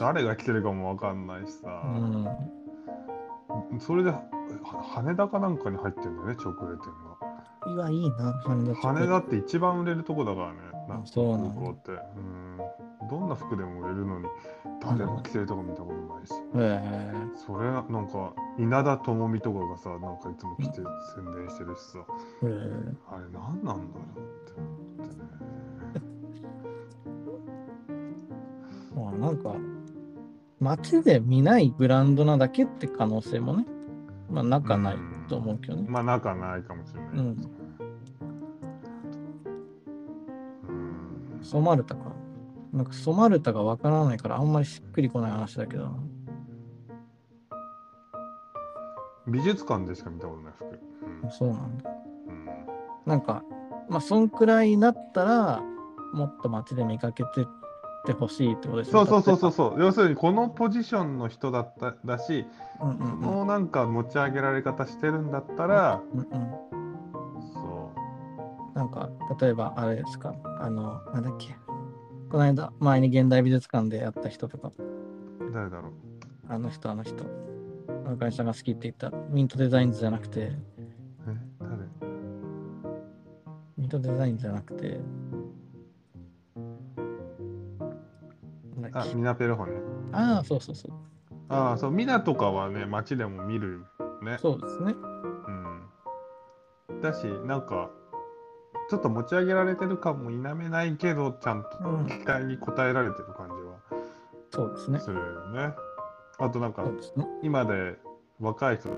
Speaker 1: 誰が来てるかもわかんないしさ
Speaker 2: う、ん、
Speaker 1: それでは羽田かなんかに入ってんだよね、直営店が。
Speaker 2: いや、いいな、羽田
Speaker 1: 羽田って一番売れるとこだからね、なんか
Speaker 2: そうなんだ
Speaker 1: 空港って。うん。どんな服でも売れるのに、誰が着てるとこ見たことないし。
Speaker 2: え
Speaker 1: それなんか稲田朋美とかがさなんかいつも来て宣伝してるしさ
Speaker 2: ええ
Speaker 1: あれ何なんだろうって思ってね
Speaker 2: えまあなんか、街で見ないブランドなだけって可能性もね、まあ、なかないと思うけどね。
Speaker 1: まあ仲ないかもしれないですねうん
Speaker 2: ソマルタか。なんかソマルタがわからないからあんまりしっくりこない話だけどな。
Speaker 1: 美術館でしか見たことない服うん
Speaker 2: そうなんだ。
Speaker 1: うん
Speaker 2: なんか、まあそんくらいになったら、もっと街で見かけてってほしいってことです。
Speaker 1: そうそうそうそううそう要するにこのポジションの人だっただし、
Speaker 2: うんうんうん
Speaker 1: もうなんか持ち上げられ方してるんだったら、
Speaker 2: うんうん。
Speaker 1: そ
Speaker 2: なんか、例えばあれですか、あの、なんだっけ。この間、前に現代美術館でやった人とか、
Speaker 1: う誰だろう
Speaker 2: あの人、あの人、あの会社が好きって言った、ミントデザインズじゃなくて、
Speaker 1: え誰
Speaker 2: ミントデザインズじゃなくて、なんだっ
Speaker 1: あ
Speaker 2: け
Speaker 1: ミナペルホね
Speaker 2: ああ、そうそうそう。
Speaker 1: ああ、そう、ミナとかはね、街でも見るね。
Speaker 2: そうですね。
Speaker 1: うん。だし、なんか、ちょっと持ち上げられてる感も否めないけど、ちゃんと
Speaker 2: うん
Speaker 1: 期待に応えられてる感
Speaker 2: そうです
Speaker 1: じ
Speaker 2: ね
Speaker 1: は。するよね。あとなんか
Speaker 2: そ、うですね。
Speaker 1: 今で若い人、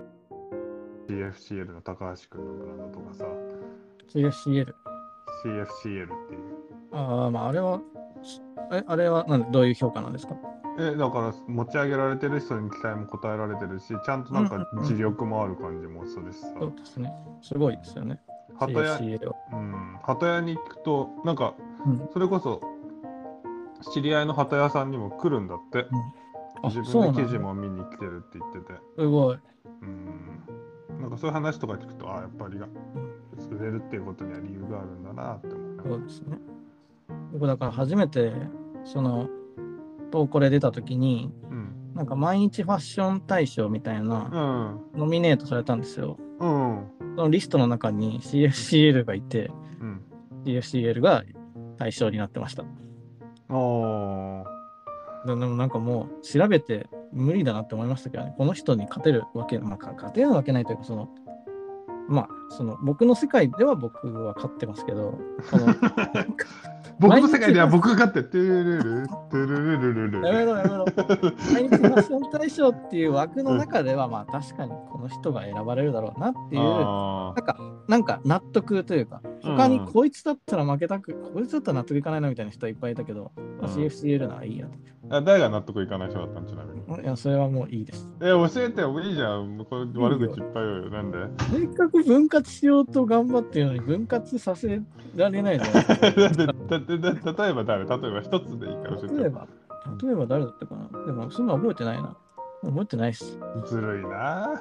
Speaker 1: CFCL の高橋君のブランドとかさ、
Speaker 2: それが CL。
Speaker 1: CFCL っていう。
Speaker 2: ああ、まあ、あれは、え、あれはなんどういう評価なんですか
Speaker 1: えだから持ち上げられてる人に期待も応えられてるしちゃんとなんか
Speaker 2: うんうんうん
Speaker 1: 磁力もある感じもするしさ、
Speaker 2: そうですね。すごいですよね。
Speaker 1: 鳩屋
Speaker 2: CL は。
Speaker 1: うん、鳩屋に行くとなんか
Speaker 2: うん
Speaker 1: それこそ知り合いの鳩屋さんにも来るんだって、
Speaker 2: あ、
Speaker 1: 自
Speaker 2: そうな
Speaker 1: 分
Speaker 2: ん
Speaker 1: で
Speaker 2: だ
Speaker 1: 記事も見に来てるって言ってて
Speaker 2: すごい。
Speaker 1: うんなんかそういう話とか聞くとあやっぱりが売れるっていうことには理由があるんだなって思
Speaker 2: そううですね。僕だから初めて、その、とこれ出たときに、
Speaker 1: うん
Speaker 2: なんか毎日ファッション大賞みたいな、
Speaker 1: うん
Speaker 2: ノミネートされたんですよ。
Speaker 1: うん
Speaker 2: そのリストの中に CFCL がいて、
Speaker 1: うん
Speaker 2: CFCL が対象になってました。
Speaker 1: あ
Speaker 2: ででもなんかもう調べて無理だなって思いましたけどね、この人に勝てるわけ、まあ、か勝てるわけないというか、その、まあ、その僕の世界では僕は勝ってますけど、こ の
Speaker 1: ー僕の世界では僕が勝ってトゥルルルトゥルルルルル
Speaker 2: やめろやめろ、毎日ファッション大賞っていう枠の中では、まあ確かにこの人が選ばれるだろうなっていう、
Speaker 1: あ
Speaker 2: なんか、なんか納得というか、
Speaker 1: うん
Speaker 2: 他にこいつだったら負けたく、こいつだったら納得いかないなみたいな人はいっぱいいたけど、ま
Speaker 1: う
Speaker 2: あ
Speaker 1: ん
Speaker 2: CFCL ならいいやと。
Speaker 1: ーあ誰が納得いかない人だったんちなみに。
Speaker 2: いや、それはもういいです。
Speaker 1: え、教えてもいいじゃん。もうこれ悪口いっぱいよ。なんで
Speaker 2: せっかく分割しようと頑張ってるのに、分割させられないじ ゃないですか。
Speaker 1: だってだってだ例えば誰例えば一つでいいから教えて。
Speaker 2: 例えば、例えば誰だったかなでも、そんな覚えてないな。覚えてないっす。
Speaker 1: ずるいな。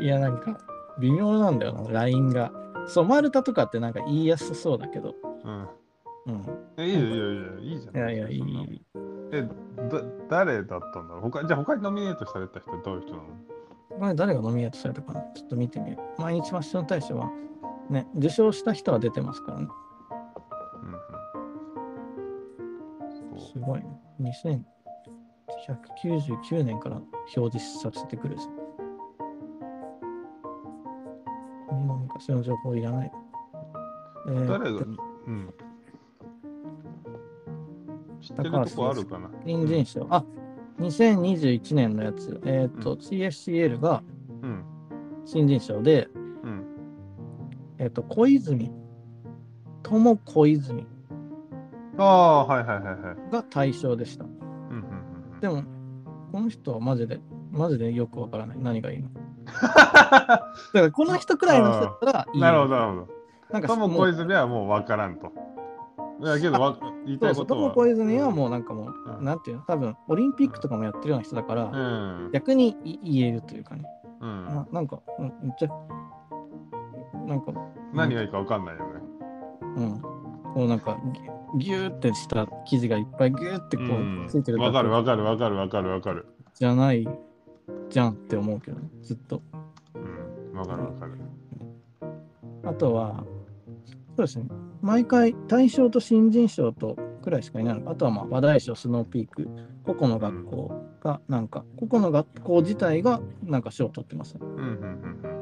Speaker 2: いや、なんか、微妙なんだよな、ラインが。そう、丸太とかってなんか言いやすそうだけど、
Speaker 1: うん。
Speaker 2: うん。
Speaker 1: え、いいよ、いいよ、いいよ。いいじゃん。
Speaker 2: いやいや、い。
Speaker 1: そんないえ、だ誰だったんだろう他じゃあ他にノミネートされた人はどういう人なの
Speaker 2: まあ誰がノミネートされたかなちょっと見てみる。毎日ファッション大賞は、ね、受賞した人は出てますからね。
Speaker 1: うんうん。そ
Speaker 2: すごい、ね。2199年から表示させてくるんです。なんかその情報いらない。え
Speaker 1: う
Speaker 2: ー
Speaker 1: 誰が、うん。知ってるとこあるかな
Speaker 2: 新人賞。あ、2021年のやつ。えっ、と、
Speaker 1: うん
Speaker 2: CFCL が
Speaker 1: うん。
Speaker 2: 新人賞で、
Speaker 1: うん。
Speaker 2: えっ、と、小泉、友小泉
Speaker 1: ああ、はいはいはいはい。
Speaker 2: が対象でした。
Speaker 1: うんうんうんうん。
Speaker 2: でも、この人はマジで、マジでよくわからない。何がいいのだから、この人くらいの人だったらいい。
Speaker 1: なるほど、なるほど。
Speaker 2: なんか
Speaker 1: とも
Speaker 2: もう
Speaker 1: 小泉はもう分からんと。だけどわ、言いた
Speaker 2: そ
Speaker 1: いうこ
Speaker 2: そう、ト
Speaker 1: と
Speaker 2: モ
Speaker 1: は。
Speaker 2: 小泉はもうなんかもう、
Speaker 1: うん
Speaker 2: なんていうの、多分オリンピックとかもやってるような人だから、
Speaker 1: うん。
Speaker 2: 逆にい言えるというかね。
Speaker 1: うん
Speaker 2: ななんか、うん、めっちゃ、なんか、
Speaker 1: 何がいいか分かんないよね。
Speaker 2: うん、こうなんか、ぎぎゅーってした生地がいっぱいぎゅーってこ
Speaker 1: うん
Speaker 2: う、ついてるだけ
Speaker 1: 分かる分かる分かる分かる分かる。
Speaker 2: じゃないじゃんって思うけどね、ずっと。
Speaker 1: うん。分かる分かる。
Speaker 2: あとは、そうですね、毎回大賞と新人賞とくらいしかいないのかあとはまあ話題賞、スノーピーク、個々の学校が、なんか、個々の学校自体がなんか賞を取ってますね。
Speaker 1: うんうんうんうん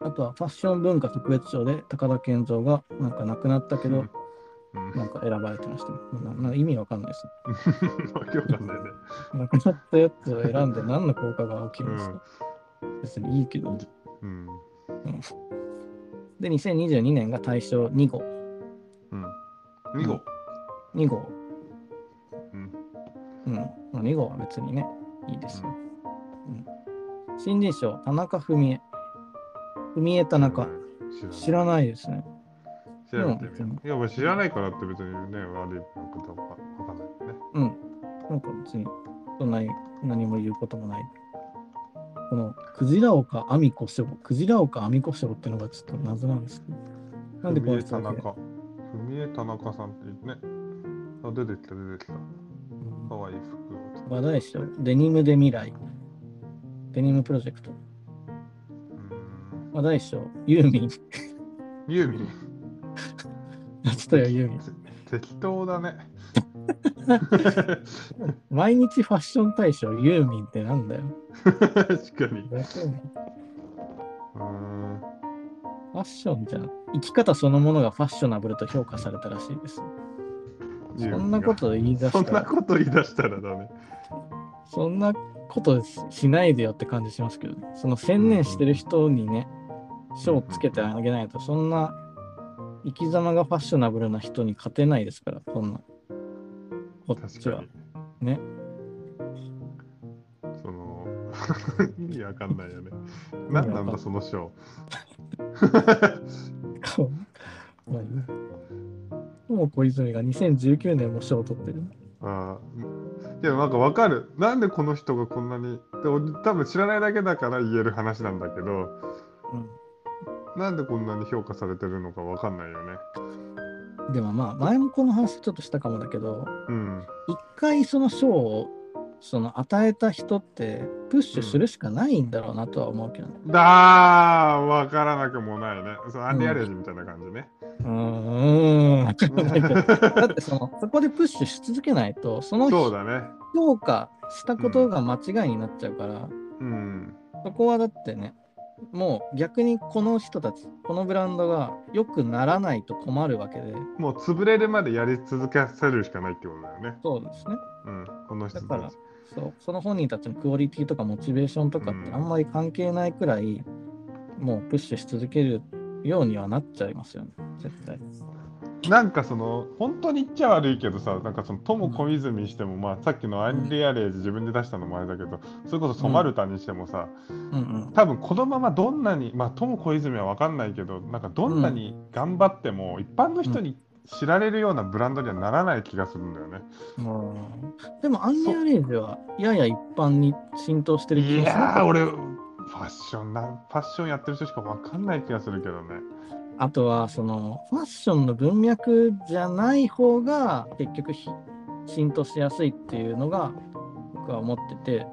Speaker 2: あとはファッション文化特別賞で高田健三がなんか亡くなったけど、
Speaker 1: うん。うん
Speaker 2: なんか選ばれてましたね。ななんか意味わかんないです。
Speaker 1: よかんないね。
Speaker 2: 亡くなったやつを選んで何の効果が起きるんですか、別にいいけど。
Speaker 1: うん。
Speaker 2: で、2022年が大賞2号。
Speaker 1: うん。2号。
Speaker 2: 2号。
Speaker 1: うん。
Speaker 2: うん。まあ、2号は別にね、いいですよ。うん新人賞、田中文江。文江田中。知ら
Speaker 1: い。
Speaker 2: ないですね。
Speaker 1: 調べてみよう。いや、俺知らないからって別にね、悪いことは分かんないよね。
Speaker 2: うん。なんか別に、そんなに何も言うこともない。この、クジラ岡アミコショボ。クジラ岡アミコショボってのがちょっと謎なんですけど。なんでこの
Speaker 1: 文江
Speaker 2: 人
Speaker 1: 田
Speaker 2: だけ
Speaker 1: 中。文江田中さんってね。あ、出てきた出てきた。
Speaker 2: うん
Speaker 1: 可愛い服を。
Speaker 2: 話題賞、デニムで未来。デニムプロジェクト。
Speaker 1: うん
Speaker 2: 話題賞、ユーミン。
Speaker 1: ユーミン。
Speaker 2: 夏とやユーミン。
Speaker 1: 適当だね。
Speaker 2: 毎日ファッション大賞ユーミンってなんだよ。
Speaker 1: 確かに。う
Speaker 2: ふざけんな
Speaker 1: ーん。
Speaker 2: ファッションじゃん。生き方そのものがファッショナブルと評価されたらしいです。そんなこと言い出
Speaker 1: そん
Speaker 2: した
Speaker 1: な
Speaker 2: ら、
Speaker 1: こと言い出したらダメ。
Speaker 2: そんなことしないでよって感じしますけどね。その専念してる人にね、賞つけてあげないと、そんな生き様がファッショナブルな人に勝てないですから、そんな。こっ
Speaker 1: 確
Speaker 2: ちは
Speaker 1: か。に。
Speaker 2: ね。
Speaker 1: その、 意味わかんないよね。なんなんだ、その賞。
Speaker 2: まあいいとも小泉が2019年も賞を取ってる。
Speaker 1: ああ。でもなんかわかる。なんでこの人がこんなに。で俺多分知らないだけだから言える話なんだけど、なんでこんなに評価されてるのかわかんないよね。
Speaker 2: うん、でもまあ、前もこの話ちょっとしたかもだけど、
Speaker 1: うん。
Speaker 2: 一回その賞をその与えた人ってプッシュするしかないんだろうなとは思うけどね。
Speaker 1: だーわからなくもないね。そのアンリアレージみたいな感じ ね。
Speaker 2: うーん。だってそのそこでプッシュし続けないとそ の
Speaker 1: そうだね。
Speaker 2: 評価したことが間違いになっちゃうから、
Speaker 1: うん。
Speaker 2: そこはだってねもう逆にこの人たちこのブランドが良くならないと困るわけで
Speaker 1: もう潰れるまでやり続けさせるしかないってことだよね。
Speaker 2: そうですね
Speaker 1: うん。この人
Speaker 2: だ
Speaker 1: た
Speaker 2: から
Speaker 1: ち。
Speaker 2: そうその本人たちのクオリティとかモチベーションとかって
Speaker 1: うん
Speaker 2: あんまり関係ないくらい、もうプッシュし続けるようにはなっちゃいますよね絶対
Speaker 1: なんかその本当に言っちゃ悪いけどさなんかそのトモ小泉にしても、まあさっきのアンリアレージ自分で出したのもあれだけどそれこそソマルタにしてもさ、
Speaker 2: うんうん
Speaker 1: 多分このままどんなにまあトモ小泉は分かんないけどなんかどんなに頑張っても、一般の人に知られるようなブランドにはならない気がするんだよね。
Speaker 2: うんでもアンリアレージはやや一般に浸透してる
Speaker 1: い
Speaker 2: 気がする
Speaker 1: やー俺ファッションなファッションやってる人しか分かんない気がするけどね。
Speaker 2: あとはそのファッションの文脈じゃない方が結局ひ浸透しやすいっていうのが僕は思ってて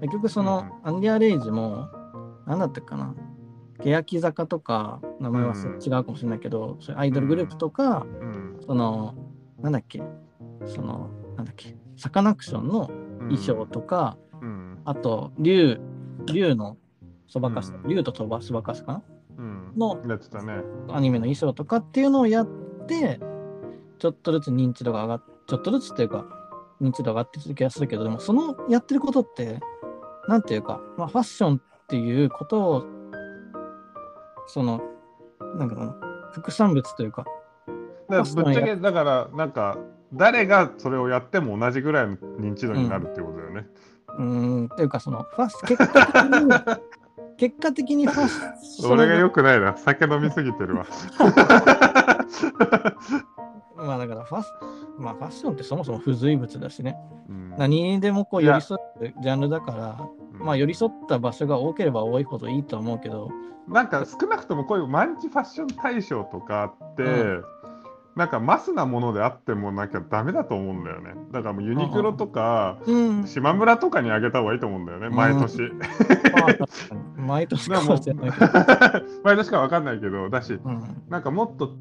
Speaker 2: 結局そのアンディア・レイジも何だったかな欅坂とか名前は
Speaker 1: うん
Speaker 2: 違うかもしれないけど、そういうアイドルグループとか、
Speaker 1: うん
Speaker 2: そのなんだっけそのなんだっけサカナクションの衣装とか、
Speaker 1: うん
Speaker 2: あと竜竜のそばかす
Speaker 1: うん
Speaker 2: 竜とそばそばかすかな
Speaker 1: うん
Speaker 2: の
Speaker 1: やってたね。
Speaker 2: アニメの衣装とかっていうのをやってちょっとずつ認知度が上がっちょっとずつっていうか認知度が上がってる気がするけどでもそのやってることってなんていうか、まあ、ファッションっていうことをそのなんかな副産物というか
Speaker 1: だから
Speaker 2: 確か
Speaker 1: ぶっ
Speaker 2: に
Speaker 1: ちゃけだからなんか誰がそれをやっても同じぐらいの認知度になるってことだよね。
Speaker 2: うーんっていうかそのファッシ結果的に 結果的にファッション
Speaker 1: 俺がよくないな酒飲みすぎてるわ。
Speaker 2: まあだからファッ、まあ、ファッションってそもそも付随物だしね
Speaker 1: うん
Speaker 2: 何にでもこう
Speaker 1: いや
Speaker 2: 寄り添うジャンルだからまあ寄り添った場所が多ければ多いほどいいとは思うけど、
Speaker 1: なんか少なくともこういうマンチファッション大賞とかって、
Speaker 2: うん
Speaker 1: なんかマスなものであってもなきゃダメだと思うんだよね。だからもうユニクロとか、
Speaker 2: うん、
Speaker 1: 島村とかにあげた方がいいと思うんだよね、毎年。
Speaker 2: 毎年
Speaker 1: だ
Speaker 2: か
Speaker 1: からも
Speaker 2: も
Speaker 1: う
Speaker 2: しれないけど、
Speaker 1: 毎年かわかんないけど、だし、
Speaker 2: うん、
Speaker 1: なんかもっと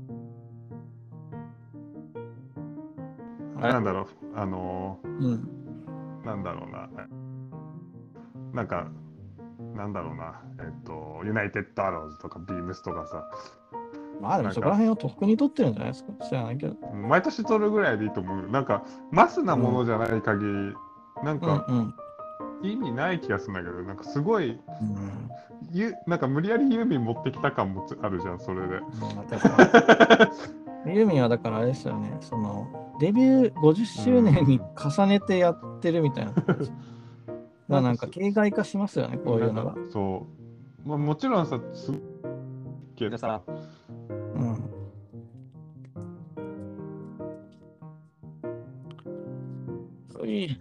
Speaker 2: はい
Speaker 1: なんだろう、あの
Speaker 2: うん、
Speaker 1: ーなんだろうな、なんか、なんだろうな、えっと、ユナイテッドアローズとかビームスとかさ、
Speaker 2: まあでもそこら辺をとっくに取ってるんじゃないですか知らないけど、
Speaker 1: 毎年取るぐらいでいいと思うよ。なんか、マスなものじゃない限り、なん
Speaker 2: うん
Speaker 1: か
Speaker 2: うん
Speaker 1: 意味ない気がするんだけど、なんかすごい、
Speaker 2: うん
Speaker 1: ゆなんか無理やりユーミン持ってきた感もつあるじゃん、それで。
Speaker 2: またさユーミンはだからあれですよねそのデビュー50周年に重ねてやってるみたいな、だからなんか形骸化しますよねこういうの
Speaker 1: なん
Speaker 2: が
Speaker 1: か、そう、まあ、もちろんさ、すけどさ、
Speaker 2: うん、そういう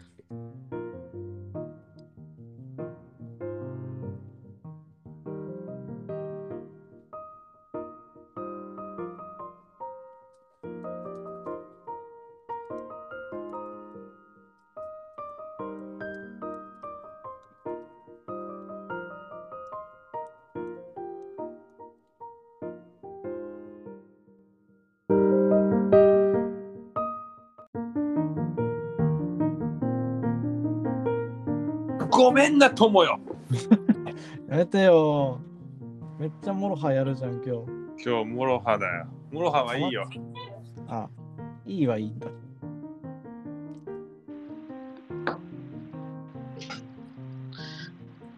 Speaker 4: ごめんな、友よ。
Speaker 2: やめてよ。めっちゃモロハやるじゃん、今日。
Speaker 4: 今日、モロハだよ。モロハはいいよ。
Speaker 2: あ、いいはいいんだ。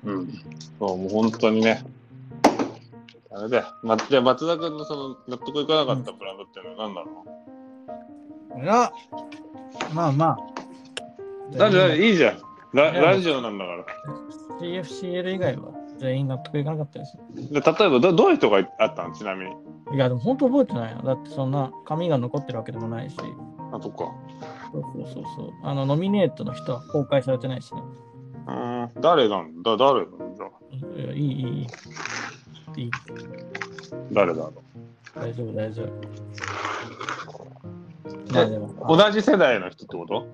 Speaker 4: うん。そう、もう本当にね。あれだよ。ま、じゃあ松田君のその納得いかなかったブランドっていうのは何なの、
Speaker 2: いや、まあまあ。
Speaker 4: だってだっていいじゃん。ラ
Speaker 2: いや
Speaker 4: ラジオなんだから。
Speaker 2: TFCL 以外は全員納得いかなかったです。
Speaker 4: で例えばどどういう人があったのちなみに。
Speaker 2: いや、でも本当覚えてないよ。だってそんな紙が残ってるわけでもないし。そ
Speaker 4: あ、そっか。
Speaker 2: うそうそうそう。あの、ノミネートの人は公開されてないしね。
Speaker 4: うーん。誰なんだ誰なんだ
Speaker 2: いやいい、いい、いい。いい、
Speaker 4: 誰だろ
Speaker 2: 大丈夫、大丈夫。
Speaker 4: え
Speaker 2: まあでも、
Speaker 4: う。同じ世代の人ってこと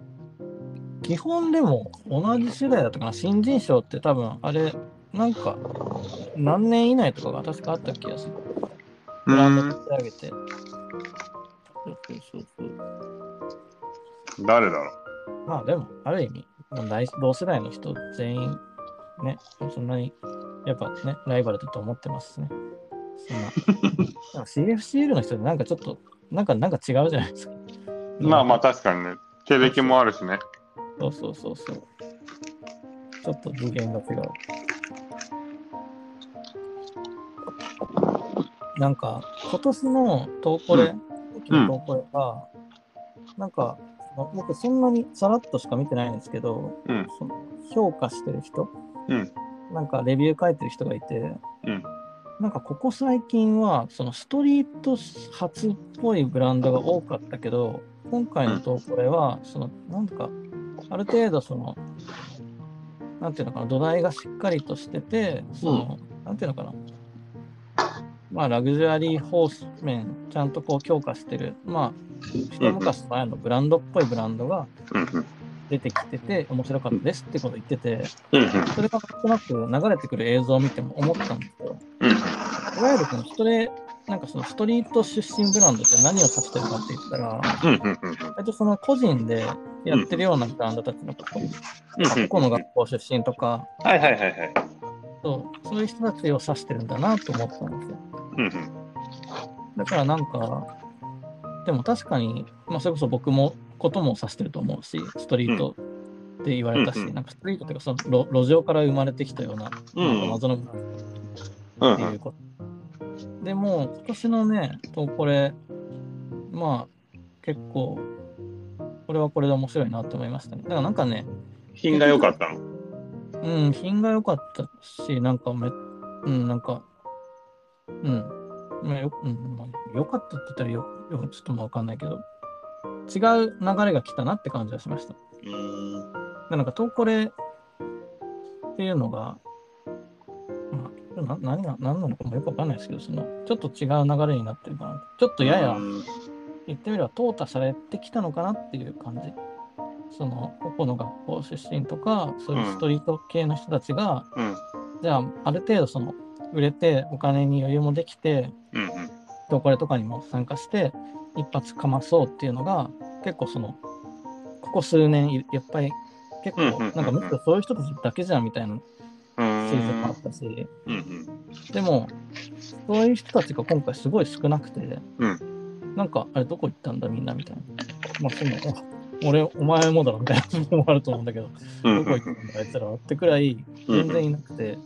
Speaker 2: 基本でも同じ世代だったかな新人賞って多分あれなんか何年以内とかが確かあった気がするブランド立ち上げてそうそうそうそう
Speaker 4: 誰だろう
Speaker 2: まあでもある意味もう大同世代の人全員ねそんなにやっぱねライバルだと思ってますねそ んななんか CFCL の人ってなんかちょっとなんかなんか違うじゃないですか
Speaker 4: まあまあ確かにね。経歴もあるしね。
Speaker 2: そうそうそうそう。ちょっと次元が違う。なんか、今年の投稿で、今期の投稿が、なんか、ま僕そんなにさらっとしか見てないんですけど、
Speaker 4: うん
Speaker 2: その評価してる人、
Speaker 4: うん
Speaker 2: なんかレビュー書いてる人がいて、
Speaker 4: うん
Speaker 2: なんかここ最近は、そのストリート初っぽいブランドが多かったけど、今回の投稿では、その、なんか、ある程度その、なんていうのかな、土台がしっかりとしてて、その、なんていうのかな、まあ、ラグジュアリー方面、ちゃんとこう強化してる、まあ、一昔前のブランドっぽいブランドが
Speaker 4: うんうん。
Speaker 2: 出てきてて、面白かったですってこと言ってて、
Speaker 4: うんうん。
Speaker 2: それがなんとなく流れてくる映像を見ても思ったんですけど、
Speaker 4: うん
Speaker 2: いわゆるそのストレ、なんかそのストリート出身ブランドって何を指してるかって言ったら、
Speaker 4: うんうんうんうん。
Speaker 2: 割とその個人でやってるようなブランドたちのこと、
Speaker 4: うんう
Speaker 2: こ
Speaker 4: ん
Speaker 2: この学校出身とか、
Speaker 4: はいはいはいはい。
Speaker 2: そうそういう人たちを指してるんだなと思ったんですよ。
Speaker 4: うんうん。
Speaker 2: だからなんか、でも確かに、まあ、それこそ僕もことも指してると思うし、ストリートって言われたし、
Speaker 4: うんうん
Speaker 2: なんかストリートっていうかその路路上から生まれてきたような、
Speaker 4: うん
Speaker 2: なんか謎のブランド
Speaker 4: うん
Speaker 2: っていうこと。でも、今年のね、とこれ、まあ、結構、これはこれで面白いなと思いましたね。だからなんかね、
Speaker 4: 品が良かったの。
Speaker 2: うん、品が良かったし、なんかめ、うん、なんか、うん、まあよ、うん、まあ、良かったって言ったらよ、よちょっともうわかんないけど、違う流れが来たなって感じがしました。
Speaker 4: うん。
Speaker 2: でなんか、東コレっていうのが、まあ、な何が何なのかもよくわかんないですけど、そのちょっと違う流れになってるかな。ちょっとやや、言ってみれば、淘汰されてきたのかなっていう感じ。その、個々の学校出身とか、そういうストリート系の人たちが、
Speaker 4: うん
Speaker 2: じゃあ、ある程度、その、売れて、お金に余裕もできて、
Speaker 4: うんうん。
Speaker 2: 東コレとかにも参加して、一発かまそうっていうのが、結構その、ここ数年、いやっぱり、結
Speaker 4: う
Speaker 2: 構
Speaker 4: んうんうんう、ん
Speaker 2: なんかむしろそういう人たちだけじゃんみたいな
Speaker 4: う
Speaker 2: 推測もあ
Speaker 4: ん
Speaker 2: ったし、
Speaker 4: うん
Speaker 2: でも、そういう人たちが今回すごい少なくて、
Speaker 4: う
Speaker 2: なんか、あれ、どこ行ったんだ、みんな、みたいな。まあ、その、あ俺、お前もだろ、みたいなのもあると思うんだけど、
Speaker 4: うん
Speaker 2: どこ行ったんだ、あいつらはってくらい、全然いなくて、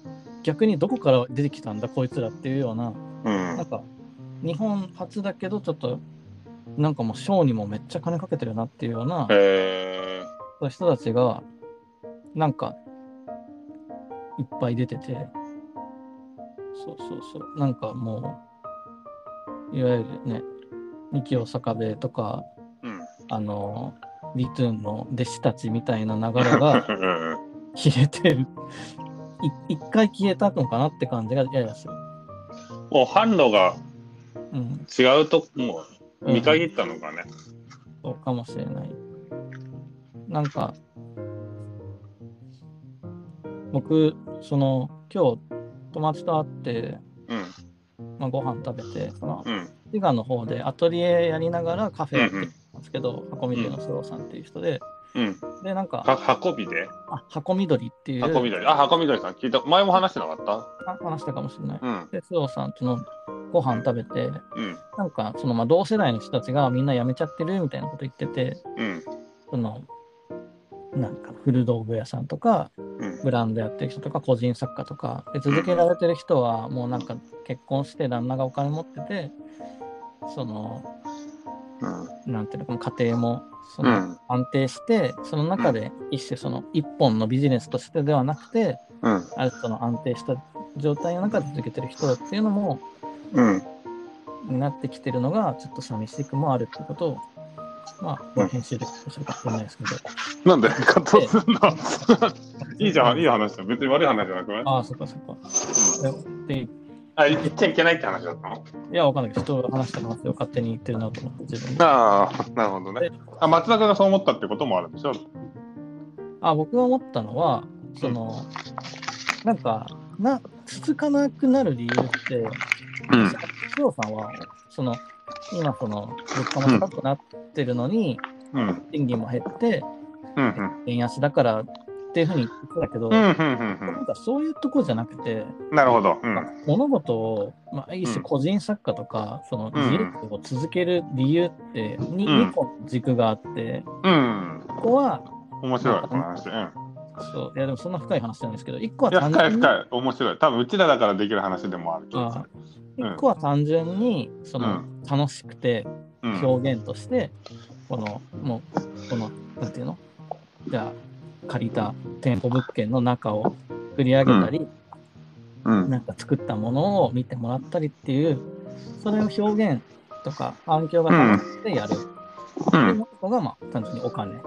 Speaker 2: 逆にどこから出てきたんだ、こいつらっていうような、
Speaker 4: うん
Speaker 2: なんか、日本初だけど、ちょっと、なんかもう、ショーにもめっちゃ金かけてるなっていうような、
Speaker 4: え
Speaker 2: そういう人たちが、なんか、いっぱい出てて、そうそうそう、なんかもう、いわゆるね、三木大阪部とか、
Speaker 4: ーうん
Speaker 2: あの、リトゥーンの弟子たちみたいな流れ が
Speaker 4: うん
Speaker 2: 消えてる。い一回消えたのかなって感じがややする。
Speaker 4: もう販路が
Speaker 2: うん。
Speaker 4: 違うともう見限ったのかね。
Speaker 2: そうかもしれない。なんか、僕、その、今日、友達と会って、
Speaker 4: うん
Speaker 2: まあ、ご飯食べて、その、
Speaker 4: うん
Speaker 2: 滋賀の方でアトリエやりながらカフェ
Speaker 4: う
Speaker 2: や
Speaker 4: ん
Speaker 2: ってたんですけど、箱見てのスローさんっていう人で、
Speaker 9: うん。
Speaker 2: で、なんか、
Speaker 9: は箱火で
Speaker 2: あ箱緑っていう、
Speaker 9: 箱緑。あ、箱緑さん聞いた。前も話してなかっ
Speaker 2: あ話したかもしれない。
Speaker 9: たうん。
Speaker 2: で、須藤さんとのご飯食べて、
Speaker 9: うん。
Speaker 2: なんか、そのまあ同世代の人たちがみんな辞めちゃってるみたいなこと言ってて、
Speaker 9: うん。
Speaker 2: その、なんか古道具屋さんとか、
Speaker 9: うん。
Speaker 2: ブランドやってる人とか個人作家とかで続けられてる人はもうなんか結婚して旦那がお金持っててその
Speaker 9: うん。
Speaker 2: なんていうのかな家庭もそうの
Speaker 9: ん。
Speaker 2: 安定してその中で一種その一本のビジネスとしてではなくて
Speaker 9: うん。
Speaker 2: ある種その安定した状態の中で続けてる人だっていうのも
Speaker 9: うん。
Speaker 2: になってきてるのがちょっと寂しくもあるってことをまあこの編集でそうするかもしれないですけど
Speaker 9: なんでカットすんの いいじゃん、いい話だ。別に悪い話じゃなくない
Speaker 2: ああそっかそっかでで
Speaker 9: あ、言っちゃいけないって話だったの
Speaker 2: いやわかんないけど人が話した話を勝手に言ってるなと思って自分で
Speaker 9: ああ、なるほどね。あ、松田君がそう思ったってこともあるでしょ
Speaker 2: あ僕が思ったのはその、なんかな続かなくなる理由って
Speaker 9: うん
Speaker 2: 須藤さんはその今その物価も高くなってるのに、
Speaker 9: うん。
Speaker 2: 賃金も減って
Speaker 9: うん。うん。
Speaker 2: 円安だからっていうふうに言ってたけど、
Speaker 9: うん。うん。
Speaker 2: なんかそういうとこじゃなくて、
Speaker 9: うん。なるほど。うん。
Speaker 2: まあ物事を、まあ、一
Speaker 9: う
Speaker 2: 種
Speaker 9: ん
Speaker 2: 個人作家とか、その
Speaker 9: うん
Speaker 2: 自由を続ける理由ってに、
Speaker 9: うん
Speaker 2: 2個軸があって
Speaker 9: うん。
Speaker 2: ここは
Speaker 9: 面白い、この話。うん。
Speaker 2: そういやでもそんな深い話じゃないですけど1個はい
Speaker 9: や、
Speaker 2: 単
Speaker 9: 深い
Speaker 2: 純に
Speaker 9: 深い。面白い。多分、うちらだからできる話でもある気がす
Speaker 2: あ
Speaker 9: る。うん
Speaker 2: 一個は単純にその、
Speaker 9: う
Speaker 2: 楽しくて
Speaker 9: うん。
Speaker 2: 表現として、このもうこのなんていうのじゃあ借りた店舗物件の中を作り上げたり、
Speaker 9: うん。
Speaker 2: なんか作ったものを見てもらったりっていうそれを表現とか反響が楽しくてやる、
Speaker 9: う。
Speaker 2: うんのがまあ単純にお金ビ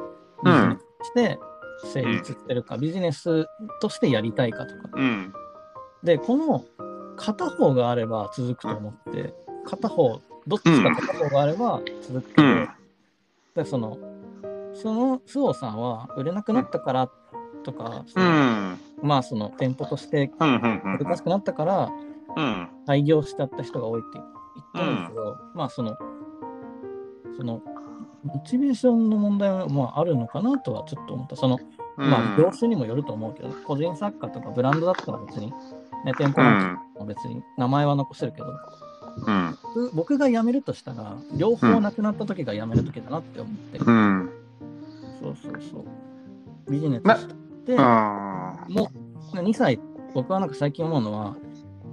Speaker 2: ジネスとして成立してるか、ビジネスとしてやりたいかとか
Speaker 9: うん。
Speaker 2: でこの片方があれば続くと思って、片方どっちか片方があれば続くけど、
Speaker 9: うん
Speaker 2: でそのその須藤さんは売れなくなったからとか、そ
Speaker 9: うん。う
Speaker 2: の
Speaker 9: ん。
Speaker 2: まあその店舗として
Speaker 9: うん。うん。
Speaker 2: 難しくなったから
Speaker 9: うん。
Speaker 2: 廃業しちゃった人が多いって言ったんですけど、まあそのそのモチベーションの問題はまああるのかなとはちょっと思ったそのまあ業種にもよると思うけど、個人作家とかブランドだったら別に、ね、店舗
Speaker 9: う
Speaker 2: なんて
Speaker 9: ん。
Speaker 2: 別に名前は残せるけど
Speaker 9: うん。
Speaker 2: 僕僕が辞めるとしたら両方なくなった時が辞める時だなって思って、
Speaker 9: うん。
Speaker 2: そうそうそうビジネスしてもう2歳僕はなんか最近思うのは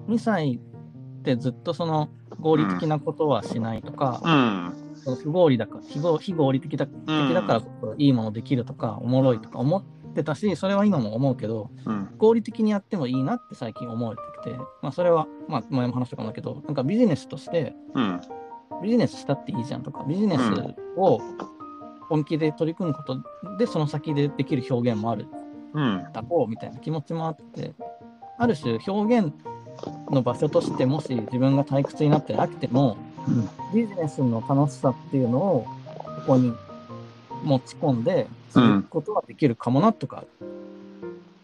Speaker 2: 2歳ってずっとその合理的なことはしないとか、
Speaker 9: うん。
Speaker 2: その不合理だから非合非合理的だ的だからこそいいものできるとかおもろいとか思ってたしそれは今も思うけど
Speaker 9: うん。
Speaker 2: 合理的にやってもいいなって最近思えてきて、まあ、それは、まあ、前も話したかもだけどなんかビジネスとして
Speaker 9: うん。
Speaker 2: ビジネスしたっていいじゃんとか、ビジネスを本気で取り組むことで、その先でできる表現もある
Speaker 9: うん。
Speaker 2: だろうみたいな気持ちもあって、ある種表現の場所として、もし自分が退屈になって飽きても、ビジネスの楽しさっていうのをここに持ち込んで、続くことはできるかもなとか、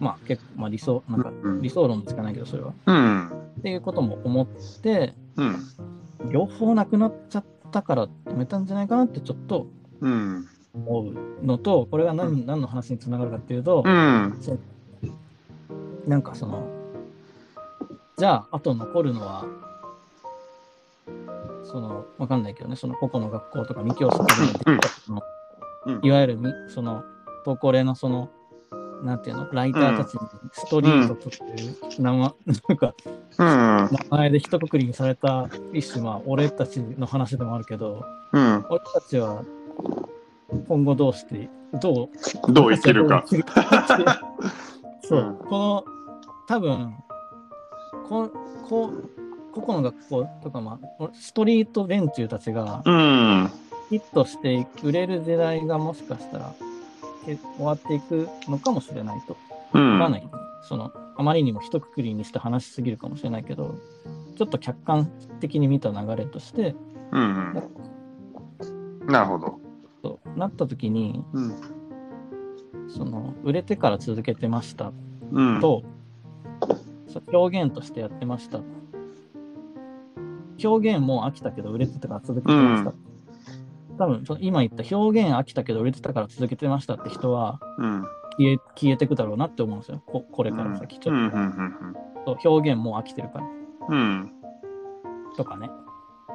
Speaker 2: まあ結構、まあ理想、なんか
Speaker 9: うん
Speaker 2: 理想論しかないけど、それは。
Speaker 9: うん。
Speaker 2: っていうことも思って、
Speaker 9: うん。
Speaker 2: 両方なくなっちゃったからやめたんじゃないかなってちょっと
Speaker 9: うん。
Speaker 2: 思うのとこれが何,、何の話につながるかっていうと
Speaker 9: う、ん。
Speaker 2: なんかそのじゃああと残るのはそのわかんないけどねその個々の学校とか未教室とかで
Speaker 9: うん
Speaker 2: その
Speaker 9: うん
Speaker 2: いわゆるみその高校例のそのなんていうのライターたちにストリートという名前なんか
Speaker 9: うん。
Speaker 2: 名前で一括りにされた一種まあ俺たちの話でもあるけど
Speaker 9: うん。
Speaker 2: 俺たちは今後どうしてどう
Speaker 9: どう生きるか。
Speaker 2: 生きるかっていう そう、
Speaker 9: うん
Speaker 2: この多分ここ個々の学校とか、まあ、ストリート連中たちが
Speaker 9: うん。
Speaker 2: ヒットして売れる時代がもしかしたらけ終わっていくのかもしれないと
Speaker 9: う
Speaker 2: わかん
Speaker 9: ん。
Speaker 2: ない、そのあまりにも一括りにして話しすぎるかもしれないけどちょっと客観的に見た流れとして
Speaker 9: うん。なるほど。
Speaker 2: そうなった時に
Speaker 9: うん。
Speaker 2: その売れてから続けてました
Speaker 9: うん。
Speaker 2: と、そう表現としてやってました表現も飽きたけど売れてたから続けてました、多分その今言った表現飽きたけど売れてたから続けてましたって人は
Speaker 1: うん。
Speaker 2: 消え消えてくだろうなって思うんですよ。ここれから先、ち
Speaker 1: う
Speaker 2: ょ
Speaker 1: ん。
Speaker 2: っと、表現もう飽きてるから
Speaker 1: うん。うん。
Speaker 2: とかね。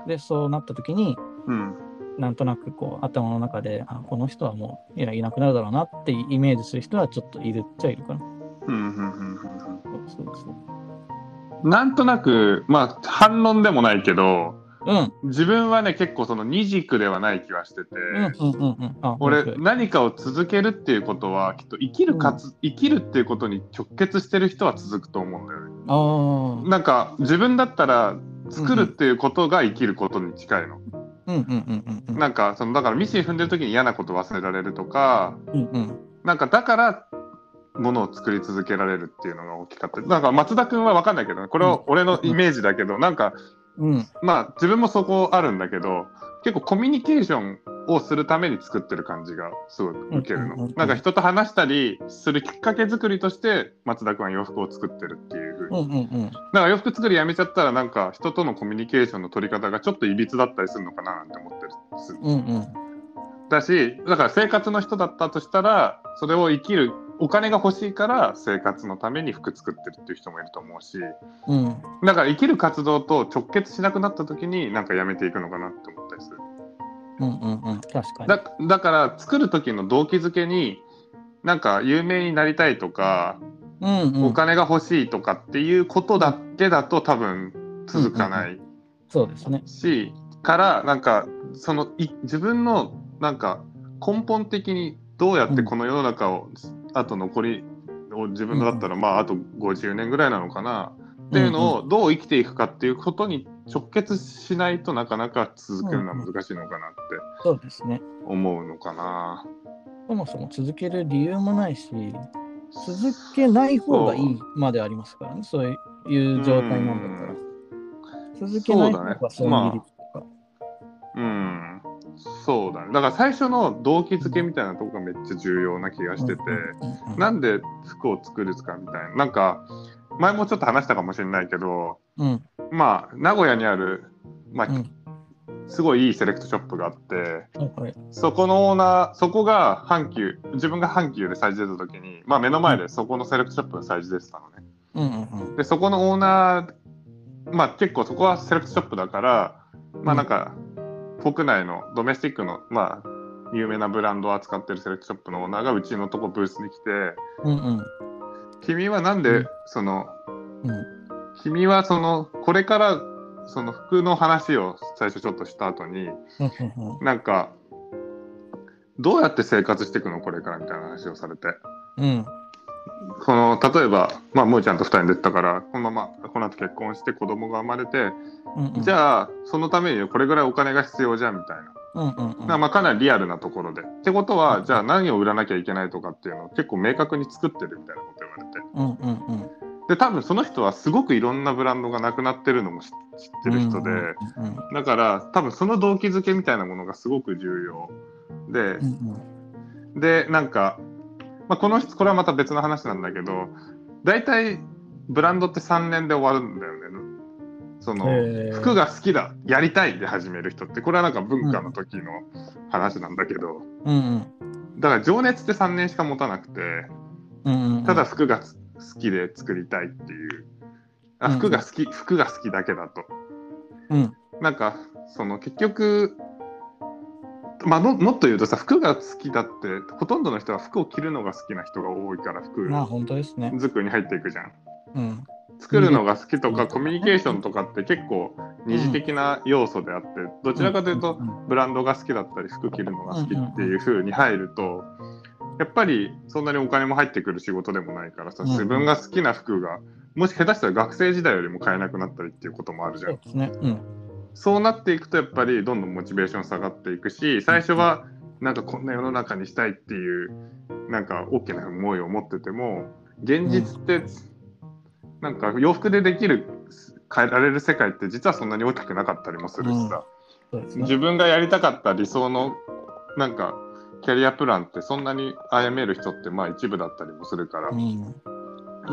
Speaker 2: で、そうなった時に、
Speaker 1: うん。
Speaker 2: なんとなくこう頭の中で、あ、この人はもういないなくなるだろうなってイメージする人はちょっといるっちゃいるから。
Speaker 1: うん。うん。
Speaker 2: そうそうそう。
Speaker 1: なんとなく、まあ、反論でもないけど、
Speaker 2: うん、
Speaker 1: 自分はね、結構その二軸ではない気がしてて、
Speaker 2: うん、うん、うんうん。あ、
Speaker 1: 俺
Speaker 2: 面白い
Speaker 1: 何かを続けるっていうことはきっと生きるかつ、生きるっていうことに直結してる人は続くと思うんだよね。
Speaker 2: あ
Speaker 1: なんか自分だったら作るっていうことが生きることに近いの。
Speaker 2: あ、うん、うん、うん、うん。
Speaker 1: なんかそのだからミシン踏んでる時に嫌なこと忘れられるとか
Speaker 2: うん、うん。
Speaker 1: なんかだからものを作り続けられるっていうのが大きかった。なんか松田君は分かんないけどねこれは俺のイメージだけどなんか
Speaker 2: うん、
Speaker 1: まあ自分もそこあるんだけど結構コミュニケーションをするために作ってる感じがすごい受ける
Speaker 2: うんうん
Speaker 1: の
Speaker 2: うん。
Speaker 1: なんか人と話したりするきっかけ作りとして松田君は洋服を作ってるっていう風
Speaker 2: う
Speaker 1: に。
Speaker 2: ん、うん。
Speaker 1: なんか洋服作りやめちゃったらなんか人とのコミュニケーションの取り方がちょっといびつだったりするのかななんて思ってるする。
Speaker 2: うん、うん。
Speaker 1: だしだから生活の人だったとしたらそれを生きるお金が欲しいから生活のために服作ってるっていう人もいると思うし
Speaker 2: うん、
Speaker 1: だから生きる活動と直結しなくなった時になんかやめていくのかなって思ったりする。
Speaker 2: うん、うん、うん。確かに。
Speaker 1: だだから作る時の動機づけになんか有名になりたいとか、
Speaker 2: うん、う
Speaker 1: お
Speaker 2: ん。
Speaker 1: 金が欲しいとかっていうことだけだと多分続かない
Speaker 2: そうですね。
Speaker 1: し、からなんかそのい自分のなんか根本的にどうやってこの世の中を、あと残りを自分だったら、まああと50年ぐらいなのかなっていうのをどう生きていくかっていうことに直結しないとなかなか続けるのは難しいのかなって
Speaker 2: そうですね。
Speaker 1: 思うのかな。
Speaker 2: そもそも続ける理由もないし、続けない方がいいまでありますからね、そういう状態なんだから。続けない方が
Speaker 1: そう
Speaker 2: 損
Speaker 1: だね
Speaker 2: 切りとか。
Speaker 1: うん、そうだね。だから最初の動機づけみたいなとこがめっちゃ重要な気がしてて、
Speaker 2: うんうん
Speaker 1: なんで服を作るかみたいな。なんか、前もちょっと話したかもしれないけど、
Speaker 2: うん
Speaker 1: まあ、名古屋にある、まあ、
Speaker 2: うん
Speaker 1: すごいいいセレクトショップがあって、
Speaker 2: はいはい
Speaker 1: そこのオーナー、そこが阪急、自分が阪急で催事出た時に、まあ目の前でそこのセレクトショップの催事出てたのね。
Speaker 2: うんうん
Speaker 1: でそこのオーナーまあ結構そこはセレクトショップだからまあなんか国内のドメスティックのまあ有名なブランドを扱ってるセレクトショップのオーナーがうちのとこブースに来て
Speaker 2: うんうん
Speaker 1: 「君はなん
Speaker 2: う
Speaker 1: で
Speaker 2: ん
Speaker 1: その、
Speaker 2: うん
Speaker 1: 君はそのこれからその服の話を最初ちょっとした後に
Speaker 2: うんうんうん
Speaker 1: なんかどうやって生活していくのこれから」みたいな話をされて。
Speaker 2: うん
Speaker 1: この例えば、まあ、もーちゃんと2人で行ったからこのままこの後結婚して子供が生まれて
Speaker 2: うんうん
Speaker 1: じゃあそのためにはこれぐらいお金が必要じゃんみたいな。
Speaker 2: うんうんうん
Speaker 1: だからまあかなりリアルなところで。ってことはじゃあ何を売らなきゃいけないとかっていうのを結構明確に作ってるみたいなこと言われて。
Speaker 2: うんうんうん
Speaker 1: で多分その人はすごくいろんなブランドがなくなってるのも知知ってる人で、
Speaker 2: うんうん
Speaker 1: だから多分その動機づけみたいなものがすごく重要で、
Speaker 2: うん
Speaker 1: でなんか、まあ、この人これはまた別の話なんだけど大体ブランドって3年で終わるんだよねその、
Speaker 2: へー
Speaker 1: 服が好きだやりたいで始める人ってこれはなんか文化の時の話なんだけど、
Speaker 2: うん
Speaker 1: だから情熱って3年しか持たなくて
Speaker 2: うんうん
Speaker 1: ただ服がつ好きで作りたいっていうあ
Speaker 2: うん
Speaker 1: 服が好き、服が好きだけだと
Speaker 2: うん
Speaker 1: なんかその結局まあももっと言うとさ服が好きだってほとんどの人は服を着るのが好きな人が多いから服
Speaker 2: まあ本当ですね
Speaker 1: 作りに入っていくじゃん。
Speaker 2: うん
Speaker 1: 作るのが好きと
Speaker 2: う
Speaker 1: か
Speaker 2: ん
Speaker 1: コミュニケーションとかって結構二次的な要素であってどちらかというと
Speaker 2: うんうん
Speaker 1: ブランドが好きだったり服着るのが好きっていう風に入るとやっぱりそんなにお金も入ってくる仕事でもないからさ
Speaker 2: うん
Speaker 1: 自分が好きな服がもし下手したら学生時代よりも買えなくなったりっていうこともあるじゃ
Speaker 2: そ
Speaker 1: ん
Speaker 2: う。ですねうん
Speaker 1: そうなっていくとやっぱりどんどんモチベーション下がっていくし最初はなんかこんな世の中にしたいっていうなんか大きな思いを持ってても現実ってなんか洋服でできる変えられる世界って実はそんなに大きくなかったりもするしさ、
Speaker 2: そうですね
Speaker 1: 自分がやりたかった理想のなんかキャリアプランってそんなに歩める人ってまあ一部だったりもするから、
Speaker 2: うん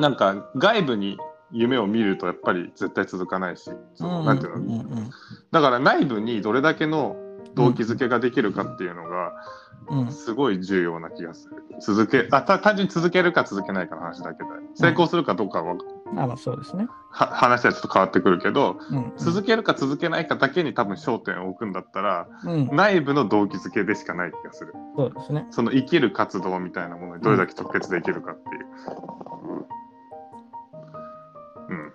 Speaker 1: なんか外部に夢を見るとやっぱり絶対続かないし、そのなんていうの、
Speaker 2: うんうん
Speaker 1: だから内部にどれだけの動機づけができるかっていうのが
Speaker 2: うん。
Speaker 1: すごい重要な気がする。続けあた単純に続けるか続けないかの話だけで成功するかどうかは
Speaker 2: まあまあそうですね。
Speaker 1: は話はちょっと変わってくるけど
Speaker 2: うん。
Speaker 1: 続けるか続けないかだけに多分焦点を置くんだったら
Speaker 2: うん。
Speaker 1: 内部の動機づけでしかない気がする。
Speaker 2: そうですね。
Speaker 1: その生きる活動みたいなものにどれだけ直結できるかっていう。うん。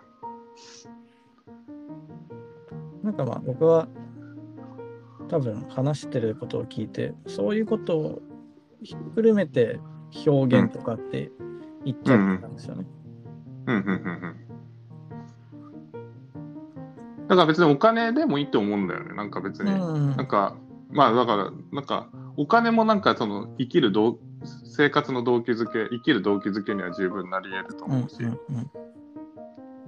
Speaker 2: なんかまあ僕は多分話してることを聞いてそういうことをひっくるめて表現とかって言っちゃったんですよね。
Speaker 1: うんうんうんうん。だから別にお金でもいいと思うんだよね。なんか別
Speaker 2: うん
Speaker 1: に。なんか、まあだから、なんか、お金もなんかその生きる動生活の動機づけ、生きる動機づけには十分なり得ると
Speaker 2: うんう
Speaker 1: 思
Speaker 2: ん
Speaker 1: うし、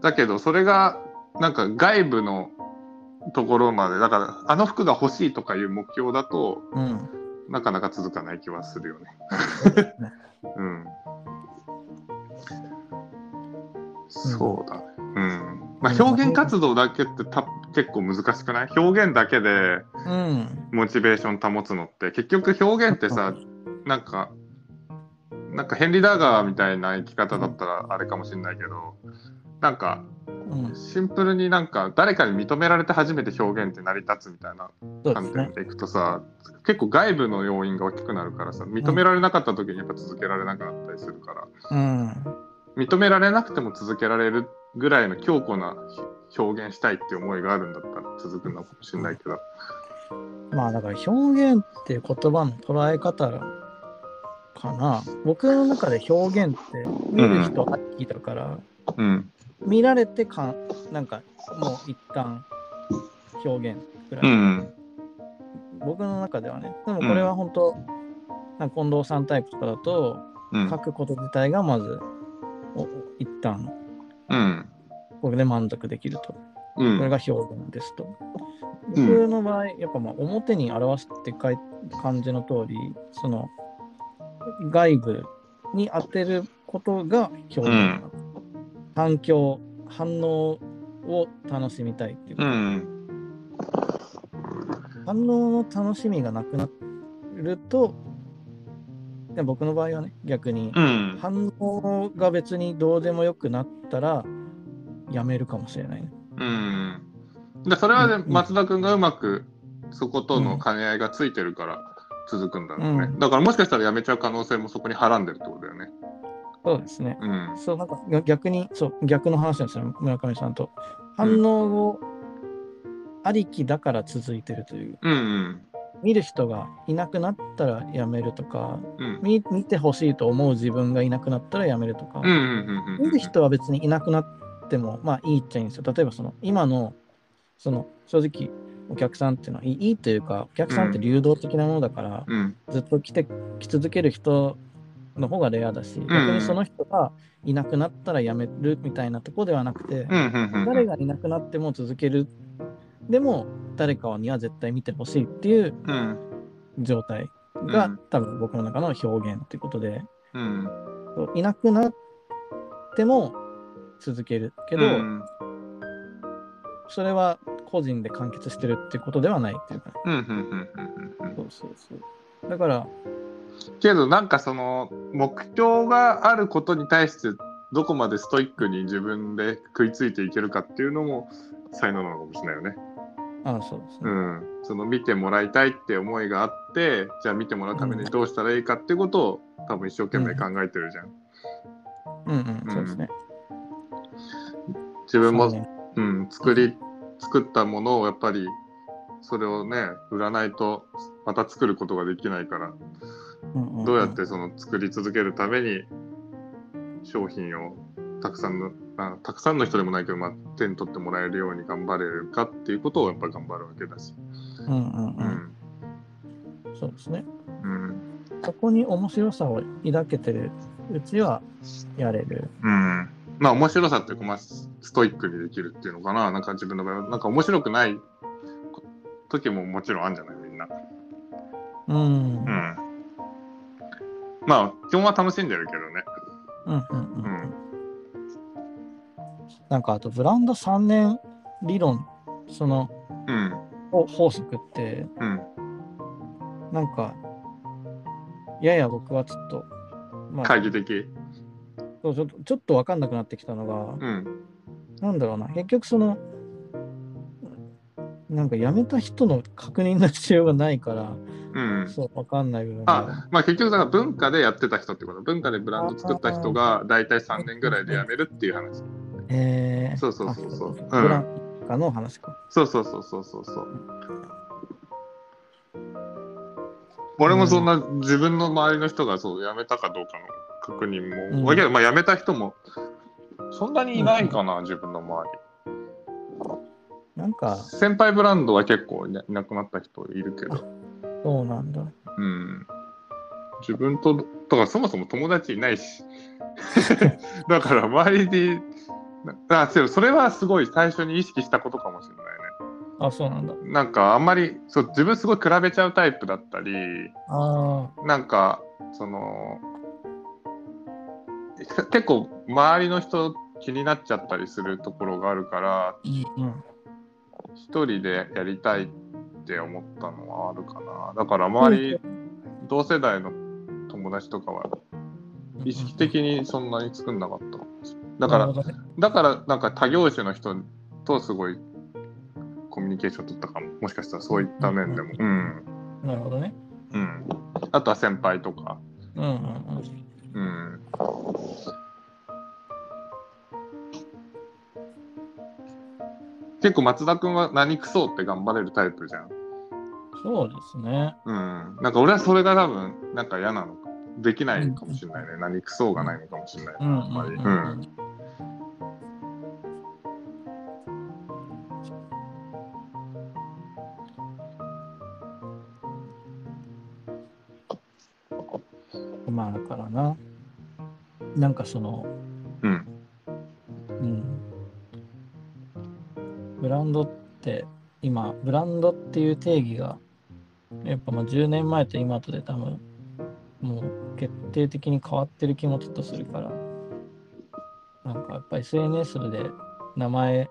Speaker 1: だけどそれがなんか外部のところまで、だからあの服が欲しいとかいう目標だと、
Speaker 2: うんうん
Speaker 1: なかなか続かない気はするよね。うん。そうだね。うん。まあ、表現活動だけってた結構難しくない表現だけで
Speaker 2: うん
Speaker 1: モチベーション保つのって結局表現ってさなんかなんかヘンリー・ダーガーみたいな生き方だったらあれかもしれないけどなんか
Speaker 2: うん
Speaker 1: シンプルになんか誰かに認められて初めて表現って成り立つみたいな
Speaker 2: そうで
Speaker 1: 観
Speaker 2: すね
Speaker 1: 点。でいくとさ、結構外部の要因が大きくなるからさ認められなかった時にやっぱ続けられなかったりするから
Speaker 2: うん
Speaker 1: 認められなくても続けられるぐらいの強固な表現したいって思いがあるんだったら続くのかもしれないけど。
Speaker 2: まあだから表現っていう言葉の捉え方かな。僕の中で表現って見る人はっきりだから、
Speaker 1: うん、
Speaker 2: 見られてかんなんかもう一旦表現ぐらい。
Speaker 1: うん
Speaker 2: 僕の中ではねでもこれは本当、なんか近藤さんタイプとかだと、
Speaker 1: うん
Speaker 2: 書くこと自体がまずお一旦
Speaker 1: うん
Speaker 2: これで満足できると
Speaker 1: う
Speaker 2: これ
Speaker 1: ん
Speaker 2: が表現ですと、
Speaker 1: うん
Speaker 2: 僕の場合やっぱまあ表に表すって書い感じの通りその外部に当てることが表現、
Speaker 1: うん
Speaker 2: 反響反応を楽しみたいっていう
Speaker 1: う
Speaker 2: か、
Speaker 1: ん
Speaker 2: 反応の楽しみがなくなるとで僕の場合はね逆に
Speaker 1: うん
Speaker 2: 反応が別にどうでもよくなったらやめるかもしれないね。
Speaker 1: うんでそれはね
Speaker 2: うん
Speaker 1: 松田君がうまくそことの兼ね合いがついてるから続くんだろうね、
Speaker 2: うん
Speaker 1: だからもしかしたらやめちゃう可能性もそこにはらんでるってことだよね
Speaker 2: そうですね。
Speaker 1: うん
Speaker 2: そうなんか逆逆にそう逆の話なんですよ村上さんと。反応をありきだから続いてるという、
Speaker 1: うん
Speaker 2: 見る人がいなくなったらやめるとか
Speaker 1: うんうん
Speaker 2: 見見てほしいと思う自分がいなくなったらやめるとか。
Speaker 1: うんうんうん
Speaker 2: 見る人は別にいなくなってもまあいいっちゃいいんですよ。例えばその今のその正直お客さんっていうのはいいいいというかお客さんって流動的なものだから、
Speaker 1: うん
Speaker 2: ずっと来て来続ける人の方がレアだし逆にその人がいなくなったらやめるみたいなとこではなくて、
Speaker 1: うんうんうん
Speaker 2: 誰がいなくなっても続けるでも誰かには絶対見てほしいっていう
Speaker 1: うん
Speaker 2: 状態が、
Speaker 1: うん
Speaker 2: 多分僕の中の表現ということで。
Speaker 1: うん
Speaker 2: そういなくなっても続けるけ
Speaker 1: う
Speaker 2: ど、
Speaker 1: ん
Speaker 2: それは個人で完結してるってことではないっていうか、
Speaker 1: うんうんうんうんうん
Speaker 2: そうそうそうだから
Speaker 1: けどなんかその目標があることに対してどこまでストイックに自分で食いついていけるかっていうのも才能なのかもしれないよね。
Speaker 2: あそうです
Speaker 1: う
Speaker 2: ね、
Speaker 1: ん、その見てもらいたいって思いがあってじゃあ見てもらうためにどうしたらいいかっていうことを多分一生懸命考えてるじゃん。
Speaker 2: うん、うんそうですね、
Speaker 1: 自分
Speaker 2: そうね
Speaker 1: も、うん、作り作ったものをやっぱりそれをね売らないとまた作ることができないから
Speaker 2: うんんん
Speaker 1: どうやってその作り続けるために商品をたくさんのあたくさんの人でもないけど、まあ、手に取ってもらえるように頑張れるかっていうことをやっぱり頑張るわけだし。
Speaker 2: うんうん
Speaker 1: う
Speaker 2: うん
Speaker 1: ん
Speaker 2: そうですね
Speaker 1: うん
Speaker 2: そこに面白さを抱けてるうちはやれる
Speaker 1: うんまあ面白さっていうか、まあ、スストイックにできるっていうのかななんか自分の場合はなんか面白くないこ時ももちろんあるんじゃないみんな。
Speaker 2: うんうん
Speaker 1: う
Speaker 2: うん
Speaker 1: んまあ基本は楽しんでるけどね。
Speaker 2: うんうん
Speaker 1: うん
Speaker 2: なんかあとブランド3年理論その
Speaker 1: うん
Speaker 2: 法法則って
Speaker 1: うん
Speaker 2: なんか、やや僕はちょっと、まあ、
Speaker 1: 懐疑的。
Speaker 2: そうちょっとちょっと分かんなくなってきたのが、
Speaker 1: うん。
Speaker 2: なんだろうな、結局その、なんか辞めた人の確認の必要がないから、
Speaker 1: うん。
Speaker 2: そう、分かんない部分が。
Speaker 1: あまあ結局だから文化でやってた人ってこと文化でブランド作った人が大体3年ぐらいで辞めるっていう話
Speaker 2: えー、
Speaker 1: そうそうそうそう
Speaker 2: あ
Speaker 1: うん
Speaker 2: ブランカの話か。
Speaker 1: そうそうそうそうそうそう俺もそんな自分の周りの人がそう辞めたかどうかの確認も、
Speaker 2: うん
Speaker 1: いやまあ辞めた人もそんなにいないかな、自分の周り
Speaker 2: なんか、
Speaker 1: 先輩ブランドは結構いないなくなった人いるけど、
Speaker 2: そうなんだ。
Speaker 1: うん、自分とだからそもそも友達いないし だから周りであでもそれはすごい最初に意識したことかもしれない
Speaker 2: あ、そうなんだ。
Speaker 1: ねなんかあんまりそう自分すごい比べちゃうタイプだったり
Speaker 2: あ
Speaker 1: なんかその結構周りの人気になっちゃったりするところがあるから
Speaker 2: ー、うん。
Speaker 1: 一人でやりたいって思ったのはあるかなだから周り同世代の友達とかは意識的にそんなに作んなかっただか
Speaker 2: なる
Speaker 1: ら
Speaker 2: ほどね
Speaker 1: だからなんか他業種の人とすごいコミュニケーション取ったかももしかしたらそういった面でもうん
Speaker 2: なるほどね。
Speaker 1: うんあとは先輩とか
Speaker 2: うんうんうん。
Speaker 1: うん結構松田君は何くそって頑張れるタイプじゃん
Speaker 2: そうですね。
Speaker 1: うん、なんか俺はそれが多分なんか嫌なのかできないかもしれないね、何くそうがないのかもしれない、
Speaker 2: うんう
Speaker 1: あん
Speaker 2: ん
Speaker 1: ま
Speaker 2: う
Speaker 1: り、う
Speaker 2: んうんん。まあだからな。なんかその、
Speaker 1: うん
Speaker 2: うん。ブランドって、今、ブランドっていう定義が、やっぱまあ10年前と今とで多分、もう決定的に変わってる気もちょっとするから、なんかやっぱ SNS で名前、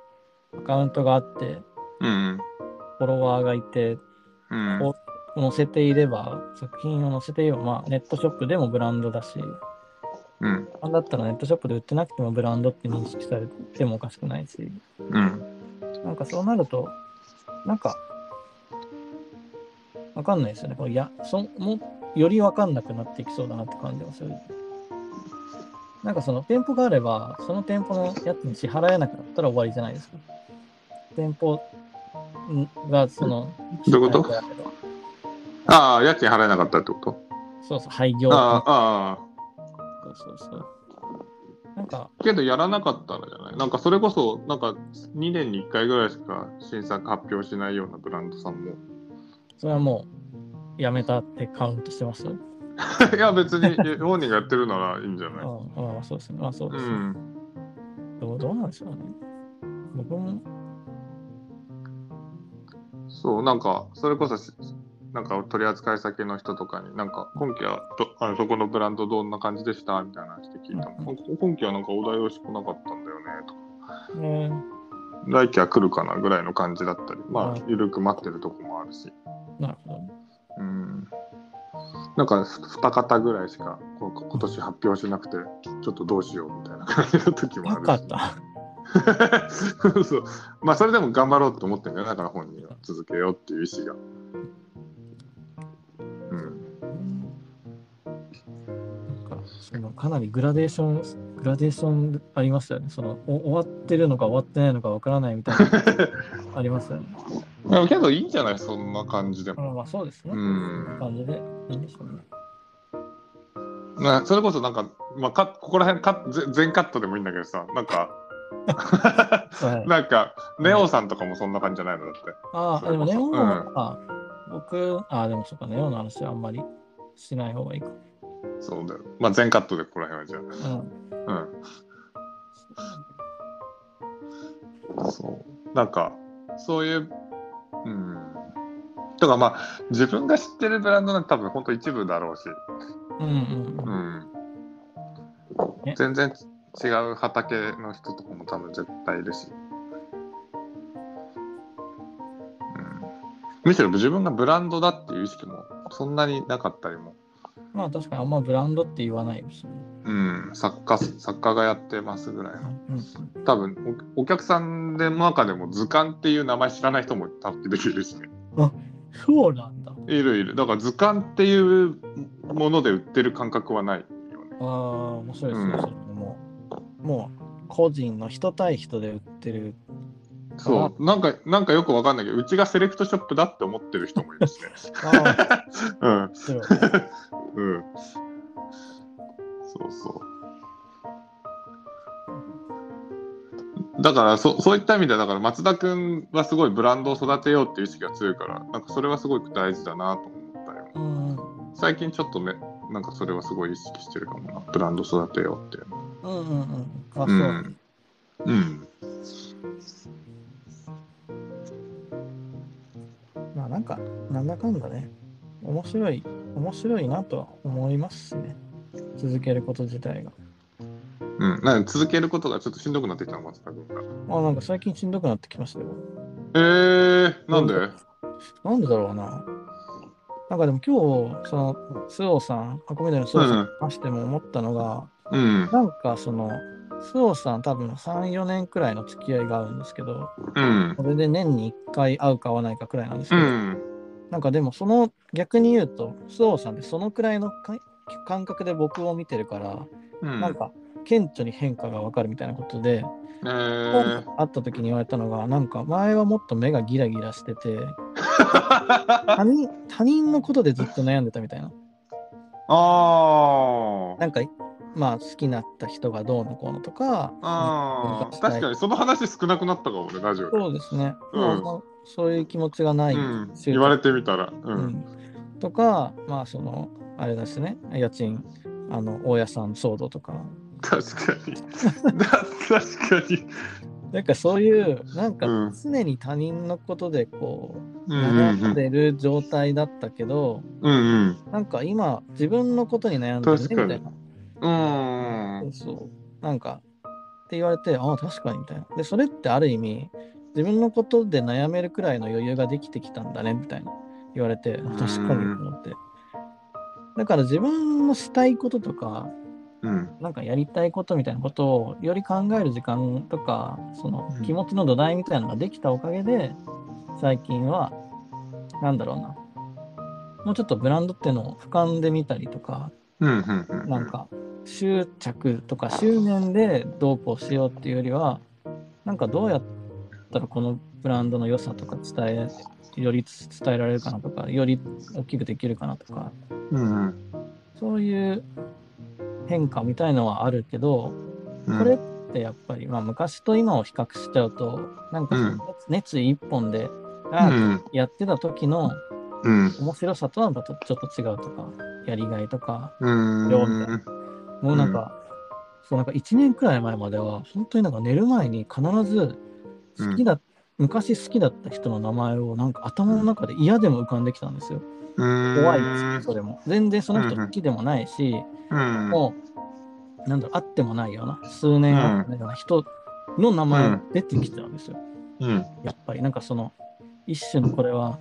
Speaker 2: アカウントがあって、
Speaker 1: うん
Speaker 2: フォロワーがいて、
Speaker 1: うん
Speaker 2: お載せていれば、作品を載せていれば、まあネットショップでもブランドだし、
Speaker 1: うん
Speaker 2: なんだったらネットショップで売ってなくてもブランドって認識されてもおかしくないし、
Speaker 1: うん
Speaker 2: なんかそうなると、なんか、わかんないですよね。これやそんもうよりわかんなくなっていきそうだなって感じはする。なんかその店舗があれば、その店舗のやつに支払えなくなったら終わりじゃないですか。店舗んがその、
Speaker 1: どういうこと
Speaker 2: 支払えなければ
Speaker 1: ああ家賃払えなかったってこと
Speaker 2: そうそう、廃業。
Speaker 1: あああ
Speaker 2: そうそうそう。なんか、
Speaker 1: あけどやらなかったらじゃないなんかそれこそなんか2年に1回ぐらいしか新作発表しないようなブランドさんも
Speaker 2: それはもう、やめたってカウントしてます
Speaker 1: いや別にえ本人がやってるならいいんじゃ
Speaker 2: あ
Speaker 1: な
Speaker 2: あ
Speaker 1: い
Speaker 2: まあ、そうですね。まあそう
Speaker 1: う
Speaker 2: ですね。
Speaker 1: ん
Speaker 2: どうどうなんでしょうね。僕も、
Speaker 1: そうなんかそれこそしなんか取り扱い先の人とかになんか今期はどあのそこのブランドどんな感じでしたみたいな話で聞いた
Speaker 2: うんう
Speaker 1: の、今期はなんかお題をしてこなかったんだよねとか
Speaker 2: ね、
Speaker 1: 来期は来るかなぐらいの感じだったりま
Speaker 2: はい
Speaker 1: あ緩く待ってるとこもあるし
Speaker 2: なるほどね。
Speaker 1: うんなんかふ二方ぐらいしかこう今年発表しなくてちょっとどうしようみたいな感じの時もあ
Speaker 2: よかっ
Speaker 1: る
Speaker 2: た。
Speaker 1: し そうまあそれでも頑張ろうと思ってるんだよねだから本人は続けようっていう意思がうん
Speaker 2: なんかそのかなりグラデーション、グラデーションありますよね。そのお終わってるのか終わってないのかわからないみたい な、ありますよね。
Speaker 1: でもけどいいんじゃないそんな感じでも。
Speaker 2: まあまあそうですね。
Speaker 1: うん
Speaker 2: こな感じでいいんでしょうね。
Speaker 1: なそれこそなんか、まあ、カッここら辺カッぜ全カットでもいいんだけどさ、なん か、
Speaker 2: はい、
Speaker 1: なんか、ネオさんとかもそんな感じじゃないのだって。
Speaker 2: ああ、でも
Speaker 1: それ
Speaker 2: ネ
Speaker 1: こ
Speaker 2: オ
Speaker 1: そ
Speaker 2: ンは、僕、ああ、でもそうか、ネオンの話はあんまりしない方がいいか。
Speaker 1: そうだよ。まあ、全カットでここら辺はじ
Speaker 2: うん。
Speaker 1: ゃあ。うん。そう。なんか、そういう、うん。とかまあ、自分が知ってるブランドなんて多分本当一部だろうし、
Speaker 2: うんうんうん。
Speaker 1: うん
Speaker 2: ね。
Speaker 1: 全然違う畑の人とかも多分絶対いるし。うん、むしろ自分がブランドだっていう意識もそんなになかったりも。
Speaker 2: まあ確かにあんまブランドって言わないですね。
Speaker 1: うん、作家、作家がやってますぐらいの。
Speaker 2: うん
Speaker 1: 多分お、お客さんの中でも図鑑っていう名前知らない人も多分出てくるしね。
Speaker 2: そうなんだ。
Speaker 1: いるいる。だから図鑑っていうもので売ってる感覚はないよね。
Speaker 2: ああ、面白いです
Speaker 1: う
Speaker 2: ね
Speaker 1: ん。
Speaker 2: それもう、もう個人の人対人で売ってる。
Speaker 1: そう。なんか、なんかよくわかんないけど、うちがセレクトショップだって思ってる人もいるしね。
Speaker 2: ああ、
Speaker 1: うん。
Speaker 2: 面白い。
Speaker 1: うん。そうそう。だからそ、そういった意味では、だから松田君はすごいブランドを育てようっていう意識が強いから、なんかそれはすごく大事だなと思ったよ。
Speaker 2: うん。
Speaker 1: 最近ちょっとね、なんかそれはすごい意識してるかもな、ブランド育てようっていうの。
Speaker 2: うんうんうん。あ、そう。
Speaker 1: うん。うん。
Speaker 2: まあなんか、なんだかんだね、面白い、面白いなとは思いますしね。続けること自体が。
Speaker 1: うん。なんか続けることがちょっとしんどくなってきたの、松田君が。
Speaker 2: あ、なんか最近しんどくなってきましたよ。
Speaker 1: えー、なんで
Speaker 2: なんでだろうな。なんかでも今日、その、須藤さん、箱根の須藤さんに話しても思ったのが、
Speaker 1: うん。
Speaker 2: なんかその、須藤さん多分3、4年くらいの付き合いがあるんですけど、
Speaker 1: うん。
Speaker 2: それで年に1回会うか会わないかくらいなんです
Speaker 1: う
Speaker 2: けど、
Speaker 1: ん。
Speaker 2: なんかでもその逆に言うと、須藤さんってそのくらいのか感覚で僕を見てるから、
Speaker 1: うん。
Speaker 2: なんか顕著に変化がわかるみたいなことで、
Speaker 1: えー。
Speaker 2: 会った時に言われたのが、なんか前はもっと目がギラギラし てて、他人他人のことでずっと悩んでたみたいな。
Speaker 1: あー
Speaker 2: なんか、まあ好きになった人がどうのこうのとか、
Speaker 1: あー確かにその話少なくなったかもねラジオで、
Speaker 2: そうですね、
Speaker 1: うん
Speaker 2: まあまあそういう気持ちがない、
Speaker 1: うん、言われてみたらう
Speaker 2: うんんとか、まあその、あれですね、家賃、あの、大家さん騒動とか、
Speaker 1: 確かに確かに
Speaker 2: なんかそういう、なんか
Speaker 1: うん
Speaker 2: 常に他人のことでこ
Speaker 1: う
Speaker 2: う、
Speaker 1: ん
Speaker 2: 悩んでる状態だったけど、
Speaker 1: うんうん
Speaker 2: なんか今、自分のことに悩んでるね
Speaker 1: 確
Speaker 2: み
Speaker 1: か
Speaker 2: た
Speaker 1: に
Speaker 2: いな。
Speaker 1: うん
Speaker 2: そうそう。なんか、って言われて、ああ、確かにみたいな。で、それってある意味、自分のことで悩めるくらいの余裕ができてきたんだね、みたいな言われて、
Speaker 1: ん
Speaker 2: 確かにと思って。だから自分のしたいこととか、
Speaker 1: うん
Speaker 2: なんかやりたいことみたいなことをより考える時間とか、その
Speaker 1: うん
Speaker 2: 気持ちの土台みたいなのができたおかげで、最近は、なんだろうな。もうちょっとブランドっていうのを俯瞰で見たりとか、
Speaker 1: うんうんうんうん
Speaker 2: なんか執着とか執念でドープをしようっていうよりはなんかどうやったらこのブランドの良さとか伝えより伝えられるかなとかより大きくできるかなとか
Speaker 1: うんうん
Speaker 2: そういう変化みたいのはあるけど
Speaker 1: うん
Speaker 2: これってやっぱり、まあ、昔と今を比較しちゃうとなんかその
Speaker 1: うん
Speaker 2: 熱意一本で、
Speaker 1: う
Speaker 2: あ
Speaker 1: ん
Speaker 2: やってた時の
Speaker 1: うん
Speaker 2: 面白さとはまたちょっと違うとかやりがいとか
Speaker 1: うん
Speaker 2: よみたいなもうなんか、そうなんか1年くらい前までは、本当になんか寝る前に必ず好きだ、昔好きだった人の名前をなんか頭の中で嫌でも浮かんできたんですよ。
Speaker 1: うん
Speaker 2: 怖いです、それも。全然その人
Speaker 1: うんうん
Speaker 2: 好きでもないし、
Speaker 1: うん
Speaker 2: もう、なんだろう、会ってもないような、数年会ってないような人の名前が出てきちゃうんですよ。
Speaker 1: うん
Speaker 2: やっぱりなんかその、一種のこれは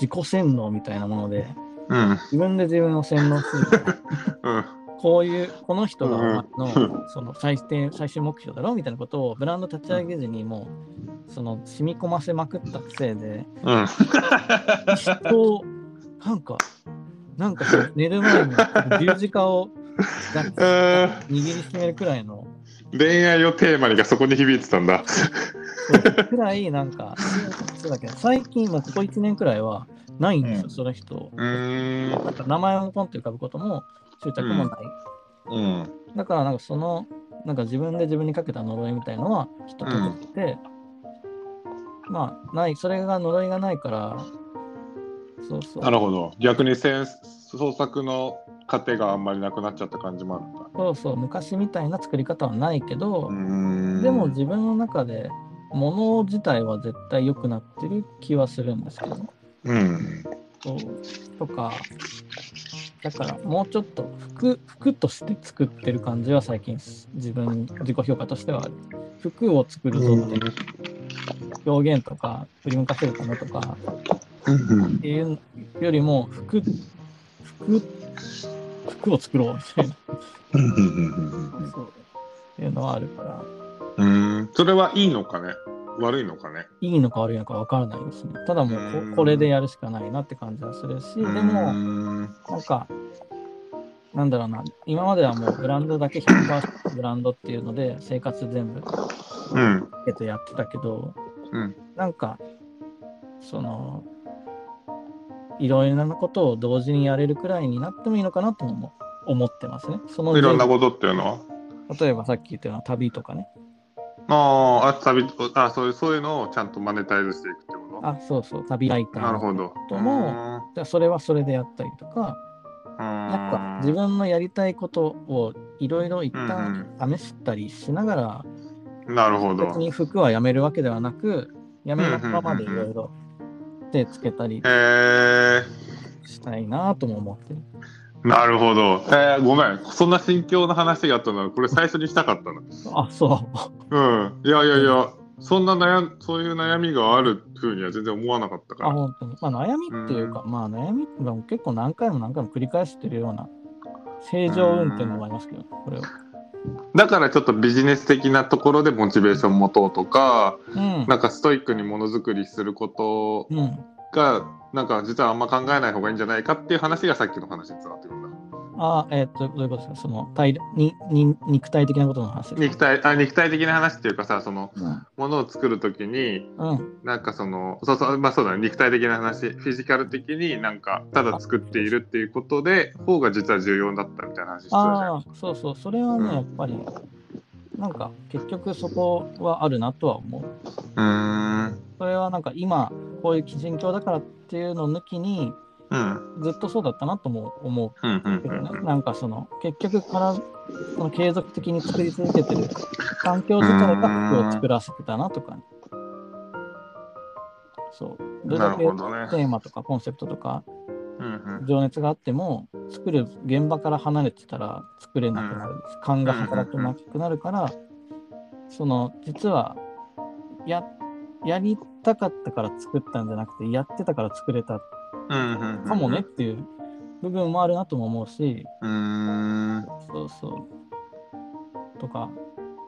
Speaker 2: 自己洗脳みたいなもので、
Speaker 1: うん
Speaker 2: 自分で自分を洗脳する。
Speaker 1: うん
Speaker 2: こういう、この人がお前
Speaker 1: うん
Speaker 2: のその最低最終目標だろみたいなことをブランド立ち上げずにもう、その染み込ませまくったせいで、
Speaker 1: うん
Speaker 2: 人を、なんか、なんかその寝る前に十字架 をなんか
Speaker 1: え
Speaker 2: 握りしめるくらいの、
Speaker 1: ー恋愛をテーマにがそこに響いてたんだ
Speaker 2: そうくらいなんか、そうだけど、最近、もうここ1年くらいはないんですよ、
Speaker 1: うん
Speaker 2: その人。
Speaker 1: うーん
Speaker 2: なんか名前をポンって浮かぶことも執着もない。
Speaker 1: うん
Speaker 2: だからなんかそのなんか自分で自分にかけた呪いみたいのは人とってて、まあないそれが呪いがないからそうそう
Speaker 1: なるほど逆にせん創作の過程があんまりなくなっちゃった感じもあるんだ
Speaker 2: そうそう昔みたいな作り方はないけど、
Speaker 1: で
Speaker 2: でも自分の中で物自体は絶対良くなってる気はするんですけど
Speaker 1: うん、
Speaker 2: そうとかだからもうちょっと服服として作ってる感じは最近自分自己評価としてはある服を作るぞっていう表現とか振り向かせるためとかっていうよりも服服、服を作ろうみたいな、そういうのはあるから、
Speaker 1: うんそれはいいのかね悪いのかね
Speaker 2: いいのか悪いのか分からないですね。ただもうこ
Speaker 1: うん
Speaker 2: これでやるしかないなって感じはするし、で
Speaker 1: う
Speaker 2: も、
Speaker 1: ん
Speaker 2: なんか、なんだろうな、今まではもうブランドだけ100%ブランドっていうので、生活全部つ
Speaker 1: うん
Speaker 2: けてやってたけど、
Speaker 1: うん
Speaker 2: なんか、その、いろいろなことを同時にやれるくらいになってもいいのかなとも思思ってますね。その
Speaker 1: いろんなことっていうのは
Speaker 2: 例えばさっき言ったような旅とかね。
Speaker 1: あーあ旅あそういうそういうのをちゃんとマネタイズしていくってこ
Speaker 2: あ、そうそう、旅ライタ
Speaker 1: と
Speaker 2: ー。
Speaker 1: なるほど
Speaker 2: ともじゃあそれはそれでやったりとか、なんか
Speaker 1: な
Speaker 2: 自分のやりたいことをいろいろ一
Speaker 1: うん
Speaker 2: 旦試したりしながら、
Speaker 1: なるほど
Speaker 2: 別に服はやめるわけではなく、やめるままでいろいろ手つけたり
Speaker 1: えー、
Speaker 2: したいなとも思ってる。
Speaker 1: なるほど。えー、ごめん。そんな心境の話があったなら、これ最初にしたかった
Speaker 2: あ、そう。
Speaker 1: な。うん。いやいやいや、そんな悩ん、そういう悩みがあるふうには全然思わなかったか
Speaker 2: あ、
Speaker 1: ら。
Speaker 2: 本当に。まあ悩みっていうか、まあ悩みっても結構何回も何回も繰り返してるような正常運転もありますけど、これを。
Speaker 1: だからちょっとビジネス的なところでモチベーション持とうとか、
Speaker 2: うん。
Speaker 1: なんかストイックにものづくりすること
Speaker 2: うん。
Speaker 1: が、なんか実はあんま考えない方がいいんじゃないかっていう話がさっきの話につながってくるんだ。
Speaker 2: あ、えっ、と、どういうことですかその体にに、肉体的なことの話です
Speaker 1: 肉
Speaker 2: か。
Speaker 1: 体、あ肉体的な話っていうかさ、その、
Speaker 2: うん
Speaker 1: ものを作るときに、
Speaker 2: うん。
Speaker 1: なんかそのそうそうまあそうだね肉体的な話フィジカル的になんかただ作っているっていうことで方が実は重要だったみたいな話してたじゃん
Speaker 2: ああ、そうそう。それは
Speaker 1: うん
Speaker 2: ね、やっぱり、なんか、結局そこはあるなとは思う。
Speaker 1: うーん
Speaker 2: それはなんか今、こういう基準教だからっていうのを抜きに、
Speaker 1: うん
Speaker 2: ずっとそうだったなとも思う
Speaker 1: うんうん
Speaker 2: け
Speaker 1: う
Speaker 2: どね。
Speaker 1: ん
Speaker 2: なんかその、結局から、その継続的に作り続けてる環境自体が服を作らせてたなとかね、そう。どれだ
Speaker 1: な
Speaker 2: けテ
Speaker 1: るほどね
Speaker 2: ーマとかコンセプトとか、
Speaker 1: うんうん
Speaker 2: 情熱があっても作る現場から離れてたら作れなくなる、勘が働けなくなるから、その実はややりたかったから作ったんじゃなくてやってたから作れた
Speaker 1: うんうんうん
Speaker 2: かもねっていう部分もあるなとも思うし、
Speaker 1: うーん
Speaker 2: そうそうとか、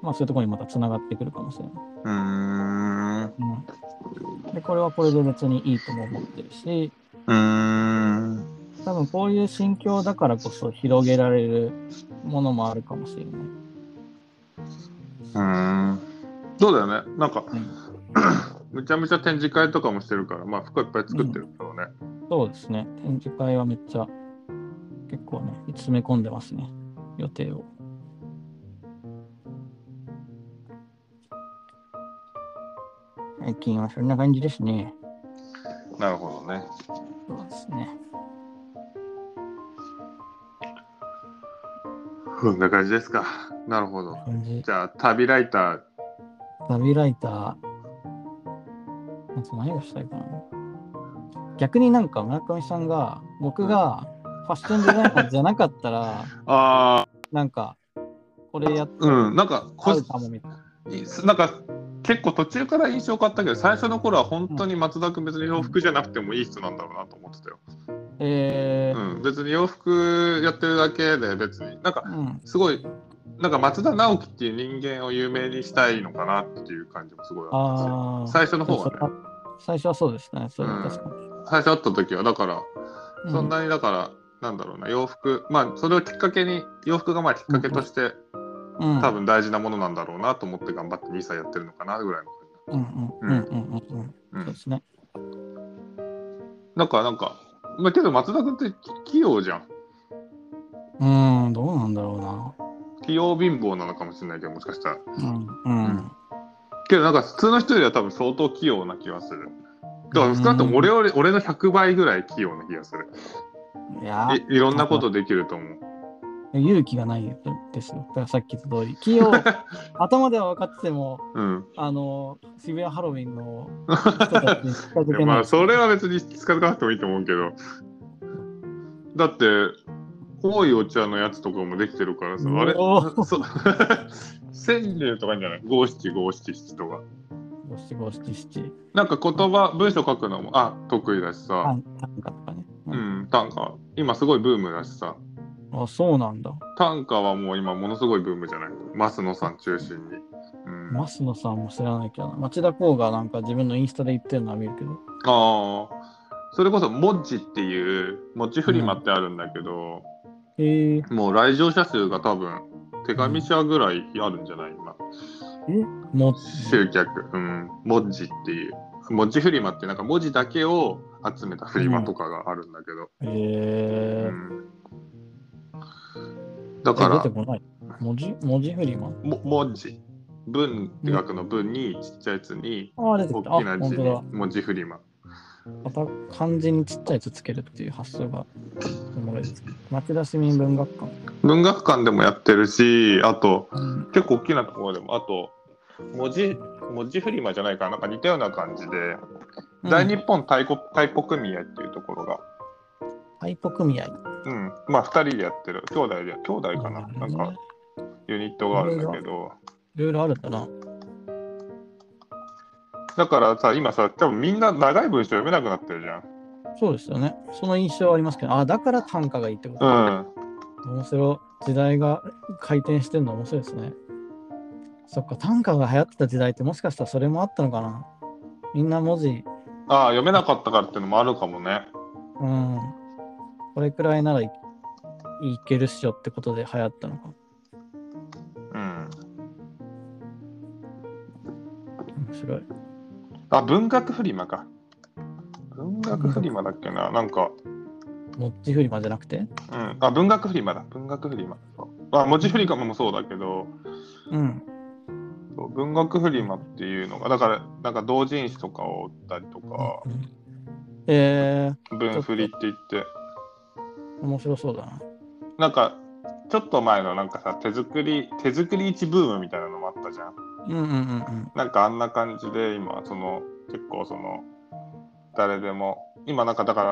Speaker 2: まあ、そういうところにまたつながってくるかもしれない。
Speaker 1: うーん
Speaker 2: うん、でこれはこれで別にいいとも思ってるし
Speaker 1: うーん
Speaker 2: 多分こういう心境だからこそ広げられるものもあるかもしれない。
Speaker 1: うーんそうだよねなんか
Speaker 2: うん
Speaker 1: むちゃむちゃ展示会とかもしてるからまあ服はいっぱい作ってるからね
Speaker 2: そうですね。展示会はめっちゃ結構ね、詰め込んでますね。予定を。最近はそんな感じですね。
Speaker 1: なるほどね
Speaker 2: そうですね。
Speaker 1: こんな感じですかなるほど
Speaker 2: 感じ。
Speaker 1: じゃあ旅ライター
Speaker 2: 旅ライター。あと何がしたいかな。逆になんか村上さんが、僕がファッションデザイナーじゃなかった ら、
Speaker 1: ああ
Speaker 2: なんか、これやっ
Speaker 1: うん、なんか
Speaker 2: た
Speaker 1: こ
Speaker 2: るかもみたいな。
Speaker 1: なんか結構途中から印象変わったけど最初の頃は本当に松田君別に洋服じゃなくてもいい人なんだろうなと思ってたよ、
Speaker 2: えー、
Speaker 1: うん、別に洋服やってるだけで別になんか
Speaker 2: うん。
Speaker 1: すごいなんか松田直樹っていう人間を有名にしたいのかなっていう感じもすごいあったし
Speaker 2: ああ。
Speaker 1: 最初の方はね
Speaker 2: 最初はそうですね。それ
Speaker 1: うん
Speaker 2: は確かに。
Speaker 1: 最初会った時はだから
Speaker 2: う
Speaker 1: そんなにだから、なんだろうな洋服まあそれをきっかけに洋服がまあきっかけとして
Speaker 2: うん
Speaker 1: 多分大事なものなんだろうなと思って頑張って2歳やってるのかなぐらいの感じ
Speaker 2: うんうんうんうんうん
Speaker 1: う
Speaker 2: うんん。そうですね。
Speaker 1: なんか、なんか、まあ、けど松田君ってき器用じゃん。
Speaker 2: うーん、どうなんだろ
Speaker 1: 器用貧乏なのかもしれないけど、もしかしたら。
Speaker 2: うな。うんうん。
Speaker 1: けど、なんか普通の人よりは多分相当器用な気がする。だから
Speaker 2: うん
Speaker 1: 少なくとも俺より俺の100倍ぐらい器用な気がする。
Speaker 2: いやー
Speaker 1: いいろんなことできると思う。
Speaker 2: 勇気がないですよ。だからさっき言った通り、器用、 頭では分かってても、
Speaker 1: うん。
Speaker 2: あの、渋谷ハロウィンの人たちに近づ
Speaker 1: い
Speaker 2: け
Speaker 1: やま
Speaker 2: な
Speaker 1: あ、
Speaker 2: い。
Speaker 1: それは別に使わなくてもいいと思うけど。だって、多いお茶のやつとかもできてるからさ、あれ
Speaker 2: おー
Speaker 1: そ 川柳とかいいんじゃない五七五七七とか。
Speaker 2: 五七五七七。
Speaker 1: なんか言葉、文章書くのも、あ、得意だしさ。
Speaker 2: 短歌とかね。
Speaker 1: うん、短歌今すごいブームだしさ
Speaker 2: あ、そうなんだ。
Speaker 1: 短歌はもう今ものすごいブームじゃない増野さん中心に、うん、あ
Speaker 2: 増野さんも知らないけどな。町田光がなんか自分のインスタで言ってるのは見るけど。
Speaker 1: あそれこそ「モッジ」っていうモッチフリマってあるんだけど、
Speaker 2: へえ
Speaker 1: もう来場者数が多分手紙社ぐらいあるんじゃない今
Speaker 2: もう、
Speaker 1: 集客うんモッジっていう文字フリマってなんか文字だけを集めたフリマとかがあるんだけど、
Speaker 2: え
Speaker 1: うん
Speaker 2: ー、
Speaker 1: だ
Speaker 2: え出
Speaker 1: か
Speaker 2: て
Speaker 1: ら
Speaker 2: こない。文字、文字フリマ
Speaker 1: も文字文って書くの文にちっちゃいやつに
Speaker 2: ああ、出て
Speaker 1: 大
Speaker 2: きた。あ、
Speaker 1: きな字
Speaker 2: 本
Speaker 1: に
Speaker 2: 当だ。
Speaker 1: 文字フリマ
Speaker 2: また漢字にちっちゃいやつつけるっていう発想がおもろいです。町田市民文学館。
Speaker 1: 文学館でもやってるしあと結構大きなところでもあと文字文字フリマじゃないかななんか似たような感じで、大日本太鼓太鼓組合っていうところが、
Speaker 2: タイポ組合。
Speaker 1: うん、まあ2人でやってる兄弟で兄弟かななんかユニットがあるんだけど
Speaker 2: いろいろあるんだな。
Speaker 1: だからさ今さ多分みんな長い文章読めなくなってるじ
Speaker 2: そうですよね。その印象はありますけど、あ、だから短歌がいいってこと。
Speaker 1: ゃん。うん
Speaker 2: 面白い。時代が回転してるの面白いですね。そっか、短歌が流行ってた時代ってもしかしたらそれもあったのかな。みんな文字、
Speaker 1: ああ読めなかったからっていうのもあるかもね。
Speaker 2: うん。これくらいならいいけるっしょってことで流行ったのか。
Speaker 1: うん、
Speaker 2: 面白い。
Speaker 1: あ文学フリマか。文学フリマだっけななんか。
Speaker 2: モッチフリマじゃなくて。
Speaker 1: うん、あ文学フリマだ文学フリマあ文字フリマもそうだけど
Speaker 2: うん。
Speaker 1: そう文学フリマっていうのがだからなんか同人誌とかを売ったりとか
Speaker 2: うんえ
Speaker 1: 文フリって言って
Speaker 2: ー、面白そうだな。
Speaker 1: なんかちょっと前のなんかさ手作り手作り市ブームみたいなのもあったじゃん
Speaker 2: うんうんうん
Speaker 1: なんかあんな感じで今その結構その誰でも今なんかだか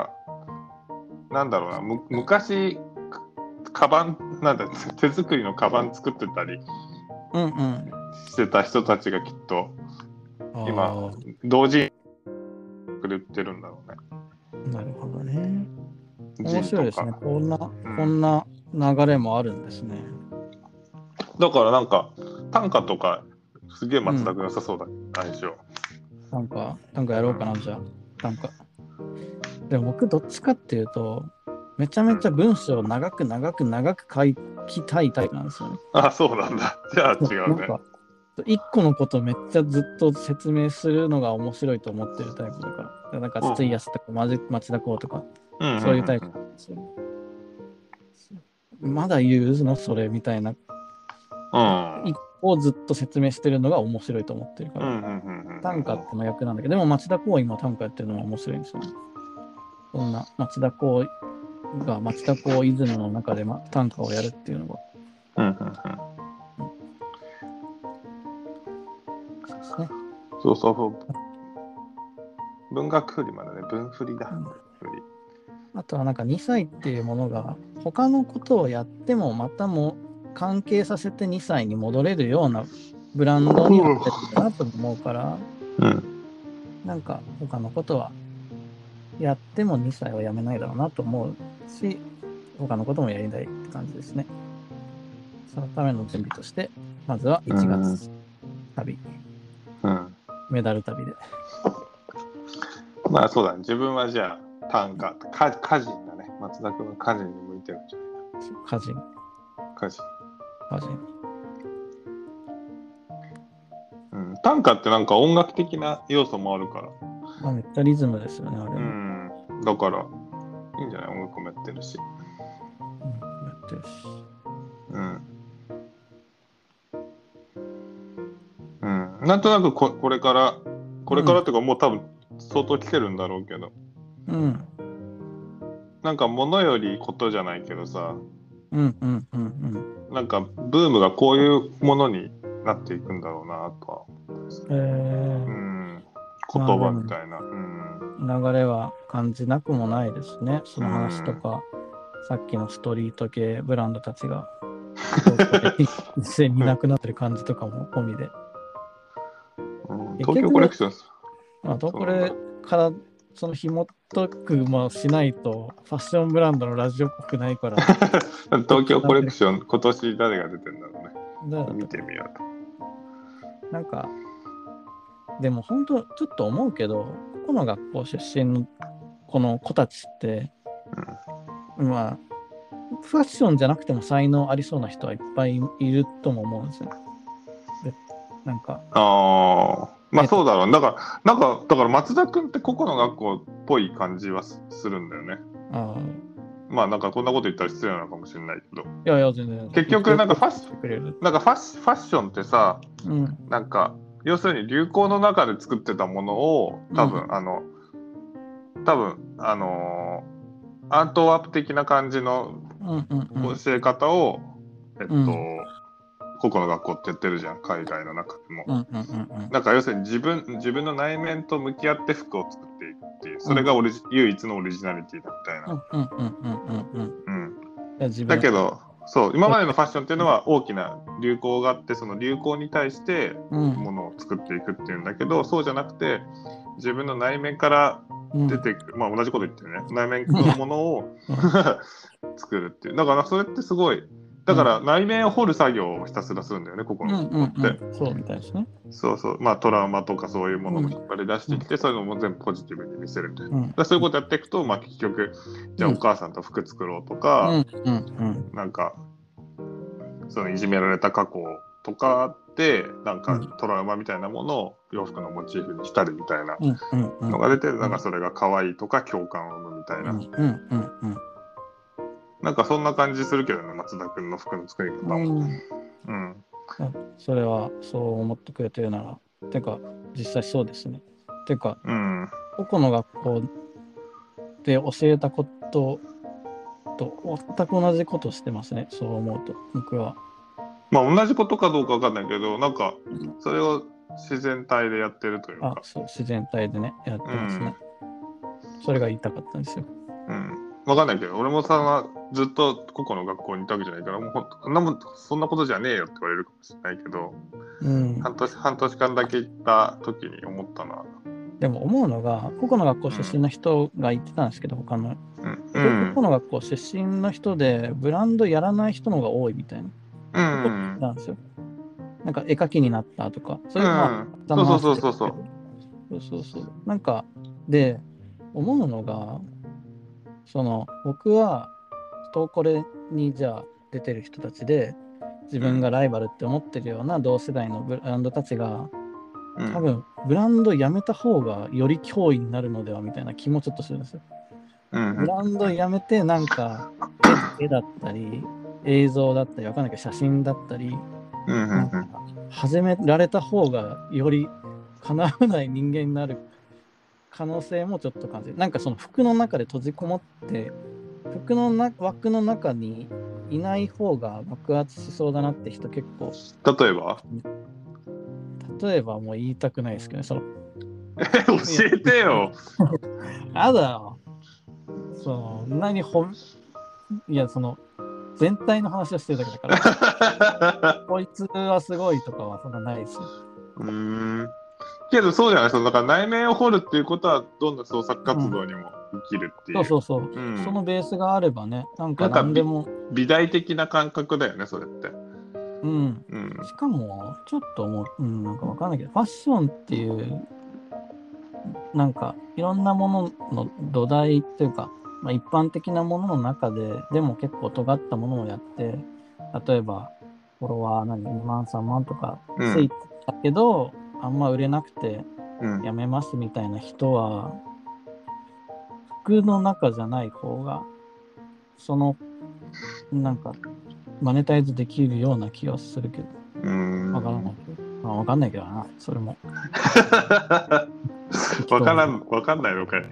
Speaker 1: らなんだろうなむ昔かカバンなんだ手作りのカバン作ってたり
Speaker 2: うん。うんうん。
Speaker 1: してた人たちがきっと
Speaker 2: あー
Speaker 1: 今同時にくれてるんだろうね。
Speaker 2: なるほどね。
Speaker 1: 人
Speaker 2: 面
Speaker 1: とか
Speaker 2: 白いですね。こんな、こんな流れもあるんですね。
Speaker 1: だからなんか短歌とかすげえ松田君良さそうだ、相性。
Speaker 2: なんか、なんかやろうかな、じゃあ。なんか。でも僕、どっちかっていうと、めちゃめちゃ文章を長く長く長く書きたいタイプなんですよね。
Speaker 1: あそうなんだ。じゃあ違
Speaker 2: な
Speaker 1: うんね。
Speaker 2: か、一個のことめっちゃずっと説明するのが面白いと思ってるタイプだから。なんか、筒井康とか、まじ町田こうとか。
Speaker 1: うんんん
Speaker 2: そういうタイプなんですよね。まだ言うのそれみたいな
Speaker 1: うん。
Speaker 2: をずっと説明してるのが面白いと思ってるか
Speaker 1: う
Speaker 2: ら、
Speaker 1: んうんうんうん
Speaker 2: 短歌って真逆なんだけどでも町田公今短歌やってるのが面白いんですよねそんな町田公が町田公イズムの中で、ま、短歌をやるっていうのが
Speaker 1: うんうんうん
Speaker 2: そうですね
Speaker 1: そうそうそう。文学振りまでね、文振りだ。
Speaker 2: うん
Speaker 1: 振り
Speaker 2: あとはなんか2歳っていうものが他のことをやってもまたも関係させて2歳に戻れるようなブランドになってるんだなと思うから
Speaker 1: うん。
Speaker 2: なんか他のことはやっても2歳はやめないだろうなと思うし、他のこともやりたいって感じですね。そのための準備として、まずは1月旅、
Speaker 1: うん。
Speaker 2: メダル旅で。
Speaker 1: まあそうだね。自分はじゃあ短歌、か歌人だね。松田君は歌人に向いてるんじゃない
Speaker 2: 歌人、
Speaker 1: 歌人。
Speaker 2: 歌人。
Speaker 1: うん、短歌ってなんか音楽的な要素もあるから、
Speaker 2: まあ、めっちゃリズムですよね、あれも。
Speaker 1: う
Speaker 2: う
Speaker 1: ん、
Speaker 2: ん
Speaker 1: だからいいんじゃない音楽もやってるし、
Speaker 2: やってるし
Speaker 1: うんうん、なんとなくここれからこれからっていうかもう多分相当来てるんだろうけど、
Speaker 2: うん、
Speaker 1: なんか物よりことじゃないけどさ
Speaker 2: うん、うん、うん、うん。
Speaker 1: なんかブームがこういうものになっていくんだろうなとは、
Speaker 2: え
Speaker 1: う
Speaker 2: ー、
Speaker 1: ん、言葉みたいな、うん
Speaker 2: 流れは感じなくもないですね。その話とか、さっきのストリート系ブランドたちが、一斉になくなってる感じとかも込みで。
Speaker 1: うん、
Speaker 2: 結局
Speaker 1: 東京コレクション
Speaker 2: まあ、と
Speaker 1: そう
Speaker 2: こ
Speaker 1: なんだ
Speaker 2: れからその紐トくもしないと、ファッションブランドのラジオっぽくない から。
Speaker 1: 東京コレクション、今年誰が出てんだろ
Speaker 2: だ
Speaker 1: うね。見てみようと。
Speaker 2: なんか、でも本当、ちょっと思うけど、ここの学校出身のこの子たちって、まあ、ファッションじゃなくても才能ありそうな人はいっぱいいるとも思うんですよ。でなんか、
Speaker 1: ああ、まあそうだろう。だから、なんか、だから松田君って個々の学校っぽい感じはすするんだよね。
Speaker 2: あー
Speaker 1: まあなんかこんなこと言ったら失礼なのかもしれないけど。
Speaker 2: いやいや、全然。
Speaker 1: 結局なんかファッシ
Speaker 2: ョンくれる。
Speaker 1: なんかファッシファッションってさ、
Speaker 2: うん。
Speaker 1: なんか要するに流行の中で作ってたものを多分、
Speaker 2: う
Speaker 1: あの多分あのーアートワープ的な感じの
Speaker 2: うんうんうん。
Speaker 1: 教え方を、えっと、
Speaker 2: うん
Speaker 1: 個々の学校って言ってるじゃん海外の中でも、
Speaker 2: うんうんうん
Speaker 1: なんか要するに自分自分の内面と向き合って服を作っていくっていうそれがオリジ、唯一のオリジナリティだみたいな、
Speaker 2: うんうんうんうんうんうん
Speaker 1: うん、
Speaker 2: いや自分
Speaker 1: だけどそう今までのファッションっていうのは大きな流行があってその流行に対して
Speaker 2: うん
Speaker 1: ものを作っていくっていうんだけどそうじゃなくて自分の内面から
Speaker 2: うん
Speaker 1: 出てくる、まあ同じこと言ってるね内面のものを 作るっていうだからそれってすごいだから内面を掘る作業をひたすらするんだよねここ
Speaker 2: うんう
Speaker 1: の
Speaker 2: ん
Speaker 1: 人って、
Speaker 2: うんそうみたいですね。
Speaker 1: そうそうまあトラウマとかそういうものも引っ張り出してきて、そういうのも全部ポジティブに見せるみたいなだか
Speaker 2: うん
Speaker 1: らそういうことやっていくと、まあ、結局じゃあお母さんと服作ろうとか、
Speaker 2: うんうん
Speaker 1: なんかそのいじめられた過去とかでなんかトラウマみたいなものを洋服のモチーフにしたりみたいな
Speaker 2: うんうんうんうん
Speaker 1: のが出てなんかそれが可愛いとか共感を生むみたい
Speaker 2: うん
Speaker 1: な
Speaker 2: うんうん
Speaker 1: なんかそんな感じするけどね松田君の服の作り方も。
Speaker 2: うん
Speaker 1: うん
Speaker 2: それはそう思ってくれてるならてか実際そうですねてか
Speaker 1: うん
Speaker 2: 個々の学校で教えたことと全く同じことしてますねそう思うと僕は
Speaker 1: まあ同じことかどうかわかんないけどなんか
Speaker 2: うん
Speaker 1: それを自然体でやってるという
Speaker 2: あ
Speaker 1: か、
Speaker 2: そう自然体でねやってますね、それが言いたかったんですよ
Speaker 1: うん、わかんないけど俺もさはずっと個々の学校にいたわけじゃないからもうほんとあんなもんそんなことじゃねえよって言われるかもしれないけど。
Speaker 2: うん
Speaker 1: 半年半年間だけ行った時に思ったな。
Speaker 2: でも思うのが個々の学校出身の人が言ってたんですけど他の
Speaker 1: うん。う
Speaker 2: で
Speaker 1: ん
Speaker 2: 個々の学校出身の人でブランドやらない人の方が多いみたいな
Speaker 1: う
Speaker 2: こと言っ
Speaker 1: ん
Speaker 2: て。たんですよ。なんか絵描きになったとか、そういうの
Speaker 1: う
Speaker 2: は
Speaker 1: ん、
Speaker 2: 頭の中
Speaker 1: そう
Speaker 2: で
Speaker 1: そうそう
Speaker 2: そうそうそう。なんかで思うのがその僕は東コレにじゃあ出てる人たちで自分がライバルって思ってるような同世代のブランドたちが
Speaker 1: うん
Speaker 2: 多分ブランドやめた方がより脅威になるのではみたいな気もちょっとするんですよ。
Speaker 1: うん
Speaker 2: ブランドやめてなんか絵絵だったり映像だったりわかんないけど写真だったり
Speaker 1: うんうん
Speaker 2: なんか始められた方がより叶わない人間になる可能性もちょっと感じるなんかその服の中で閉じこもって服のな枠の中にいない方が爆発しそうだなって人結構
Speaker 1: 例えば
Speaker 2: 例えばもう言いたくないですけどねその
Speaker 1: 教えてよ。
Speaker 2: あだよ。その、何ほん、いや、その、全体の話をしてるだけだから、 こいつはすごいとかはそんなないですよ。
Speaker 1: うーん。けどそうじゃないそのだから内面を掘るっていうことはどんな創作活動にも生きるっていう、
Speaker 2: そうそうそう。
Speaker 1: うん
Speaker 2: そのベースがあればね、なんか
Speaker 1: なんか
Speaker 2: 何でも、
Speaker 1: 美大的な感覚だよねそれって。
Speaker 2: うん。
Speaker 1: うん。
Speaker 2: しかも、ちょっともう、うん、なんかわかんないけど、ファッションっていう、なんか、いろんなものの土台っていうか、まあ、一般的なものの中で、でも結構尖ったものをやって、例えば、フォロワー何2万3万とか
Speaker 1: う
Speaker 2: つい
Speaker 1: ん。
Speaker 2: てたけど、あんま売れなくて
Speaker 1: うん
Speaker 2: やめますみたいな人は服の中じゃない方がそのなんかマネタイズできるような気がするけど
Speaker 1: うん。
Speaker 2: わからないけど、まあ、わかんないけどなそれも
Speaker 1: わからんわかんないのかい。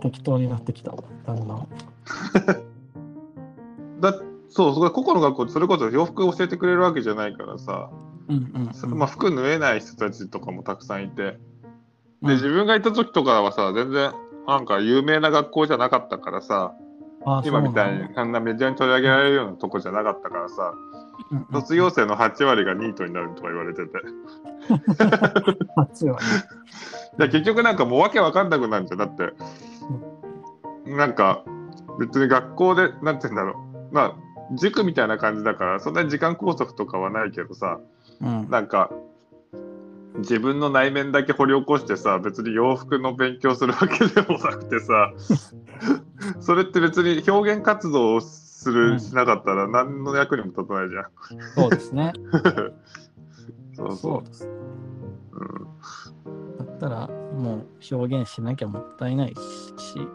Speaker 2: 適当になってきただんだん
Speaker 1: だそうそこ個々の学校ってそれこそ洋服を教えてくれるわけじゃないからさ、
Speaker 2: うんうん
Speaker 1: そ
Speaker 2: うん
Speaker 1: まあ、服縫えない人たちとかもたくさんいて
Speaker 2: うん
Speaker 1: で自分が行った時とかはさ全然なんか有名な学校じゃなかったからさ
Speaker 2: ああ
Speaker 1: 今みたい
Speaker 2: そうなん
Speaker 1: にあんなメディアに取り上げられるようなとこじゃなかったからさ
Speaker 2: だうんうん
Speaker 1: 卒業生の8割がニートになるとか言われてて
Speaker 2: あ強い
Speaker 1: で結局なんかもうわけわかんなくなるんじゃんだってなんか別に学校でなんて言うんだろうまあ塾みたいな感じだからそんなに時間拘束とかはないけどさ
Speaker 2: うん。
Speaker 1: なんか自分の内面だけ掘り起こしてさ別に洋服の勉強するわけでもなくて さそれって別に表現活動をす
Speaker 2: う
Speaker 1: る
Speaker 2: ん
Speaker 1: しなかったら何の役にも立たないじゃん。
Speaker 2: そうですね。
Speaker 1: そう
Speaker 2: そ
Speaker 1: そう
Speaker 2: です。
Speaker 1: う、うん
Speaker 2: だったら、もう表現しなきゃもったいないし、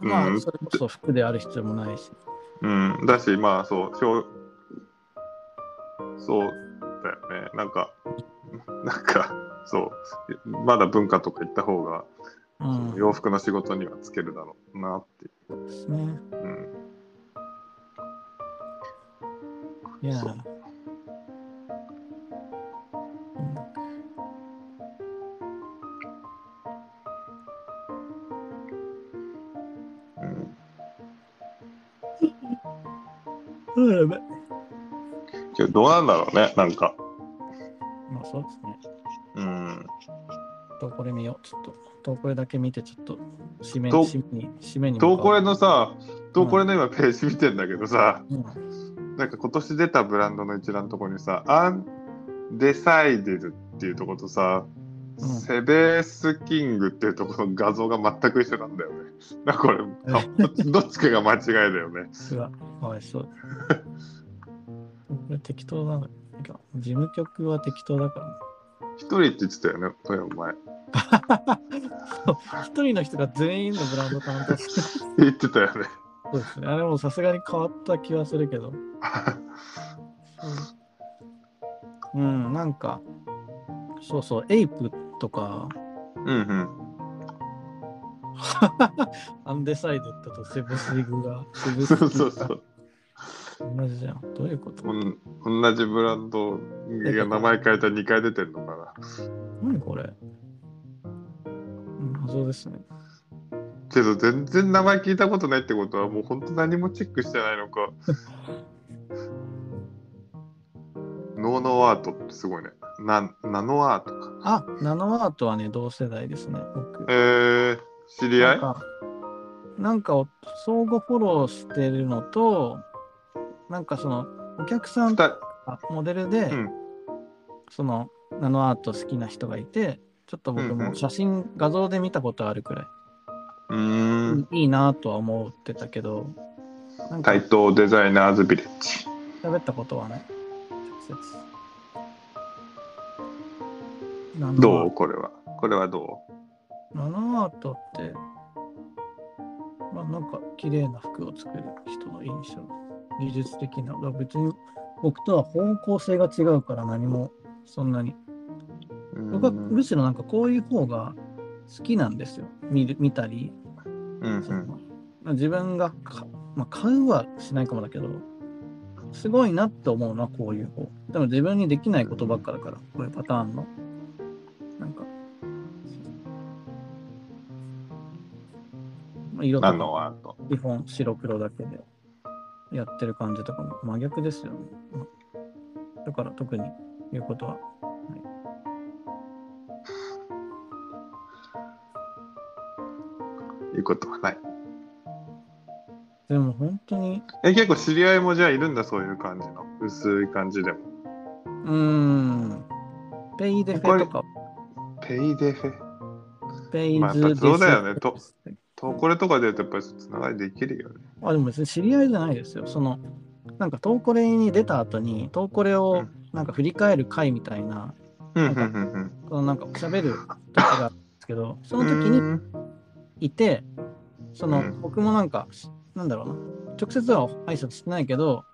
Speaker 1: うん
Speaker 2: まあ、それこそ服である必要もないし。
Speaker 1: うん、だしまあそう表そうだよねなんかなんかそうまだ文化とか行った方が、
Speaker 2: うん。
Speaker 1: 洋服の仕事にはつけるだろうなってい
Speaker 2: ですね。
Speaker 1: う。うん
Speaker 2: いやー。
Speaker 1: そう
Speaker 2: うん
Speaker 1: うん
Speaker 2: うんやばい
Speaker 1: けどどうなんだろうねなんか。
Speaker 2: まあそうですね。
Speaker 1: うん
Speaker 2: とこれ見よう。ちょっと、とこれだけ見て、ちょっと、締め
Speaker 1: と
Speaker 2: 締めに、締めに。
Speaker 1: 東コレのさ東コレの今ページ見てんだけどさ、
Speaker 2: うん、
Speaker 1: なんか今年出たブランドの一覧のところにさ「アンデサイデル」っていうところとさ、
Speaker 2: うん
Speaker 1: セベースキングっていうところの画像が全く一緒なんだよね。なんかこれあど っちどっちかが間違いだよね。
Speaker 2: うわ、かわいそう。これ適当なの。なんか事務局は適当だから
Speaker 1: 一人って言ってたよね、富山前。
Speaker 2: な。一人の人が全員のブランド担当してる。
Speaker 1: 言ってたよね。
Speaker 2: そうですね。あれもさすがに変わった気はするけど。うん、なんか、そうそう、エイプとか、
Speaker 1: うんうん。
Speaker 2: アンデサイドだとセブスイグが、セブス
Speaker 1: そ
Speaker 2: イグ
Speaker 1: う
Speaker 2: が
Speaker 1: そうそう。
Speaker 2: 同じじゃん。どういうこと
Speaker 1: おん同じブランドが名前変えたら2回出てんのかな。
Speaker 2: 何これうん、謎ですね。
Speaker 1: けど全然名前聞いたことないってことはもう本当何もチェックしてないの か。ノーノアートってすごいね。なナノアートか。
Speaker 2: あ、ナノアートはね、同世代ですね、僕。
Speaker 1: えー、知り合
Speaker 2: なん
Speaker 1: い
Speaker 2: か、なんか相互フォローしてるのと、なんかその、お客さん
Speaker 1: 二
Speaker 2: と
Speaker 1: 人
Speaker 2: かモデルで、
Speaker 1: うん
Speaker 2: その、ナノアート好きな人がいて、ちょっと僕
Speaker 1: うんう
Speaker 2: も
Speaker 1: ん
Speaker 2: 写真、画像で見たことあるくらい、
Speaker 1: うーん。
Speaker 2: いいなとは思ってたけど、なんか
Speaker 1: 台東デザイナーズビレッジ。
Speaker 2: 喋ったことはね、直接。ナノアート
Speaker 1: どうこれは。これはど
Speaker 2: ナノアートって、まあなんか綺麗な服を作る人の印象、技術的な、だから別に僕とは方向性が違うから何もそんなに。
Speaker 1: ううーん
Speaker 2: 僕はむしろなんかこういう方が好きなんですよ。見る見たり、
Speaker 1: うん
Speaker 2: そ
Speaker 1: うん
Speaker 2: のまあ自分がか、まあ、買うはしないかもだけど、すごいなって思うのはこういう方。でも自分にできないことばっかだから、こういうパターンの。なんか。まあ、色と
Speaker 1: ナ
Speaker 2: か
Speaker 1: ノアート。
Speaker 2: 基本白黒だけでやってる感じとかも真逆ですよね。まあだから特に言うことは
Speaker 1: いうことはない。
Speaker 2: でも本当に
Speaker 1: え、結構知り合いもじゃあいるんだ、そういう感じの。薄い感じでも。
Speaker 2: うーんペイデフェとか
Speaker 1: ペイデフェ。
Speaker 2: ペイズ
Speaker 1: まあやっぱそうだよね
Speaker 2: ディス
Speaker 1: とと、これとかでやっぱりつながりできるよね。
Speaker 2: あでも別に知り合いじゃないですよ。そのなんかトーコレに出た後にトーコレ
Speaker 1: う
Speaker 2: を
Speaker 1: ん
Speaker 2: なんか振り返る会みたいな、
Speaker 1: うん
Speaker 2: んか
Speaker 1: うん
Speaker 2: そのなんか喋る時があるんですけど、その時
Speaker 1: う
Speaker 2: に
Speaker 1: ん
Speaker 2: いて、その、
Speaker 1: うん
Speaker 2: 僕もなんか、なんだろうな、直接は挨拶してないけど、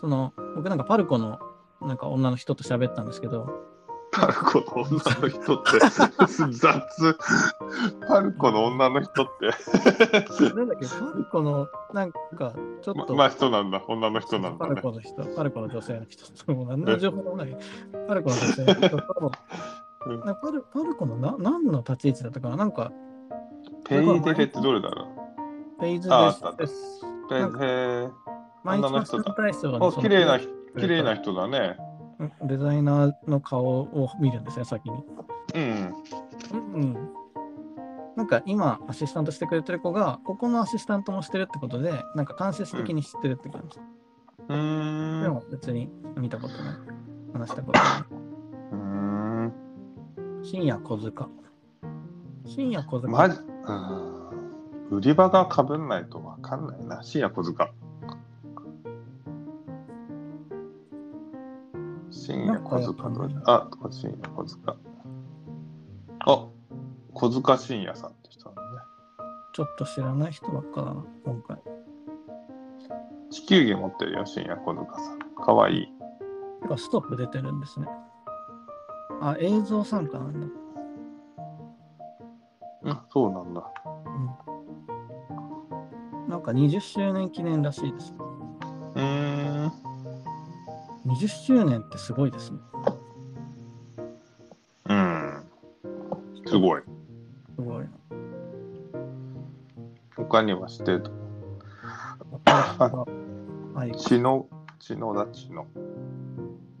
Speaker 2: その僕なんかパルコのなんか女の人と喋ったんです けど、
Speaker 1: パルコの女の人って 雑。パルコの女の人って
Speaker 2: なんだっけ、パルコのなんかちょっ
Speaker 1: ま、
Speaker 2: と、
Speaker 1: まあ人なんだ。女の人なんだ
Speaker 2: パル
Speaker 1: ね。
Speaker 2: コの人、パルコの女性の人と、もう何の情報もない。パルコの女性の人と、
Speaker 1: うん
Speaker 2: なパルパルコのな何の立ち位置だったかななんか、
Speaker 1: ペイデフェってどれだろう
Speaker 2: ペイズ
Speaker 1: ああ
Speaker 2: で
Speaker 1: ったあった
Speaker 2: す。
Speaker 1: ペイデフェ。
Speaker 2: 毎
Speaker 1: 女
Speaker 2: 日
Speaker 1: の
Speaker 2: の
Speaker 1: 人だ
Speaker 2: 体操
Speaker 1: お、綺麗な、
Speaker 2: 人
Speaker 1: 綺麗な人だね。
Speaker 2: デザイナーの顔を見るんですね、先に。
Speaker 1: うん。
Speaker 2: うんうん。なんか今アシスタントしてくれてる子がここのアシスタントもしてるってことでなんか間接的に知ってるって感じ、
Speaker 1: うー
Speaker 2: で
Speaker 1: ん。う
Speaker 2: も別に見たことない話したことない
Speaker 1: ーん。
Speaker 2: 深夜小塚深夜小塚、
Speaker 1: マジ、うーん。売り場がかぶんないとわかんないな。深夜小塚。深夜小塚どうじゃあ、深夜小塚。あ、小塚深夜さんって人なんだね。
Speaker 2: ちょっと知らない人ばっかだな今回
Speaker 1: 地球儀持ってるよ、深夜小塚さん。かわいい。
Speaker 2: てかストップ出てるんですねあ映像参加なんだ
Speaker 1: うん、そうなんだ。
Speaker 2: なんか20周年記念らしいです
Speaker 1: うーん。
Speaker 2: 20周年ってすごいですね
Speaker 1: うん。すごい。
Speaker 2: すごいな
Speaker 1: 他にはしてる。
Speaker 2: はい
Speaker 1: 血の、血のだ、血の。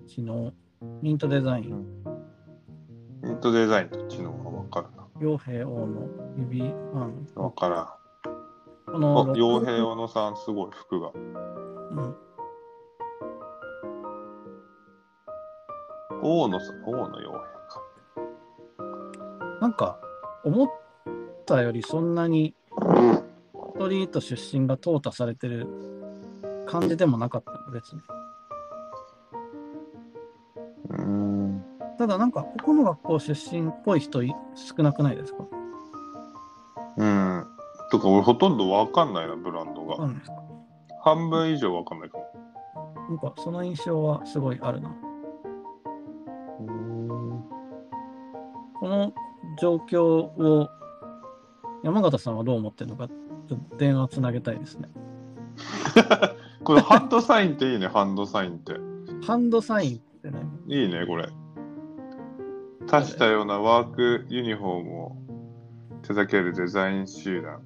Speaker 2: ちのミントデザイン
Speaker 1: ミントデザインと血のがわかるな。
Speaker 2: 傭兵王の指ン
Speaker 1: わからん。
Speaker 2: こ
Speaker 1: あ、
Speaker 2: の
Speaker 1: 傭兵小野さん、すごい服が。
Speaker 2: うん
Speaker 1: 大野さん、大野傭兵か。
Speaker 2: なんか思ったよりそんなにストリート出身が淘汰されてる感じでもなかったの別に
Speaker 1: うーん。
Speaker 2: ただなんかここの学校出身っぽい人い少なくないですか
Speaker 1: うん。とか、俺ほとんどわかんないな、ブランド
Speaker 2: わか
Speaker 1: が。
Speaker 2: んないですか
Speaker 1: 半分以上わかんないかも。
Speaker 2: なんかその印象はすごいあるなこの状況を山形さんはどう思ってるのかちょっと電話つなげたいですね
Speaker 1: これ、ハンドサインっていいね、 ハンドサインって。
Speaker 2: ハンドサインってね
Speaker 1: いいね、これ。多種多様なワークユニフォームを手掛けるデザイン集団。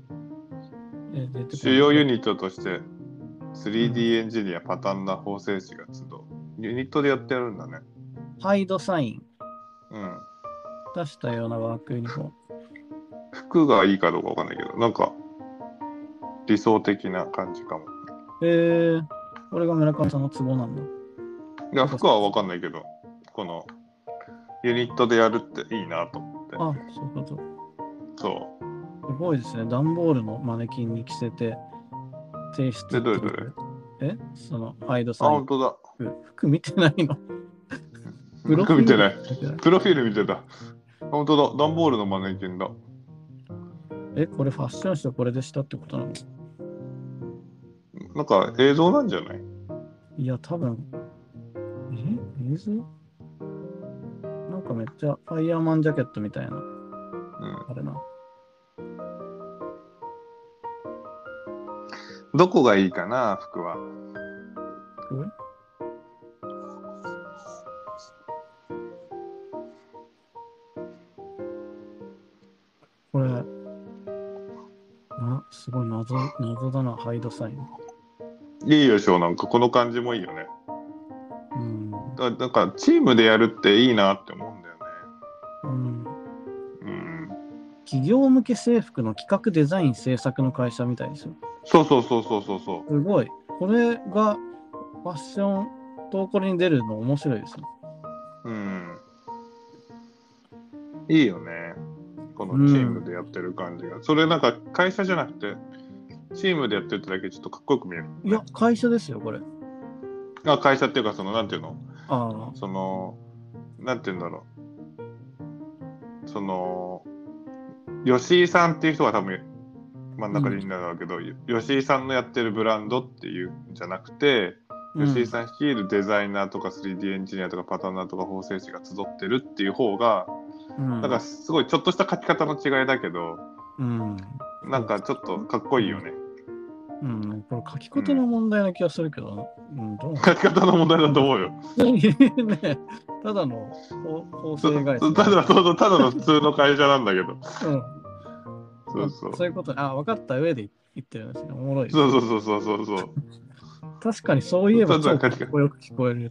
Speaker 2: えー出てこない
Speaker 1: 主要ユニットとして 3D エンジニア、パターンな縫製師が集う。ユニットでやってるんだね。
Speaker 2: ハイドサイン
Speaker 1: うん。
Speaker 2: 出したようなワークユニフォーム
Speaker 1: 服がいいかどうかわかんないけど、なんか理想的な感じかも。
Speaker 2: へえこれが村上さんのツボなんだ
Speaker 1: いや、服はわかんないけど、このユニットでやるっていいなと思って。
Speaker 2: あそういうこと
Speaker 1: そ
Speaker 2: すごいですね。段ボールのマネキンに着せて、提出
Speaker 1: えどれどれ
Speaker 2: えその、ハイド
Speaker 1: う。
Speaker 2: さ
Speaker 1: あ、
Speaker 2: ん
Speaker 1: 本。当だ。
Speaker 2: 服服見てないの。ブ ロ
Speaker 1: 服
Speaker 2: グ
Speaker 1: 見てない。
Speaker 2: 見てない
Speaker 1: プロフィール見てた。本当だ。段ボールのマネキンだ。
Speaker 2: え、これファッション誌はこれでしたってことなの
Speaker 1: なんか映像なんじゃない
Speaker 2: いや、多分。え映像なんかめっちゃファイヤーマンジャケットみたいな、あれ
Speaker 1: う
Speaker 2: な。
Speaker 1: ん。どこがいいかな、服は。
Speaker 2: これこれ、な、すごい謎、謎だな、ハイドサイン。
Speaker 1: いいでしょ、なんかこの感じもいいよね。
Speaker 2: うん。
Speaker 1: だなんかチームでやるっていいなって思うんだよね。
Speaker 2: うん、
Speaker 1: うん。
Speaker 2: 企業向け制服の企画デザイン制作の会社みたいですよ。
Speaker 1: そうそうそうそうそうそう。
Speaker 2: すごい。これがファッションとこれに出るの面白いですね。
Speaker 1: うん。いいよね。このチームでやってる感じが。それなんか会社じゃなくて、チームでやってるってだけちょっとかっこよく見える。
Speaker 2: いや、会社ですよ、これ。
Speaker 1: あ会社っていうか、その、なんていうの
Speaker 2: ああ。
Speaker 1: その、なんていうんだろう。その、吉井さんっていう人が多分真ん中にいるんだろうけど、吉井さんのやってるブランドっていうんじゃなくて、吉井さん率いるデザイナーとか 3D エンジニアとかパターナーとか縫製師が集ってるっていう方が、
Speaker 2: うん、
Speaker 1: なんかすごいちょっとした書き方の違いだけど、
Speaker 2: うん。
Speaker 1: なんかちょっとかっこいいよね。
Speaker 2: うん、これ書き方の問題な気がするけど、うん、 どうな
Speaker 1: 書き方の問題だと思うよ。
Speaker 2: のねただの構
Speaker 1: そ
Speaker 2: 成会社。
Speaker 1: うただそうそうただの普通の会社なんだけど。
Speaker 2: うん
Speaker 1: そうそう。
Speaker 2: いうことねあ、分かった上で言ってるんですね。おもろい。
Speaker 1: そうそうそうそうそうそう。
Speaker 2: 確かにそういえば、
Speaker 1: そうそ
Speaker 2: 超
Speaker 1: う
Speaker 2: かっこよく聞こえる。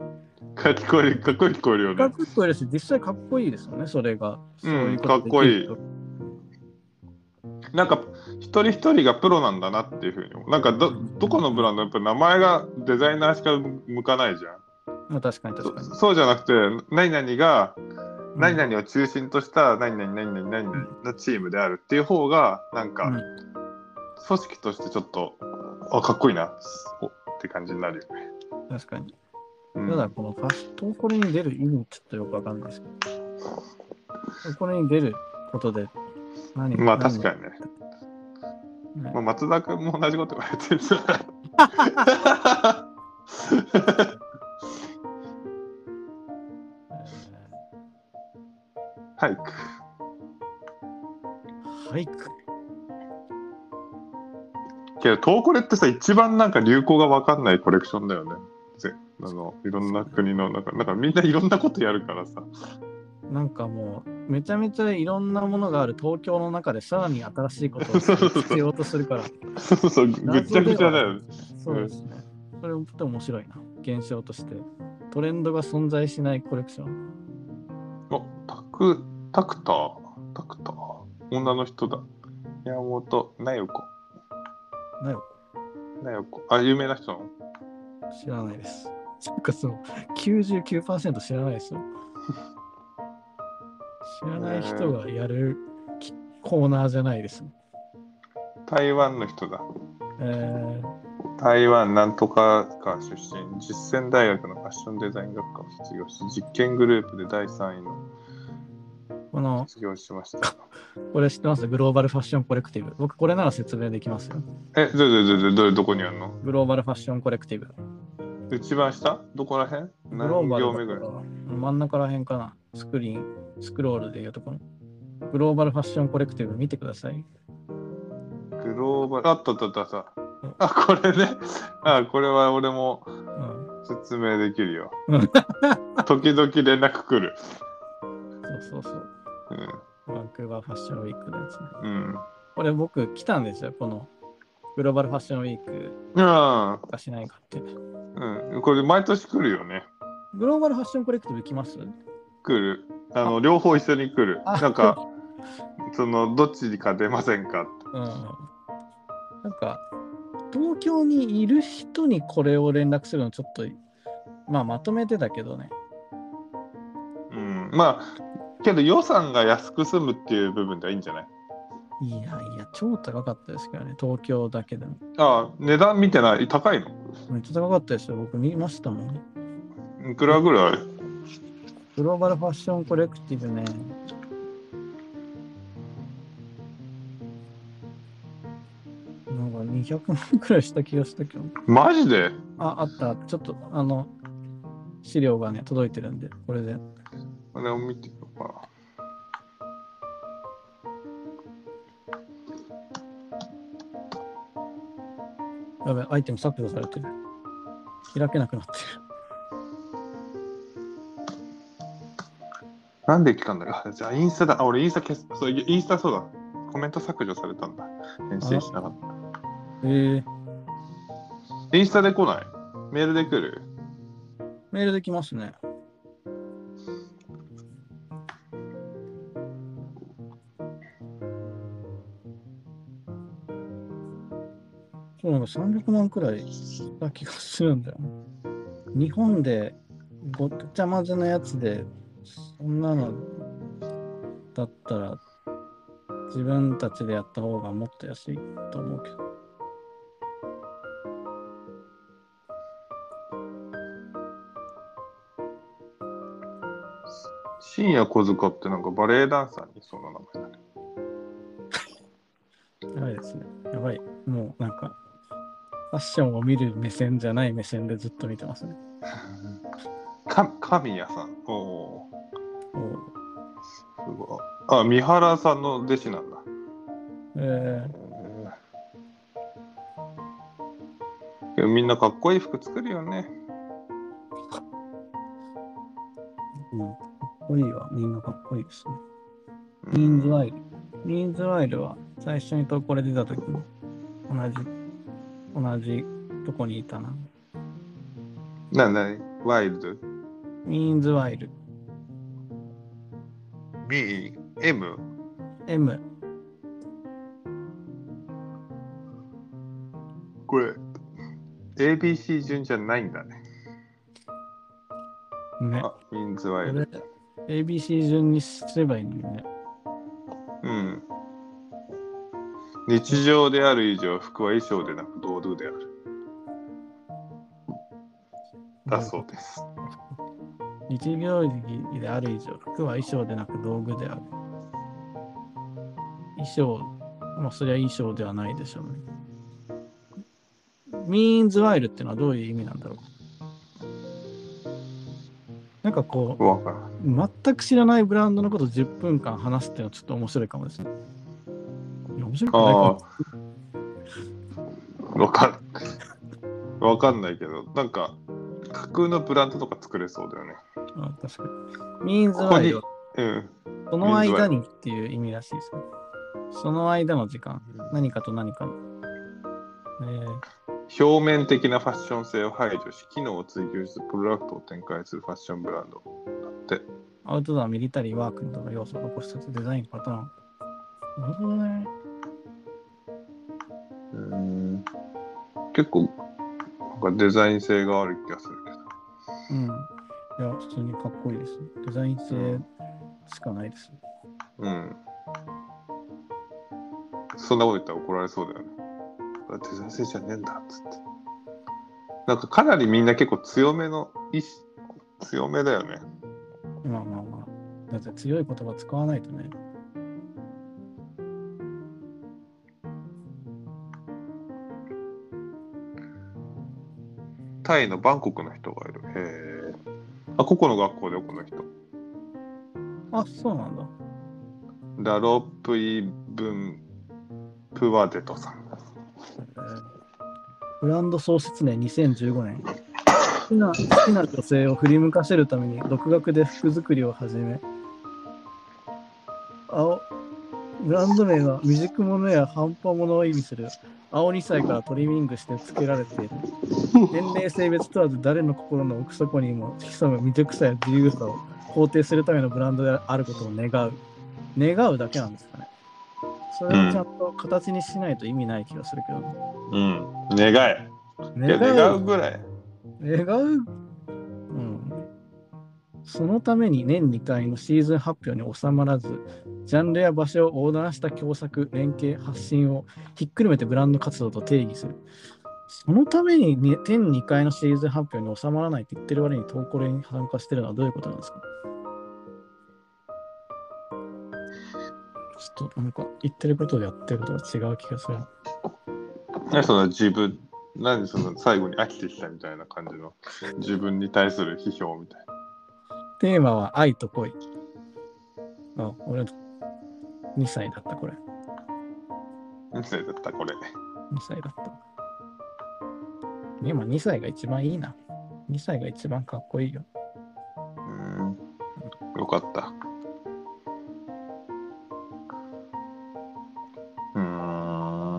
Speaker 1: かっこいい、かっこよく聞こえるよ
Speaker 2: かっ
Speaker 1: ね。
Speaker 2: こよく聞こえるし、実際かっこいいですよね、それが。そういう
Speaker 1: かっこいい
Speaker 2: できると
Speaker 1: なんか一人一人がプロなんだなっていうふうに思うなんかどどこのブランドやっぱ名前がデザイナーしか向かないじゃん
Speaker 2: まあ確かに確かに
Speaker 1: そ。そうじゃなくて何々が何々を中心とした何々何々何々のチームであるっていう方がなんか
Speaker 2: うん
Speaker 1: 組織としてちょっとあかっこいいなおって感じになるよね。
Speaker 2: 確かに。
Speaker 1: うん
Speaker 2: ただこのファストこれに出る意味ちょっとよくわかんないですけど。これに出ることで何
Speaker 1: まあ確かにね。
Speaker 2: に、
Speaker 1: まあ、松田君も同じこと言われて る。体育。
Speaker 2: はい。俳句
Speaker 1: けど、トーコレってさ、一番なんか流行が分かんないコレクションだよね。ぜあのいろんな国の中、なんかみんないろんなことやるからさ。
Speaker 2: なんかもう、めちゃめちゃいろんなものがある東京の中でさらに新しいことを必要とするから。
Speaker 1: そうそう、ぐっちゃぐちゃだよね。
Speaker 2: そうですね。それもとても面白いな、現象として。トレンドが存在しないコレクション。
Speaker 1: あ、タク、タクター。タクター。女の人だ。山本、なよこ。
Speaker 2: なよ、
Speaker 1: なよこ。あ、有名な人なの
Speaker 2: 知らないです。なんかそう、99%知らないですよ。知らない人がやるきコーナーじゃないです。
Speaker 1: 台湾の人だ。
Speaker 2: えー、
Speaker 1: 台湾なんとかか出身、実践大学のファッションデザイン学科を卒業し、実験グループで第3位の
Speaker 2: この、
Speaker 1: 卒業しました。
Speaker 2: これ知ってますグローバルファッションコレクティブ。僕、これなら説明できますよ。
Speaker 1: え、どれどれどれどれどこにあるの
Speaker 2: グローバルファッションコレクティブ。
Speaker 1: 一番下どこら辺
Speaker 2: グロー
Speaker 1: 何
Speaker 2: バ
Speaker 1: 行
Speaker 2: ル
Speaker 1: 目ぐ
Speaker 2: だ
Speaker 1: らい
Speaker 2: から真ん中らへんかな。スクリーン、スクロールでいうところ。グローバルファッションコレクティブ見てください。
Speaker 1: グローバル。あったあったあったあった。あ、これね。あ、これは俺も
Speaker 2: うん。
Speaker 1: 説明できるよ
Speaker 2: うん。
Speaker 1: 時々連絡来る。
Speaker 2: そうそうそう。バンクーバーファッションウィークのやつね。
Speaker 1: うん。
Speaker 2: これ僕来たんですよ。このグローバルファッションウィーク
Speaker 1: うん。あ
Speaker 2: かしないかって。グ
Speaker 1: あ、うん。これ毎年来るよね。
Speaker 2: ローバルファッションコレクティブ来ます
Speaker 1: 来る。あの、両方一緒に来る。
Speaker 2: あ
Speaker 1: なんか、その、どっちか出ませんかって。
Speaker 2: うん。なんか、東京にいる人にこれを連絡するのちょっと、まあまとめてだけどね。
Speaker 1: うん。まあ、けど予算が安く済むっていう部分ではいいんじゃない
Speaker 2: いやいや、超高かったですけどね。東京だけでも。
Speaker 1: ああ、値段見てない。高いの
Speaker 2: めっちゃ高かったですよ。僕見ましたもんね。
Speaker 1: いくらぐらい
Speaker 2: グローバルファッションコレクティブね。なんか200万くらいした気がしたけど。
Speaker 1: マジで
Speaker 2: あ、あった。ちょっと、あの、資料がね、届いてるんで、これで。
Speaker 1: あれを見てみようか
Speaker 2: やべ、アイテム削除されてる。開けなくなってる。
Speaker 1: な。なんで来たんだろうあじゃあインスタだ。あ、俺インスタ消す。そう、インスタそうだ。コメント削除されたんだ。返信しなかっ
Speaker 2: えー、
Speaker 1: た。インスタで来ないメールで来る
Speaker 2: メールできますね。そうなんか300万くらいした気がするんだよな。日本でごっちゃ混ぜのやつで、そんなのだったら、自分たちでやった方がもっと安いと思うけど。
Speaker 1: 深夜小塚ってなんかバレエダンサーにいそうな名前だね。
Speaker 2: やばいですね。やばい。もうなんか、ファッションを見る目線じゃない目線でずっと見てますね。
Speaker 1: か神谷さん。おお
Speaker 2: おう
Speaker 1: ー。すごい。あ、三原さんの弟子なんだ。
Speaker 2: え
Speaker 1: けどみんなかっこいい服作るよね。
Speaker 2: ー、うん、かっこいいわ。みんなかっこいいですね。
Speaker 1: う
Speaker 2: ミーンズ
Speaker 1: ん、
Speaker 2: ワイル。ミーンズワイルは最初にとこれ出た時も同じ、同じとこにいたな。
Speaker 1: なんだいワイルド
Speaker 2: ミーンズワイル。
Speaker 1: ?B、M、
Speaker 2: M。
Speaker 1: これ ABC 順じゃないんだね。
Speaker 2: ね。
Speaker 1: あ、インズワイ
Speaker 2: こ
Speaker 1: ル
Speaker 2: れ ABC 順にすればいいのにね。
Speaker 1: うん。日常である以上、服は衣装でなく堂々である。だそうです。
Speaker 2: 日行儀である以上、服は衣装でなく道具である。衣装、まあそりゃ衣装ではないでしょうね。ミーンズワイルってのはどういう意味なんだろうなんかこ
Speaker 1: わからん。
Speaker 2: う、全く知らないブランドのことを10分間話すっていうのはちょっと面白いかもですね。いや面白くないか
Speaker 1: あ
Speaker 2: も
Speaker 1: あ。わかん。わかんないけど、なんか、架空のブランドとか作れそうだよね。
Speaker 2: あ確かに。ミーンズ
Speaker 1: ここ
Speaker 2: ワイ
Speaker 1: に
Speaker 2: ル、、
Speaker 1: うん。
Speaker 2: その間にっていう意味らしいですね。その間の時間、何かと何かの。えー
Speaker 1: 表面的なファッション性を排除し、機能を追求し、プロダクトを展開するファッションブランド。
Speaker 2: アウトドア、ミリタリー、ワークなどの要素を残しつつデザイン、パターン。なるほどね。
Speaker 1: うん。結構、なんかデザイン性がある気がするけど。
Speaker 2: うん。いや、普通にかっこいいですね。デザイン性しかないですね。
Speaker 1: うん。そんなこと言ったら怒られそうだよね。デザイン性じゃねえんだっつって。なんかかなりみんな結構強めの意志、強めだよね。
Speaker 2: まあまあまあ。だって強い言葉使わないとね。
Speaker 1: タイのバンコクの人がいる。へえ。あ、ここの学校でこの人。
Speaker 2: あ、そうなんだ。
Speaker 1: ラロップイブンプワデトさん。
Speaker 2: えーブランド創設年2015年。好きな好きな女性を振り向かせるために独学で服作りを始め、青ブランド名は未熟者や半端者を意味する青2歳からトリミングして付けられている。年齢性別問わず誰の心の奥底にも潜む未熟さや自由さを肯定するためのブランドであることを願う。願うだけなんですかね。それをちゃんと形にしないと意味ない気がするけどね。
Speaker 1: うん。願い。いや、願うぐらい。
Speaker 2: 願う、うん、そのために年2回のシーズン発表に収まらずジャンルや場所を横断した共作連携発信をひっくるめてブランド活動と定義するそのためにね年2回のシーズン発表に収まらないって言ってる割に投稿連に参加してるのはどういうことなんですかちょっとなんか言ってることでやってることが違う気がする。
Speaker 1: 何その自分、何その最後に飽きてきたみたいな感じの自分に対する批評みたいな。
Speaker 2: テーマは愛と恋。あ、俺、2歳だった、これ。
Speaker 1: 何歳だったこれ。
Speaker 2: 2歳だった。今、2歳が一番いいな。2歳が一番かっこいいよ。
Speaker 1: うん。よかった。うーん。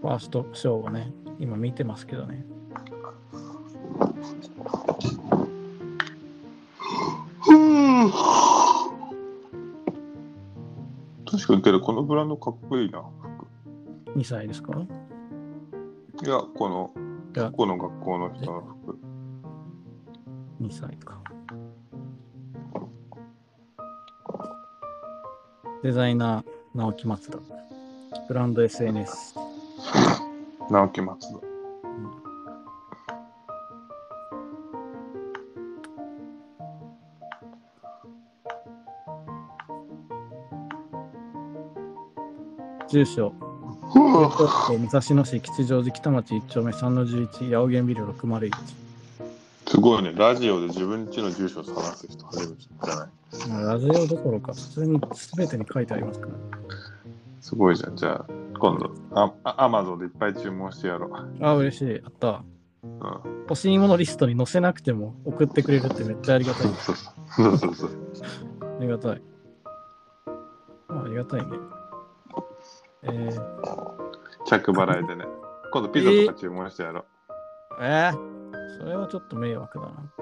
Speaker 2: ファーストショーをね、今見てますけどね。
Speaker 1: 確かにけど、このブランドかっこいいな。
Speaker 2: 2歳ですか
Speaker 1: いや、この
Speaker 2: いや、
Speaker 1: ここの学校の人の服。
Speaker 2: ?2 歳か。デザイナー、直木松田。ブランド SNS。
Speaker 1: 直木松田。
Speaker 2: 住所、武蔵野市吉祥寺北町1丁目3の11、八百源ビル601。
Speaker 1: すごいね、ラジオで自分家の住所を探す人初めてじゃない。
Speaker 2: まあラジオどころか、普通に全てに書いてありますから。
Speaker 1: すごいじゃん。じゃあ、今度、ああアマゾンでいっぱい注文してやろう。
Speaker 2: あ、嬉しい。あった。
Speaker 1: う
Speaker 2: 欲しいものリストに載せなくても送ってくれるってめっちゃありがたい。
Speaker 1: ん。そうそうそうそう。
Speaker 2: ありがたい。あありがたいね。えー、
Speaker 1: 着払いでね。今度ピザとか注文してやろう。
Speaker 2: えーそれはちょっと迷惑だな。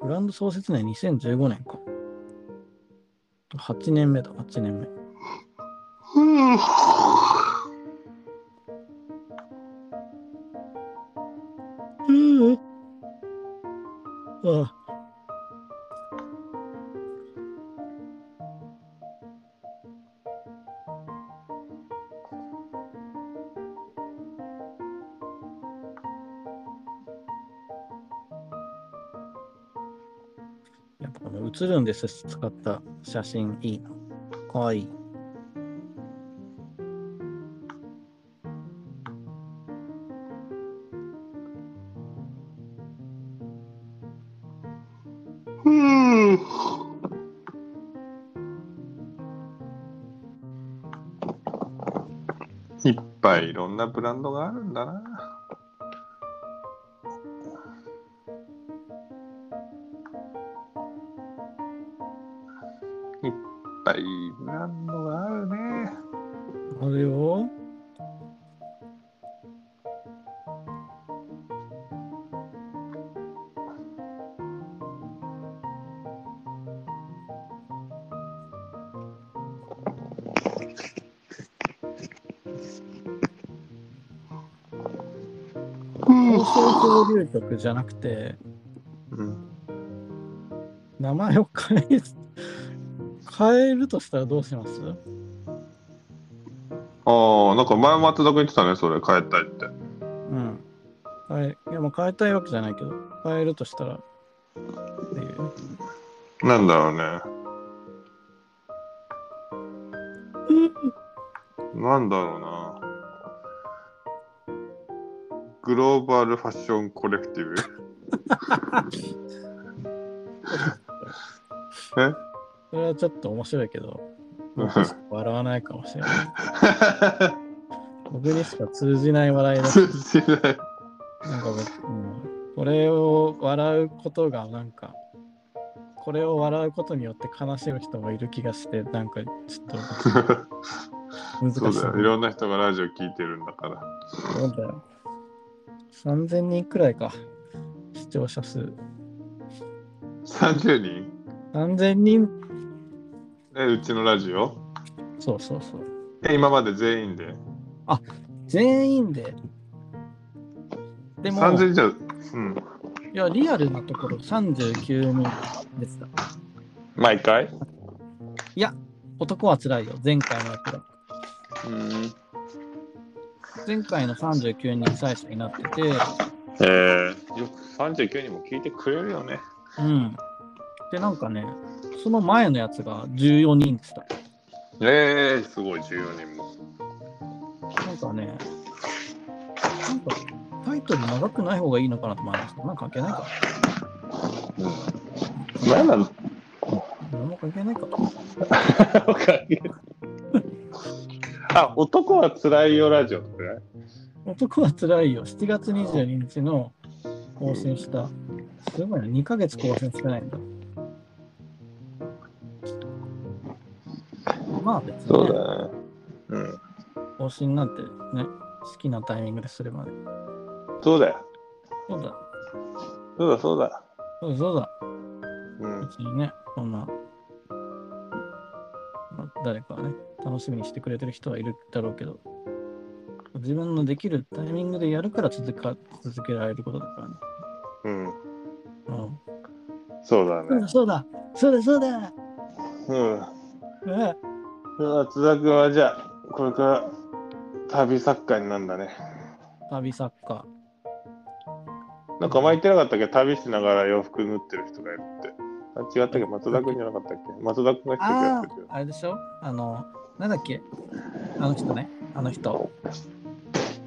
Speaker 2: ブランド創設年2015年か。8年目だ、8年目。
Speaker 9: うん
Speaker 2: うん。あやっぱこの映るんです使った写真いいな。かわいい。
Speaker 9: うんいっぱいいろんなブランドがあるんだな。いっぱいブランドがあるね。
Speaker 2: あれよ。放送交流局じゃなくて、
Speaker 9: うん、
Speaker 2: 名前を変え、変えるとしたらどうします
Speaker 9: ああ、なんか前松田君言ってたね、それ変えたいって。
Speaker 2: うん。変え、いや、もう変えたいわけじゃないけど、変えるとしたら、っていう。
Speaker 9: なんだろうね。なんだろうな。グローバルファッションコレクティ ブえ
Speaker 2: それはちょっと面白いけど、僕しか笑わないかもし れない。僕にしか通じない笑いだし、
Speaker 9: 通じな
Speaker 2: な
Speaker 9: い。
Speaker 2: んか僕、うん、これを笑うことが、なんか、これを笑うことによって悲しむ人もいる気がして、なんかちょっ と難しい。
Speaker 9: そうだよ。いろんな人がラジオ聞いてるんだから。
Speaker 2: そうだよ。3000人くらいか、視聴者数。
Speaker 9: 30人
Speaker 2: 3000人
Speaker 9: え、うちのラジオ
Speaker 2: そうそうそう。
Speaker 9: え、今まで全員で。
Speaker 2: 全員で。でも、
Speaker 9: 3000じゃ、うん。
Speaker 2: いや、リアルなところ39人でした。
Speaker 9: 毎回
Speaker 2: 男は辛いよ、前回のやつら。
Speaker 9: うん。
Speaker 2: 前回の39人最初になってて、
Speaker 9: えー、よく39人も聞いてくれるよね。
Speaker 2: うん。で、なんかね、その前のやつが14人でした。
Speaker 9: えー、すごい、14人も。
Speaker 2: なんかね、なんかタイトル長くない方がいいのかなと思いますけど、なんか関係ないか。
Speaker 9: うん、なんなの
Speaker 2: 何も関係ないか。
Speaker 9: あ、男はつらいよラジオってね。
Speaker 2: 男は辛いよ、7月22日の更新した。すごいな、2ヶ月更新してないんだ。まあ別に、ね。
Speaker 9: だね。うん。
Speaker 2: 更新なんてね、好きなタイミングですればね。
Speaker 9: そうだよ。
Speaker 2: そうだ、
Speaker 9: そうだ、そうだ。
Speaker 2: そうだ、そうだ。
Speaker 9: うん。
Speaker 2: 別にね、こんな、まあ、誰かね、楽しみにしてくれてる人はいるだろうけど、自分のできるタイミングでやるから続か続けられることだからね。
Speaker 9: うん。
Speaker 2: うん
Speaker 9: そうだ
Speaker 2: そう
Speaker 9: ね
Speaker 2: だ、。そうだ、そうだ、そうだ。
Speaker 9: うん。
Speaker 2: うわ
Speaker 9: 津田君はじゃあ、これから旅作家になるんだね。
Speaker 2: 旅作家。
Speaker 9: なんか前言ってなかったっけ旅しながら洋服縫ってる人がいるって。あ違ったっけ松田君じゃなかったっけ松田君が一人でやっ
Speaker 2: あ
Speaker 9: てるけど
Speaker 2: あ、あれでしょあの、なんだっけあの人ね、あの人。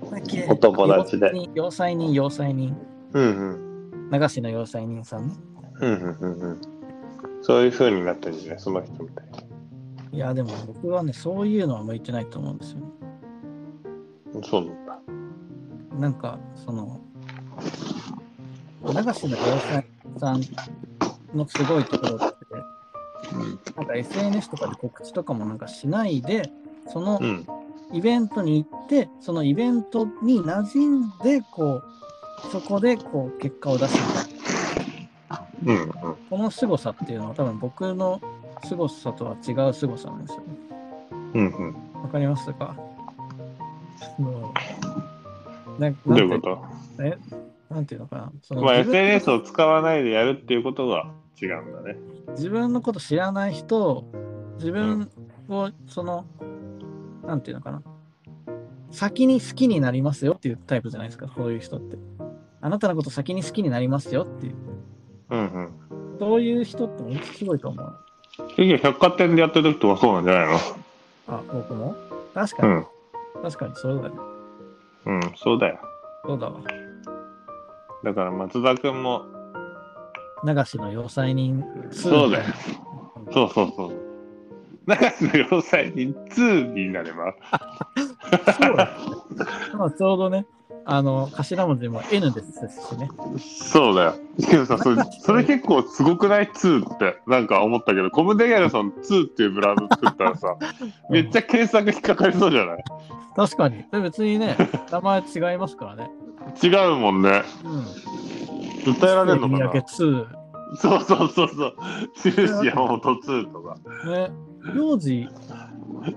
Speaker 2: なんだっけ
Speaker 9: 男たちで
Speaker 2: 要塞人、要塞人。
Speaker 9: うんうん。
Speaker 2: 流しの要塞人さんね。
Speaker 9: うんうんうんうん。そういう風になってるんじゃないその人みたい
Speaker 2: いや、でも僕はね、そういうのは向いてないと思うんですよね。
Speaker 9: に。そうなんだ。
Speaker 2: なんか、その、流しの要塞さんのすごいところって、なんか SNS とかで告知とかもなんかしないで、その
Speaker 9: うん。
Speaker 2: イベントに行って、そのイベントに馴染んで、こう、そこでこう結果を出すみたいな。
Speaker 9: うんうん。
Speaker 2: この凄さっていうのは多分僕の凄さとは違う凄さなんですよね。
Speaker 9: うんうん。
Speaker 2: わかりましたかもう、なん
Speaker 9: どう
Speaker 2: ないんて
Speaker 9: うこ
Speaker 2: なんていうのかな。そ
Speaker 9: と
Speaker 2: の
Speaker 9: まあ
Speaker 2: 自分
Speaker 9: SNS を使わないでやるっていうことが違うんだね。
Speaker 2: 自分のこと知らない人、自分を、その、なんていうのかな。先に好きになりますよっていうタイプじゃないですか、こういう人って。あなたのこと先に好きになりますよっていう。
Speaker 9: うん
Speaker 2: そういう人って本当すごいと思う。
Speaker 9: うん。結局百貨店でやってる時とかそうなんじゃない
Speaker 2: あ、僕も確かに、
Speaker 9: の
Speaker 2: 確かにそうだね。
Speaker 9: うん。うん、そうだよ。
Speaker 2: そうだわ。
Speaker 9: だから松田君も、
Speaker 2: 流しの要塞人
Speaker 9: そうだよ。そうそうそう。長瀬の要塞に2になれば、
Speaker 2: そうだねまあちょうどね、あの頭文字も N ですしね。
Speaker 9: そうだよ。けどさ、そ れそれ結構すごくない ?2 って、なんか思ったけど、コムデギャルソン2っていうブランド作ったらさ、めっちゃ検索引っかかりそうじゃない
Speaker 2: 確かに。で別にね、名前違いますからね。
Speaker 9: 違うもんね。
Speaker 2: うん。
Speaker 9: 伝えられるのか
Speaker 2: 三宅
Speaker 9: な
Speaker 2: 2。
Speaker 9: そうそうそうそう。印山本2とか。
Speaker 2: ね。幼児、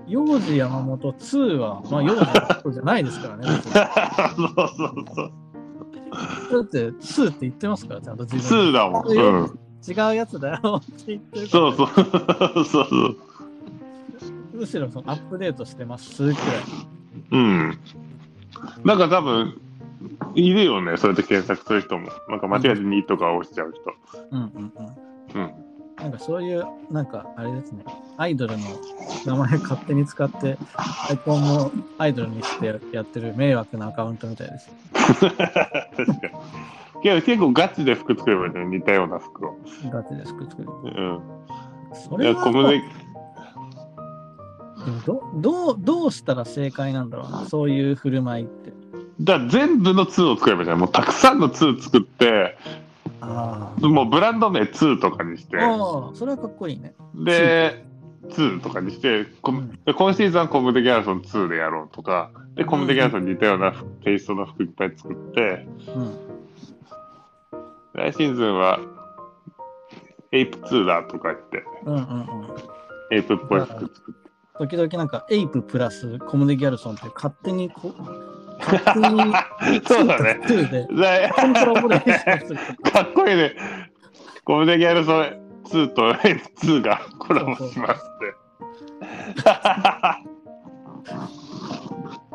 Speaker 2: 幼児山本2は、まあ幼児のことじゃないですからね。別にだ
Speaker 9: そうそうそう。
Speaker 2: って2って言ってますから、ちゃんと自分
Speaker 9: 2だもん。うん。
Speaker 2: で。違うやつだよって言ってるから
Speaker 9: そうそう。そうそう。
Speaker 2: むしろそのアップデートしてますくらい。
Speaker 9: うん。なんか多分、いるよね、そうやって検索する人も。なんか間違えて2とか押しちゃう人。
Speaker 2: うんうんうん。
Speaker 9: うん。
Speaker 2: なんかそういう、なんかあれですね、アイドルの名前勝手に使って、アイコンもアイドルにしてやってる迷惑なアカウントみたいです。
Speaker 9: 確かに。けど結構ガチで服作ればいいのに似たような服を。
Speaker 2: ガチですくつく。
Speaker 9: うん。
Speaker 2: そ
Speaker 9: い
Speaker 2: れ
Speaker 9: や、
Speaker 2: は
Speaker 9: 小胸、
Speaker 2: でもどどうどうしたら正解なんだろうな、そういう振る舞いって。
Speaker 9: だから全部の2を作ればいいじゃん。もうたくさんの2作って、
Speaker 2: あ
Speaker 9: もうブランド名2とかにして。
Speaker 2: ああ、それはかっこいいね。
Speaker 9: で、2とかにして、コムで今シーズンはコムデギャラソン2でやろうとか、で、コムデギャラソンに似たような服テイストの服いっぱい作って、
Speaker 2: うん。
Speaker 9: 来シーズンは、エイプ2だとか言って、
Speaker 2: うんうんうん。
Speaker 9: エイプっぽい服作って。
Speaker 2: 時々なんか、エイププラスコムデギャルソンって勝手にこう、勝手に
Speaker 9: そうだね。
Speaker 2: 2で、
Speaker 9: で
Speaker 2: 本当にコラボレーションする。
Speaker 9: かっこいいね。コムデギャラソン2とエイプ2がコラボしますって。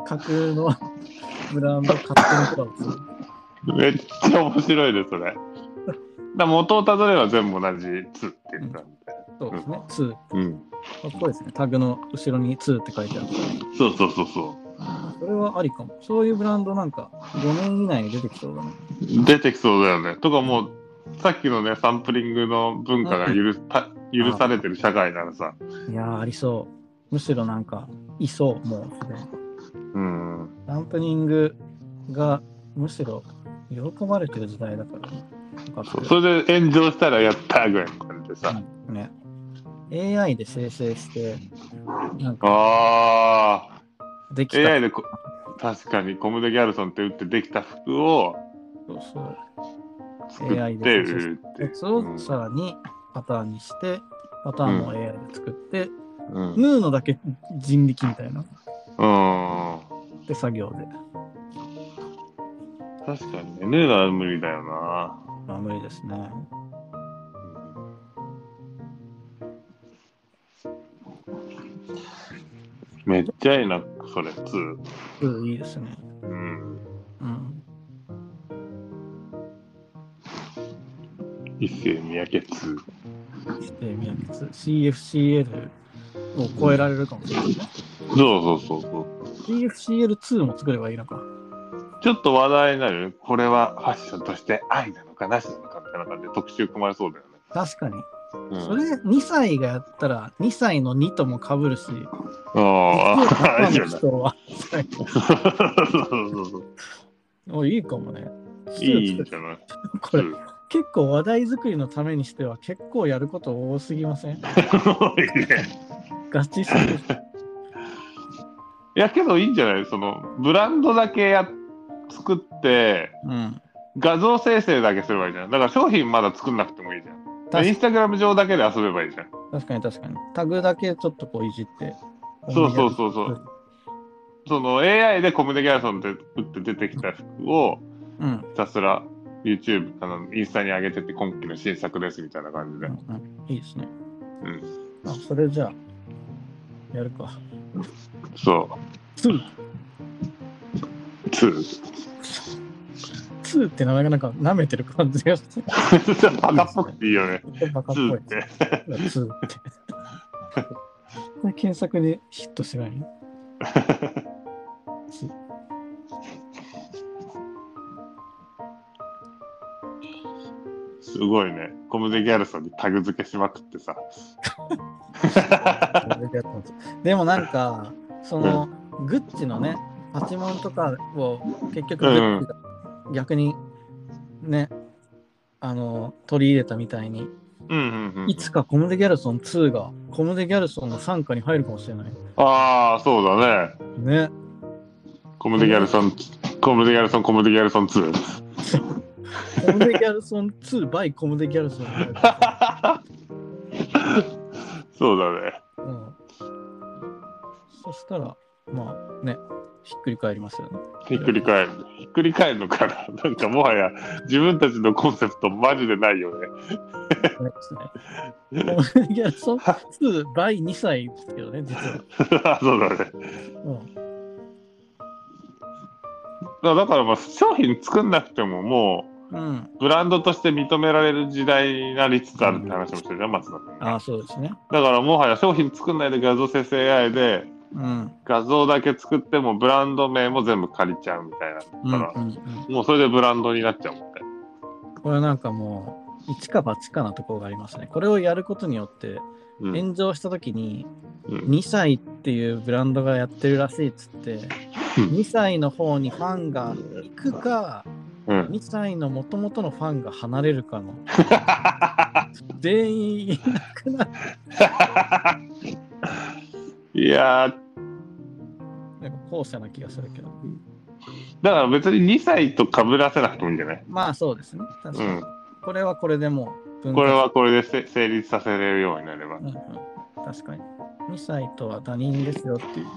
Speaker 2: 架空のブランド勝手にコラボする。
Speaker 9: めっちゃ面白いね、それ。だから元をたどれば全部同じ2って言ったんで。
Speaker 2: そうですね、2。か
Speaker 9: うん。
Speaker 2: っこいいですね。タグの後ろに2って書いてある。
Speaker 9: そうそうそうそ
Speaker 2: それはありかも。そういうブランドなんか、5年以内に出てきそうだね。
Speaker 9: う。出てきそうだよね。とかもう、さっきのね、サンプリングの文化が許た許されてる社会ならさ、
Speaker 2: いやー、ありそう。むしろなんか、いそう、もうすでに。
Speaker 9: うん。
Speaker 2: サンプリングがむしろ喜ばれてる時代だからね。よか
Speaker 9: そ
Speaker 2: っ
Speaker 9: う
Speaker 2: た
Speaker 9: それで炎上したらやったぐらいの感じでさ。
Speaker 2: ね。AI で生成して、なんか
Speaker 9: あ
Speaker 2: でき
Speaker 9: あ、
Speaker 2: た。
Speaker 9: AI でこ確かにコムデ・ギャルソンって打ってできた服を
Speaker 2: そうそう
Speaker 9: 作
Speaker 2: AI
Speaker 9: っ
Speaker 2: で
Speaker 9: て売るってい
Speaker 2: や
Speaker 9: う。
Speaker 2: つをさらにパターンにして、パターンを AI で作って、
Speaker 9: うん。うん
Speaker 2: 縫うのだけ人力みたいな。
Speaker 9: うん
Speaker 2: で、作業で。
Speaker 9: 確かにね、ヌーは無理だよな。
Speaker 2: まあ無理ですね。
Speaker 9: めっちゃいいな、それ、2。
Speaker 2: うん、いいですね。
Speaker 9: うん。
Speaker 2: うん。
Speaker 9: 一世三宅2。
Speaker 2: で、宮城さん CFCL を超えられるかもしれない、ね。
Speaker 9: そうそうそうそう。
Speaker 2: CFCL2 も作ればいいのか。
Speaker 9: ちょっと話題になる、これはファッションとして愛なのかなしなのかみたいな感じで特集組まれそうだよね。
Speaker 2: 確かに。
Speaker 9: うん、
Speaker 2: それ2歳がやったら2歳の2ともかぶるし、
Speaker 9: ああ、あれ
Speaker 2: 1
Speaker 9: じ
Speaker 2: の
Speaker 9: ゃない。
Speaker 2: 人は
Speaker 9: そうそうそう
Speaker 2: おいいかもね。
Speaker 9: いいじゃない。
Speaker 2: これ結構話題作りのためにしては結構やること多すぎません
Speaker 9: 多いね。
Speaker 2: ガチすぎ る。
Speaker 9: いや、けどいいんじゃないその、ブランドだけや作って、
Speaker 2: うん。
Speaker 9: 画像生成だけすればいいじゃん。だから商品まだ作んなくてもいいじゃん。イン
Speaker 2: 確
Speaker 9: スタグラム上だけで遊べばいいじゃん。
Speaker 2: 確かに確かに。タグだけちょっとこういじって、
Speaker 9: そうそうそうそう。その AI でコムデギャルソンって打って出てきた服を
Speaker 2: うん。うん。
Speaker 9: ひたすら YouTube あのインスタに上げてて今期の新作ですみたいな感じで。
Speaker 2: うんいいですね。
Speaker 9: うん。
Speaker 2: あ、それじゃあ、やるか。
Speaker 9: そ
Speaker 2: 2、
Speaker 9: う。ツー。
Speaker 2: 2って名前がなんか舐めてる感じがして。
Speaker 9: バカっぽくていいよね。
Speaker 2: バカっ
Speaker 9: ツ
Speaker 2: ぽい
Speaker 9: ーっ。て。
Speaker 2: 2って。 検索でヒットしてないの
Speaker 9: すごいね。コムデギャルソンにタグ付けしまくってさ。
Speaker 2: でもなんか、その、グッチのね、パチモンとかを結局グッチが逆にね、あの、取り入れたみたいに、
Speaker 9: うんうんうん。
Speaker 2: いつかコムデ・ギャルソン2がコムデ・ギャルソンの傘下に入るかもしれない。
Speaker 9: ああ、そうだね。
Speaker 2: ね。
Speaker 9: コムデギャルソン、コムデギャルソン、コムデギャルソン2。
Speaker 2: コムデ・ギャルソン2 by コムデ・ギャルソン。
Speaker 9: そうだね。
Speaker 2: うん、そしたら、まあね、ひっくり返りますよ ね。
Speaker 9: ひっくり返る。ひっくり返るのかな。 なんかもはや自分たちのコンセプトマジでないよね。
Speaker 2: ないですね。コムデ・ギャルソン2 by 2歳ですけどね、実は。
Speaker 9: そうだね。
Speaker 2: うん
Speaker 9: だだからまあ商品作んなくてもも
Speaker 2: うん。
Speaker 9: うブランドとして認められる時代になりつつあるって話もしてるじゃん、松田君。
Speaker 2: ああ、そうですね。
Speaker 9: だからもはや商品作んないで画像生成 AI で
Speaker 2: うん。
Speaker 9: 画像だけ作ってもブランド名も全部借りちゃうみたいな。だ
Speaker 2: うん、う
Speaker 9: から、
Speaker 2: ん。
Speaker 9: もうそれでブランドになっちゃうもんね。
Speaker 2: これはなんかもう、一か八かなところがありますね。これをやることによって、
Speaker 9: うん
Speaker 2: 炎上したときに、
Speaker 9: うん
Speaker 2: 2歳っていうブランドがやってるらしいっつって、2歳の方にファンが行くか、
Speaker 9: うん、
Speaker 2: 2歳のもともとのファンが離れるか の、全員いなくなる。
Speaker 9: いやー
Speaker 2: なんか後者な気がするけど。
Speaker 9: だから別に2歳と被らせなくてもいいんじゃない、
Speaker 2: まあそうですね。確
Speaker 9: う
Speaker 2: かに。
Speaker 9: ん、
Speaker 2: これはこれでもう分割
Speaker 9: これはこれでせ成立させれるようになれば
Speaker 2: うんうん確かに。2歳とは他人ですよっていう。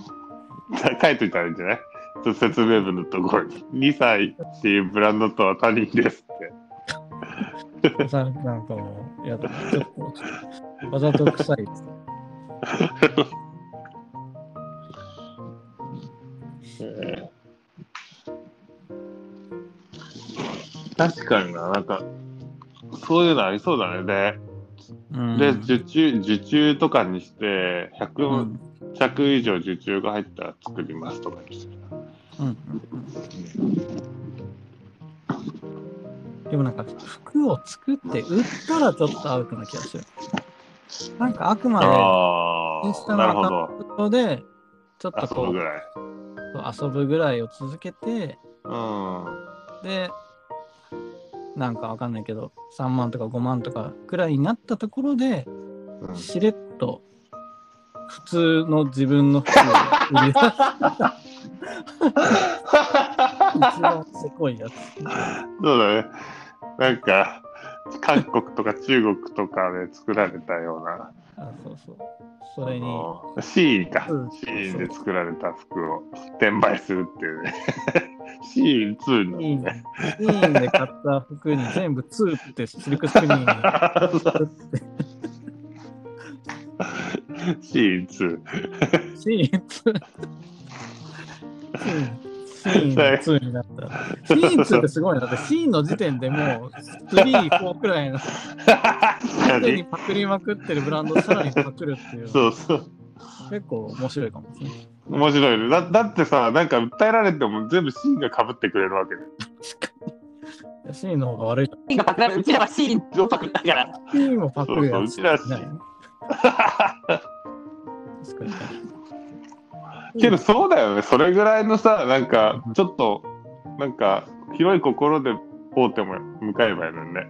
Speaker 9: 書いといたらいいんじゃないちょっと説明文のところに2歳っていうブランドとは他人ですって
Speaker 2: さなんかもう、やだ、ちょっと、わざと臭い。
Speaker 9: 確かにな、なんか、そういうのありそうだね。で、
Speaker 2: うん
Speaker 9: で受注、受注とかにして、
Speaker 2: うんうん
Speaker 9: 100着以上受注が入ったら作りますとかにして。
Speaker 2: うんでもなんか、服を作って売ったらちょっとアウトな気がする。なんかあくまで
Speaker 9: あ
Speaker 2: インス
Speaker 9: あ、
Speaker 2: タの
Speaker 9: なる
Speaker 2: ア
Speaker 9: ほ
Speaker 2: カ
Speaker 9: ど。
Speaker 2: ウントで、ちょっ
Speaker 9: あ
Speaker 2: と
Speaker 9: そ
Speaker 2: こ
Speaker 9: こぐ
Speaker 2: う
Speaker 9: らい。
Speaker 2: 遊ぶぐらいを続けて、
Speaker 9: うん。
Speaker 2: で、なんかわかんないけど、3万とか5万とかくらいになったところで、
Speaker 9: うん
Speaker 2: しれっと普通の自分の服を売り出す一番せこいやつ。
Speaker 9: そうだね。なんか、韓国とか中国とかで作られたような、
Speaker 2: あそうそう。それに、
Speaker 9: あのシーンか、
Speaker 2: うん
Speaker 9: シーンで作られた服を転売するってい うね。シーン2
Speaker 2: いい
Speaker 9: の。
Speaker 2: ね。いいんで買った服に全部2ってシルクスクリーンに
Speaker 9: シーン2。
Speaker 2: シーン2。シーン2になった。シーン2ってすごいな。だってシーンの時点でもう3、4くらいの
Speaker 9: 確か
Speaker 2: 手に
Speaker 9: に
Speaker 2: パクりまくってるブランドをさらにパクるっていうの
Speaker 9: そうそう。
Speaker 2: 結構面白いかもですね。
Speaker 9: 面白いね。だだってさ、なんか訴えられても全部シーンが被ってくれるわけで。
Speaker 2: シーンの方が悪い。
Speaker 7: シーンがパクられる。うちらはシーンをパクったから。
Speaker 2: シーンもパクるやつ。
Speaker 9: そうそううちらシーン
Speaker 2: ね確かに。
Speaker 9: けどそうだよね。それぐらいのさ、なんかちょっと、なんか広い心で大手も向かえばいいのにね。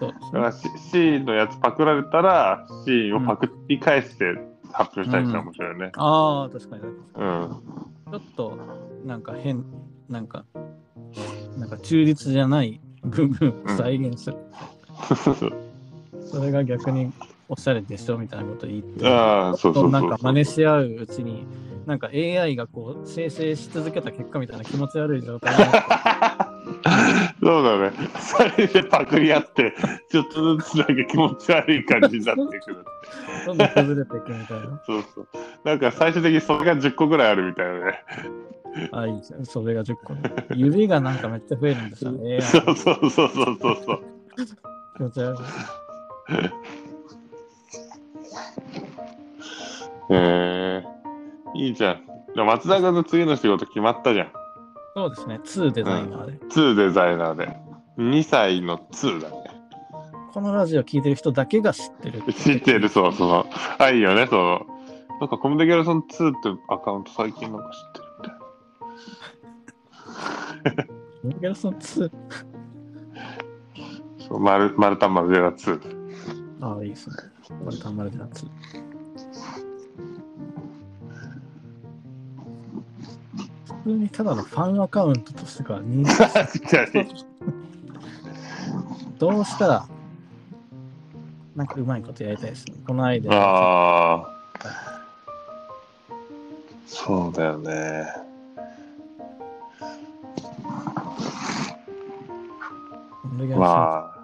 Speaker 2: そう
Speaker 9: だからシシーンのやつパクられたら、シーンをパクり返して発表したりしたら面白いよね。
Speaker 2: ああ、確かに。ち
Speaker 9: うん。
Speaker 2: ょっと、なんか変、なんか、なんか中立じゃない部分を再現する。それが逆におしゃれでしょみたいなこと言って、
Speaker 9: ああ、そうそうそうそ
Speaker 2: な
Speaker 9: う。
Speaker 2: んか真似し合ううちに、なんか AI がこう生成し続けた結果みたいな気持ち悪い状態になって
Speaker 9: そうだね。それでパクリ合って、ちょっとずつなんか気持ち悪い感じになっていくる。
Speaker 2: どんどん崩れていくみたい な。
Speaker 9: そうそう。なんか最終的にそれが10個ぐらいあるみたいなね。
Speaker 2: あ、いいじゃん。それが10個ね。指がなんかめっちゃ増えるんですよね。
Speaker 9: そ
Speaker 2: AI
Speaker 9: うそうそうそうそうそう。
Speaker 2: 気持ち悪い。
Speaker 9: えー、いいじゃん。でも松田君の次の仕事決まったじゃん。
Speaker 2: そうですね。2デザイナーで。
Speaker 9: 2デザイナーで。2歳の2だね。
Speaker 2: このラジオ聞いてる人だけが知 ってる。
Speaker 9: 知ってる、そうそうそう。あ、いいよね、その。なんかコミュニケーション2ってアカウント最近なんか知ってるみたいな。
Speaker 2: ミゲルソン2。
Speaker 9: そう、丸丸太丸ゼラ2。
Speaker 2: ああ、いいですね。これ頑張れてな2。普通にただのファンアカウントとしてから認識
Speaker 9: 確かに。
Speaker 2: どうしたら、なんかうまいことやりたいですね。このアイデア。
Speaker 9: ああ。そうだよね。
Speaker 2: お願いしま
Speaker 9: ます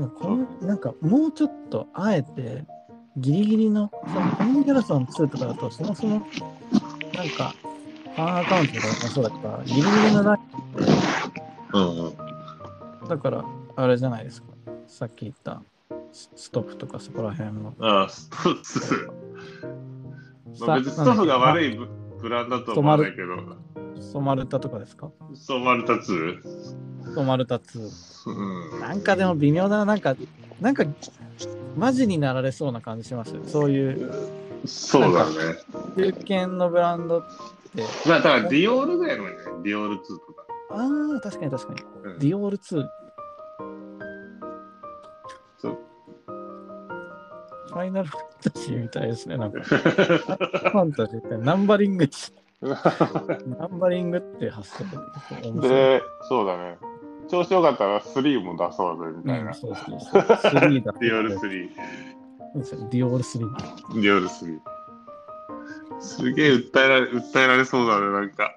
Speaker 2: なんかこのなんかもうちょっとあえて、ギリギリの、そのコミュニケーション2とかだと、そもそも、なんか、ファンアカウントとかもそうだから、ギリギリのライ
Speaker 9: あ、うんうん。
Speaker 2: ン、だから、あれじゃないですか。さっき言った、スストップとかそこら辺の。
Speaker 9: ああ、ストフ、ま
Speaker 2: さ
Speaker 9: あ、別にストフが
Speaker 2: なんだ
Speaker 9: 悪
Speaker 2: っ
Speaker 9: いブブランドだとは思わないけど、
Speaker 2: けソマルタとかですか
Speaker 9: そう丸太2。
Speaker 2: ソマルタ2。
Speaker 9: うん。
Speaker 2: なんかでも微妙だな、なんか、なんか、マジになられそうな感じしますよ。そういう、
Speaker 9: そうだね。
Speaker 2: 中堅のブランドって、
Speaker 9: まあ、だからディオールぐらいのね、ディオール2とか。
Speaker 2: ああ、確かに確かに。
Speaker 9: うん
Speaker 2: ディオール2。
Speaker 9: そう
Speaker 2: ファイナルファンタジーみたいですね、なん か。ファンタジーってナンバリングって、ナンバリングって発想で面白い。
Speaker 9: で、そうだね。調子よかったら3も出そうぜみたい
Speaker 2: うん、
Speaker 9: な。
Speaker 2: そうそうそう。3だ。
Speaker 9: ディオール3。
Speaker 2: 3。ディオール3。
Speaker 9: ディオール3。すげえ訴えられ、訴えられそうだね、なんか。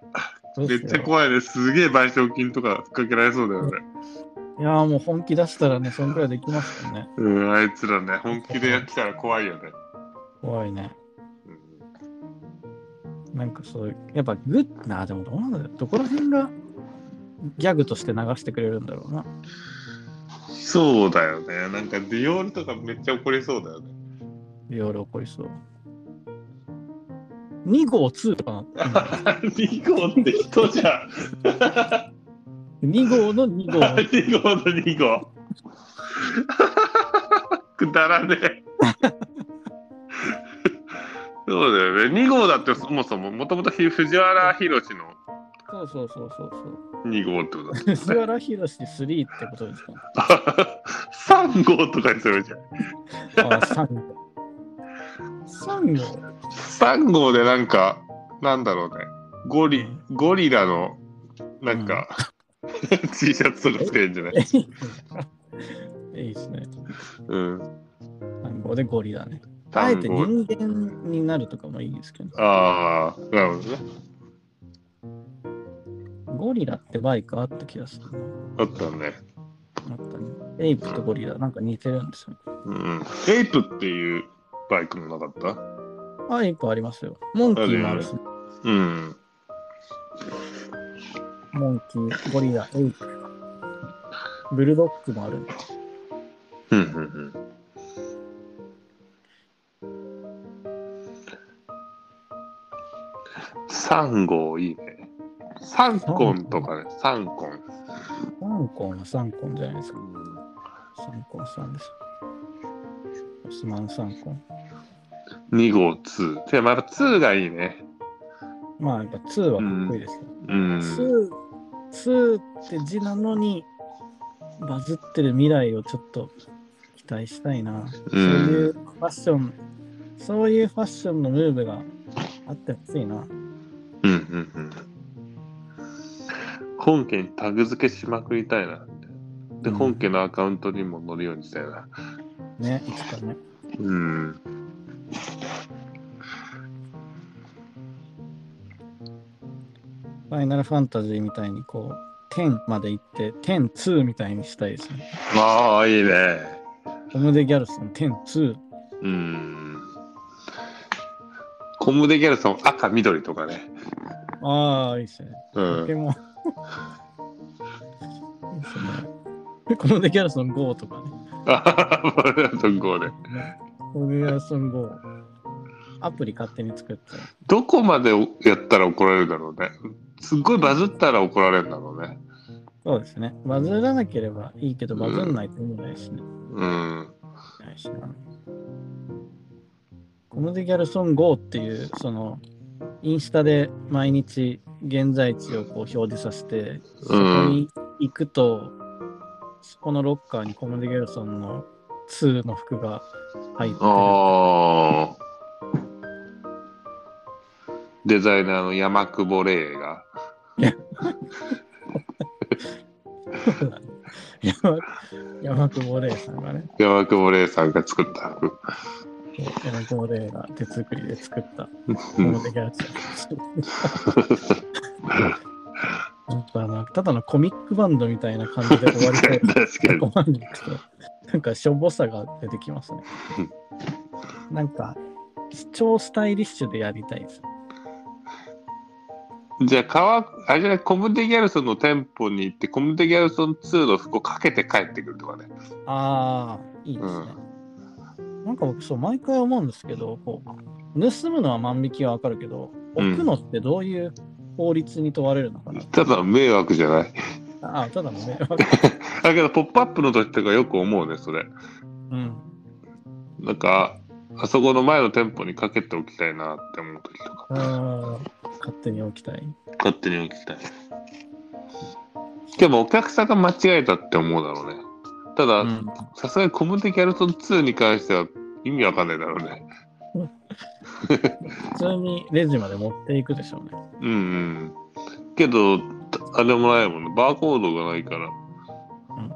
Speaker 9: めっちゃ怖いね。すげえ賠償金とかかけられそうだよね。
Speaker 2: いやーもう本気出したらね、そんくらいできますよね。
Speaker 9: うん、あいつらね、本気でやってたら怖いよね。
Speaker 2: 怖いね。
Speaker 9: うん
Speaker 2: なんかそういう、やっぱグッなあ、でもどうなんだろう。どこら辺がギャグとして流してくれるんだろうな。
Speaker 9: そうだよね。なんかディオールとかめっちゃ怒りそうだよね。
Speaker 2: い ろいろ起こりそう。2号2とかな。
Speaker 9: 2号って人じゃん。
Speaker 2: 2号の2号。
Speaker 9: 2号の2号。 くだらねえ。そうだよね。2号だってそもそも、もともと藤原宏の
Speaker 2: そうそうそうそうそう。
Speaker 9: 2号ってことだ。
Speaker 2: 藤原宏3ってことですか、ね。
Speaker 9: 3号とかにするじゃん。
Speaker 2: ああ、3号。3号
Speaker 9: 3号でなんか、なんだろうね。ゴリ、ゴリラの、なんか、T シャツとか着てるんじゃない
Speaker 2: いいですね。
Speaker 9: うん。
Speaker 2: 3号でゴリラね。あえ
Speaker 9: 3
Speaker 2: て
Speaker 9: 号。
Speaker 2: 人間になるとかもいいですけど。
Speaker 9: ああ、なるほどね。
Speaker 2: ゴリラってバイクあった気がするな。
Speaker 9: あったね。
Speaker 2: あったね。エイプとゴリラ、なんか似てるんですよ。
Speaker 9: うん。エイプっていうバイクもなかった
Speaker 2: あ、エイプありますよ。モンキーもあるし、
Speaker 9: うん。
Speaker 2: モンキー、ゴリラ、エイプ。ブルドッグもある。
Speaker 9: うんうんうん。3号いいね。三コンとかね、三コン。
Speaker 2: 香港は三コンじゃないですか。三コンさんですよ。オスマン三コン。
Speaker 9: 2号2。てかまだ2がいいね。
Speaker 2: まあ、やっぱ2はかっこいいですよ。
Speaker 9: うん。
Speaker 2: 2、2って字なのに、バズってる未来をちょっと期待したいな。そういうファッション、そういうファッションのムーブがあってほしいな。
Speaker 9: うんうんうん。本家にタグ付けしまくりたいな。で、
Speaker 2: うん
Speaker 9: 本家のアカウントにも載るようにしたいな。
Speaker 2: ね、いつかね。
Speaker 9: ううん。
Speaker 2: ファイナルファンタジーみたいにこう、10まで行って、10、2みたいにしたいですね。
Speaker 9: まあ、いいね。
Speaker 2: トム・デ・ギャルソン、10、2。
Speaker 9: うん。コムデギャルソン赤緑とかね。
Speaker 2: ああ、いいですね。
Speaker 9: う
Speaker 2: ポケ
Speaker 9: ん。
Speaker 2: モン。 いいですね。このデ・ギャルソン5とかね。
Speaker 9: あはははそこで。
Speaker 2: このデ・ギャルソン5。アプリ勝手に作って。
Speaker 9: どこまでやったら怒られるだろうね。すっごいバズったら怒られるんだろうね。
Speaker 2: そうですね。バズらなければいいけど、バズんないと意味ないですね。
Speaker 9: うん。
Speaker 2: ないしなコムデ・ギャルソン GO っていう、その、インスタで毎日現在地をこう表示させて、そこに行くと、そこのロッカーにコムデ・ギャルソンの2の服が入ってる
Speaker 9: ああ。デザイナーの山久保玲が。
Speaker 2: 山山久保玲さんがね、
Speaker 9: 山久保玲さんが作った服。
Speaker 2: 山久保玲が手作りで作った
Speaker 9: う
Speaker 2: コ
Speaker 9: ん
Speaker 2: ムデ・ギャルソン。なんかあのただのコミックバンドみたいな感じで終わりたい。
Speaker 9: 確かに。
Speaker 2: 困るんですけどなんかしょぼさが出てきますね。なんか、超スタイリッシュでやりたいです。
Speaker 9: じゃあ川、あれじゃない、コムデ・ギャルソンの店舗に行って、コムデ・ギャルソン2の服をかけて帰ってくるとかね。
Speaker 2: ああ、いいですね。なんか僕、そう、毎回思うんですけど、こう、盗むのは万引きはわかるけど、
Speaker 9: うん
Speaker 2: 置くのってどういう法律に問われるのかな、
Speaker 9: ただ迷惑じゃない。
Speaker 2: ああ、ただのね。
Speaker 9: だけど、ポップアップの時とかよく思うね、それ。
Speaker 2: うん。
Speaker 9: なんか、あそこの前の店舗にかけておきたいなって思う時とか、
Speaker 2: あー勝手に置きたい。
Speaker 9: 勝手に置きたい。でも、お客さんが間違えたって思うだろうね。た
Speaker 2: う
Speaker 9: だ、
Speaker 2: ん、
Speaker 9: さすがにコムデ・ギャルソン2に関しては意味わかんないだろうね。
Speaker 2: 普通にレジまで持っていくでしょうね。
Speaker 9: うんうん。けど、あれもないもんね。バーコードがないから。
Speaker 2: うん。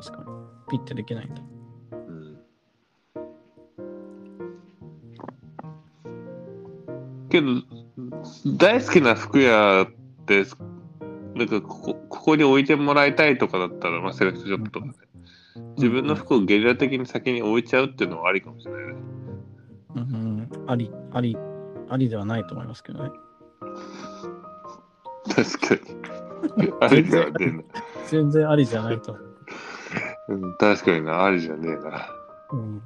Speaker 2: 確かに。ピッてできないんだ。
Speaker 9: けど大好きな服屋ってなんかここここに置いてもらいたいとかだったら、まあ、セレクトショップとかで自分の服をゲリラ的に先に置いちゃうっていうのはありかもしれないね
Speaker 2: うんうん、あり、あり、ありではないと思いますけどね。
Speaker 9: 確かにありじゃねえな、
Speaker 2: 全然ありじゃないと。
Speaker 9: うん、確かになありじゃねえな
Speaker 2: うん、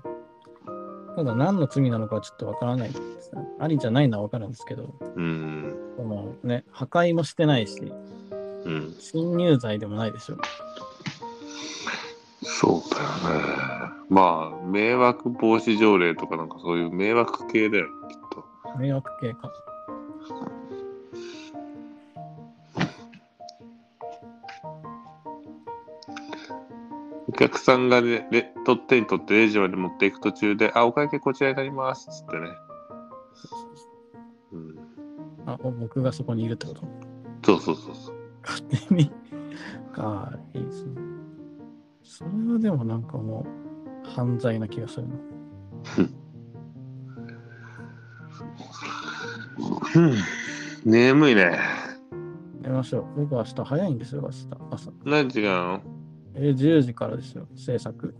Speaker 2: ただ何の罪なのかはちょっとわからないですねありじゃないのはわかるんですけど、
Speaker 9: うん
Speaker 2: そのね、破壊もしてないし、
Speaker 9: うん
Speaker 2: 侵入罪でもないでしょ。
Speaker 9: そうだよねまあ迷惑防止条例とかなんかそういう迷惑系だよきっと
Speaker 2: 迷惑系か。
Speaker 9: お客さんがね、レ取っ手に取ってレジまで持っていく途中で、あ、お会計こちらになりますっつってね。うん、
Speaker 2: あ、お僕がそこにいるってこと
Speaker 9: そうそうそうそう。
Speaker 2: 勝手に。か、いいですね。それはでもなんかもう、犯罪な気がするな。
Speaker 9: うん眠いね。
Speaker 2: 寝ましょう。僕は明日早いんですよ、明日朝。
Speaker 9: 何時なの
Speaker 2: えー、10時からですよ、制作。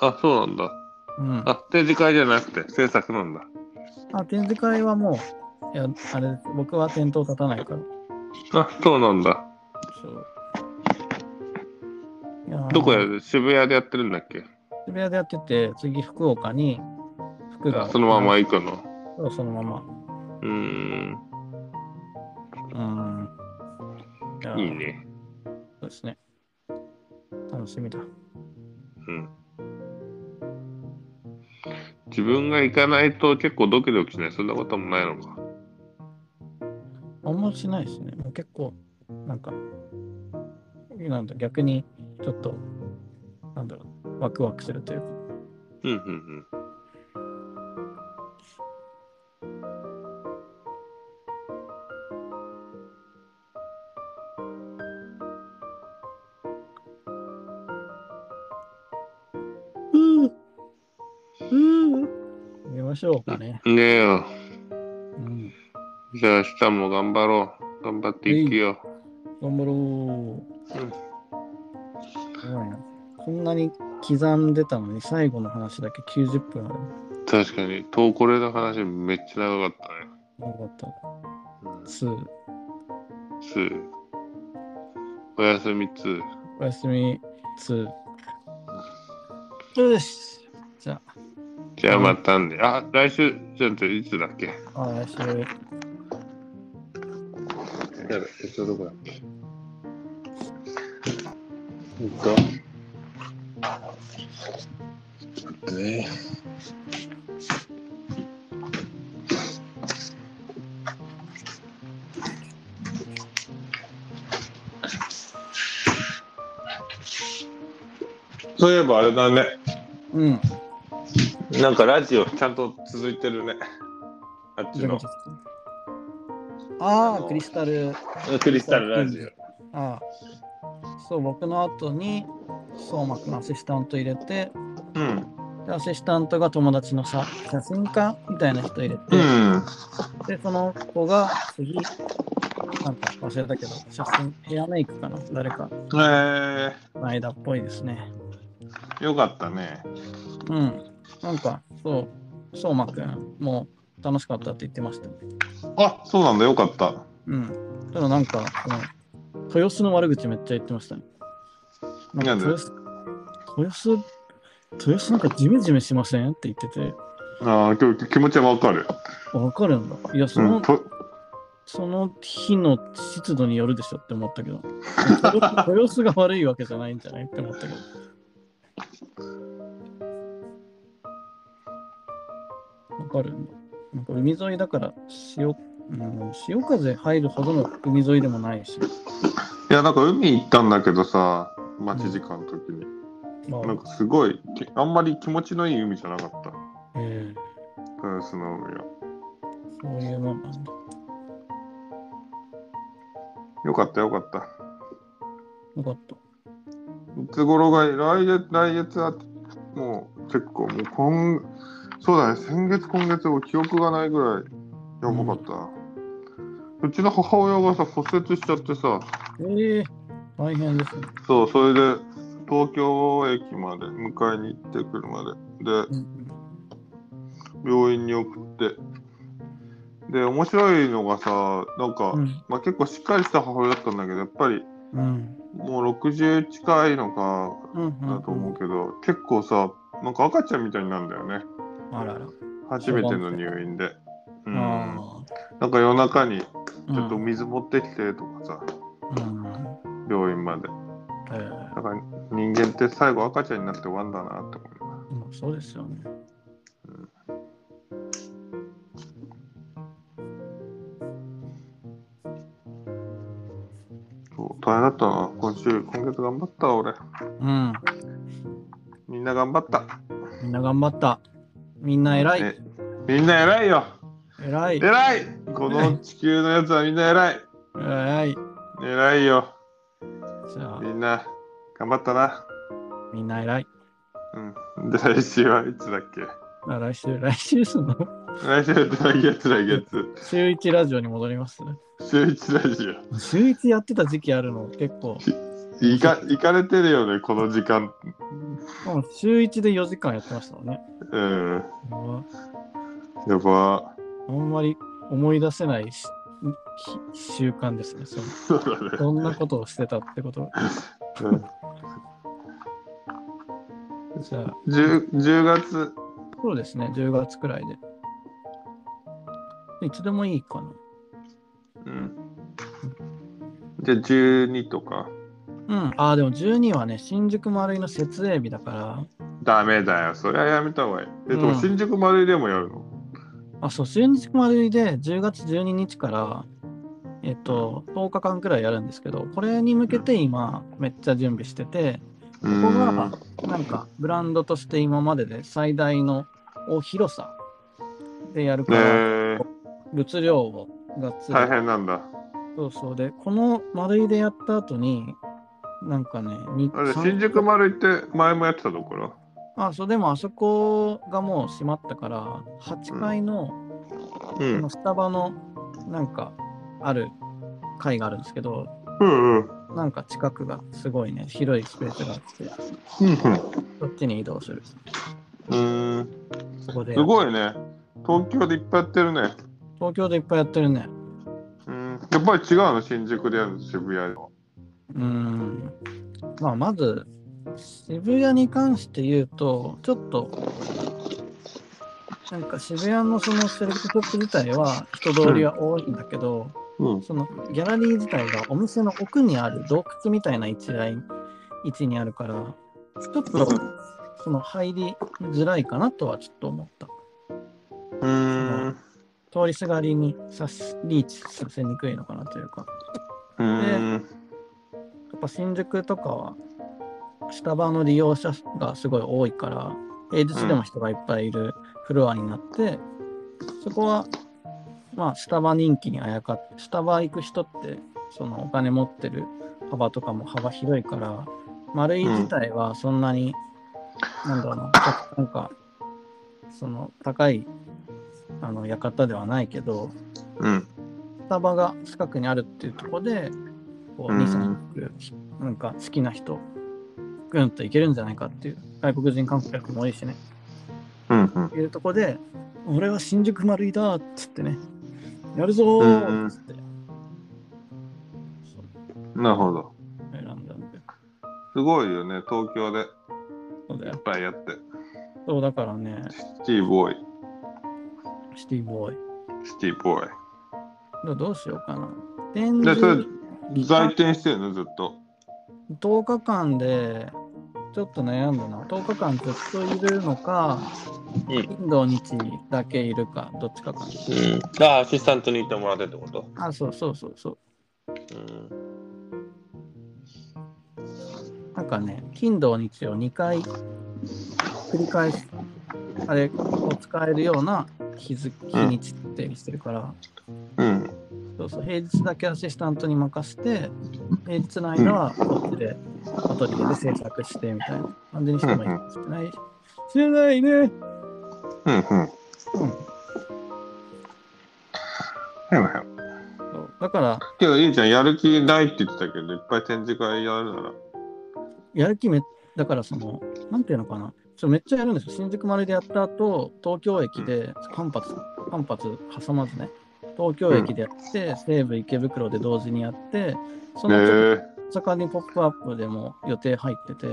Speaker 9: あ、そうなんだ。
Speaker 2: うん、
Speaker 9: あ、展示会じゃなくて制作なんだ。
Speaker 2: あ展示会はもう、いや、あれ、僕は店頭立たないから。
Speaker 9: あ、そうなんだ。
Speaker 2: そういやー
Speaker 9: どこやる渋谷でやってるんだっけ
Speaker 2: 渋谷でやってて、次福岡に服が。
Speaker 9: そのまま行くの。
Speaker 2: そうそのまま。
Speaker 9: うーん、
Speaker 2: うん。やー
Speaker 9: いい。ね。
Speaker 2: そうですね。楽しみだ。
Speaker 9: うん。自分が行かないと結構ドキドキしない。そんなこともないのか。
Speaker 2: あんましないですね。もう結構、なんか、なんだ逆に、ちょっと、なんだろう、ワクワクするというか。
Speaker 9: うんうんうん。
Speaker 2: うん。うん。しょうかね。
Speaker 1: ねえよ。
Speaker 2: うん。
Speaker 1: じゃあ明日も頑張ろう。頑張っていくよ。
Speaker 2: 頑張ろう。すごいな。こんなに刻んでたのに、最後の話だけ90分ある。
Speaker 1: 確かに、トーコレの話めっちゃ長かったね。
Speaker 2: よかった。
Speaker 1: うん
Speaker 2: つー
Speaker 1: つーおやすみつー
Speaker 2: おやすみ、つーよし。じゃ
Speaker 1: じゃあまたね。あ、来週、じゃあいつだっけ
Speaker 2: あ、あ来週。
Speaker 1: やべ、えっと、どこだっけえっと。ちょっと待ってね。
Speaker 10: そういえばあれだね。
Speaker 2: うん。
Speaker 10: なんかラジオちゃんと続いてるね。あっちの
Speaker 2: ああ、クリスタル。
Speaker 10: クリスタルラジオ。
Speaker 2: ああ。そう、僕の後に、相馬くんアシスタント入れて、
Speaker 1: うん。
Speaker 2: でアシスタントが友達のさ写真家みたいな人入れて、
Speaker 1: うん。
Speaker 2: で、その子が次、なんか忘れたけど、写真、ヘアメイクかな誰か、
Speaker 1: え
Speaker 2: 前田っぽいですね。
Speaker 1: ー、よかったね。
Speaker 2: うん。なんか、そう、相馬くん、もう楽しかったって言ってましたね。
Speaker 1: あ、そうなんだ、よかった。
Speaker 2: うん。ただなんか、その豊洲の悪口めっちゃ言ってましたね。なん
Speaker 1: な
Speaker 2: か
Speaker 1: んで
Speaker 2: 豊洲、豊洲、豊洲なんかジメジメしませんって言ってて、
Speaker 1: ああ、今日気持ちはわかる。
Speaker 2: あわかるんだ。いや、その、
Speaker 1: うん、と
Speaker 2: その日の湿度によるでしょって思ったけど、 豊洲豊洲が悪いわけじゃないんじゃないって思ったけど。わかるんだなんか海沿いだから潮、うん、潮風入るほどの海沿いでもないし、
Speaker 1: いや、なんか海行ったんだけどさ、待ち時間の時に。
Speaker 2: まあ
Speaker 1: なんかすごい、きあんまり気持ちのいい海じゃなかった。
Speaker 2: ええ
Speaker 1: 豊洲の海は。
Speaker 2: そういうもんなんだ。
Speaker 1: よかった、よかった。
Speaker 2: よかった。
Speaker 1: いつ頃がいい来月、来月はもう結構、もう今、そうだね、先月、今月、記憶がないぐらいやばかった。うちの母親がさ、骨折しちゃってさ、
Speaker 2: ええ大変ですね。
Speaker 1: そう、それで東京駅まで迎えに行ってくるまで、で、
Speaker 2: うん
Speaker 1: 病院に送って、で、面白いのがさ、なんか、
Speaker 2: うん。
Speaker 1: まあ、結構しっかりした母親だったんだけど、やっぱり
Speaker 2: うん。
Speaker 1: もう60近いのか、
Speaker 2: うん。うん
Speaker 1: だと思うけど、結構さなんか赤ちゃんみたいになるんだよね
Speaker 2: あらら。
Speaker 1: 初めての入院で、うん、な
Speaker 2: あ
Speaker 1: んか夜中にち
Speaker 2: あ。
Speaker 1: ょっとお水持ってきてとかさ、
Speaker 2: うん。うん
Speaker 1: 病院まで
Speaker 2: ええ
Speaker 1: だから人間って最後赤ちゃんになって終わんだなって思うよ
Speaker 2: まあそうですよね。
Speaker 1: そう大変だったな今週今月頑張ったわ俺
Speaker 2: うん。
Speaker 1: みんな頑張った
Speaker 2: みんな頑張った。みんな偉い。
Speaker 1: えみんな偉いよ
Speaker 2: 偉い。
Speaker 1: 偉いこの地球のやつはみんな偉い
Speaker 2: 偉い。
Speaker 1: 偉いよ
Speaker 2: じゃあ、
Speaker 1: みんな頑張ったな
Speaker 2: みんな偉い。
Speaker 1: うんで来週はいつだっけ
Speaker 2: あ来週、来週その、
Speaker 1: 来週来月来月
Speaker 2: 週一ラジオに戻ります。
Speaker 1: 週一ラジ
Speaker 2: 週一やってた時期あるの結構。
Speaker 1: オいか行かれてるよねこの時間
Speaker 2: うん週一で4時間やってましたもんね。
Speaker 1: うん
Speaker 2: うん
Speaker 1: や ば
Speaker 2: あんまり思い出せないしき習慣ですね。その
Speaker 1: そうだね
Speaker 2: どんなことをしてたってこと。
Speaker 1: うん
Speaker 2: じゃあ、
Speaker 1: 10, 10月
Speaker 2: そうですね。10月くらいで。いつでもいいかな。
Speaker 1: うんじゃあ12とか
Speaker 2: うん、ああ、でも12はね、新宿丸井の設営日だから、
Speaker 1: ダメだよそれはやめた方がいいえで
Speaker 2: う
Speaker 1: も
Speaker 2: ん
Speaker 1: 新宿丸井でもやるの、
Speaker 2: あ、そう、新宿丸井で10月12日から、えっと、10日間くらいやるんですけど、これに向けて今、めっちゃ準備してて、
Speaker 1: う
Speaker 2: ここ
Speaker 1: ん
Speaker 2: が、なんか、ブランドとして今までで最大のお広さでやる
Speaker 1: え
Speaker 2: から、
Speaker 1: ー、
Speaker 2: 物量をがっつり
Speaker 1: 大変なんだ
Speaker 2: そうそうで、この丸井でやった後に、なんかね、に
Speaker 1: あれ
Speaker 2: さん
Speaker 1: 新宿丸井って前もやってたところ
Speaker 2: あ、そう、でもあそこがもう閉まったから、8階の、
Speaker 1: う
Speaker 2: そ
Speaker 1: ん
Speaker 2: の。スタバの、なんか、ある階があるんですけど、
Speaker 1: うんうん。
Speaker 2: なんか近くがすごいね、広いスペースがあって、
Speaker 1: う
Speaker 2: そっちに移動する。
Speaker 1: んうん。
Speaker 2: そこで、
Speaker 1: すごいね。東京でいっぱいやってるね。
Speaker 2: 東京でいっぱいやってるね。
Speaker 1: うん。やっぱり違うの、新宿でやるの、渋谷の。
Speaker 2: うーんまあ、まず、渋谷に関して言うと、ちょっと、なんか渋谷のそのセレクトショップ自体は人通りは多いんだけど、
Speaker 1: うん。
Speaker 2: そのギャラリー自体がお店の奥にある洞窟みたいな一台位置にあるから、ちょっとその入りづらいかなとはちょっと思った。
Speaker 1: うん。
Speaker 2: 通りすがりにさすリーチさせにくいのかなというか。
Speaker 1: うん。
Speaker 2: やっぱ新宿とかはスタバの利用者がすごい多いから平日でも人がいっぱいいるフロアになって、そこはまあスタバ人気にあやかってスタバ行く人ってそのお金持ってる幅とかも幅広いから丸い自体はそんなに、なんだろうななんかその高いあの館ではないけど、
Speaker 1: うん。
Speaker 2: スタバが近くにあるっていうところで、こう、
Speaker 1: うん
Speaker 2: 2、3なんか好きな人、ぐんといけるんじゃないかっていう、外国人観光客も多いしね、
Speaker 1: うん。
Speaker 2: いうところで、俺は新宿丸いだっつってね、やるぞーっつって、そう
Speaker 1: なるほど。
Speaker 2: 選んだんで、
Speaker 1: すごいよね、東京でいっ
Speaker 2: そうだよ。
Speaker 1: ぱいやって。
Speaker 2: そうだからね、
Speaker 1: シティボーイ、
Speaker 2: シティボーイ。だか
Speaker 1: シティボーイ。
Speaker 2: らどうしようかな。展
Speaker 1: で、
Speaker 2: 示
Speaker 1: それ、在店してるの、ずっと。
Speaker 2: 10日間でちょっと悩んだな10日間ずっといるのか、金土日だけいるかどっちかかな
Speaker 9: うん。あ、アシスタントにいてもらってってこと
Speaker 2: あそうそうそうそう
Speaker 9: うん。
Speaker 2: なんかね金土日を2回繰り返しあれを使えるような日付日にちってしてるから、
Speaker 1: うん。
Speaker 2: そうそう平日だけアシスタントに任せて平日の間はこっちでアトリエで制作してみたいな感じにしてもいいかもしれないしれないね
Speaker 1: うん。うん。はいはい。
Speaker 2: そうだから
Speaker 1: けど、ゆうちゃん、やる気ないって言ってたけど、いっぱい展示会やるなら。
Speaker 2: やる気め、だからその、なんていうのかな、ちょめっちゃやるんですよ。新宿丸でやった後、東京駅で、間髪、間髪挟まずね、東京駅でやって、西武池袋で同時にやって、そ
Speaker 1: ね
Speaker 2: の
Speaker 1: え
Speaker 2: ちょっと大阪にポップアップでも予定入ってて、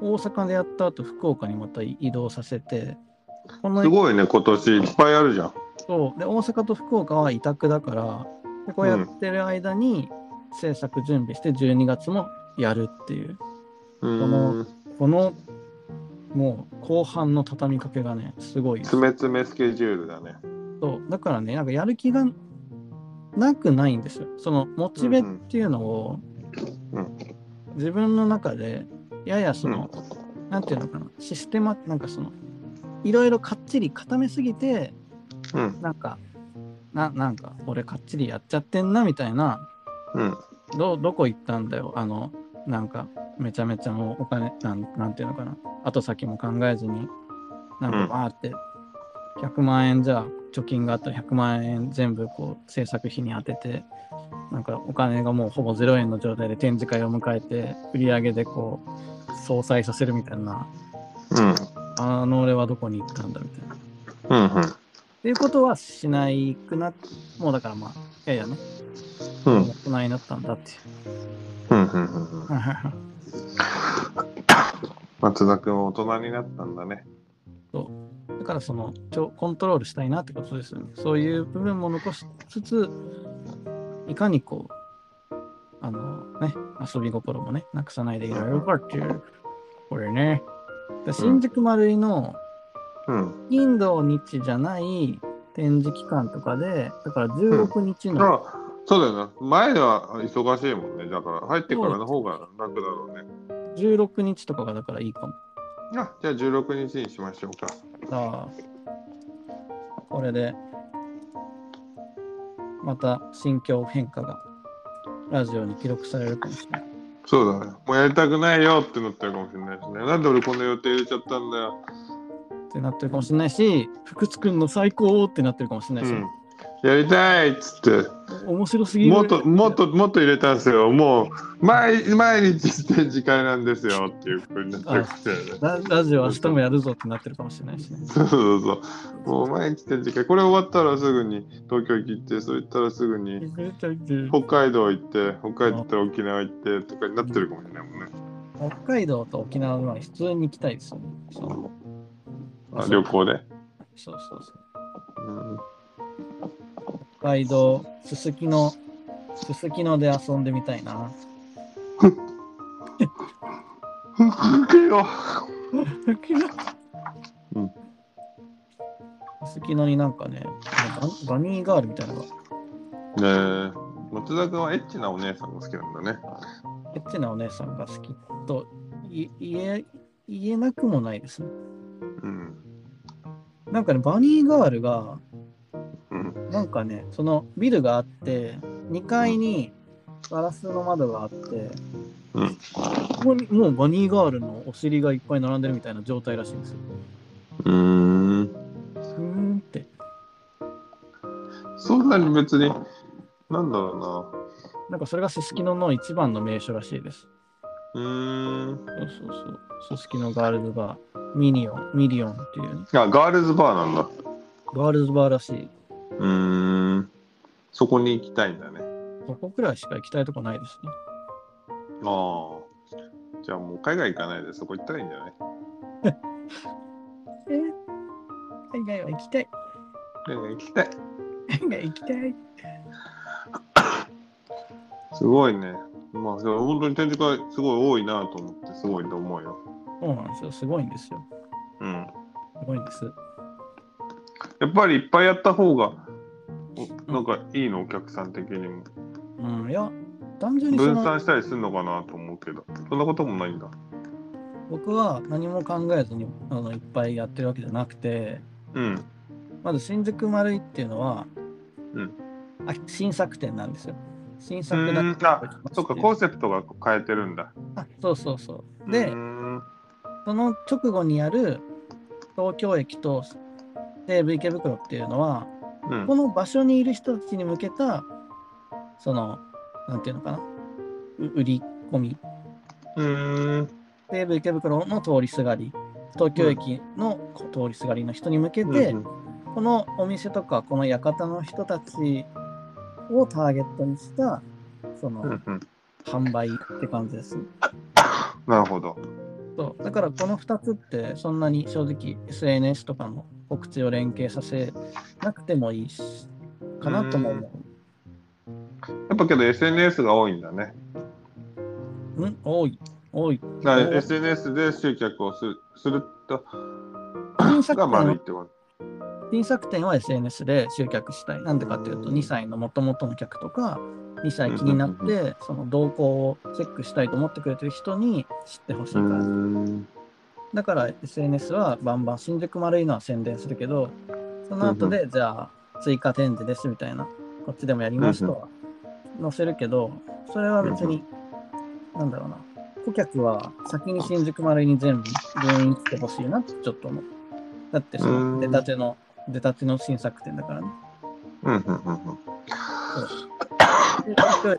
Speaker 2: 大阪でやった後、福岡にまた移動させて、この
Speaker 1: すごいね、今年いっぱいあるじゃん。
Speaker 2: そうで大阪と福岡は委託だからでこうやってる間に制作準備して12月もやるっていう
Speaker 1: う
Speaker 2: の
Speaker 1: ーん。
Speaker 2: このもう後半の畳みかけがねすごいです
Speaker 1: つめつめスケジュールだね。
Speaker 2: そうだからねなんかやる気がなくないんですよそのモチベっていうのを
Speaker 1: うん
Speaker 2: 自分の中でややその、なんていうのかなシステマなんかそのいろいろかっちり固めすぎて
Speaker 1: うん。
Speaker 2: なんかななんか俺かっちりやっちゃってんなみたいな
Speaker 1: うん。
Speaker 2: どどこ行ったんだよあのなんかめちゃめちゃもうお金なんなんていうのかな後先も考えずになん
Speaker 1: う
Speaker 2: か
Speaker 1: ん
Speaker 2: バーって100万円じゃあ貯金があったら100万円全部こう制作費に当ててなんかお金がもうほぼ0円の状態で展示会を迎えて売り上げでこう相殺させるみたいな
Speaker 1: うん。
Speaker 2: あの俺はどこに行ったんだみたいな。っ
Speaker 1: うん。うん。
Speaker 2: ていうことはしないくなもうだからまあいやいやね
Speaker 1: うん。うん
Speaker 2: もう大人になったんだっていう。
Speaker 1: うん。うん。うん松田君は大人になったんだね。
Speaker 2: だからそのちょコントロールしたいなってことですよね。そういう部分も残しつつ、いかにこう、あのね、遊び心もね、なくさないでいられるかっていう、これね。だ新宿丸井の
Speaker 1: うん。
Speaker 2: 金土日じゃない展示期間とかで、だから16日の、
Speaker 1: あそうだよな。前は忙しいもんね。だから、入ってからの方が楽だろうね。
Speaker 2: 16日とかがだからいいかも。
Speaker 1: あじゃあ16日にしましょうか。
Speaker 2: さあ、これで、また心境変化がラジオに記録されるかもしれない。
Speaker 1: そうだね。もうやりたくないよってなってるかもしれないですね。なんで俺こんな予定入れちゃったんだよ。
Speaker 2: ってなってるかもしれないし、福津くんの最高ってなってるかもしれな
Speaker 1: う
Speaker 2: いし、
Speaker 1: ん。やりたいっつって。
Speaker 2: 面白すぎる。
Speaker 1: もっともっともっと入れたんですよ。もう毎毎日展示会なんですよっていう風になってきて、ね。
Speaker 2: ラ。ラジオ明日もやるぞってなってるかもしれないしね。
Speaker 1: そうそうそう。もう毎日展示会。これ終わったらすぐに東京行って、それ行ったらすぐに北海道行って、北海道行ったら沖縄行ってとかになってるかもしれないもんね。
Speaker 2: 北海道と沖縄は普通に行きたいですよね。そう
Speaker 1: あ旅行で。
Speaker 2: そうそうそ
Speaker 1: う
Speaker 2: う。
Speaker 1: ん
Speaker 2: 北海道、すすきの、すすきので遊んでみたいな。
Speaker 1: ふっくよ。うん
Speaker 2: すすきのになんかね、なんかババニーガールみたいなのが、
Speaker 1: ねえ。松田君はエッチなお姉さんが好きなんだね。
Speaker 2: エッチなお姉さんが好きとい言え言えなくもないですね。
Speaker 1: うん。
Speaker 2: なんかね、バニーガールが、
Speaker 1: うん。
Speaker 2: なんかね、そのビルがあって、2階にガラスの窓があって、
Speaker 1: うん
Speaker 2: ここにもうバニーガールのお尻がいっぱい並んでるみたいな状態らしいんですよ。
Speaker 1: うーん。
Speaker 2: ふーんって。
Speaker 1: そんなに別に、なんだろ
Speaker 2: なんかそれがすすきのの一番の名所らしいです。
Speaker 1: うな。うーん。
Speaker 2: そうそうそう。すすきのガールズバー、ミニオン、ミリオンっていうね、
Speaker 1: あ、ガールズバーなんだ。
Speaker 2: ガールズバーらしい。
Speaker 1: うーん。そこに行きたいんだね。
Speaker 2: ここくらいしか行きたいとこないですね。
Speaker 1: ああ。じゃあもう海外行かないでそこ行ったらいいんじゃない
Speaker 2: 海外は行きたい。
Speaker 1: 海外行きたい。
Speaker 2: 海外行きたい。
Speaker 1: すごいね。まあ、でも本当に展示会すごい多いなと思って、すごいと思うよ。
Speaker 2: そうなんですよ。すごいんですよ。
Speaker 1: うん。
Speaker 2: すごいんです。
Speaker 1: やっぱりいっぱいやった方が、おなんかいいの、お客さん的にも。
Speaker 2: うん、いや、単純にそ
Speaker 1: 分
Speaker 2: の。
Speaker 1: 散したりするのかなと思うけど、そんなこともないんだ。
Speaker 2: 僕は何も考えずにあのいっぱいやってるわけじゃなくて
Speaker 1: うん。
Speaker 2: まず新宿丸いっていうのは、
Speaker 1: うん
Speaker 2: あ新作店なんですよ新
Speaker 1: う
Speaker 2: 作だ
Speaker 1: ーんあ、そっか、コンセプトが変えてるんだ。
Speaker 2: あそうそうそう
Speaker 1: う
Speaker 2: で
Speaker 1: ーん
Speaker 2: その直後にある東京駅と西武池袋っていうのは
Speaker 1: うん
Speaker 2: この場所にいる人たちに向けたそのなんていうのかなう売り込み
Speaker 1: うーん。
Speaker 2: 西武池袋の通りすがり東京駅のこう通りすがりの人に向けて、
Speaker 1: うん
Speaker 2: このお店とかこの館の人たちをターゲットにしたその、
Speaker 1: うんうん
Speaker 2: 販売って感じです、ね、
Speaker 1: なるほど。
Speaker 2: そうだからこの2つってそんなに正直 SNS とかの告知を連携させなくてもいいしかなとも思
Speaker 1: やっぱけど SNS が多いんだね。
Speaker 2: う。うん、多い多い。
Speaker 1: だか
Speaker 2: お
Speaker 1: ら SNS で集客をするすると
Speaker 2: 新作
Speaker 1: が悪いっ
Speaker 2: 店
Speaker 1: てこ
Speaker 2: 新作店は SNS で集客したい。なんでかっていうと
Speaker 1: うん
Speaker 2: 2歳の元々の客とか2歳気になっ
Speaker 1: うんう
Speaker 2: てその動向をチェックしたいと思ってくれてる人に知ってほしい
Speaker 1: と。
Speaker 2: か
Speaker 1: うー
Speaker 2: ら。
Speaker 1: ん
Speaker 2: だから SNS はバンバン新宿丸いのは宣伝するけど、その後で、じゃあ追加展示ですみたいな、こっちでもやりますとは載せるけど、それは別に、なんだろうな、顧客は先に新宿丸いに全部全員来てほしいなってちょっと思う。だってその出たての、出たての新作展だからね。
Speaker 1: うんうんうんうん
Speaker 2: で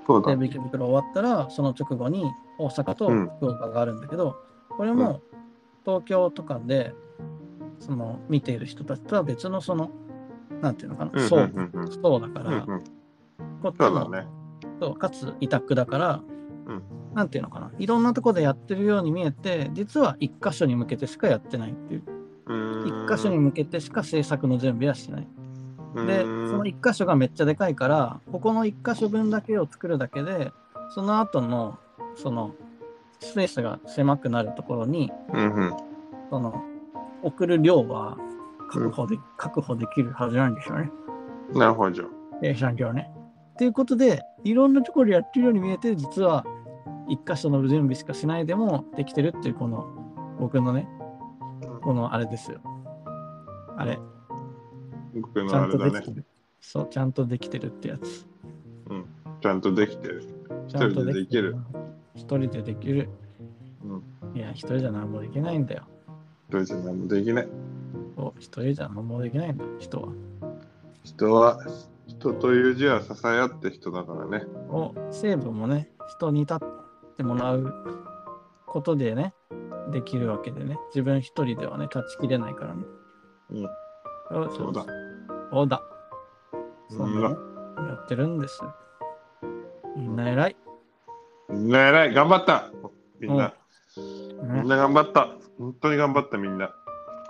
Speaker 1: そうだ
Speaker 2: テレビ池袋終わったら、その直後に大阪と
Speaker 1: うん
Speaker 2: 福岡があるんだけど、これも東京とかで、その見ている人たちとは別のその、なんていうのか
Speaker 1: うん
Speaker 2: な、そう
Speaker 1: うんうんうん
Speaker 2: そうだか
Speaker 1: う
Speaker 2: ら、
Speaker 1: んうん
Speaker 2: こっち
Speaker 1: そ
Speaker 2: も
Speaker 1: うだね。
Speaker 2: そうかつ委託だから、
Speaker 1: うん
Speaker 2: なんていうのかな、いろんなとこでやってるように見えて、実は一箇所に向けてしかやってないっていう、
Speaker 1: うーん
Speaker 2: 一箇所に向けてしか制作の準備はしない。で、
Speaker 1: う
Speaker 2: そ
Speaker 1: ーん
Speaker 2: の1箇所がめっちゃでかいから、ここの1箇所分だけを作るだけで、その後の、その、スペースが狭くなるところに、
Speaker 1: うんうん
Speaker 2: その、送る量は確保で、確保できるはずなんですよね。
Speaker 1: なるほど。
Speaker 2: 生産量ね。っていうことで、いろんなところでやってるように見えて、実は1箇所の準備しかしないでもできてるっていう、この、僕のね、このあれですよ。あれ、
Speaker 1: 僕
Speaker 2: ち
Speaker 1: の
Speaker 2: ゃ
Speaker 1: あ
Speaker 2: んと
Speaker 1: れ
Speaker 2: で
Speaker 1: だ
Speaker 2: きて
Speaker 1: ね。
Speaker 2: る。そう、ちゃんとできてるってやつ。
Speaker 1: ちゃんとできてる。
Speaker 2: ちゃんと
Speaker 1: 一人でできる。
Speaker 2: 一一人でできる。いや、一人じゃ何もできないんだよ。
Speaker 1: 一人じゃ何もできない。
Speaker 2: そう一人じゃ何もできないんだ、人は。
Speaker 1: 人は、人という字は支え合って人だからね。
Speaker 2: を成分もね人に立ってもらうことでねできるわけでね自分一人ではね断ち切れないからね
Speaker 1: うん
Speaker 2: そう
Speaker 1: そうだ
Speaker 2: そうだそ
Speaker 1: うんん
Speaker 2: なねやってるんですみんな偉い、
Speaker 1: みんな偉い、頑張ったみんな、みん
Speaker 2: ね
Speaker 1: な頑張った。本当に頑張ったみんな。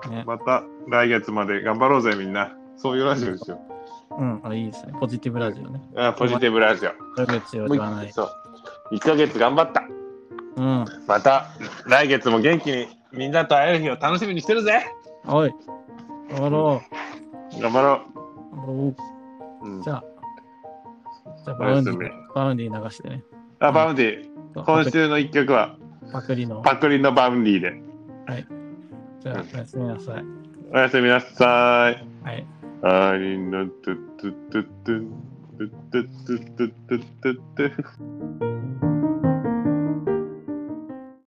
Speaker 2: ね
Speaker 1: また来月まで頑張ろうぜみんな。そういうラジオですよ。
Speaker 2: うんあいいですねポジティブラジオね
Speaker 1: あポジティブラジオ。
Speaker 2: 悪口を言わない
Speaker 1: そう。1ヶ月頑張った。
Speaker 2: うん
Speaker 1: また来月も元気にみんなと会える日を楽しみにしてるぜ。
Speaker 2: おい頑張ろ
Speaker 1: 頑張ろ
Speaker 2: う頑張ろ
Speaker 1: う。うん
Speaker 2: うじゃあじゃあ
Speaker 1: お
Speaker 2: バウ
Speaker 1: や
Speaker 2: ン
Speaker 1: す
Speaker 2: デ
Speaker 1: み
Speaker 2: ィバウンディ流してね
Speaker 1: あ、バウンディ。今週の1曲は
Speaker 2: パクリの
Speaker 1: パクリのバウンディで。
Speaker 2: じゃあおやすみなさい
Speaker 1: おやすみなさい。
Speaker 2: はい
Speaker 1: ありのトゥトゥトゥトゥトゥトゥトゥトゥトゥトゥ